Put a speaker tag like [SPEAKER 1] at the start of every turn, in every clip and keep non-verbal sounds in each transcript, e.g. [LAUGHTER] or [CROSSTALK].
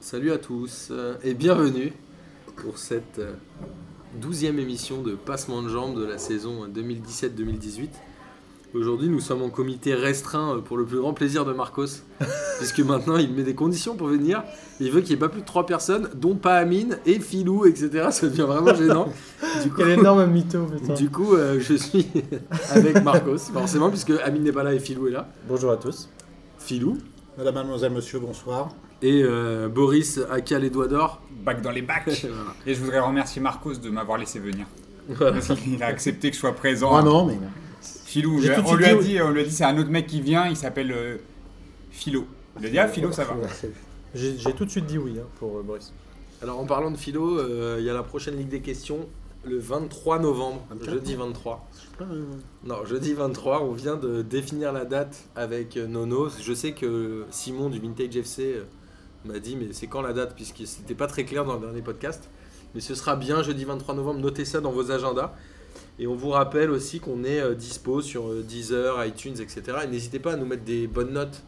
[SPEAKER 1] Salut à tous euh, et bienvenue pour cette euh, douzième émission de Passement de Jambes de la saison euh, 2017-2018. Aujourd'hui, nous sommes en comité restreint euh, pour le plus grand plaisir de Marcos, puisque maintenant il met des conditions pour venir. Il veut qu'il n'y ait pas plus de trois personnes, dont pas Amine et Filou, etc. [LAUGHS] Ça devient vraiment gênant. Du coup,
[SPEAKER 2] [LAUGHS] Quel énorme mytho, putain.
[SPEAKER 1] du coup, euh, je suis [LAUGHS] avec Marcos, forcément, puisque Amine n'est pas là et Filou est là.
[SPEAKER 2] Bonjour à tous.
[SPEAKER 1] Filou
[SPEAKER 3] Madame, mademoiselle, monsieur, bonsoir.
[SPEAKER 1] et euh, Boris Aka les doigts d'or.
[SPEAKER 3] [LAUGHS]
[SPEAKER 4] Bac dans
[SPEAKER 1] [LAUGHS]
[SPEAKER 4] les bacs.
[SPEAKER 1] Voilà.
[SPEAKER 4] Et je voudrais remercier Marcos de m'avoir laissé venir.
[SPEAKER 1] Voilà.
[SPEAKER 4] Parce qu'il a accepté que je sois présent.
[SPEAKER 3] Ah non, mais.
[SPEAKER 4] Philou,
[SPEAKER 2] J'ai
[SPEAKER 4] je-
[SPEAKER 2] tout
[SPEAKER 4] on, lui a
[SPEAKER 2] idée.
[SPEAKER 4] dit, on lui a dit c'est un autre mec qui vient, il s'appelle euh, Philo. Il a dit ah Philo ça va.
[SPEAKER 2] J'ai j'ai tout de suite dit oui hein, pour euh, Boris.
[SPEAKER 1] Alors en parlant de philo, euh, il y a la prochaine Ligue des questions le 23 novembre,
[SPEAKER 3] 24.
[SPEAKER 1] jeudi 23.
[SPEAKER 3] Euh,
[SPEAKER 1] Non, jeudi 23, on vient de définir la date avec euh, Nono. Je sais que Simon du Vintage FC euh, m'a dit mais c'est quand la date puisque c'était pas très clair dans le dernier podcast. Mais ce sera bien jeudi 23 novembre, notez ça dans vos agendas. Et on vous rappelle aussi qu'on est euh, dispo sur euh, Deezer, iTunes, etc. Et n'hésitez pas à nous mettre des bonnes notes.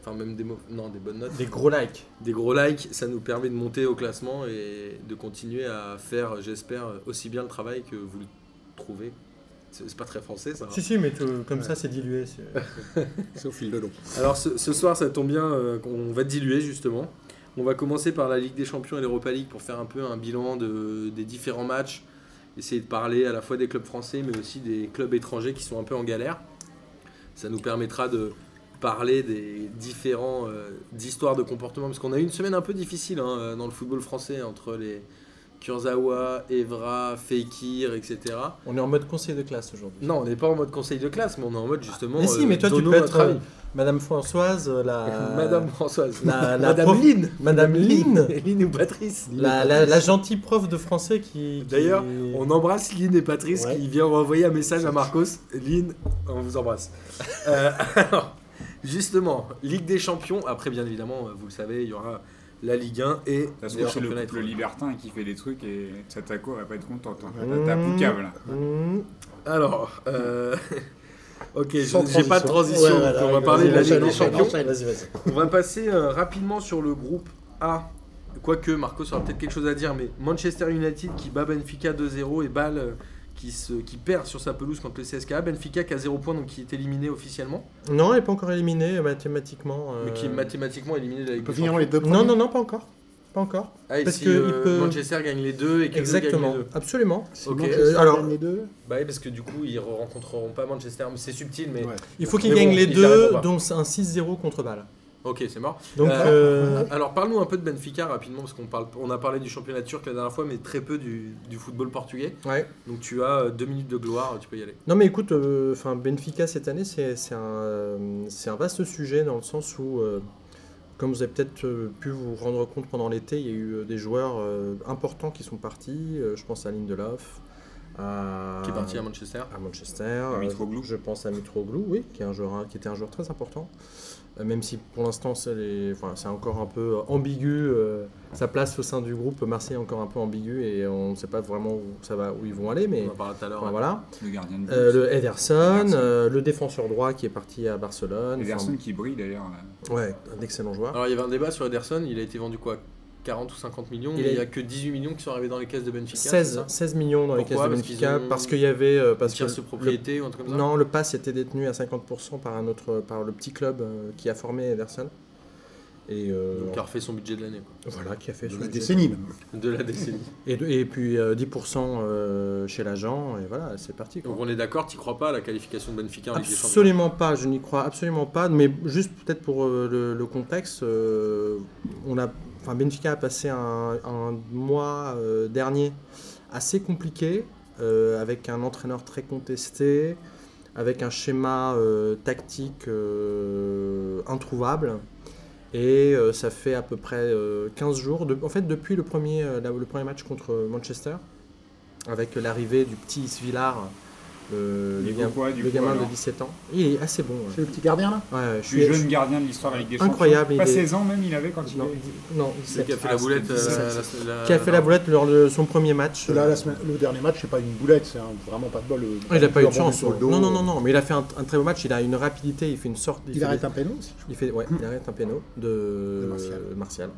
[SPEAKER 1] Enfin même des, mau- non, des bonnes notes.
[SPEAKER 2] Des gros likes.
[SPEAKER 1] des gros likes, ça nous permet de monter au classement et de continuer à faire, j'espère, aussi bien le travail que vous le trouvez. C'est c'est pas très français ça.
[SPEAKER 2] Si, si, mais tout- comme ça, c'est dilué. c'est-
[SPEAKER 3] C'est au fil de l'eau.
[SPEAKER 1] Alors ce, ce soir, ça tombe bien euh, qu'on va diluer justement. On va commencer par la Ligue des Champions et l'Europa League pour faire un peu un bilan de- des différents matchs, essayer de parler à la fois des clubs français mais aussi des clubs étrangers qui sont un peu en galère. Ça nous permettra de parler des différents euh, d'histoires de comportement parce qu'on a eu une semaine un peu difficile hein, euh, dans le football français entre les Kurzawa, Evra, Fekir, etc.
[SPEAKER 2] On est en mode conseil de classe aujourd'hui.
[SPEAKER 1] Non, on n'est pas en mode conseil de classe, mais on est en mode justement.
[SPEAKER 2] Mais si, mais toi, tu
[SPEAKER 1] donnons
[SPEAKER 2] peux
[SPEAKER 1] notre
[SPEAKER 2] être euh,
[SPEAKER 1] avis.
[SPEAKER 2] Madame Françoise, euh, la.
[SPEAKER 1] [LAUGHS] Madame Françoise.
[SPEAKER 2] la- la
[SPEAKER 1] Madame
[SPEAKER 2] prof-
[SPEAKER 1] Lynn.
[SPEAKER 2] Madame Lynn.
[SPEAKER 1] Lynn ou Patrice.
[SPEAKER 2] La, la- la gentille prof de français qui. qui-
[SPEAKER 1] D'ailleurs, On enbrasse Lynn et Patrice
[SPEAKER 2] Ouais.
[SPEAKER 1] qui vient envoyer un message à Marcos. Lynn, on vous embrasse. Euh, [LAUGHS] alors, justement, Ligue des Champions. Après, bien évidemment, euh, vous le savez, il y aura la Ligue 1 et
[SPEAKER 4] Ça se
[SPEAKER 1] les
[SPEAKER 4] trouve, c'est le,
[SPEAKER 1] championnats
[SPEAKER 4] couple
[SPEAKER 1] étrangers.
[SPEAKER 4] libertin qui fait des trucs et Tsatako va pas être contente. hein.
[SPEAKER 2] Ouais.
[SPEAKER 4] T'as poucave là.
[SPEAKER 2] Mmh.
[SPEAKER 1] Alors, euh, [LAUGHS] ok,
[SPEAKER 3] Sans
[SPEAKER 1] je- j'ai pas de transition.
[SPEAKER 3] transition. Ouais,
[SPEAKER 1] donc
[SPEAKER 3] voilà,
[SPEAKER 1] on va
[SPEAKER 3] vas-y,
[SPEAKER 1] parler de la
[SPEAKER 3] enchaîne,
[SPEAKER 1] Ligue des
[SPEAKER 3] enchaîne,
[SPEAKER 1] Champions.
[SPEAKER 3] enchaîne.
[SPEAKER 2] Vas-y, vas-y.
[SPEAKER 1] On va passer euh, rapidement sur le groupe A. Quoique Marcos aura peut-être quelque chose à dire, mais Manchester United qui bat Benfica 2-0 et Bâle euh, qui, se, qui perd sur sa pelouse contre le CSKA. Benfica qui a 0 points, donc qui est éliminé officiellement,
[SPEAKER 2] Non, elle n'est pas encore éliminée euh, mathématiquement. euh,
[SPEAKER 1] mais qui est mathématiquement éliminé de la
[SPEAKER 3] On
[SPEAKER 1] Ligue
[SPEAKER 3] peut
[SPEAKER 1] des
[SPEAKER 3] finir
[SPEAKER 1] Champions.
[SPEAKER 3] les deux
[SPEAKER 2] Non, non, non, pas encore. Pas encore.
[SPEAKER 1] Ah, et
[SPEAKER 2] parce
[SPEAKER 1] si
[SPEAKER 2] que
[SPEAKER 1] euh,
[SPEAKER 2] il peut-
[SPEAKER 1] Manchester gagne les deux et que
[SPEAKER 2] Exactement.
[SPEAKER 1] gagne les deux.
[SPEAKER 2] Absolument.
[SPEAKER 1] Ok,
[SPEAKER 2] euh, alors-
[SPEAKER 3] alors. Les deux
[SPEAKER 1] Bah oui, parce que du coup, ils re- rencontreront pas Manchester, mais c'est subtil, mais.
[SPEAKER 3] Ouais.
[SPEAKER 2] Il faut qu'ils
[SPEAKER 1] Mais Ah, bon,
[SPEAKER 2] gagnent les
[SPEAKER 1] ils y arriveront
[SPEAKER 2] deux,
[SPEAKER 1] pas. Ah.
[SPEAKER 2] dont c'est un 6-0 contre balle.
[SPEAKER 1] Ok, c'est mort.
[SPEAKER 2] Donc,
[SPEAKER 1] Euh,
[SPEAKER 2] euh,
[SPEAKER 1] Alors parle-nous un peu de Benfica rapidement, parce qu'on parle, on a parlé du championnat turc la dernière fois, mais très peu du, du football portugais.
[SPEAKER 2] ouais.
[SPEAKER 1] Donc tu as euh, deux minutes de gloire, tu peux y aller.
[SPEAKER 2] Non mais écoute, euh, 'fin, Benfica cette année, c'est c'est un, euh, c'est un vaste sujet dans le sens où, euh, comme vous avez peut-être euh, pu vous rendre compte pendant l'été, il y a eu euh, des joueurs euh, importants qui sont partis. Euh, je pense à Lindelof, à,
[SPEAKER 1] qui est parti à Manchester.
[SPEAKER 2] à Manchester. euh,
[SPEAKER 4] Mitroglou.
[SPEAKER 2] Je pense à Mitroglou, oui, qui, est un joueur, qui était un joueur très important. Euh, même si pour l'instant, c'est les- enfin, c'est encore un peu ambigu. euh, sa place au sein du groupe Marseille est encore un peu ambiguë et on ne sait pas vraiment où, ça va, où ils vont aller. Mais
[SPEAKER 1] On en parlera tout à l'heure.
[SPEAKER 2] enfin, voilà.
[SPEAKER 4] Le gardien de but.
[SPEAKER 2] Euh, le Ederson,
[SPEAKER 4] Ederson.
[SPEAKER 2] euh, le défenseur droit qui est parti à Barcelone.
[SPEAKER 4] Les
[SPEAKER 2] Enfin,
[SPEAKER 4] personnes qui brillent d'ailleurs. là.
[SPEAKER 2] ouais, un excellent joueur.
[SPEAKER 1] Alors il y avait un débat sur Ederson, il a été vendu quoi 40 ou 50 millions,
[SPEAKER 2] Il
[SPEAKER 1] mais il n'y
[SPEAKER 2] est-
[SPEAKER 1] a que 18 millions qui sont arrivés dans les caisses de Benfica. c'est
[SPEAKER 2] 16,
[SPEAKER 1] ça
[SPEAKER 2] 16 millions
[SPEAKER 1] Pourquoi
[SPEAKER 2] dans les
[SPEAKER 1] Parce
[SPEAKER 2] caisses de Benfica
[SPEAKER 1] qu'ils ont-
[SPEAKER 2] parce qu'il y avait euh, parce
[SPEAKER 1] Une
[SPEAKER 2] que
[SPEAKER 1] tierce
[SPEAKER 2] le-
[SPEAKER 1] propriété ou un truc comme ça
[SPEAKER 2] non le pass était détenu à 50% par un autre par le petit club euh, qui a formé Ederson et euh,
[SPEAKER 1] Donc ah. il a refait son budget de l'année, quoi.
[SPEAKER 2] voilà qui a fait
[SPEAKER 3] De
[SPEAKER 2] son
[SPEAKER 3] la
[SPEAKER 2] budget.
[SPEAKER 3] décennie même.
[SPEAKER 1] de la décennie.
[SPEAKER 2] et, de- et puis euh, 10% euh, chez l'agent et voilà c'est parti.
[SPEAKER 1] [LAUGHS]
[SPEAKER 2] quoi.
[SPEAKER 1] Donc on est d'accord, tu crois pas à la qualification de Benfica en Ligue des Champions
[SPEAKER 2] Absolument pas, je n'y crois absolument pas. Mais juste peut-être pour euh, le, le contexte, euh, on a, enfin Benfica a passé un, un mois euh, dernier assez compliqué, euh, avec un entraîneur très contesté, avec un schéma euh, tactique euh, introuvable. Et euh, ça fait à peu près euh, 15 jours, de- en fait depuis le premier, euh, la- le premier match contre Manchester, avec l'arrivée du petit Svillar, le, le
[SPEAKER 4] Il est
[SPEAKER 2] gam-
[SPEAKER 4] quoi, du
[SPEAKER 2] le
[SPEAKER 4] coup,
[SPEAKER 2] gamin de
[SPEAKER 4] alors
[SPEAKER 2] 17 ans. Il est assez bon. ouais.
[SPEAKER 3] C'est le petit gardien là
[SPEAKER 2] Ouais, ouais, je
[SPEAKER 4] Je
[SPEAKER 2] suis
[SPEAKER 4] suis jeune gardien de l'histoire de la Ligue des Champions.
[SPEAKER 2] Incroyable, il
[SPEAKER 4] Pas
[SPEAKER 2] est-
[SPEAKER 4] 16 ans même il avait quand il
[SPEAKER 2] Non,
[SPEAKER 4] est.
[SPEAKER 2] non,
[SPEAKER 1] C'est qui a fait
[SPEAKER 4] Ah,
[SPEAKER 1] la boulette
[SPEAKER 4] c'était
[SPEAKER 1] euh, la-
[SPEAKER 2] qui a fait la boulette lors de son premier match.
[SPEAKER 3] Là, la semaine- le dernier match, c'est pas une boulette, c'est un- vraiment pas de bol. le-
[SPEAKER 2] Ah, Il n'a pas eu
[SPEAKER 3] le
[SPEAKER 2] de chance. oh.
[SPEAKER 3] sur le dos.
[SPEAKER 2] Non, non, non, non, mais il a fait un, un très beau match. Il a une rapidité, il fait une sorte.
[SPEAKER 3] Il
[SPEAKER 2] fait
[SPEAKER 3] arrête
[SPEAKER 2] des-
[SPEAKER 3] un péno aussi.
[SPEAKER 2] il fait, ouais, il arrête un péno de,
[SPEAKER 3] De Martial.
[SPEAKER 2] de Martial.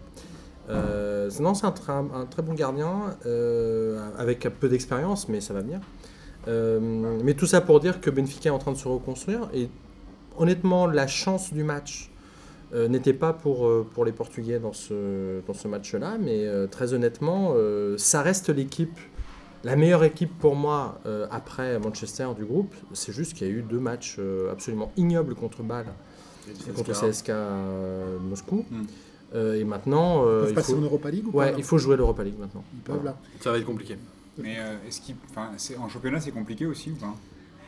[SPEAKER 2] Euh, c'est- non, c'est un, tra- un très bon gardien, euh, avec peu d'expérience, mais ça va venir. Euh, mais tout ça pour dire que Benfica est en train de se reconstruire. Et honnêtement, la chance du match euh, n'était pas pour, euh, pour les Portugais dans ce, dans ce match-là. Mais euh, très honnêtement, euh, ça reste l'équipe, la meilleure équipe pour moi euh, après Manchester du groupe. C'est juste qu'il y a eu deux matchs euh, absolument ignobles contre Bâle et contre CSK euh, Moscou.
[SPEAKER 4] Mm.
[SPEAKER 2] Euh, et maintenant, euh,
[SPEAKER 3] Ils peuvent
[SPEAKER 2] il,
[SPEAKER 3] passer
[SPEAKER 2] faut,
[SPEAKER 3] en Europa League ou pas
[SPEAKER 2] ouais,
[SPEAKER 3] là
[SPEAKER 2] il faut jouer l'Europa League maintenant.
[SPEAKER 3] Ils peuvent là.
[SPEAKER 1] Ça va être compliqué.
[SPEAKER 4] Mais euh, est-ce qu'il, enfin, c'est- en championnat c'est compliqué aussi ou pas hein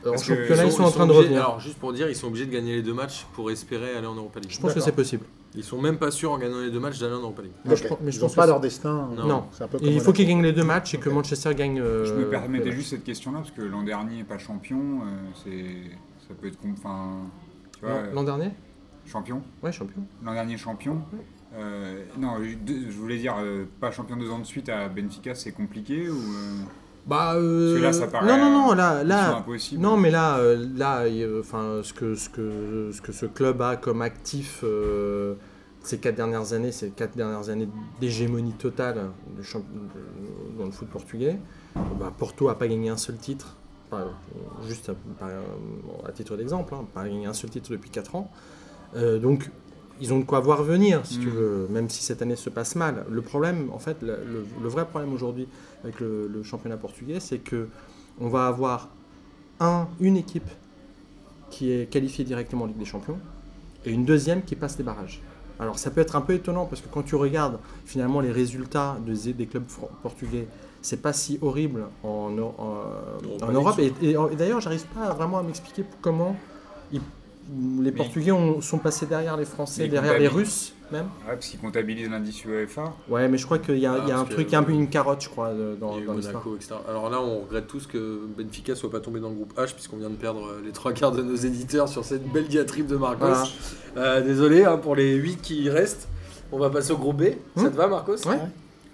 [SPEAKER 2] Euh, En
[SPEAKER 4] Parce que
[SPEAKER 2] championnat,
[SPEAKER 4] ils
[SPEAKER 2] ils sont, en train de
[SPEAKER 1] obligés-
[SPEAKER 2] revenir.
[SPEAKER 1] Alors, juste pour dire, ils sont obligés de gagner les deux matchs pour espérer aller en Europa League.
[SPEAKER 2] je pense que
[SPEAKER 3] D'accord.
[SPEAKER 2] c'est possible.
[SPEAKER 1] Ils sont même pas sûrs en gagnant les deux matchs d'aller en Europa League.
[SPEAKER 2] Mais je
[SPEAKER 3] Ok.
[SPEAKER 2] pense- mais je
[SPEAKER 3] Ils
[SPEAKER 2] pense
[SPEAKER 3] ont pas
[SPEAKER 2] que
[SPEAKER 3] leur destin. euh,
[SPEAKER 1] Non.
[SPEAKER 2] Non.
[SPEAKER 3] C'est un peu
[SPEAKER 2] Et il
[SPEAKER 3] comme
[SPEAKER 2] faut
[SPEAKER 3] on a-
[SPEAKER 2] qu'ils gagnent les deux matchs et que
[SPEAKER 3] Ok.
[SPEAKER 2] Manchester gagne. euh,
[SPEAKER 4] Je me permettais
[SPEAKER 2] le match.
[SPEAKER 4] juste cette question-là parce que l'an dernier pas champion, euh, c'est, ça peut être, com- enfin, tu vois,
[SPEAKER 2] L'an- L'an dernier
[SPEAKER 4] euh, champion.
[SPEAKER 2] Ouais, champion.
[SPEAKER 4] l'an dernier champion. Euh, non, deux- je voulais dire, euh, pas champion deux ans de suite à Benfica, c'est compliqué ou euh,
[SPEAKER 2] Bah,
[SPEAKER 4] Parce que là, ça paraît,
[SPEAKER 2] non, non, non,
[SPEAKER 4] euh,
[SPEAKER 2] là,
[SPEAKER 4] mission
[SPEAKER 2] là,
[SPEAKER 4] impossible
[SPEAKER 2] non, mais là, euh, là, il- euh, enfin, ce que ce que ce que ce club a comme actif euh, ces quatre dernières années, ces quatre dernières années d'hégémonie totale du champ- euh, dans le foot portugais, bah, Porto a pas gagné un seul titre, Enfin, euh, juste à, par- euh, à titre d'exemple, hein, pas gagné un seul titre depuis quatre ans, Euh, donc. Ils ont de quoi voir venir, si tu
[SPEAKER 4] Mm.
[SPEAKER 2] veux, même si cette année se passe mal. Le problème, en fait, le- le- le vrai problème aujourd'hui avec le, le championnat portugais, c'est que on va avoir un, une équipe qui est qualifiée directement en Ligue des Champions et une deuxième qui passe les barrages. Alors ça peut être un peu étonnant parce que quand tu regardes finalement les résultats de- des clubs fran- portugais, c'est pas si horrible en, Eu- en- en
[SPEAKER 1] League,
[SPEAKER 2] Europe. Et, et- et d'ailleurs, j'arrive pas vraiment à m'expliquer comment ils- les Portugais ont- sont passés derrière les Français,
[SPEAKER 4] Mais
[SPEAKER 2] derrière les
[SPEAKER 4] Mbappé.
[SPEAKER 2] Russes même.
[SPEAKER 4] ouais, parce qu'ils comptabilisent l'indice UEFA.
[SPEAKER 2] Ouais, mais je crois qu'il y a,
[SPEAKER 1] Ah,
[SPEAKER 2] il y a un
[SPEAKER 1] parce que-
[SPEAKER 2] truc, il y a un peu une carotte, je crois, de-
[SPEAKER 1] Il
[SPEAKER 2] dans,
[SPEAKER 1] y a eu
[SPEAKER 2] dans l'histoire.
[SPEAKER 1] Monaco, etc. Alors là, on regrette tous que Benfica soit pas tombé dans le groupe H, puisqu'on vient de perdre euh, les trois quarts de nos éditeurs sur cette belle diatribe de Marcos.
[SPEAKER 2] Voilà.
[SPEAKER 1] Euh, désolé hein, pour les 8 qui restent. On va passer au groupe B. Ça
[SPEAKER 2] Hmm.
[SPEAKER 1] te va, Marcos
[SPEAKER 2] Ouais.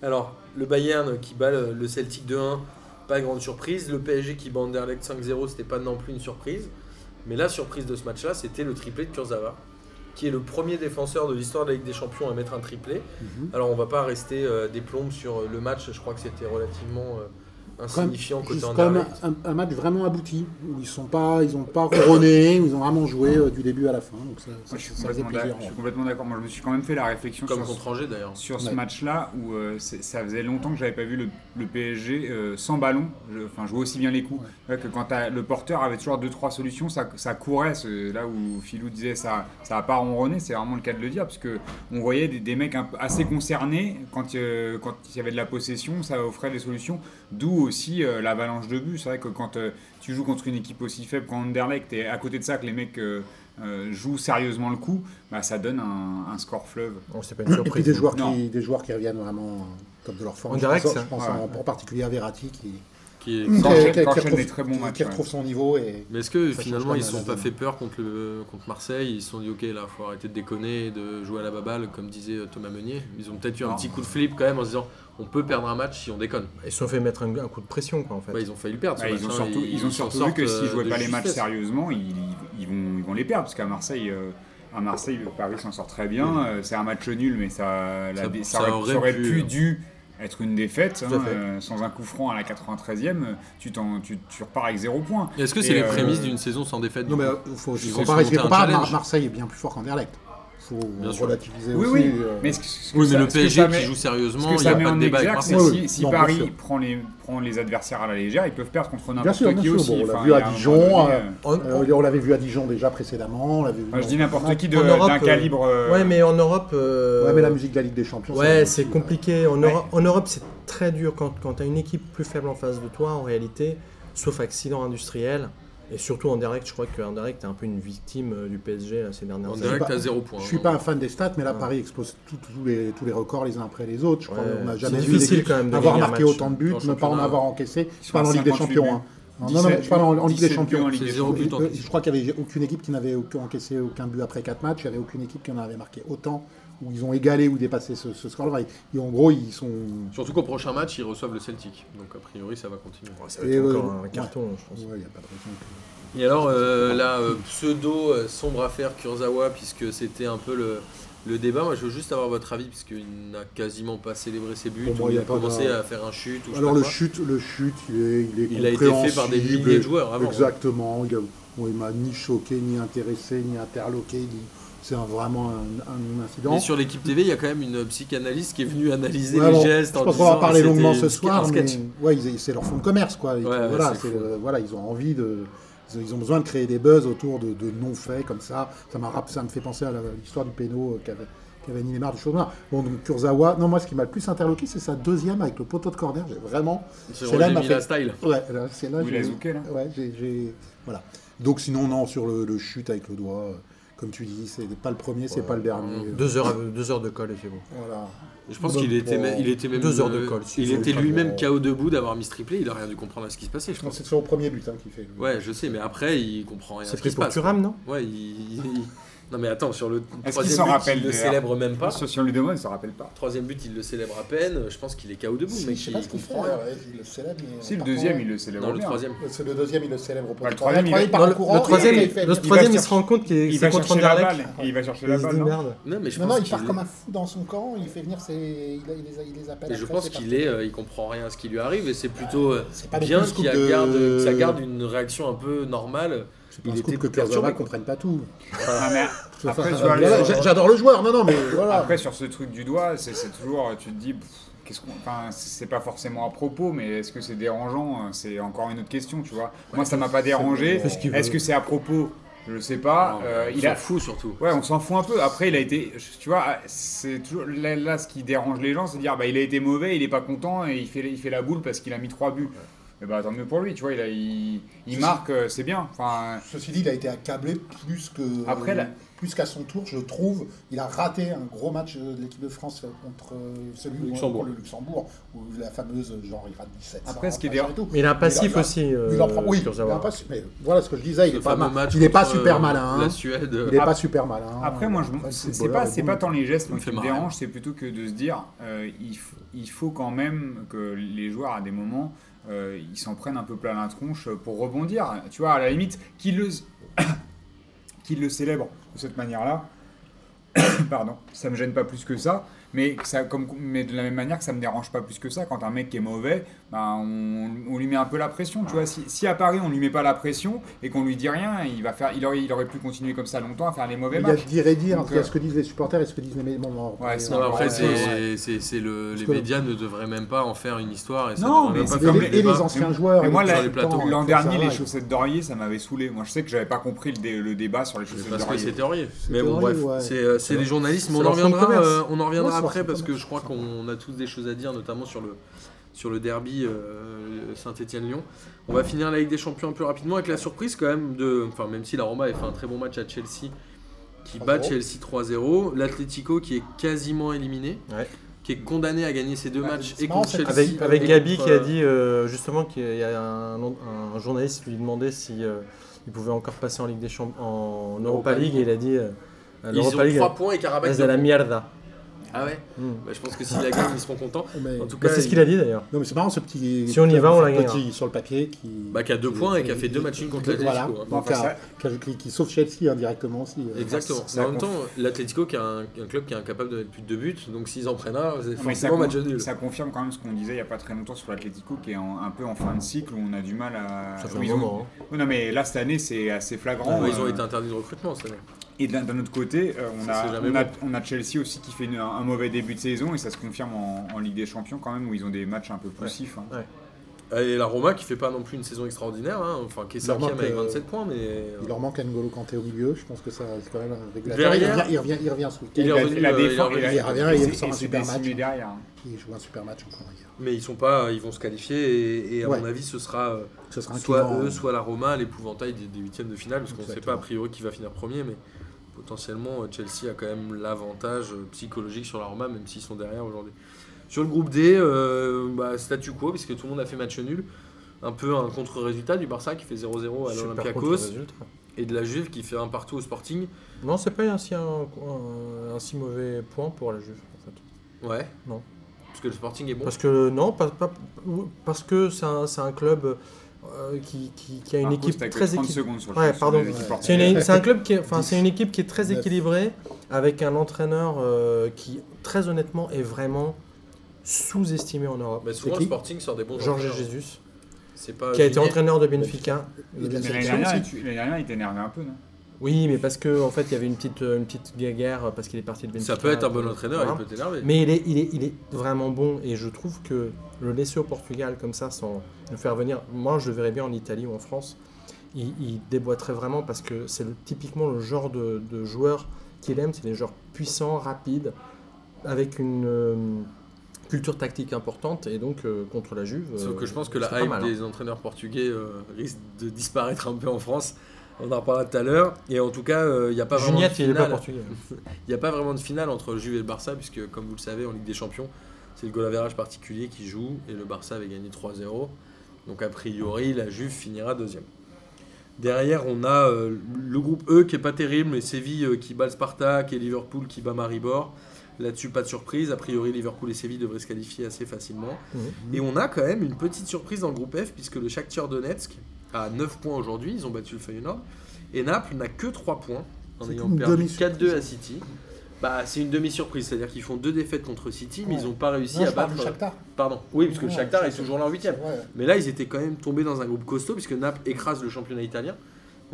[SPEAKER 1] Alors, le Bayern qui bat le le Celtic 2-1, pas grande surprise. Le PSG qui bat Anderlecht 5-0, c'était pas non plus une surprise. Mais la surprise de ce match-là, c'était le triplé de Kurzawa, qui est le premier défenseur de l'histoire de la Ligue des Champions à mettre un triplé.
[SPEAKER 3] Mhm.
[SPEAKER 1] Alors, on va pas rester euh, des plombes sur euh, le match. Je crois que c'était relativement euh, insignifiant côté
[SPEAKER 3] Juste quand même
[SPEAKER 1] Anderlecht.
[SPEAKER 3] un, un match vraiment abouti où ils sont pas, ils
[SPEAKER 2] [COUGHS]
[SPEAKER 3] ont pas ronronné, où ils ont vraiment joué euh, du début à la fin. Donc ça, ça,
[SPEAKER 4] Moi, je suis
[SPEAKER 3] ça faisait
[SPEAKER 4] complètement
[SPEAKER 3] plaisir.
[SPEAKER 4] d'ac- je suis complètement d'accord. Moi, je me suis quand même fait la réflexion
[SPEAKER 1] Comme
[SPEAKER 4] sur,
[SPEAKER 1] contre Angers d'ailleurs.
[SPEAKER 4] sur ce
[SPEAKER 3] Ouais.
[SPEAKER 4] match-là où euh, c'est- ça faisait longtemps que j'avais pas vu le, le PSG euh, sans ballon. Je- Enfin, jouer aussi bien les coups Ouais, que quand t'as- le porteur avait toujours deux trois solutions, ça, ça courait. ce- là où Philou disait ça, ça a pas ronronné, c'est vraiment le cas de le dire parce que on voyait des, des mecs un peu- assez concernés quand euh, quand il y avait de la possession, ça offrait des solutions. D'où aussi euh, l'avalanche de buts. C'est vrai que quand euh, tu joues contre une équipe aussi faible qu'Anderlecht et à côté de ça que les mecs euh, euh, jouent sérieusement le coup, bah, ça donne un, un score fleuve.
[SPEAKER 2] Bon, c'est pas une
[SPEAKER 3] Et
[SPEAKER 2] surprise. hein.
[SPEAKER 3] puis des
[SPEAKER 2] mais-
[SPEAKER 3] joueurs,
[SPEAKER 4] Non.
[SPEAKER 3] qui, des joueurs qui reviennent vraiment euh, top de leur forme.
[SPEAKER 2] En
[SPEAKER 3] Je
[SPEAKER 2] direct,
[SPEAKER 3] pense,
[SPEAKER 2] ça.
[SPEAKER 3] je pense
[SPEAKER 4] Ouais.
[SPEAKER 3] en, en particulier à Verratti qui,
[SPEAKER 1] Qui est
[SPEAKER 3] qui,
[SPEAKER 4] Enchaîne-
[SPEAKER 3] qui- qui
[SPEAKER 4] enchaîne
[SPEAKER 3] retrouve,
[SPEAKER 4] des très bons
[SPEAKER 3] qui-
[SPEAKER 4] matchs,
[SPEAKER 3] qui
[SPEAKER 4] ouais.
[SPEAKER 3] retrouve son niveau. Et...
[SPEAKER 1] Mais est-ce que
[SPEAKER 3] Ça change
[SPEAKER 1] finalement
[SPEAKER 3] pas
[SPEAKER 1] ils
[SPEAKER 3] mal
[SPEAKER 1] se sont
[SPEAKER 3] la
[SPEAKER 1] pas
[SPEAKER 3] donne.
[SPEAKER 1] fait peur contre, le, contre Marseille Ils se sont dit ok là faut arrêter de déconner et de jouer à la baballe comme disait euh, Thomas Meunier. Ils ont peut-être eu un
[SPEAKER 4] Non.
[SPEAKER 1] petit coup de flip quand même en se disant on peut perdre un match si on déconne.
[SPEAKER 2] Ils se sont fait mettre un, un coup de pression, quoi, en fait.
[SPEAKER 1] Bah, ils ont failli le perdre. ce
[SPEAKER 4] Bah, ils, ont
[SPEAKER 1] match, hein.
[SPEAKER 4] surtout, ils, ont
[SPEAKER 1] s'en
[SPEAKER 4] surtout vu que
[SPEAKER 1] sortent,
[SPEAKER 4] s'ils
[SPEAKER 1] euh,
[SPEAKER 4] jouaient
[SPEAKER 1] de
[SPEAKER 4] pas les matchs
[SPEAKER 1] justesse.
[SPEAKER 4] sérieusement, ils, ils vont, ils vont les perdre. Parce qu'à Marseille, euh, à Marseille, Paris s'en sort très bien. Euh, c'est un match nul, mais ça, la
[SPEAKER 1] Ça-
[SPEAKER 4] dé-
[SPEAKER 1] ça
[SPEAKER 4] aurait,
[SPEAKER 1] aurait
[SPEAKER 4] ça aurait
[SPEAKER 1] pu,
[SPEAKER 4] pu,
[SPEAKER 1] hein.
[SPEAKER 4] dû être une défaite.
[SPEAKER 2] Tout à
[SPEAKER 4] hein,
[SPEAKER 2] fait.
[SPEAKER 4] euh, sans un coup franc à la 93e, euh, tu, t'en- tu, tu repars avec zéro point.
[SPEAKER 1] Est-ce que
[SPEAKER 4] Et,
[SPEAKER 1] c'est les
[SPEAKER 4] euh,
[SPEAKER 1] prémices d'une saison sans défaite
[SPEAKER 3] Non
[SPEAKER 1] du
[SPEAKER 3] mais
[SPEAKER 1] coup
[SPEAKER 3] euh, faut,
[SPEAKER 1] Ils
[SPEAKER 3] faut
[SPEAKER 1] vont se
[SPEAKER 3] comparer,
[SPEAKER 1] monter un
[SPEAKER 3] comparer, Mar-
[SPEAKER 1] challenge.
[SPEAKER 3] Marseille est bien plus fort qu'Anderlecht. Faut
[SPEAKER 1] sûr.
[SPEAKER 3] relativiser
[SPEAKER 4] Oui,
[SPEAKER 3] aussi.
[SPEAKER 4] oui.
[SPEAKER 3] euh,
[SPEAKER 4] Mais ce que- ce que
[SPEAKER 1] Oui mais
[SPEAKER 4] ça-
[SPEAKER 1] le
[SPEAKER 4] ce que
[SPEAKER 1] PSG
[SPEAKER 4] ça
[SPEAKER 1] qui
[SPEAKER 4] met-
[SPEAKER 1] joue
[SPEAKER 4] Ce
[SPEAKER 1] sérieusement, il
[SPEAKER 4] que
[SPEAKER 1] n'y a
[SPEAKER 4] ça met
[SPEAKER 1] pas de
[SPEAKER 4] en
[SPEAKER 1] débat avec
[SPEAKER 4] exergue, c'est
[SPEAKER 1] Marseille.
[SPEAKER 3] Marseille.
[SPEAKER 4] si, si
[SPEAKER 3] Non, bien
[SPEAKER 4] Paris
[SPEAKER 3] sûr.
[SPEAKER 4] prend les, prend les adversaires à la légère, ils peuvent perdre contre n'importe
[SPEAKER 3] sûr,
[SPEAKER 4] qui
[SPEAKER 3] bien sûr.
[SPEAKER 4] aussi.
[SPEAKER 3] Bon, on l'a
[SPEAKER 4] Enfin,
[SPEAKER 3] vu
[SPEAKER 4] il y
[SPEAKER 3] à
[SPEAKER 4] a un moment
[SPEAKER 3] Dijon,
[SPEAKER 4] donné,
[SPEAKER 3] euh,
[SPEAKER 4] euh,
[SPEAKER 2] En- en-
[SPEAKER 3] euh, on l'avait vu à Dijon déjà précédemment. On l'avait vu
[SPEAKER 4] enfin, je
[SPEAKER 3] dans-
[SPEAKER 4] dis n'importe qui de-
[SPEAKER 2] en Europe,
[SPEAKER 4] d'un
[SPEAKER 2] euh,
[SPEAKER 4] calibre. euh,
[SPEAKER 2] Ouais, mais en Europe. euh,
[SPEAKER 3] Ouais, mais la musique de la Ligue des Champions.
[SPEAKER 2] ouais,
[SPEAKER 3] un
[SPEAKER 2] c'est
[SPEAKER 3] outil,
[SPEAKER 2] compliqué. En,
[SPEAKER 4] Ouais.
[SPEAKER 2] Europe, en Europe, c'est très dur quand, quand tu as une équipe plus faible en face de toi, en réalité, sauf accident industriel. Et surtout en direct, je crois que en direct, est un peu une victime euh, du PSG là, ces dernières
[SPEAKER 1] En
[SPEAKER 2] années.
[SPEAKER 1] direct
[SPEAKER 3] pas-
[SPEAKER 1] à 0 point.
[SPEAKER 3] Je suis
[SPEAKER 1] hein.
[SPEAKER 3] pas un fan des stats, mais là,
[SPEAKER 2] Ouais.
[SPEAKER 3] Paris explose tout- tous les, tous les records les uns après les autres. Je crois
[SPEAKER 2] Ouais.
[SPEAKER 3] qu'on n'a
[SPEAKER 2] C'est
[SPEAKER 3] jamais vu
[SPEAKER 2] difficile
[SPEAKER 3] d'équipe
[SPEAKER 2] quand même de
[SPEAKER 3] avoir
[SPEAKER 2] gagner un
[SPEAKER 3] marqué
[SPEAKER 2] match
[SPEAKER 3] autant de buts,
[SPEAKER 1] dans le
[SPEAKER 3] ne pas en
[SPEAKER 1] championnat.
[SPEAKER 3] avoir encaissé. Je
[SPEAKER 4] sont
[SPEAKER 3] parle en
[SPEAKER 4] à
[SPEAKER 3] Ligue des
[SPEAKER 4] 58
[SPEAKER 3] Champions.
[SPEAKER 4] buts.
[SPEAKER 3] hein. Non, non, mais je parle en, en Ligue
[SPEAKER 4] 17
[SPEAKER 3] des
[SPEAKER 4] buts en
[SPEAKER 3] Champions.
[SPEAKER 4] Ligue
[SPEAKER 1] C'est
[SPEAKER 4] des
[SPEAKER 1] zéro
[SPEAKER 4] Champions.
[SPEAKER 1] but en
[SPEAKER 3] Euh,
[SPEAKER 1] plus.
[SPEAKER 3] Je crois qu'il n'y avait aucune équipe qui n'avait aucun- encaissé aucun but après 4 matchs. Il n'y avait aucune équipe qui en avait marqué autant, où ils ont égalé ou dépassé ce, ce score-là. Et en gros, ils sont.
[SPEAKER 1] Surtout qu'au prochain match ils reçoivent le Celtic. Donc a priori ça va continuer.
[SPEAKER 2] Ouais, ça va être
[SPEAKER 3] Et, euh,
[SPEAKER 2] encore un
[SPEAKER 3] ouais.
[SPEAKER 2] carton, je pense.
[SPEAKER 3] Ouais, il y a pas de raison que-
[SPEAKER 1] Et alors, euh, la euh, pseudo euh, sombre affaire Kurzawa, puisque c'était un peu le, Le débat, moi je veux juste avoir votre avis, puisqu'il n'a quasiment pas célébré ses buts,
[SPEAKER 3] Pour moi,
[SPEAKER 1] ou
[SPEAKER 3] il
[SPEAKER 1] il
[SPEAKER 3] y
[SPEAKER 1] a
[SPEAKER 3] a pas
[SPEAKER 1] commencé
[SPEAKER 3] d'un-
[SPEAKER 1] à faire un chute. Ou je sais
[SPEAKER 3] Alors
[SPEAKER 1] pas
[SPEAKER 3] le
[SPEAKER 1] quoi.
[SPEAKER 3] chute, le chute, il est, il est
[SPEAKER 1] Il a été fait par des
[SPEAKER 3] compréhensible,
[SPEAKER 1] milliers de joueurs avant. hein.
[SPEAKER 3] Exactement. Il, a- bon, il m'a ni choqué, ni intéressé, ni interloqué. ni- C'est un- vraiment un, un incident.
[SPEAKER 1] Mais sur l'équipe TV, il y a quand même une euh, psychanalyste qui est venue analyser
[SPEAKER 3] Ouais,
[SPEAKER 1] les
[SPEAKER 3] bon,
[SPEAKER 1] gestes.
[SPEAKER 3] Je
[SPEAKER 1] en
[SPEAKER 3] pense qu'on va
[SPEAKER 1] disant,
[SPEAKER 3] parler
[SPEAKER 1] ah,
[SPEAKER 3] longuement ce
[SPEAKER 1] c'était un
[SPEAKER 3] soir, mais
[SPEAKER 1] sketch.
[SPEAKER 3] ouais, ils- c'est leur fond de commerce, quoi. Et
[SPEAKER 1] Ouais, ouais,
[SPEAKER 3] voilà,
[SPEAKER 1] c'est
[SPEAKER 3] c'est,
[SPEAKER 1] fou.
[SPEAKER 3] euh, voilà, ils ont envie de, ils ont- ils ont besoin de créer des buzz autour de, de non-faits comme ça. Ça m'a rapp- ça me fait penser à la- l'histoire du péno euh, qu'avait Cavani Neymar, des choses noires. Bon, donc Kurzawa. Non, moi, ce qui m'a le plus interloqué, c'est sa deuxième avec le poteau de corner. J'ai vraiment.
[SPEAKER 1] C'est
[SPEAKER 3] C'est là,
[SPEAKER 1] Roger
[SPEAKER 3] il m'a
[SPEAKER 1] Mila
[SPEAKER 3] fait-
[SPEAKER 1] style.
[SPEAKER 3] Ouais, là, c'est là.
[SPEAKER 4] Ou il
[SPEAKER 3] j'ai-
[SPEAKER 4] a zooké, là.
[SPEAKER 3] Ouais, j'ai- j'ai- Voilà. Donc sinon, non, sur le, le chute avec le doigt, euh, comme tu dis, c'est pas le premier, c'est pas le dernier. euh,
[SPEAKER 2] Deux heures, deux heures de colle et c'est bon.
[SPEAKER 3] Voilà.
[SPEAKER 1] Je pense
[SPEAKER 3] Bon,
[SPEAKER 1] qu'il était,
[SPEAKER 3] bon,
[SPEAKER 1] ma- il était même.
[SPEAKER 2] deux heures de
[SPEAKER 1] euh,
[SPEAKER 2] colle,
[SPEAKER 1] Il
[SPEAKER 2] c'est
[SPEAKER 1] était
[SPEAKER 2] pas
[SPEAKER 1] lui-même
[SPEAKER 3] bon.
[SPEAKER 1] KO debout d'avoir mis ce triplé, il a rien dû comprendre à ce qui se passait, je
[SPEAKER 3] Non,
[SPEAKER 1] pense.
[SPEAKER 3] c'est sur le premier but hein, qu'il fait.
[SPEAKER 1] Ouais, je sais, mais après, il comprend rien. à
[SPEAKER 2] C'est
[SPEAKER 1] ce
[SPEAKER 2] pris
[SPEAKER 1] qui se
[SPEAKER 2] pour
[SPEAKER 1] passe,
[SPEAKER 2] Thuram, non
[SPEAKER 1] quoi. Ouais, il. il- Non, mais attends, sur le
[SPEAKER 4] qu'il
[SPEAKER 1] troisième
[SPEAKER 4] s'en
[SPEAKER 1] but,
[SPEAKER 4] rappelle,
[SPEAKER 1] il le
[SPEAKER 4] d'ailleurs
[SPEAKER 1] célèbre même pas.
[SPEAKER 4] Si on lui demande, il se rappelle pas.
[SPEAKER 1] Troisième but, il le célèbre à peine. Je pense qu'il est KO debout,
[SPEAKER 3] Si,
[SPEAKER 1] mais
[SPEAKER 3] je sais pas
[SPEAKER 1] il
[SPEAKER 3] ce qu'il hein. fait.
[SPEAKER 1] comprend rien.
[SPEAKER 3] ouais, il le célèbre, mais
[SPEAKER 4] Si, le
[SPEAKER 3] par contre,
[SPEAKER 4] deuxième, il le célèbre.
[SPEAKER 1] Non, le
[SPEAKER 3] hein.
[SPEAKER 4] bien.
[SPEAKER 1] troisième.
[SPEAKER 3] C'est le deuxième, il le célèbre au
[SPEAKER 4] Bah,
[SPEAKER 3] premier.
[SPEAKER 4] le troisième, il est-
[SPEAKER 3] part
[SPEAKER 2] Non,
[SPEAKER 3] en
[SPEAKER 2] le,
[SPEAKER 3] courant,
[SPEAKER 2] le troisième,
[SPEAKER 3] et il
[SPEAKER 2] il, le
[SPEAKER 3] fait- il va
[SPEAKER 2] troisième, il
[SPEAKER 4] chercher-
[SPEAKER 2] se rend compte qu'il est
[SPEAKER 4] Il
[SPEAKER 2] c'est
[SPEAKER 4] va
[SPEAKER 2] contre
[SPEAKER 4] chercher la
[SPEAKER 2] Anderlecht.
[SPEAKER 4] balle. Il va chercher
[SPEAKER 2] Il
[SPEAKER 4] la
[SPEAKER 2] se
[SPEAKER 4] balle. hein.
[SPEAKER 2] dit
[SPEAKER 4] non
[SPEAKER 2] merde.
[SPEAKER 1] Non, mais je
[SPEAKER 3] Non,
[SPEAKER 1] pense
[SPEAKER 3] non, il
[SPEAKER 1] qu'il
[SPEAKER 3] part
[SPEAKER 1] est-
[SPEAKER 3] comme un fou dans son camp, il fait venir ses. Il, il les, il les appelle.
[SPEAKER 1] Et
[SPEAKER 3] après,
[SPEAKER 1] je
[SPEAKER 3] c'est
[SPEAKER 1] pense
[SPEAKER 3] parti.
[SPEAKER 1] qu'il est, euh, il comprend rien à ce qui lui arrive et c'est plutôt euh,
[SPEAKER 3] C'est pas non
[SPEAKER 1] bien
[SPEAKER 3] plus le
[SPEAKER 1] qu'il
[SPEAKER 3] scoop de-
[SPEAKER 1] garde, que ça garde une réaction un peu normale.
[SPEAKER 3] C'est pas un
[SPEAKER 1] il
[SPEAKER 3] scoop
[SPEAKER 1] était
[SPEAKER 3] que
[SPEAKER 1] perturbé,
[SPEAKER 3] Kurzawa
[SPEAKER 1] quoi.
[SPEAKER 3] comprenne pas tout.
[SPEAKER 4] Ah, mais
[SPEAKER 3] Enfin, euh,
[SPEAKER 4] tu vois,
[SPEAKER 3] voilà,
[SPEAKER 4] les-
[SPEAKER 3] j'a- J'adore le joueur, non, non, mais voilà.
[SPEAKER 4] Après, sur ce truc du doigt, c'est c'est toujours, tu te dis, pff, qu'est-ce qu'on. Enfin, c'est c'est pas forcément à propos, mais est-ce que c'est dérangeant hein? C'est encore une autre question, tu vois. Moi, ça m'a pas dérangé.
[SPEAKER 2] fait ce qu'il
[SPEAKER 4] Est-ce
[SPEAKER 2] veut.
[SPEAKER 4] que c'est à propos Je sais
[SPEAKER 3] Ah,
[SPEAKER 4] pas. Euh,
[SPEAKER 1] il
[SPEAKER 4] il a.
[SPEAKER 1] fou surtout.
[SPEAKER 4] Ouais, on s'en fout un peu. Après, il a été. Tu vois, c'est toujours. Là, là, ce qui dérange les gens, c'est de dire, bah, il a été mauvais, il est pas content et il fait, il fait la boule parce qu'il a mis trois buts. Et bah, tant mieux pour lui, tu vois. Il, a- il, il marque, euh, c'est bien. Enfin.
[SPEAKER 3] Ceci dit, il a été accablé plus que
[SPEAKER 4] Après, là-
[SPEAKER 3] plus qu'à son tour, je trouve. Il a raté un gros match euh, de l'équipe de France euh, contre euh, celui où-
[SPEAKER 1] Luxembourg.
[SPEAKER 3] contre le Luxembourg, où la fameuse euh, genre il rate 17.
[SPEAKER 4] Après, ce qui est
[SPEAKER 3] dérange.
[SPEAKER 4] dérangeant-
[SPEAKER 2] Mais il a un
[SPEAKER 3] Il
[SPEAKER 2] passif
[SPEAKER 3] en-
[SPEAKER 2] aussi.
[SPEAKER 3] Il en prend,
[SPEAKER 2] euh,
[SPEAKER 3] oui, il
[SPEAKER 2] Kurzawa.
[SPEAKER 3] en passe- mais voilà ce que je disais, il
[SPEAKER 1] Le
[SPEAKER 3] n'est pas,
[SPEAKER 1] fameux
[SPEAKER 3] ma-
[SPEAKER 1] match
[SPEAKER 3] il est pas
[SPEAKER 1] contre,
[SPEAKER 3] super
[SPEAKER 1] euh,
[SPEAKER 3] malin. hein.
[SPEAKER 1] La Suède.
[SPEAKER 3] Il n'est
[SPEAKER 4] Ap-
[SPEAKER 3] pas super malin.
[SPEAKER 4] Après, moi, je, c'est, c'est pas, c'est pas tant les gestes moi,
[SPEAKER 1] me
[SPEAKER 4] qui
[SPEAKER 1] fait
[SPEAKER 4] me
[SPEAKER 1] marrer.
[SPEAKER 4] dérangent, c'est plutôt que de se dire euh, il, f- il faut quand même que les joueurs, à des moments, euh, ils s'en prennent un peu plein la tronche pour rebondir. Tu vois, à la limite, qu'ils le, [COUGHS] qu'ils le célèbrent de cette manière-là, [COUGHS] pardon, ça me gêne pas plus que ça. Mais, que ça, comme, mais de la même manière que ça me dérange pas plus que ça, quand un mec qui est mauvais, ben, on, on lui met un peu la pression. Tu vois, si, si à Paris on lui met pas la pression et qu'on lui dit rien, il, va faire, il, aurait, il aurait pu continuer comme ça longtemps à faire les mauvais
[SPEAKER 3] Il y a
[SPEAKER 4] matchs.
[SPEAKER 3] de dire et dire,
[SPEAKER 4] Donc,
[SPEAKER 3] il y a
[SPEAKER 4] euh,
[SPEAKER 3] ce que disent les supporters et ce que disent les médias.
[SPEAKER 4] Ouais, c'est
[SPEAKER 1] Non, mais après,
[SPEAKER 4] Ouais,
[SPEAKER 1] c'est,
[SPEAKER 4] ouais.
[SPEAKER 1] c'est- c'est le- les
[SPEAKER 3] que-
[SPEAKER 1] médias ne devraient même pas en faire une histoire. Et ça
[SPEAKER 4] Non,
[SPEAKER 1] devrait
[SPEAKER 4] mais
[SPEAKER 1] pas
[SPEAKER 4] c'est-
[SPEAKER 1] faire des
[SPEAKER 4] et les-
[SPEAKER 3] et les
[SPEAKER 1] débats.
[SPEAKER 3] anciens
[SPEAKER 4] Mais
[SPEAKER 3] joueurs.
[SPEAKER 4] moi,
[SPEAKER 3] ils
[SPEAKER 4] la-
[SPEAKER 3] étaient
[SPEAKER 1] sur les plateaux,
[SPEAKER 3] contents,
[SPEAKER 4] L'an
[SPEAKER 3] ça
[SPEAKER 4] dernier,
[SPEAKER 3] va,
[SPEAKER 4] les
[SPEAKER 3] ils-
[SPEAKER 4] chaussettes d'Orier, ça m'avait saoulé. Moi, je sais que j'avais pas compris le, dé- le débat sur les
[SPEAKER 1] Mais
[SPEAKER 4] chaussettes
[SPEAKER 1] Parce que c'est théorie.
[SPEAKER 4] d'Orier.
[SPEAKER 1] Mais bon,
[SPEAKER 3] théorie,
[SPEAKER 1] bref,
[SPEAKER 3] ouais.
[SPEAKER 1] c'est, euh, c'est les journalistes. Mais
[SPEAKER 2] c'est
[SPEAKER 1] on en
[SPEAKER 2] leur fond de
[SPEAKER 1] reviendra,
[SPEAKER 2] commerce.
[SPEAKER 1] euh, on en reviendra
[SPEAKER 3] Ouais, c'est leur
[SPEAKER 1] après
[SPEAKER 3] fond de
[SPEAKER 1] parce que
[SPEAKER 3] commerce.
[SPEAKER 1] je crois qu'on a tous des choses à dire, notamment sur le, sur le derby euh, Saint-Etienne-Lyon. On va finir la Ligue des Champions un peu rapidement avec la surprise quand même de. Enfin, même si la Roma a fait un très bon match à Chelsea qui bat
[SPEAKER 3] 3-0.
[SPEAKER 1] Chelsea 3-0, l'Atlético qui est quasiment éliminé,
[SPEAKER 2] Ouais. Bah,
[SPEAKER 1] qui est condamné à gagner ses deux
[SPEAKER 3] Ouais,
[SPEAKER 1] matchs
[SPEAKER 3] c'est
[SPEAKER 1] et
[SPEAKER 3] marrant,
[SPEAKER 1] contre
[SPEAKER 3] c'est-
[SPEAKER 1] Chelsea.
[SPEAKER 2] Avec,
[SPEAKER 1] et
[SPEAKER 2] avec Gabi
[SPEAKER 1] contre,
[SPEAKER 2] qui a
[SPEAKER 1] euh,
[SPEAKER 2] dit euh, justement qu'il y a un, un journaliste qui lui demandait si euh, il pouvait encore passer en Ligue des Champions en Europa League et il a dit euh,
[SPEAKER 1] Ils
[SPEAKER 2] l'Europa
[SPEAKER 1] ont
[SPEAKER 2] League
[SPEAKER 1] 3 points et Karabakh.
[SPEAKER 2] reste de la mierda.
[SPEAKER 1] Ah ouais
[SPEAKER 2] Mm.
[SPEAKER 1] Bah, Je pense que s'il la gagne, ils seront contents.
[SPEAKER 3] Mais-
[SPEAKER 1] En tout
[SPEAKER 2] Bah,
[SPEAKER 1] cas,
[SPEAKER 2] c'est ce qu'il a dit d'ailleurs.
[SPEAKER 3] Non, mais c'est marrant ce petit.
[SPEAKER 2] Si on y va, on la
[SPEAKER 3] petit
[SPEAKER 2] gagnera.
[SPEAKER 3] sur le papier qui.
[SPEAKER 1] Bah, qui a deux points et qui a fait deux matchs nuls contre l'Atlético,
[SPEAKER 3] Voilà.
[SPEAKER 1] hein.
[SPEAKER 3] Donc,
[SPEAKER 4] Enfin,
[SPEAKER 3] qui a-
[SPEAKER 4] ça-
[SPEAKER 3] qui a- qui, qui sauve Chelsea indirectement aussi. euh.
[SPEAKER 1] Exactement.
[SPEAKER 4] Ça
[SPEAKER 1] en même
[SPEAKER 4] conf-
[SPEAKER 1] temps, l'Atlético qui est un, un club qui est incapable de mettre plus de deux buts, donc s'ils en prennent un, c'est
[SPEAKER 4] Mais ça,
[SPEAKER 1] forcément
[SPEAKER 4] con-
[SPEAKER 1] match nul.
[SPEAKER 4] ça confirme quand même ce qu'on disait il y a pas très longtemps sur l'Atlético, qui est en- un peu en fin de cycle où on a du mal à.
[SPEAKER 2] Ça fait
[SPEAKER 4] où
[SPEAKER 2] un
[SPEAKER 4] ils ont-
[SPEAKER 2] moment. hein.
[SPEAKER 4] Oh, non, mais là, cette année, c'est assez flagrant.
[SPEAKER 1] Ils ont
[SPEAKER 4] Euh,
[SPEAKER 1] été interdits de recrutement cette année.
[SPEAKER 4] Et d'un d'un autre côté, euh, on,
[SPEAKER 1] Ça, c'est
[SPEAKER 4] a,
[SPEAKER 1] jamais
[SPEAKER 4] on, a,
[SPEAKER 1] bon.
[SPEAKER 4] on a Chelsea aussi qui fait une- un, un mauvais début de saison et ça se confirme en, en Ligue des Champions quand même où ils ont des matchs un peu poussifs. hein.
[SPEAKER 1] Et la Roma qui fait pas non plus une saison extraordinaire, hein, enfin qui est
[SPEAKER 3] Il leur
[SPEAKER 1] cinquième
[SPEAKER 3] manque,
[SPEAKER 1] avec
[SPEAKER 3] euh,
[SPEAKER 1] 27 points, mais
[SPEAKER 3] Il leur manque N'Golo Kanté au milieu, je pense que ça c'est quand même un régulateur. Il
[SPEAKER 1] Verrière.
[SPEAKER 3] revient, il revient, il revient ce
[SPEAKER 1] Il est
[SPEAKER 4] Et
[SPEAKER 3] week-end.
[SPEAKER 4] la-
[SPEAKER 1] revenu,
[SPEAKER 4] et
[SPEAKER 1] euh,
[SPEAKER 4] la
[SPEAKER 1] il est
[SPEAKER 4] défense,
[SPEAKER 1] revenu.
[SPEAKER 4] et la-
[SPEAKER 3] Il revient, il
[SPEAKER 4] et
[SPEAKER 3] sort un
[SPEAKER 4] c'est
[SPEAKER 3] super match.
[SPEAKER 4] décimé derrière. hein.
[SPEAKER 3] Il joue un super match encore hier.
[SPEAKER 1] mais ils sont pas, ils vont se qualifier et, et à
[SPEAKER 3] Ouais.
[SPEAKER 1] mon avis ce sera euh,
[SPEAKER 3] Ce sera un
[SPEAKER 1] soit
[SPEAKER 3] client,
[SPEAKER 1] eux,
[SPEAKER 3] euh,
[SPEAKER 1] soit la Roma l'épouvantail des, des huitièmes de finale, parce qu'on ne sait pas
[SPEAKER 3] Exactement.
[SPEAKER 1] a priori qui va finir premier, mais potentiellement euh, Chelsea a quand même l'avantage euh, psychologique sur la Roma, même s'ils sont derrière aujourd'hui. Sur le groupe D, euh, bah, statu quo, puisque tout le monde a fait match nul. Un peu un contre-résultat du Barça qui fait 0-0 à
[SPEAKER 2] Super
[SPEAKER 1] l'Olympiakos
[SPEAKER 2] contre-résultat.
[SPEAKER 1] et de la Juve qui fait un partout au Sporting.
[SPEAKER 2] Non, c'est pas un si, un, un- un si mauvais point pour la Juve. En fait.
[SPEAKER 1] Ouais.
[SPEAKER 2] Non.
[SPEAKER 1] Parce que le Sporting est bon.
[SPEAKER 2] Parce que non, pas- pas- parce que c'est un, c'est un club euh, qui, qui- qui a une
[SPEAKER 4] Marco,
[SPEAKER 2] équipe
[SPEAKER 4] t'as que
[SPEAKER 2] très
[SPEAKER 4] 30
[SPEAKER 2] équilibrée.
[SPEAKER 4] secondes sur,
[SPEAKER 2] Ouais,
[SPEAKER 4] sur
[SPEAKER 2] pardon.
[SPEAKER 4] les équipes
[SPEAKER 3] Ouais.
[SPEAKER 4] portugaises.
[SPEAKER 2] C'est une, c'est un club qui, est- enfin,
[SPEAKER 3] Dix.
[SPEAKER 2] c'est une équipe qui est très
[SPEAKER 3] Neuf.
[SPEAKER 2] équilibrée, avec un entraîneur euh, qui, très honnêtement, est vraiment sous-estimé en Europe.
[SPEAKER 1] Mais
[SPEAKER 2] C'est
[SPEAKER 1] souvent, le
[SPEAKER 2] qui
[SPEAKER 1] Sporting sort des bons
[SPEAKER 2] Georges
[SPEAKER 1] entraîneurs.
[SPEAKER 2] Jesus,
[SPEAKER 1] C'est pas
[SPEAKER 2] qui a été
[SPEAKER 1] Villiers.
[SPEAKER 2] entraîneur de Benfica.
[SPEAKER 3] Il y a de la
[SPEAKER 4] Mais L'année
[SPEAKER 3] sélection
[SPEAKER 4] dernière,
[SPEAKER 3] aussi.
[SPEAKER 4] tu- l'année dernière, il t'énervait un peu, non
[SPEAKER 2] Oui, mais parce que en fait, il y avait une petite, euh, une petite guerre parce qu'il est parti de Benfica.
[SPEAKER 1] Ça peut être un bon entraîneur,
[SPEAKER 2] Ah, Voilà.
[SPEAKER 1] il peut t'énerver.
[SPEAKER 2] Mais il est, il, est, il est vraiment bon et je trouve que le laisser au Portugal comme ça sans le faire venir, moi je le verrais bien en Italie ou en France, il, il déboîterait vraiment parce que c'est le- typiquement le genre de, de joueur qu'il aime, c'est des joueurs puissants, rapides, avec une euh, culture tactique importante et donc euh, contre la Juve.
[SPEAKER 1] Sauf
[SPEAKER 2] euh,
[SPEAKER 1] que je pense que
[SPEAKER 2] c'est pas
[SPEAKER 1] la hype
[SPEAKER 2] mal, hein.
[SPEAKER 1] des entraîneurs portugais euh, risque de disparaître un peu en France. On en reparlera tout à l'heure. Et en tout cas, euh, il n'y a pas vraiment
[SPEAKER 2] Juniat,
[SPEAKER 1] de
[SPEAKER 2] il est pas
[SPEAKER 1] finale. Ah,
[SPEAKER 2] portugais.
[SPEAKER 1] Il n'y a pas vraiment de finale entre Juve et le Barça, puisque comme vous le savez, en Ligue des Champions, c'est le goal average particulier qui joue et le Barça avait gagné 3-0. Donc a priori, la Juve finira deuxième. Derrière, on a euh, le groupe E qui est pas terrible, mais Séville euh, qui bat le Spartak et Liverpool qui bat Maribor. Là-dessus, pas de surprise. A priori, Liverpool et Séville devraient se qualifier assez facilement.
[SPEAKER 3] Mhm.
[SPEAKER 1] Et on a quand même une petite surprise dans le groupe F, puisque le Shakhtar Donetsk a 9 points aujourd'hui. Ils ont battu le Feyenoord. Et Naples n'a que 3 points, en
[SPEAKER 3] C'est
[SPEAKER 1] ayant
[SPEAKER 3] une
[SPEAKER 1] perdu
[SPEAKER 3] demi-surprise.
[SPEAKER 1] 4-2 à City. Bah, c'est une demi-surprise, c'est-à-dire qu'ils font deux défaites contre City, mais
[SPEAKER 3] Ouais.
[SPEAKER 1] ils n'ont pas réussi
[SPEAKER 3] Non,
[SPEAKER 1] à
[SPEAKER 3] je parle
[SPEAKER 1] battre.
[SPEAKER 3] du Shakhtar.
[SPEAKER 1] Pardon, oui, parce que le
[SPEAKER 3] Ouais,
[SPEAKER 1] Shakhtar
[SPEAKER 3] je-
[SPEAKER 1] est toujours là en huitième.
[SPEAKER 3] euh, Ouais,
[SPEAKER 1] Mais là, ils étaient quand même tombés dans un groupe costaud, puisque Naples écrase le championnat italien.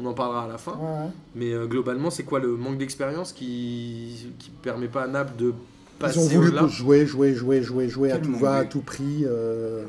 [SPEAKER 1] On en parlera à la fin.
[SPEAKER 3] ouais, ouais.
[SPEAKER 1] Mais euh, globalement, c'est quoi le manque d'expérience qui qui permet pas à Naples de
[SPEAKER 3] Ils ont
[SPEAKER 1] passer
[SPEAKER 3] voulu
[SPEAKER 1] au-delà
[SPEAKER 3] jouer, jouer, jouer, jouer, jouer à
[SPEAKER 4] Quel
[SPEAKER 3] tout
[SPEAKER 4] monde,
[SPEAKER 3] va, à
[SPEAKER 4] oui.
[SPEAKER 3] tout prix. euh,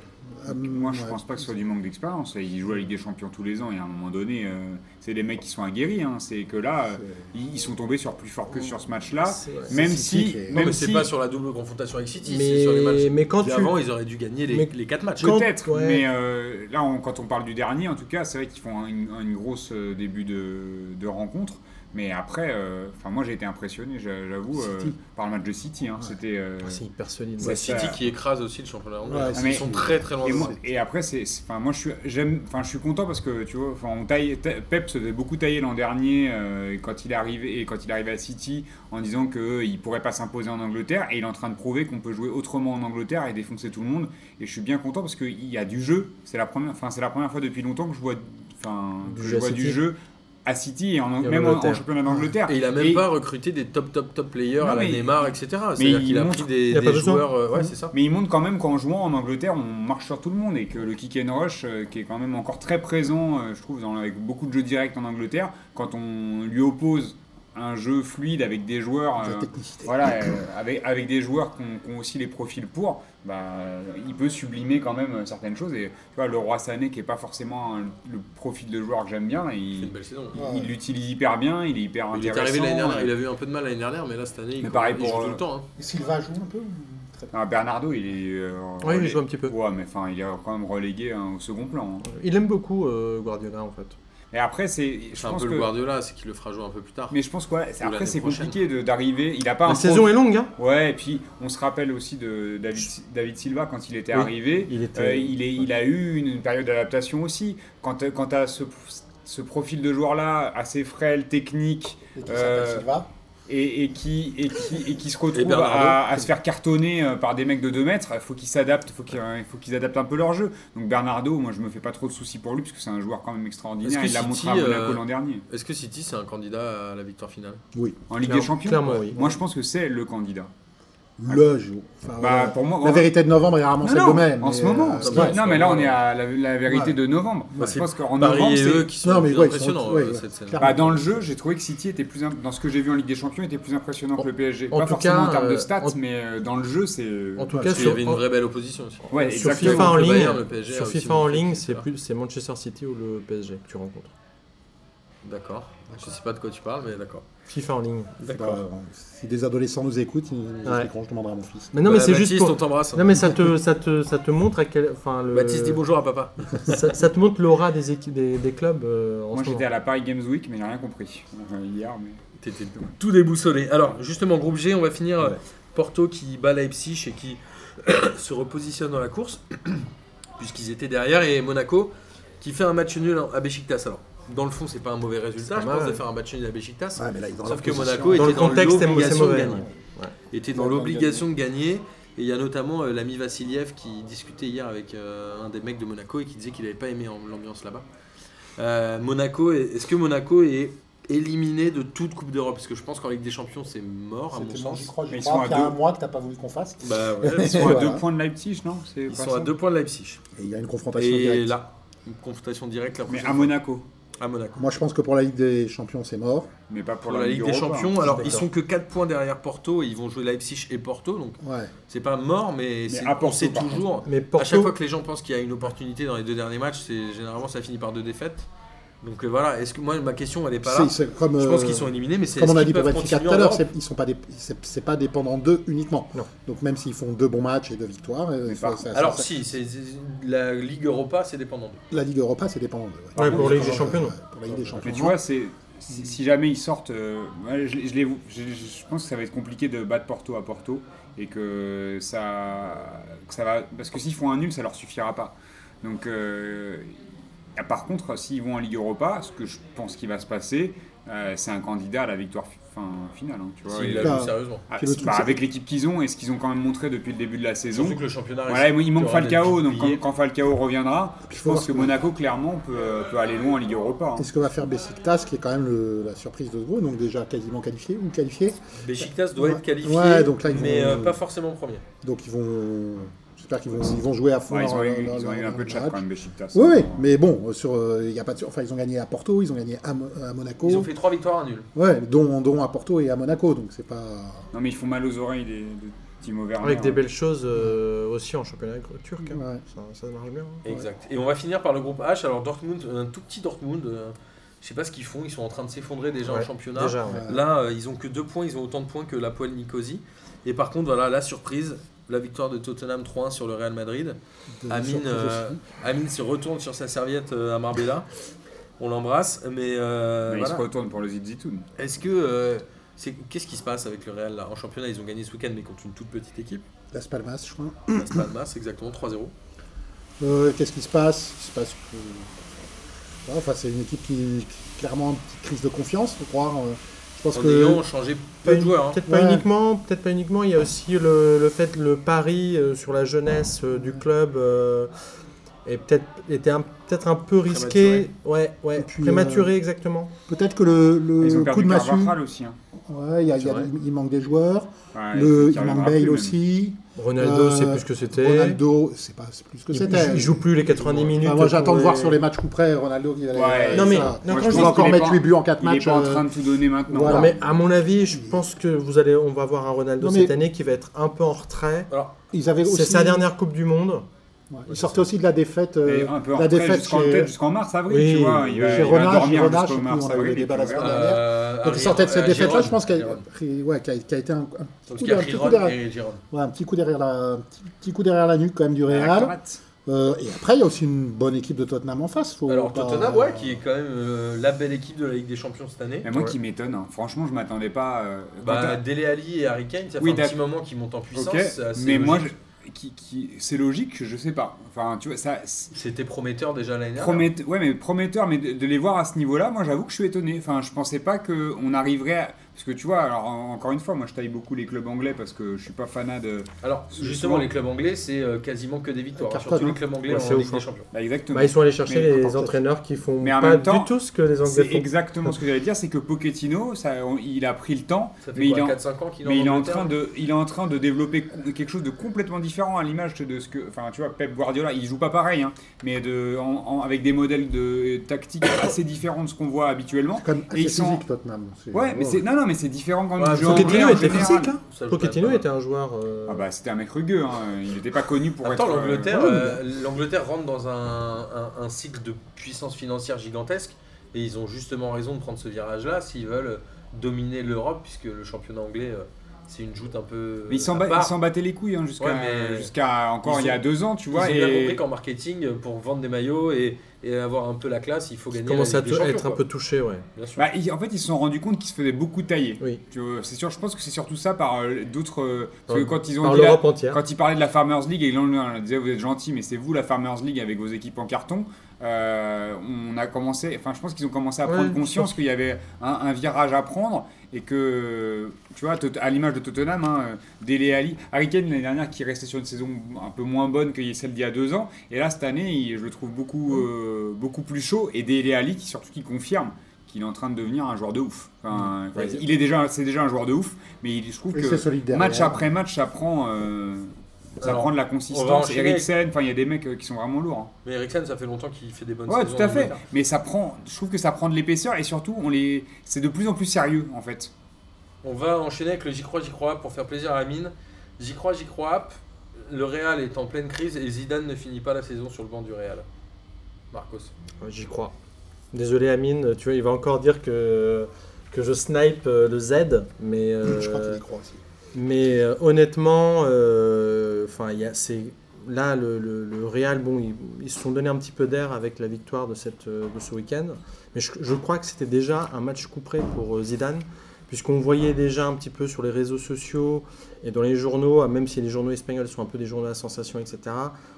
[SPEAKER 3] à-
[SPEAKER 4] Moi, je
[SPEAKER 3] ouais.
[SPEAKER 4] pense pas que ce soit du manque d'expérience. Ils jouent la Ligue des Champions tous les ans et à un moment donné, euh, c'est des mecs qui sont aguerris. hein. C'est que là, euh, ils ils sont tombés sur plus fort que sur ce match-là.
[SPEAKER 2] Ah, C'est- ouais.
[SPEAKER 4] Même
[SPEAKER 3] c'est
[SPEAKER 4] si,
[SPEAKER 3] cyclique et- Non,
[SPEAKER 1] Non,
[SPEAKER 4] même
[SPEAKER 1] mais c'est
[SPEAKER 4] si,
[SPEAKER 1] pas sur la double confrontation avec City, c'est sur les matchs.
[SPEAKER 2] Mais, mais quand
[SPEAKER 1] Puis
[SPEAKER 2] tu...
[SPEAKER 1] Avant, ils auraient dû gagner les,
[SPEAKER 2] Mais-
[SPEAKER 1] les quatre matchs.
[SPEAKER 2] quand-
[SPEAKER 4] peut-être.
[SPEAKER 2] ouais.
[SPEAKER 4] Mais euh, là, on- quand on parle du dernier, en tout cas, c'est vrai qu'ils font un, un- une grosse euh, début de, de rencontre. Mais après, euh, enfin, moi, j'ai été impressionné, j'a- j'avoue, euh,
[SPEAKER 3] City.
[SPEAKER 4] par le match de City. hein. C'était. euh,
[SPEAKER 2] Oh, c'est hyper solide.
[SPEAKER 1] Ouais,
[SPEAKER 4] Ouais,
[SPEAKER 1] City
[SPEAKER 4] ça-
[SPEAKER 1] qui écrase aussi le championnat anglais.
[SPEAKER 3] Ouais,
[SPEAKER 1] Ils
[SPEAKER 4] mais-
[SPEAKER 1] sont très très loin
[SPEAKER 4] Et,
[SPEAKER 1] de
[SPEAKER 4] moi-
[SPEAKER 1] ça.
[SPEAKER 4] et après, c'est, c'est- enfin, moi, je suis, j'aime, enfin, je suis content parce que tu vois, enfin, on taille, ta- Pep se faisait beaucoup tailler l'an dernier euh, quand il arrivait et quand il arrivait à City en disant que euh, il pourrait pas s'imposer en Angleterre et il est en train de prouver qu'on peut jouer autrement en Angleterre et défoncer tout le monde. Et je suis bien content parce qu'il y a du jeu. C'est la première, enfin, c'est la première fois depuis longtemps que je vois, enfin,
[SPEAKER 2] Du
[SPEAKER 4] que
[SPEAKER 2] jeu
[SPEAKER 4] je
[SPEAKER 2] à
[SPEAKER 4] vois du
[SPEAKER 2] City.
[SPEAKER 4] jeu à City et en,
[SPEAKER 2] Et en
[SPEAKER 4] même en- en,
[SPEAKER 2] Angleterre.
[SPEAKER 4] championnat d'Angleterre.
[SPEAKER 1] Et il a même pas recruté des top top top players
[SPEAKER 4] Non,
[SPEAKER 1] à la
[SPEAKER 4] mais-
[SPEAKER 1] Neymar, etc. C'est-à-dire
[SPEAKER 4] il
[SPEAKER 1] qu'il a
[SPEAKER 4] montre-
[SPEAKER 1] pris des,
[SPEAKER 2] il a pas
[SPEAKER 1] des
[SPEAKER 2] besoin.
[SPEAKER 1] joueurs. euh, ouais,
[SPEAKER 2] Mhm.
[SPEAKER 1] c'est ça.
[SPEAKER 4] Mais il montre quand même qu'en jouant en Angleterre, on marche sur tout le monde et que le kick and rush, euh, qui est quand même encore très présent, euh, je trouve, dans- avec beaucoup de jeux directs en Angleterre, quand on lui oppose un jeu fluide avec des joueurs,
[SPEAKER 3] Jeu de
[SPEAKER 4] euh,
[SPEAKER 3] technicité.
[SPEAKER 4] voilà, euh, avec, avec des joueurs qui ont, qui ont aussi les profils pour, bah, il peut sublimer quand même euh, certaines choses. Et tu vois, le roi Sané, qui est pas forcément un- le profil de joueur que j'aime bien,
[SPEAKER 1] Il fait
[SPEAKER 4] il
[SPEAKER 1] une belle saison.
[SPEAKER 3] Ouais.
[SPEAKER 4] il l'utilise hyper bien, il est hyper
[SPEAKER 1] Il est
[SPEAKER 4] intéressant.
[SPEAKER 1] arrivé l'année dernière.
[SPEAKER 4] euh,
[SPEAKER 1] Il a eu un peu de mal l'année dernière, mais là cette année, il,
[SPEAKER 4] Mais pareil
[SPEAKER 1] il joue
[SPEAKER 4] pour,
[SPEAKER 1] tout
[SPEAKER 4] euh,
[SPEAKER 1] le temps. hein.
[SPEAKER 3] Silva joue un peu ou très peu
[SPEAKER 4] ah, Bernardo, il est. euh, en
[SPEAKER 2] Oui, il
[SPEAKER 4] relais.
[SPEAKER 2] joue un petit peu.
[SPEAKER 4] Ouais, mais enfin, il est quand même relégué hein, au second plan. hein.
[SPEAKER 2] Il aime beaucoup euh, Guardiola en fait.
[SPEAKER 4] Et après, c'est. Je
[SPEAKER 1] C'est un
[SPEAKER 4] pense
[SPEAKER 1] peu
[SPEAKER 4] que.
[SPEAKER 1] le Guardiola, c'est qu'il le fera jouer un peu plus tard.
[SPEAKER 4] Mais je pense que ouais, c'est-
[SPEAKER 1] Ou l'année
[SPEAKER 4] après, c'est
[SPEAKER 1] prochaine.
[SPEAKER 4] compliqué de- d'arriver. Il a pas
[SPEAKER 2] La
[SPEAKER 4] un.
[SPEAKER 2] saison est longue, hein
[SPEAKER 4] Ouais, et puis on se rappelle aussi de David, David Silva quand il était
[SPEAKER 2] Oui.
[SPEAKER 4] arrivé.
[SPEAKER 2] Il était-
[SPEAKER 4] Euh, il, est, il a eu une, une période d'adaptation aussi. Quand, t'as- quand tu as ce, ce profil de joueur-là, assez frêle, technique,
[SPEAKER 3] Et qui
[SPEAKER 4] Euh,
[SPEAKER 3] s'appelle Silva
[SPEAKER 4] et, et qui, et, qui, et qui se
[SPEAKER 1] Et
[SPEAKER 4] retrouve
[SPEAKER 1] Bernardo.
[SPEAKER 4] à, à se faire cartonner euh, par des mecs de 2 mètres, il faut qu'ils s'adaptent, faut qu'ils- il faut qu'ils adaptent un peu leur jeu. Donc Bernardo, moi je me fais pas trop de soucis pour lui, parce que c'est un joueur quand même extraordinaire.
[SPEAKER 1] Est-ce que
[SPEAKER 4] Il l'a montré à
[SPEAKER 1] City,
[SPEAKER 4] Monaco
[SPEAKER 1] euh,
[SPEAKER 4] l'an dernier,
[SPEAKER 1] Est-ce que City c'est un candidat à la victoire finale
[SPEAKER 4] en Ligue
[SPEAKER 2] Claire-
[SPEAKER 4] des Champions.
[SPEAKER 2] clairement, oui.
[SPEAKER 4] Moi je pense que c'est le candidat.
[SPEAKER 3] Le joue. Enfin,
[SPEAKER 4] Bah,
[SPEAKER 3] Ah, ouais.
[SPEAKER 4] pour moi,
[SPEAKER 3] La
[SPEAKER 4] en-
[SPEAKER 3] vérité de novembre est rarement
[SPEAKER 4] Non,
[SPEAKER 3] celle
[SPEAKER 4] non,
[SPEAKER 3] de mai.
[SPEAKER 4] en
[SPEAKER 3] mais,
[SPEAKER 4] ce moment.
[SPEAKER 3] euh,
[SPEAKER 4] parce que-
[SPEAKER 1] ouais,
[SPEAKER 4] non,
[SPEAKER 1] c'est
[SPEAKER 4] mais là
[SPEAKER 1] pas
[SPEAKER 4] on
[SPEAKER 1] mal.
[SPEAKER 4] est à la, la vérité
[SPEAKER 3] Ouais.
[SPEAKER 4] de novembre.
[SPEAKER 1] Bah,
[SPEAKER 4] Je
[SPEAKER 1] c'est
[SPEAKER 4] pense qu'en novembre,
[SPEAKER 1] Paris et
[SPEAKER 4] c'est-
[SPEAKER 1] eux qui sont
[SPEAKER 3] Non,
[SPEAKER 1] les
[SPEAKER 3] mais
[SPEAKER 1] plus
[SPEAKER 3] ouais, ils
[SPEAKER 1] impressionnants
[SPEAKER 3] sont- ouais,
[SPEAKER 1] euh,
[SPEAKER 3] ouais,
[SPEAKER 1] cette saison.
[SPEAKER 3] clairement.
[SPEAKER 4] bah, dans le jeu, j'ai trouvé que City était plus imp- dans ce que j'ai vu en Ligue des Champions était plus impressionnant que le PSG.
[SPEAKER 2] en
[SPEAKER 4] Pas
[SPEAKER 2] tout
[SPEAKER 4] forcément
[SPEAKER 2] cas,
[SPEAKER 4] en termes de
[SPEAKER 2] euh,
[SPEAKER 4] stats,
[SPEAKER 2] en-
[SPEAKER 4] mais euh, dans le jeu, c'est.
[SPEAKER 2] En tout cas,
[SPEAKER 3] Ouais,
[SPEAKER 1] Parce qu'il y
[SPEAKER 2] sur,
[SPEAKER 1] avait une vraie belle opposition aussi.
[SPEAKER 4] Ouais,
[SPEAKER 2] sur
[SPEAKER 4] exactement.
[SPEAKER 2] FIFA en
[SPEAKER 1] Le
[SPEAKER 2] ligne,
[SPEAKER 1] Bayern, le PSG a
[SPEAKER 2] sur
[SPEAKER 1] aussi
[SPEAKER 2] FIFA en
[SPEAKER 1] montré
[SPEAKER 2] ligne,
[SPEAKER 1] que
[SPEAKER 2] c'est
[SPEAKER 1] ça.
[SPEAKER 2] plus c'est Manchester City ou le PSG que tu rencontres.
[SPEAKER 1] D'accord. Je sais pas de quoi tu parles, mais d'accord.
[SPEAKER 2] FIFA en ligne.
[SPEAKER 3] Bah, si des adolescents nous écoutent, ils nous expliqueront, je demanderai à mon fils.
[SPEAKER 2] Mais non, mais
[SPEAKER 1] Bah,
[SPEAKER 2] c'est juste
[SPEAKER 1] Baptiste,
[SPEAKER 2] pour-
[SPEAKER 1] on t'embrasse.
[SPEAKER 2] Non mais ça te ça te ça te montre à quel enfin le
[SPEAKER 1] Baptiste dit bonjour à papa.
[SPEAKER 2] [LAUGHS] ça, ça te montre l'aura des équipes des, des clubs euh, en
[SPEAKER 4] Moi
[SPEAKER 2] ce moment.
[SPEAKER 4] j'étais à la Paris Games Week, mais j'ai rien compris euh, hier. Mais...
[SPEAKER 1] T'étais tout déboussolé. Alors, justement, groupe G, on va finir euh,
[SPEAKER 3] Ouais.
[SPEAKER 1] Porto qui bat Leipzig et qui [COUGHS] se repositionne dans la course, [COUGHS] puisqu'ils étaient derrière, et Monaco qui fait un match nul à Besiktas. Alors, dans le fond, c'est pas un mauvais résultat,
[SPEAKER 2] pas
[SPEAKER 1] je
[SPEAKER 2] mal,
[SPEAKER 1] pense, de
[SPEAKER 2] ouais.
[SPEAKER 1] faire un match nul à Besiktas.
[SPEAKER 3] Ouais, mais là, ils ont
[SPEAKER 1] Sauf
[SPEAKER 3] leur
[SPEAKER 1] que
[SPEAKER 3] position.
[SPEAKER 1] Monaco
[SPEAKER 2] Dans
[SPEAKER 1] était
[SPEAKER 2] le contexte, c'est
[SPEAKER 1] l'obligation de
[SPEAKER 2] mauvais.
[SPEAKER 1] gagner.
[SPEAKER 2] Ouais.
[SPEAKER 1] Était dans
[SPEAKER 3] Ouais,
[SPEAKER 1] l'obligation de gagner, Et il y a notamment euh, l'ami Vassiliev qui discutait hier avec euh, un des mecs de Monaco et qui disait qu'il n'avait pas aimé en- l'ambiance là-bas. Euh, Monaco, est- est-ce que Monaco est éliminé de toute Coupe d'Europe Parce que je pense qu'en Ligue des Champions, c'est mort à mon
[SPEAKER 3] C'était mon
[SPEAKER 1] sens.
[SPEAKER 3] j'y crois,
[SPEAKER 4] Mais
[SPEAKER 3] j'y
[SPEAKER 4] ils
[SPEAKER 3] crois,
[SPEAKER 4] sont à
[SPEAKER 3] qu'il y a un
[SPEAKER 4] deux.
[SPEAKER 3] mois que t'as pas voulu qu'on fasse.
[SPEAKER 1] Bah ouais.
[SPEAKER 4] [LAUGHS] Ils sont à
[SPEAKER 3] Voilà.
[SPEAKER 4] deux points de Leipzig, non C'est
[SPEAKER 1] Ils
[SPEAKER 4] pas
[SPEAKER 1] sont à
[SPEAKER 4] ça
[SPEAKER 1] deux points de Leipzig.
[SPEAKER 3] Et il y a une confrontation
[SPEAKER 1] Et
[SPEAKER 3] directe.
[SPEAKER 1] là, une confrontation directe la
[SPEAKER 4] Mais
[SPEAKER 1] prochaine
[SPEAKER 4] à
[SPEAKER 1] fois.
[SPEAKER 4] Monaco,
[SPEAKER 1] à Monaco.
[SPEAKER 3] Moi, je pense que pour la Ligue des Champions, c'est mort.
[SPEAKER 4] mais pas
[SPEAKER 1] Pour la Ligue des
[SPEAKER 4] Europa. hein.
[SPEAKER 1] Champions, alors ils
[SPEAKER 2] d'accord.
[SPEAKER 1] sont que 4 points derrière Porto et ils vont jouer Leipzig et Porto, donc
[SPEAKER 3] Ouais.
[SPEAKER 1] c'est pas mort, mais, c'est-
[SPEAKER 4] à
[SPEAKER 1] on
[SPEAKER 4] Porto,
[SPEAKER 1] sait
[SPEAKER 4] par contre.
[SPEAKER 1] toujours.
[SPEAKER 2] Mais
[SPEAKER 1] À chaque
[SPEAKER 2] Porto,
[SPEAKER 1] fois que les gens pensent qu'il y a une opportunité dans les deux derniers matchs, c'est généralement ça finit par deux défaites. Donc euh, voilà, est-ce que moi ma question elle est pas là
[SPEAKER 3] C'est- c'est comme,
[SPEAKER 1] Je pense
[SPEAKER 3] euh,
[SPEAKER 1] qu'ils sont éliminés, mais c'est
[SPEAKER 3] Comme on
[SPEAKER 1] est-ce
[SPEAKER 3] a
[SPEAKER 1] qu'ils
[SPEAKER 3] dit pour
[SPEAKER 1] peuvent
[SPEAKER 3] Benfica
[SPEAKER 1] continuer
[SPEAKER 3] tout à
[SPEAKER 1] en
[SPEAKER 3] l'heure,
[SPEAKER 1] Europe
[SPEAKER 3] c'est ils sont pas dé- c'est c'est pas dépendant d'eux uniquement.
[SPEAKER 2] Non.
[SPEAKER 3] Donc même s'ils font deux bons matchs et deux victoires, euh, ça-
[SPEAKER 4] par-
[SPEAKER 3] ça-
[SPEAKER 1] Alors
[SPEAKER 3] ça-
[SPEAKER 1] si, c'est- c'est- la Ligue Europa c'est dépendant d'eux.
[SPEAKER 3] la Ligue Europa c'est dépendant d'eux. ouais.
[SPEAKER 2] Ouais,
[SPEAKER 4] Par
[SPEAKER 2] pour
[SPEAKER 4] contre,
[SPEAKER 2] la Ligue des
[SPEAKER 3] Euh,
[SPEAKER 2] Champions, non.
[SPEAKER 3] Pour la Ligue des Champions.
[SPEAKER 4] Mais tu vois, c'est si, si jamais ils sortent, euh, ouais, je, je les- je- je pense que ça va être compliqué de battre Porto à Porto et que ça, que ça va parce que s'ils font un nul, ça leur suffira pas. Donc euh, ah, par contre, s'ils vont en Ligue Europa, ce que je pense qu'il va se passer, euh, c'est un candidat à la victoire fi- fin, finale. hein, tu vois,
[SPEAKER 1] S'ils
[SPEAKER 4] Et-
[SPEAKER 1] la
[SPEAKER 3] là-
[SPEAKER 1] jouent sérieusement.
[SPEAKER 4] Ah,
[SPEAKER 3] Puis le
[SPEAKER 4] c'est-
[SPEAKER 3] truc,
[SPEAKER 4] bah,
[SPEAKER 3] c'est-
[SPEAKER 4] avec l'équipe qu'ils ont et ce qu'ils ont quand même montré depuis le début de la saison.
[SPEAKER 1] Surtout que le championnat reste-
[SPEAKER 4] Voilà, il
[SPEAKER 1] il y
[SPEAKER 4] manque
[SPEAKER 1] aura
[SPEAKER 4] Falcao,
[SPEAKER 1] des
[SPEAKER 4] donc quand,
[SPEAKER 1] billets.
[SPEAKER 4] quand Falcao reviendra,
[SPEAKER 3] puis,
[SPEAKER 4] je
[SPEAKER 3] faut
[SPEAKER 4] pense
[SPEAKER 3] voir
[SPEAKER 4] que
[SPEAKER 3] que-
[SPEAKER 4] Monaco clairement peut, peut aller loin en Ligue Europa. hein.
[SPEAKER 3] Et ce que va faire Besiktas, qui est quand même le- la surprise de ce groupe, donc déjà quasiment qualifié ou qualifié.
[SPEAKER 1] Beşiktaş doit
[SPEAKER 3] Ouais.
[SPEAKER 1] être qualifié,
[SPEAKER 3] Ouais, donc là, ils
[SPEAKER 1] mais
[SPEAKER 3] vont-
[SPEAKER 1] euh, pas forcément premier.
[SPEAKER 3] Donc ils vont, j'espère qu'ils vont, ils vont jouer à fond.
[SPEAKER 4] Ouais, ils ont,
[SPEAKER 3] leur-
[SPEAKER 4] eu,
[SPEAKER 3] leur-
[SPEAKER 4] ils ont
[SPEAKER 3] leur-
[SPEAKER 4] eu un peu
[SPEAKER 3] leur
[SPEAKER 4] de chat
[SPEAKER 3] match.
[SPEAKER 4] quand même, Beşiktaş.
[SPEAKER 3] Oui, oui,
[SPEAKER 4] Hein.
[SPEAKER 3] mais bon, euh, sur, euh, il y a pas de, enfin, ils ont gagné à Porto, ils ont gagné à, Mo- à Monaco,
[SPEAKER 1] Ils ont fait trois victoires à nul.
[SPEAKER 3] ouais, dont, dont à Porto et à Monaco, donc c'est pas.
[SPEAKER 4] Non, mais ils font mal aux oreilles des, de Timo Werner. hein.
[SPEAKER 2] avec des belles choses euh, aussi en championnat turc, hein.
[SPEAKER 3] Ouais.
[SPEAKER 2] ça, ça marche bien. hein.
[SPEAKER 1] Exact. Et on va finir par le groupe H. Alors Dortmund, un tout petit Dortmund, euh, je sais pas ce qu'ils font, ils sont en train de s'effondrer déjà en
[SPEAKER 2] Ouais,
[SPEAKER 1] championnat.
[SPEAKER 2] Déjà, hein. ouais.
[SPEAKER 3] Ouais.
[SPEAKER 1] Là, euh, ils ont que deux points, ils ont autant de points que la poêle Nicosie. Et par contre, voilà, la surprise, la victoire de Tottenham 3-1 sur le Real Madrid.
[SPEAKER 3] de-
[SPEAKER 1] Amine,
[SPEAKER 3] surprise
[SPEAKER 1] euh,
[SPEAKER 3] aussi.
[SPEAKER 1] Amine se retourne sur sa serviette euh, à Marbella. On l'embrasse, mais, euh,
[SPEAKER 4] Mais ils
[SPEAKER 1] voilà.
[SPEAKER 4] se retournent pour le Zizitoun.
[SPEAKER 1] Est-ce que euh, c'est qu'est-ce qui se passe avec le Real là en championnat Ils ont gagné ce week-end, mais contre une toute petite équipe.
[SPEAKER 3] Las Palmas, je crois.
[SPEAKER 1] Las Palmas, exactement 3-0.
[SPEAKER 3] Euh, Qu'est-ce qui se passe Il se passe que. Ouais, enfin, c'est une équipe qui, qui- clairement, une petite crise de confiance, faut croire. euh. Je pense
[SPEAKER 1] En
[SPEAKER 3] que.
[SPEAKER 1] ayant changé peu de joueurs. hein.
[SPEAKER 2] Peut-être pas
[SPEAKER 3] Ouais.
[SPEAKER 2] uniquement, peut-être pas uniquement. Il y a aussi le, le fait le pari euh, sur la jeunesse euh, du club euh, est peut-être était un- peut-être un peu risqué. Ouais, ouais.
[SPEAKER 3] Et puis, euh,
[SPEAKER 2] prématuré exactement.
[SPEAKER 3] Peut-être que le, le
[SPEAKER 4] Ils
[SPEAKER 3] Euh,
[SPEAKER 4] ont
[SPEAKER 3] coup
[SPEAKER 4] perdu
[SPEAKER 3] de massue.
[SPEAKER 4] Carvajal aussi. Hein.
[SPEAKER 3] Ouais, il y a- il y
[SPEAKER 1] C'est
[SPEAKER 3] a-
[SPEAKER 1] vrai.
[SPEAKER 3] il manque des joueurs.
[SPEAKER 4] Ouais,
[SPEAKER 3] le,
[SPEAKER 4] qui
[SPEAKER 3] il
[SPEAKER 4] reviendra
[SPEAKER 3] manque
[SPEAKER 4] plus,
[SPEAKER 3] Bale
[SPEAKER 4] même.
[SPEAKER 3] aussi.
[SPEAKER 2] Ronaldo,
[SPEAKER 3] Euh,
[SPEAKER 2] c'est plus ce que c'était.
[SPEAKER 3] Ronaldo, c'est pas c'est plus ce que
[SPEAKER 2] Il,
[SPEAKER 3] c'était.
[SPEAKER 2] il joue plus les 90 minutes.
[SPEAKER 3] Enfin, moi, j'attends
[SPEAKER 2] pour
[SPEAKER 3] de voir sur les matchs coup près Ronaldo. qui
[SPEAKER 4] Ouais,
[SPEAKER 2] Non mais
[SPEAKER 3] ça.
[SPEAKER 2] non,
[SPEAKER 4] Moi,
[SPEAKER 2] quand
[SPEAKER 4] je
[SPEAKER 2] je
[SPEAKER 4] pense
[SPEAKER 2] dis-
[SPEAKER 3] il va encore
[SPEAKER 4] qu'il est
[SPEAKER 3] mettre
[SPEAKER 4] pas-
[SPEAKER 3] 8 buts en 4
[SPEAKER 4] Il
[SPEAKER 3] matchs.
[SPEAKER 4] est pas en
[SPEAKER 3] euh,
[SPEAKER 4] train de tout donner maintenant.
[SPEAKER 3] voilà.
[SPEAKER 2] Non, mais à mon avis, je pense que vous allez, on va voir un Ronaldo
[SPEAKER 3] Non, mais-
[SPEAKER 2] cette année qui va être un peu en retrait.
[SPEAKER 1] Alors,
[SPEAKER 3] Ils avaient aussi.
[SPEAKER 2] C'est sa dernière Coupe du Monde.
[SPEAKER 3] Ouais, ils sortaient aussi de la défaite. euh,
[SPEAKER 4] Et un peu en
[SPEAKER 3] la
[SPEAKER 4] retrait
[SPEAKER 3] défaite
[SPEAKER 4] jusqu'en
[SPEAKER 3] chez-
[SPEAKER 4] peut-être jusqu'en mars, avril,
[SPEAKER 2] Oui,
[SPEAKER 4] tu vois. Il va,
[SPEAKER 3] chez
[SPEAKER 4] il va
[SPEAKER 3] Renard,
[SPEAKER 4] dormir
[SPEAKER 3] chez Renard,
[SPEAKER 4] jusqu'au
[SPEAKER 3] je sais plus,
[SPEAKER 4] mars,
[SPEAKER 3] on avait
[SPEAKER 4] avril.
[SPEAKER 3] des
[SPEAKER 4] et puis
[SPEAKER 3] balles
[SPEAKER 4] on
[SPEAKER 3] à ce
[SPEAKER 4] verra.
[SPEAKER 3] moment-là.
[SPEAKER 1] euh,
[SPEAKER 3] Donc ils sortaient de cette
[SPEAKER 1] euh,
[SPEAKER 3] défaite-là,
[SPEAKER 1] Giron,
[SPEAKER 3] je pense qu'elle
[SPEAKER 1] Giron.
[SPEAKER 3] ouais, qui a, qui a été un, un petit,
[SPEAKER 1] Parce
[SPEAKER 3] coup
[SPEAKER 1] qu'il y a
[SPEAKER 3] derrière, un petit coup
[SPEAKER 1] Giron
[SPEAKER 3] derrière-
[SPEAKER 1] et Giron.
[SPEAKER 3] ouais, un petit coup derrière la, un petit, petit coup derrière la nuque quand même du Real.
[SPEAKER 4] Acrate.
[SPEAKER 3] Euh, et après, il y a aussi une bonne équipe de Tottenham en face. Faut
[SPEAKER 1] Alors
[SPEAKER 3] pas-
[SPEAKER 1] Tottenham, ouais, qui est quand même euh, la belle équipe de la Ligue des Champions cette année.
[SPEAKER 4] Mais moi
[SPEAKER 2] Ouais.
[SPEAKER 4] qui m'étonne, hein. franchement, je m'attendais pas. euh, quand
[SPEAKER 1] Bah,
[SPEAKER 4] t'as-
[SPEAKER 1] Dele Alli et Harry Kane, ça
[SPEAKER 4] Oui,
[SPEAKER 1] fait un
[SPEAKER 4] d'accord.
[SPEAKER 1] petit moment qu'ils montent en puissance.
[SPEAKER 4] Ok,
[SPEAKER 1] c'est assez
[SPEAKER 4] mais moi,
[SPEAKER 1] logique.
[SPEAKER 4] je- qui, qui, c'est logique, je sais pas. Enfin, tu vois, ça,
[SPEAKER 1] c'était prometteur déjà l'année dernière.
[SPEAKER 4] Promet- ouais, mais prometteur, mais de, de les voir à ce niveau-là, moi j'avoue que je suis étonné. Enfin, je pensais pas qu'on arriverait à. Parce que tu vois, alors en- encore une fois, moi je taille beaucoup les clubs anglais parce que je suis pas fanat de.
[SPEAKER 1] Alors justement, les clubs anglais, c'est euh, quasiment que des victoires,
[SPEAKER 3] Carton,
[SPEAKER 1] surtout les
[SPEAKER 3] hein.
[SPEAKER 1] clubs anglais
[SPEAKER 2] Ouais,
[SPEAKER 1] en
[SPEAKER 2] c'est
[SPEAKER 1] Ligue
[SPEAKER 2] ouf,
[SPEAKER 1] des
[SPEAKER 2] hein.
[SPEAKER 1] Champions.
[SPEAKER 4] Bah, exactement.
[SPEAKER 2] Bah, ils sont allés chercher
[SPEAKER 4] Mais
[SPEAKER 2] les
[SPEAKER 3] n'importe-
[SPEAKER 2] entraîneurs qui font
[SPEAKER 4] Mais en
[SPEAKER 2] pas
[SPEAKER 4] même temps,
[SPEAKER 2] du tout ce que les Anglais
[SPEAKER 4] C'est
[SPEAKER 2] font.
[SPEAKER 4] exactement ce que j'allais dire, c'est que Pochettino, ça, on- il a pris le temps,
[SPEAKER 1] Ça fait
[SPEAKER 4] mais, il, est en-
[SPEAKER 1] 4-5 ans qu'il
[SPEAKER 4] mais il est en
[SPEAKER 1] Angleterre.
[SPEAKER 4] train de, il est en train de développer co- quelque chose de complètement différent à l'image de ce que, enfin, tu vois, Pep Guardiola, il joue pas pareil, hein, mais de, en- en- avec des modèles de tactiques [COUGHS] assez différents de ce qu'on voit habituellement.
[SPEAKER 3] C'est euh, quand même assez
[SPEAKER 4] Et ils sont-
[SPEAKER 3] physique, Tottenham. C'est- oh,
[SPEAKER 4] Ouais, mais c'est non, non, mais c'est différent quand même
[SPEAKER 1] Ouais,
[SPEAKER 4] du jeu
[SPEAKER 1] mais
[SPEAKER 4] anglais
[SPEAKER 2] Pochettino
[SPEAKER 4] en
[SPEAKER 2] était
[SPEAKER 4] général.
[SPEAKER 2] physique. Hein
[SPEAKER 1] Ça joue
[SPEAKER 2] Pochettino
[SPEAKER 1] pas mal.
[SPEAKER 2] était un joueur. euh,
[SPEAKER 4] Ah bah c'était un mec rugueux, hein. il n'était pas connu pour
[SPEAKER 1] Attends,
[SPEAKER 4] être... euh,
[SPEAKER 1] l'Angleterre,
[SPEAKER 4] ouais,
[SPEAKER 1] euh, l'Angleterre rentre dans un, un- un cycle de puissance financière gigantesque et ils ont justement raison de prendre ce virage-là s'ils veulent dominer l'Europe puisque le championnat anglais euh, c'est une joute un peu.
[SPEAKER 4] mais il s'en
[SPEAKER 1] à
[SPEAKER 4] bat- il
[SPEAKER 1] part.
[SPEAKER 4] s'en battait les couilles hein, jusqu'à
[SPEAKER 1] Ouais, mais-
[SPEAKER 4] jusqu'à encore
[SPEAKER 1] Ils
[SPEAKER 4] il y a
[SPEAKER 1] ont-
[SPEAKER 4] deux ans, tu vois.
[SPEAKER 1] ils ont bien
[SPEAKER 4] et-
[SPEAKER 1] compris qu'en marketing, pour euh, vendre des maillots et, et avoir un peu la classe, il faut gagner.
[SPEAKER 2] Commence
[SPEAKER 1] la
[SPEAKER 2] à
[SPEAKER 1] Ligue des
[SPEAKER 2] te- à être
[SPEAKER 1] Champions,
[SPEAKER 2] un
[SPEAKER 1] quoi.
[SPEAKER 2] peu touché, ouais.
[SPEAKER 1] Bien sûr.
[SPEAKER 4] Bah, ils- en fait, ils se sont rendus compte qu'ils se faisaient beaucoup tailler.
[SPEAKER 2] Oui.
[SPEAKER 4] Tu vois, C'est sûr, je pense que c'est surtout ça par euh, d'autres. euh, parce
[SPEAKER 2] Ouais.
[SPEAKER 4] que quand ils ont
[SPEAKER 2] Par
[SPEAKER 4] dit la-
[SPEAKER 2] l'Europe entière.
[SPEAKER 4] Quand il parlait de la Farmers League et l'on disait vous êtes gentil mais c'est vous la Farmers League avec vos équipes en carton, euh, on a commencé, enfin je pense qu'ils ont commencé à
[SPEAKER 2] Ouais,
[SPEAKER 4] prendre
[SPEAKER 2] je
[SPEAKER 4] conscience
[SPEAKER 2] pense.
[SPEAKER 4] qu'il y avait un, un virage à prendre et que tu vois Tot- à l'image de Tottenham, hein, euh, Dele Ali, Harry Kane l'année dernière qui restait sur une saison un peu moins bonne que celle d'il y a deux ans et là cette année il- je le trouve beaucoup euh, beaucoup plus chaud et Dele Ali qui surtout qui confirme qu'il est en train de devenir un joueur de ouf. Enfin, enfin,
[SPEAKER 1] Ouais.
[SPEAKER 4] il est déjà, c'est déjà un joueur de ouf, mais il je trouve
[SPEAKER 3] Et
[SPEAKER 4] que
[SPEAKER 3] c'est solide derrière.
[SPEAKER 4] match après match, ça prend, euh, ça
[SPEAKER 1] Alors,
[SPEAKER 4] prend de la
[SPEAKER 1] on va
[SPEAKER 4] consistance.
[SPEAKER 1] enchaîner.
[SPEAKER 4] Eriksen, enfin, il y a des mecs euh, qui sont vraiment lourds. hein.
[SPEAKER 1] Mais Eriksen, ça fait longtemps qu'il fait des bonnes
[SPEAKER 4] Ouais,
[SPEAKER 1] saisons
[SPEAKER 4] tout à
[SPEAKER 1] en
[SPEAKER 4] fait.
[SPEAKER 1] Angleterre.
[SPEAKER 4] Mais ça prend, je trouve que ça prend de l'épaisseur et surtout, on les, c'est de plus en plus sérieux en fait.
[SPEAKER 1] On va enchaîner avec le J'y crois, J'y crois app pour faire plaisir à Amine. J'y crois, J'y crois app. Le Real est en pleine crise et Zidane ne finit pas la saison sur le banc du Real. Marcos.
[SPEAKER 2] J'y crois. Désolé, Amine, tu vois, il va encore dire que, que je snipe euh, le Z, mais. euh,
[SPEAKER 3] Je crois qu'il y croit aussi.
[SPEAKER 2] Mais euh, honnêtement, euh, 'fin, il y a- c'est- là, le, le- le Real, bon, ils, ils se sont donné un petit peu d'air avec la victoire de, cette, euh, de ce week-end. Mais je, je crois que c'était déjà un match couperé pour euh, Zidane, puisqu'on voyait déjà un petit peu sur les réseaux sociaux et dans les journaux, ah, même si les journaux espagnols sont un peu des journaux à sensation, etc.,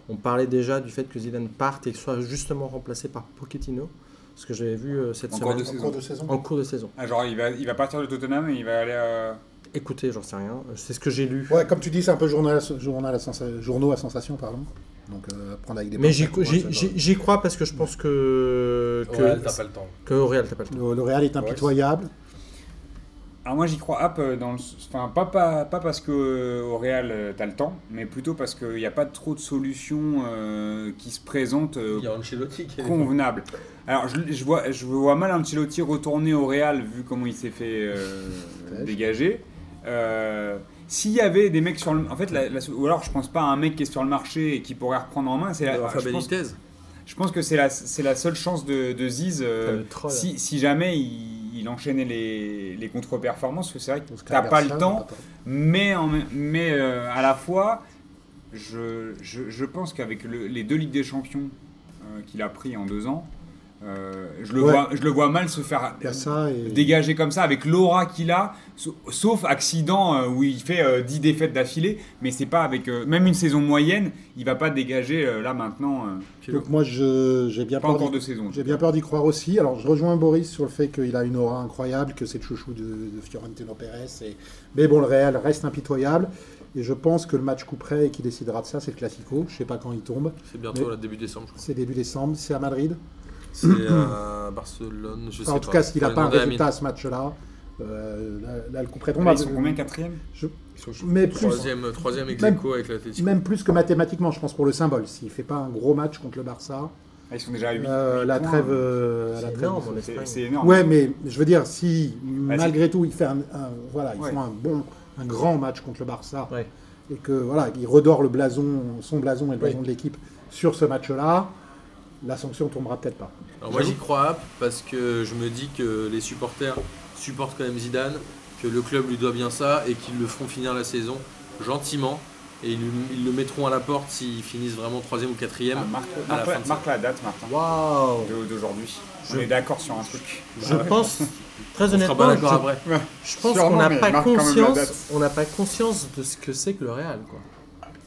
[SPEAKER 2] on parlait déjà du fait que Zidane parte et soit justement remplacé par Pochettino, ce que j'avais vu euh, cette
[SPEAKER 4] Encore
[SPEAKER 2] semaine.
[SPEAKER 4] deux
[SPEAKER 3] En
[SPEAKER 4] saisons.
[SPEAKER 3] cours de saison.
[SPEAKER 2] En cours de saison.
[SPEAKER 4] Ah, genre, il va, il va partir de Tottenham et il va aller. euh,
[SPEAKER 2] Écoutez, j'en sais rien. C'est ce que j'ai lu.
[SPEAKER 3] Ouais, comme tu dis, c'est un peu journal, à- journal à sensa- journaux à sensation, pardon. Donc, euh, prendre avec des euh,
[SPEAKER 2] Mais
[SPEAKER 3] pincettes,
[SPEAKER 2] j'y
[SPEAKER 3] quoi, ça
[SPEAKER 2] j'y-
[SPEAKER 3] doit-
[SPEAKER 2] j'y- j'y crois parce que je pense que.
[SPEAKER 1] Au
[SPEAKER 2] que
[SPEAKER 1] Real, t'as pas le temps.
[SPEAKER 2] que au Real, t'as pas le temps.
[SPEAKER 3] Le, le Real est impitoyable.
[SPEAKER 4] Alors moi j'y crois hop euh, dans le s- enfin pas pas, pas parce que euh, au Real euh, t'as le temps mais plutôt parce qu'il n'y a pas trop de solutions euh, qui se présentent euh,
[SPEAKER 1] Il y a Ancelotti qui est.
[SPEAKER 4] convenable. Alors, je, je vois, je vois mal Ancelotti retourner au Real vu comment il s'est fait euh,
[SPEAKER 3] Tâche.
[SPEAKER 4] dégager. Euh, S'il y avait des mecs sur le, en fait, la- la- ou alors je pense pas à un mec qui est sur le marché et qui pourrait reprendre en main. C'est la-
[SPEAKER 1] Rafa
[SPEAKER 4] je, pense,
[SPEAKER 1] Benitez.
[SPEAKER 4] je pense que c'est la, c'est la seule chance de, de Ziz. euh,
[SPEAKER 2] T'as le troll.
[SPEAKER 4] si, si jamais il, il enchaînait les, les contre-performances, parce que c'est vrai que
[SPEAKER 3] Oscar
[SPEAKER 4] t'as pas
[SPEAKER 3] Garcia,
[SPEAKER 4] le temps.
[SPEAKER 3] t'as pas-
[SPEAKER 4] Mais, en- mais euh, à la fois, je, je, je pense qu'avec le- les deux Ligues des Champions euh, qu'il a pris en deux ans, euh, je, le
[SPEAKER 3] Ouais.
[SPEAKER 4] vois, je le vois mal se faire
[SPEAKER 3] Il y a ça et.
[SPEAKER 4] dégager comme ça avec l'aura qu'il a, sa- sauf accident euh, où il fait euh, 10 défaites d'affilée, mais c'est pas avec euh, même une saison moyenne, il va pas dégager euh, là maintenant, euh,
[SPEAKER 3] Donc, moi, je- j'ai bien
[SPEAKER 4] pas
[SPEAKER 3] peur.
[SPEAKER 4] encore
[SPEAKER 3] d'y-
[SPEAKER 4] de saison.
[SPEAKER 3] J'ai bien peur d'y croire aussi. Alors, je rejoins Boris sur le fait qu'il a une aura incroyable, que c'est le chouchou de, de Fiorentino Pérez. et- Mais bon, le Real reste impitoyable. Et je pense que le match couperait et qui décidera de ça, c'est le Classico. Je sais pas quand il tombe.
[SPEAKER 1] C'est bientôt
[SPEAKER 3] Mais-
[SPEAKER 1] là, début décembre,
[SPEAKER 3] [CLEARS THROAT]
[SPEAKER 1] je crois.
[SPEAKER 3] C'est début décembre, c'est à Madrid.
[SPEAKER 1] C'est à Barcelone, je sais
[SPEAKER 3] Enfin,
[SPEAKER 1] pas.
[SPEAKER 3] en tout cas, s'il n'a
[SPEAKER 1] Faut
[SPEAKER 3] pas un
[SPEAKER 1] demander à Amine.
[SPEAKER 3] résultat à ce match-là, euh, là, là, le couperait tombe.
[SPEAKER 4] Là, Ah, ils sont combien quatrième
[SPEAKER 3] Je-
[SPEAKER 1] Ils sont
[SPEAKER 3] Mais plus,
[SPEAKER 1] Troisième, troisième ex
[SPEAKER 3] Même-
[SPEAKER 1] aequo avec l'Atlético.
[SPEAKER 3] même plus que mathématiquement, je pense, pour le symbole. S'il fait pas un gros match contre le Barça,
[SPEAKER 4] Ah, Ils sont déjà à 8.
[SPEAKER 3] euh, la trêve. euh, la
[SPEAKER 2] C'est
[SPEAKER 3] trêve-
[SPEAKER 2] énorme en Espagne.
[SPEAKER 4] hein. c'est c'est énorme.
[SPEAKER 3] Ouais, mais je veux dire, si
[SPEAKER 4] Bah,
[SPEAKER 3] malgré tout, il fait un, un- voilà, ils
[SPEAKER 4] Ouais.
[SPEAKER 3] font un bon, un grand match contre le Barça,
[SPEAKER 2] Ouais.
[SPEAKER 3] et que voilà, il redore le blason, son blason et le blason
[SPEAKER 2] Oui.
[SPEAKER 3] de l'équipe sur ce match-là, la sanction tombera peut-être pas.
[SPEAKER 1] Alors moi j'y crois parce que je me dis que les supporters supportent quand même Zidane, que le club lui doit bien ça et qu'ils le feront finir la saison gentiment et ils, lui- ils le mettront à la porte s'ils finissent vraiment troisième ou quatrième.
[SPEAKER 4] Ah, marque,
[SPEAKER 1] À la
[SPEAKER 4] marque
[SPEAKER 1] fin
[SPEAKER 4] la-
[SPEAKER 1] de ça.
[SPEAKER 4] marque la date, Martin.
[SPEAKER 2] Waouh
[SPEAKER 4] de- d'aujourd'hui.
[SPEAKER 2] Je-
[SPEAKER 4] On est d'accord sur un truc.
[SPEAKER 2] Je pense, très
[SPEAKER 1] On sera pas
[SPEAKER 2] honnêtement,
[SPEAKER 1] d'accord
[SPEAKER 2] je,
[SPEAKER 1] après.
[SPEAKER 2] je pense
[SPEAKER 4] Sûrement,
[SPEAKER 2] qu'on n'a
[SPEAKER 4] mais
[SPEAKER 2] pas
[SPEAKER 4] marque quand même la date.
[SPEAKER 2] conscience, on n'a pas conscience de ce que c'est que le Real, quoi.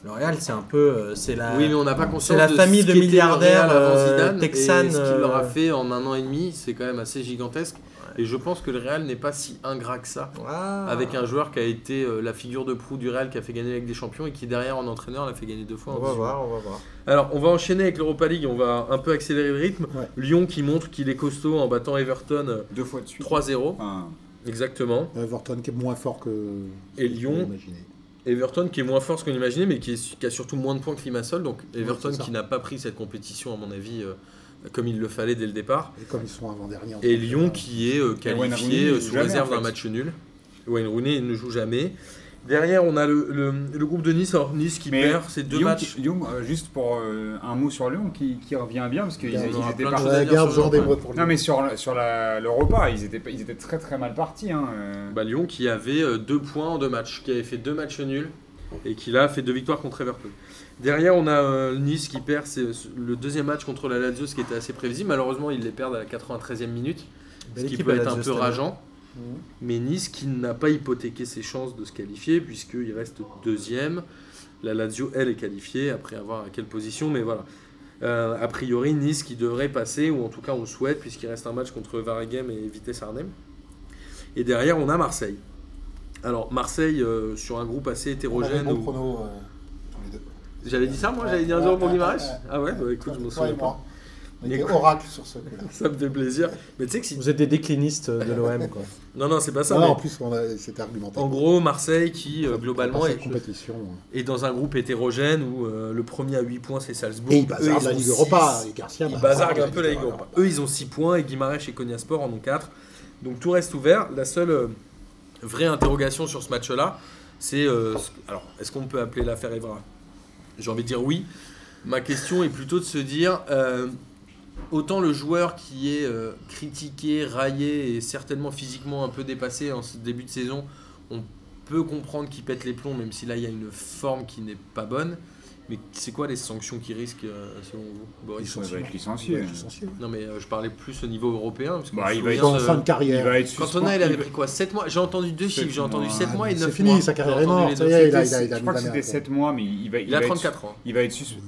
[SPEAKER 2] Le Real, c'est un peu, euh, c'est la.
[SPEAKER 1] Oui mais on n'a pas conscience
[SPEAKER 2] la
[SPEAKER 1] de
[SPEAKER 2] famille
[SPEAKER 1] ce
[SPEAKER 2] de
[SPEAKER 1] qu'était le
[SPEAKER 2] milliardaires,
[SPEAKER 1] Real avant
[SPEAKER 2] euh,
[SPEAKER 1] Zidane
[SPEAKER 2] texanes,
[SPEAKER 1] et ce qu'il leur a
[SPEAKER 2] euh,
[SPEAKER 1] fait en un an et demi, c'est quand même assez gigantesque. Et je pense que le Real n'est pas si ingrat que ça.
[SPEAKER 2] Ah.
[SPEAKER 1] Avec un joueur qui a été euh, la figure de proue du Real, qui a fait gagner avec des champions et qui derrière en entraîneur l'a fait gagner deux fois. en
[SPEAKER 2] On va
[SPEAKER 1] 18 mois.
[SPEAKER 2] voir, on va voir.
[SPEAKER 1] Alors, on va enchaîner avec l'Europa League, on va un peu accélérer le rythme.
[SPEAKER 3] Ouais.
[SPEAKER 1] Lyon qui montre qu'il est costaud en battant Everton euh,
[SPEAKER 4] Deux fois de suite.
[SPEAKER 1] 3-0.
[SPEAKER 4] Enfin,
[SPEAKER 1] Exactement.
[SPEAKER 3] Everton qui est moins fort que
[SPEAKER 1] Et
[SPEAKER 3] que
[SPEAKER 1] Lyon.
[SPEAKER 3] vous imaginez.
[SPEAKER 1] Everton qui est moins fort ce qu'on imaginait, mais qui, est su- qui a surtout moins de points que Limassol. Donc, Everton
[SPEAKER 3] c'est ça.
[SPEAKER 1] qui n'a pas pris cette compétition, à mon avis, euh, comme il le fallait dès le départ.
[SPEAKER 3] Et comme ils sont avant dernier.
[SPEAKER 1] Et Lyon qui est euh, qualifié
[SPEAKER 4] Wayne Rooney
[SPEAKER 1] euh, sous
[SPEAKER 4] jamais,
[SPEAKER 1] réserve
[SPEAKER 4] en fait.
[SPEAKER 1] d'un match nul. Wayne Rooney il ne joue jamais. Derrière, on a le, le- le groupe de Nice. Alors, Nice qui
[SPEAKER 4] Mais
[SPEAKER 1] perd ses deux
[SPEAKER 4] Lyon,
[SPEAKER 1] matchs.
[SPEAKER 4] qui- Lyon, euh, juste pour euh, un mot sur Lyon qui, qui revient bien parce qu'ils
[SPEAKER 3] Il y en
[SPEAKER 4] ils
[SPEAKER 1] aura
[SPEAKER 4] étaient
[SPEAKER 1] plein de
[SPEAKER 4] partis.
[SPEAKER 1] choses à
[SPEAKER 3] Ouais,
[SPEAKER 1] dire
[SPEAKER 3] garde
[SPEAKER 1] sur
[SPEAKER 3] Jean
[SPEAKER 1] Lyon.
[SPEAKER 3] des mots pour lui.
[SPEAKER 4] Non mais sur, sur la- le repas, ils étaient, pas- ils étaient très très mal partis. Hein. euh.
[SPEAKER 1] Bah, Lyon qui avait euh, deux points en deux matchs, qui avait fait deux matchs nuls. et qui là fait deux victoires contre Everton. Derrière, on a euh, Nice qui perd c'est le deuxième match contre la Lazio, ce qui était assez prévisible. Malheureusement, ils les perdent à la 93e minute,
[SPEAKER 2] Belle
[SPEAKER 1] ce qui
[SPEAKER 2] équipe,
[SPEAKER 1] peut
[SPEAKER 2] la
[SPEAKER 1] être un
[SPEAKER 2] Lazio,
[SPEAKER 1] peu
[SPEAKER 2] cette année.
[SPEAKER 1] rageant. Mais Nice qui n'a pas hypothéqué ses chances de se qualifier, puisqu'il reste deuxième. La Lazio, elle, est qualifiée, après avoir à quelle position, mais voilà. Euh, a priori, Nice qui devrait passer, ou en tout cas on le souhaite, puisqu'il reste un match contre Waregem et Vitesse Arnhem. Et derrière, on a Marseille. Alors, Marseille, euh, sur un groupe assez
[SPEAKER 5] On avait
[SPEAKER 1] hétérogène.
[SPEAKER 5] bon
[SPEAKER 1] où-
[SPEAKER 5] prono, euh, tous les deux.
[SPEAKER 1] J'avais dit ça, moi
[SPEAKER 5] Ouais,
[SPEAKER 1] J'avais dit un
[SPEAKER 5] ouais,
[SPEAKER 1] jour pour
[SPEAKER 5] ouais,
[SPEAKER 1] Guimaraes
[SPEAKER 5] ouais, ouais.
[SPEAKER 1] Ah ouais, bah écoute, je m'en
[SPEAKER 5] Toi
[SPEAKER 1] souviens
[SPEAKER 5] et
[SPEAKER 1] pas.
[SPEAKER 5] moi. On
[SPEAKER 1] Mais
[SPEAKER 5] était
[SPEAKER 1] écoute-
[SPEAKER 5] oracle sur ce coup-là.
[SPEAKER 1] Ça me fait plaisir. Mais tu sais que si.
[SPEAKER 2] Vous êtes des déclinistes de l'OM, quoi.
[SPEAKER 1] Non, non, c'est pas ça.
[SPEAKER 3] Ah,
[SPEAKER 1] mais
[SPEAKER 3] en plus, on a- c'était argumenté.
[SPEAKER 1] En gros, Marseille qui, euh, globalement,
[SPEAKER 3] Pas cette
[SPEAKER 1] est,
[SPEAKER 3] compétition.
[SPEAKER 1] est dans un groupe hétérogène où euh, le premier à 8 points, c'est Salzbourg.
[SPEAKER 3] Et ils
[SPEAKER 1] Eux,
[SPEAKER 3] bazardent la
[SPEAKER 1] ont
[SPEAKER 3] Ligue
[SPEAKER 1] six.
[SPEAKER 3] Europa. Et Garcia,
[SPEAKER 1] Ils
[SPEAKER 3] bah,
[SPEAKER 1] bazardent
[SPEAKER 3] bazarde
[SPEAKER 1] un peu la Ligue Europa. Eux, ils ont 6 points et Guimaraes et Cognasport en ont 4. Donc tout reste ouvert. La seule euh, vraie interrogation sur ce match-là, c'est. euh, ce- alors, est-ce qu'on peut appeler l'affaire Evra J'ai envie de dire oui. Ma question est plutôt de se dire. euh, Autant le joueur qui est euh, critiqué, raillé et certainement physiquement un peu dépassé en ce début de saison, on peut comprendre qu'il pète les plombs, même si là il y a une forme qui n'est pas bonne. Mais c'est quoi les sanctions qui risquent euh, selon vous,
[SPEAKER 3] Ils
[SPEAKER 1] Boris
[SPEAKER 3] sont
[SPEAKER 4] Il va
[SPEAKER 3] licenciés.
[SPEAKER 4] être licencié. hein.
[SPEAKER 1] non mais euh, je parlais plus au niveau européen. Parce que
[SPEAKER 4] Bah,
[SPEAKER 1] je
[SPEAKER 4] il
[SPEAKER 1] me
[SPEAKER 4] va
[SPEAKER 1] souviens
[SPEAKER 3] Dans la
[SPEAKER 1] de-
[SPEAKER 3] fin de
[SPEAKER 4] Il
[SPEAKER 3] carrière.
[SPEAKER 4] va être
[SPEAKER 1] Cantona,
[SPEAKER 4] suspendu.
[SPEAKER 1] il avait pris quoi 7 mois J'ai entendu deux
[SPEAKER 4] Sept
[SPEAKER 1] chiffres, j'ai entendu
[SPEAKER 4] mois.
[SPEAKER 1] 7 mois et 9
[SPEAKER 3] C'est
[SPEAKER 1] mois.
[SPEAKER 3] fini, sa carrière
[SPEAKER 1] J'ai
[SPEAKER 3] est
[SPEAKER 1] entendu
[SPEAKER 3] morte.
[SPEAKER 1] les
[SPEAKER 3] Ça
[SPEAKER 1] deux
[SPEAKER 3] y est, il
[SPEAKER 1] chiffres.
[SPEAKER 3] a, il a, il a
[SPEAKER 4] Je crois que
[SPEAKER 3] mis la
[SPEAKER 4] c'était
[SPEAKER 3] merde.
[SPEAKER 4] 7 mois, mais il va, il
[SPEAKER 1] Il a
[SPEAKER 4] va être
[SPEAKER 1] 34 ans.
[SPEAKER 4] sus- Il va être suspendu.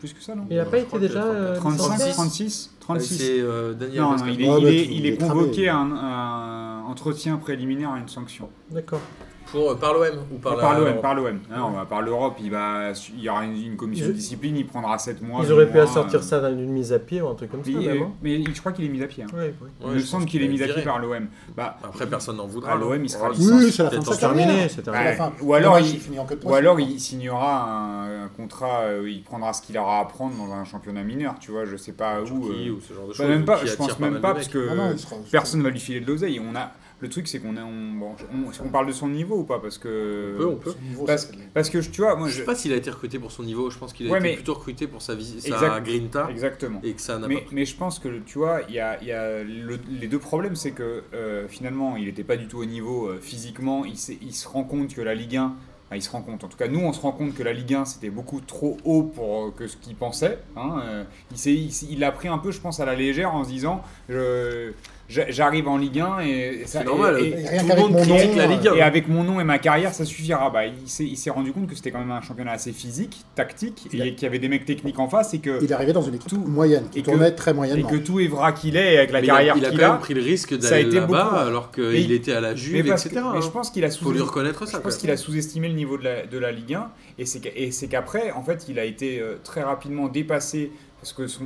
[SPEAKER 4] Plus que ça, non
[SPEAKER 2] Il a pas
[SPEAKER 1] Je crois
[SPEAKER 2] été
[SPEAKER 1] que
[SPEAKER 2] déjà.
[SPEAKER 1] c'est
[SPEAKER 2] euh,
[SPEAKER 4] 35,
[SPEAKER 1] 36. Euh,
[SPEAKER 4] 36 36
[SPEAKER 1] C'est euh, Daniel
[SPEAKER 4] Non,
[SPEAKER 1] Vasquez.
[SPEAKER 4] il est,
[SPEAKER 3] Ah,
[SPEAKER 4] il
[SPEAKER 3] bah,
[SPEAKER 4] est-
[SPEAKER 3] tu-
[SPEAKER 4] il
[SPEAKER 3] il
[SPEAKER 4] est
[SPEAKER 3] est cramé.
[SPEAKER 4] convoqué à un, un entretien préliminaire à une sanction.
[SPEAKER 2] D'accord.
[SPEAKER 1] Pour, euh, par l'OM ou par,
[SPEAKER 4] Par,
[SPEAKER 1] la-
[SPEAKER 4] l'OM, par l'OM. Ah non, bah, par l'Europe, il, va, il y aura une, une commission
[SPEAKER 2] Ils-
[SPEAKER 4] de discipline, il prendra 7 mois.
[SPEAKER 2] Ils
[SPEAKER 4] huit
[SPEAKER 2] auraient pu
[SPEAKER 4] mois,
[SPEAKER 2] assortir
[SPEAKER 4] euh,
[SPEAKER 2] ça d'une mise à pied ou un truc comme ça,
[SPEAKER 4] Mais,
[SPEAKER 2] même.
[SPEAKER 4] euh,
[SPEAKER 2] hein.
[SPEAKER 4] mais je crois qu'il est mis à pied. hein.
[SPEAKER 2] Ouais, ouais.
[SPEAKER 1] Ouais,
[SPEAKER 4] il me
[SPEAKER 1] je
[SPEAKER 4] semble
[SPEAKER 1] pense
[SPEAKER 4] qu'il est mis à
[SPEAKER 1] viré.
[SPEAKER 4] pied par l'OM. Bah,
[SPEAKER 1] Après, personne n'en voudra.
[SPEAKER 4] à l'OM, il sera
[SPEAKER 1] Oh,
[SPEAKER 4] licencié.
[SPEAKER 3] Oui, c'est la fin de
[SPEAKER 1] Peut-être
[SPEAKER 3] sa
[SPEAKER 1] en
[SPEAKER 2] C'est
[SPEAKER 3] carrière.
[SPEAKER 2] terminé, hein. c'est terminé.
[SPEAKER 4] Ouais.
[SPEAKER 3] La fin.
[SPEAKER 4] Ou alors,
[SPEAKER 3] Le match,
[SPEAKER 4] il-
[SPEAKER 3] finit en queue de
[SPEAKER 4] Ou
[SPEAKER 3] poisson.
[SPEAKER 4] alors il signera un, un contrat, euh, il prendra ce qu'il aura à prendre dans un championnat mineur, tu vois, je sais pas
[SPEAKER 1] Turquie
[SPEAKER 4] où. euh,
[SPEAKER 1] ou ce genre de
[SPEAKER 4] bah,
[SPEAKER 1] choses.
[SPEAKER 4] même pas,
[SPEAKER 1] qui
[SPEAKER 4] je pense
[SPEAKER 1] attire mal
[SPEAKER 4] même
[SPEAKER 1] de
[SPEAKER 4] pas,
[SPEAKER 1] mecs.
[SPEAKER 4] parce que
[SPEAKER 3] Ah non, il sera-
[SPEAKER 4] personne va lui filer de l'oseille. On a, le truc c'est qu'on a, on, bon, on- est-ce qu'on parle de son niveau ou pas Parce que.
[SPEAKER 1] On peut, on peut.
[SPEAKER 3] Son niveau,
[SPEAKER 4] Parce,
[SPEAKER 3] c'est-
[SPEAKER 4] parce que je- tu vois, moi
[SPEAKER 1] Je
[SPEAKER 4] je.
[SPEAKER 1] sais pas s'il a été recruté pour son niveau. Je pense qu'il a
[SPEAKER 4] Ouais,
[SPEAKER 1] été
[SPEAKER 4] mais-
[SPEAKER 1] plutôt recruté pour sa, visite sa
[SPEAKER 4] Exact.
[SPEAKER 1] grinta
[SPEAKER 4] Exactement.
[SPEAKER 1] et que ça n'a pas
[SPEAKER 4] Mais,
[SPEAKER 1] pris.
[SPEAKER 4] mais je pense que tu vois, il y a, il y a le- les deux problèmes, c'est que euh, finalement, il n'était pas du tout au niveau euh, physiquement. Il, s'est- il se rend compte que la Ligue 1, enfin, il se rend compte. En tout cas, nous, on se rend compte que la Ligue 1 c'était beaucoup trop haut pour euh, que ce qu'il pensait. hein. Euh, il s'est- il s'est- il l'a pris un peu, je pense, à la légère en se disant, je- j'a- j'arrive en Ligue 1 et, et ça.
[SPEAKER 1] C'est
[SPEAKER 4] et-
[SPEAKER 1] normal.
[SPEAKER 4] et-
[SPEAKER 1] euh,
[SPEAKER 3] rien
[SPEAKER 1] tout le
[SPEAKER 3] qu'avec
[SPEAKER 1] monde
[SPEAKER 3] mon
[SPEAKER 1] critique
[SPEAKER 3] nom,
[SPEAKER 1] la Ligue 1.
[SPEAKER 4] et avec mon nom et ma carrière, ça suffira. Bah, il s'est il s'est rendu compte que c'était quand même un championnat assez physique, tactique,
[SPEAKER 3] Il a-
[SPEAKER 4] et qu'il y avait des mecs techniques en face et que
[SPEAKER 3] Il est arrivé dans une équipe
[SPEAKER 4] Tout-
[SPEAKER 3] moyenne, qui
[SPEAKER 4] et que-
[SPEAKER 3] tournait très
[SPEAKER 4] et
[SPEAKER 3] moyennement.
[SPEAKER 4] que tout Evra qu'il est avec la
[SPEAKER 1] Mais il a-
[SPEAKER 4] carrière
[SPEAKER 1] il a,
[SPEAKER 4] qu'il
[SPEAKER 1] quand
[SPEAKER 4] a.
[SPEAKER 1] même pris le risque
[SPEAKER 4] ça a
[SPEAKER 1] d'aller
[SPEAKER 4] été
[SPEAKER 1] là-bas
[SPEAKER 4] beaucoup.
[SPEAKER 1] alors
[SPEAKER 4] Mais-
[SPEAKER 1] qu'il était à la
[SPEAKER 4] mais,
[SPEAKER 1] Juve,
[SPEAKER 4] parce
[SPEAKER 1] etc. hein.
[SPEAKER 4] que- mais je pense qu'il a
[SPEAKER 1] faut lui
[SPEAKER 4] sous
[SPEAKER 1] reconnaître ça.
[SPEAKER 4] je pense
[SPEAKER 1] quand
[SPEAKER 4] qu'il a sous-estimé le niveau de la, de la Ligue 1 et c'est que- et c'est qu'après en fait il a été euh, très rapidement dépassé parce que son,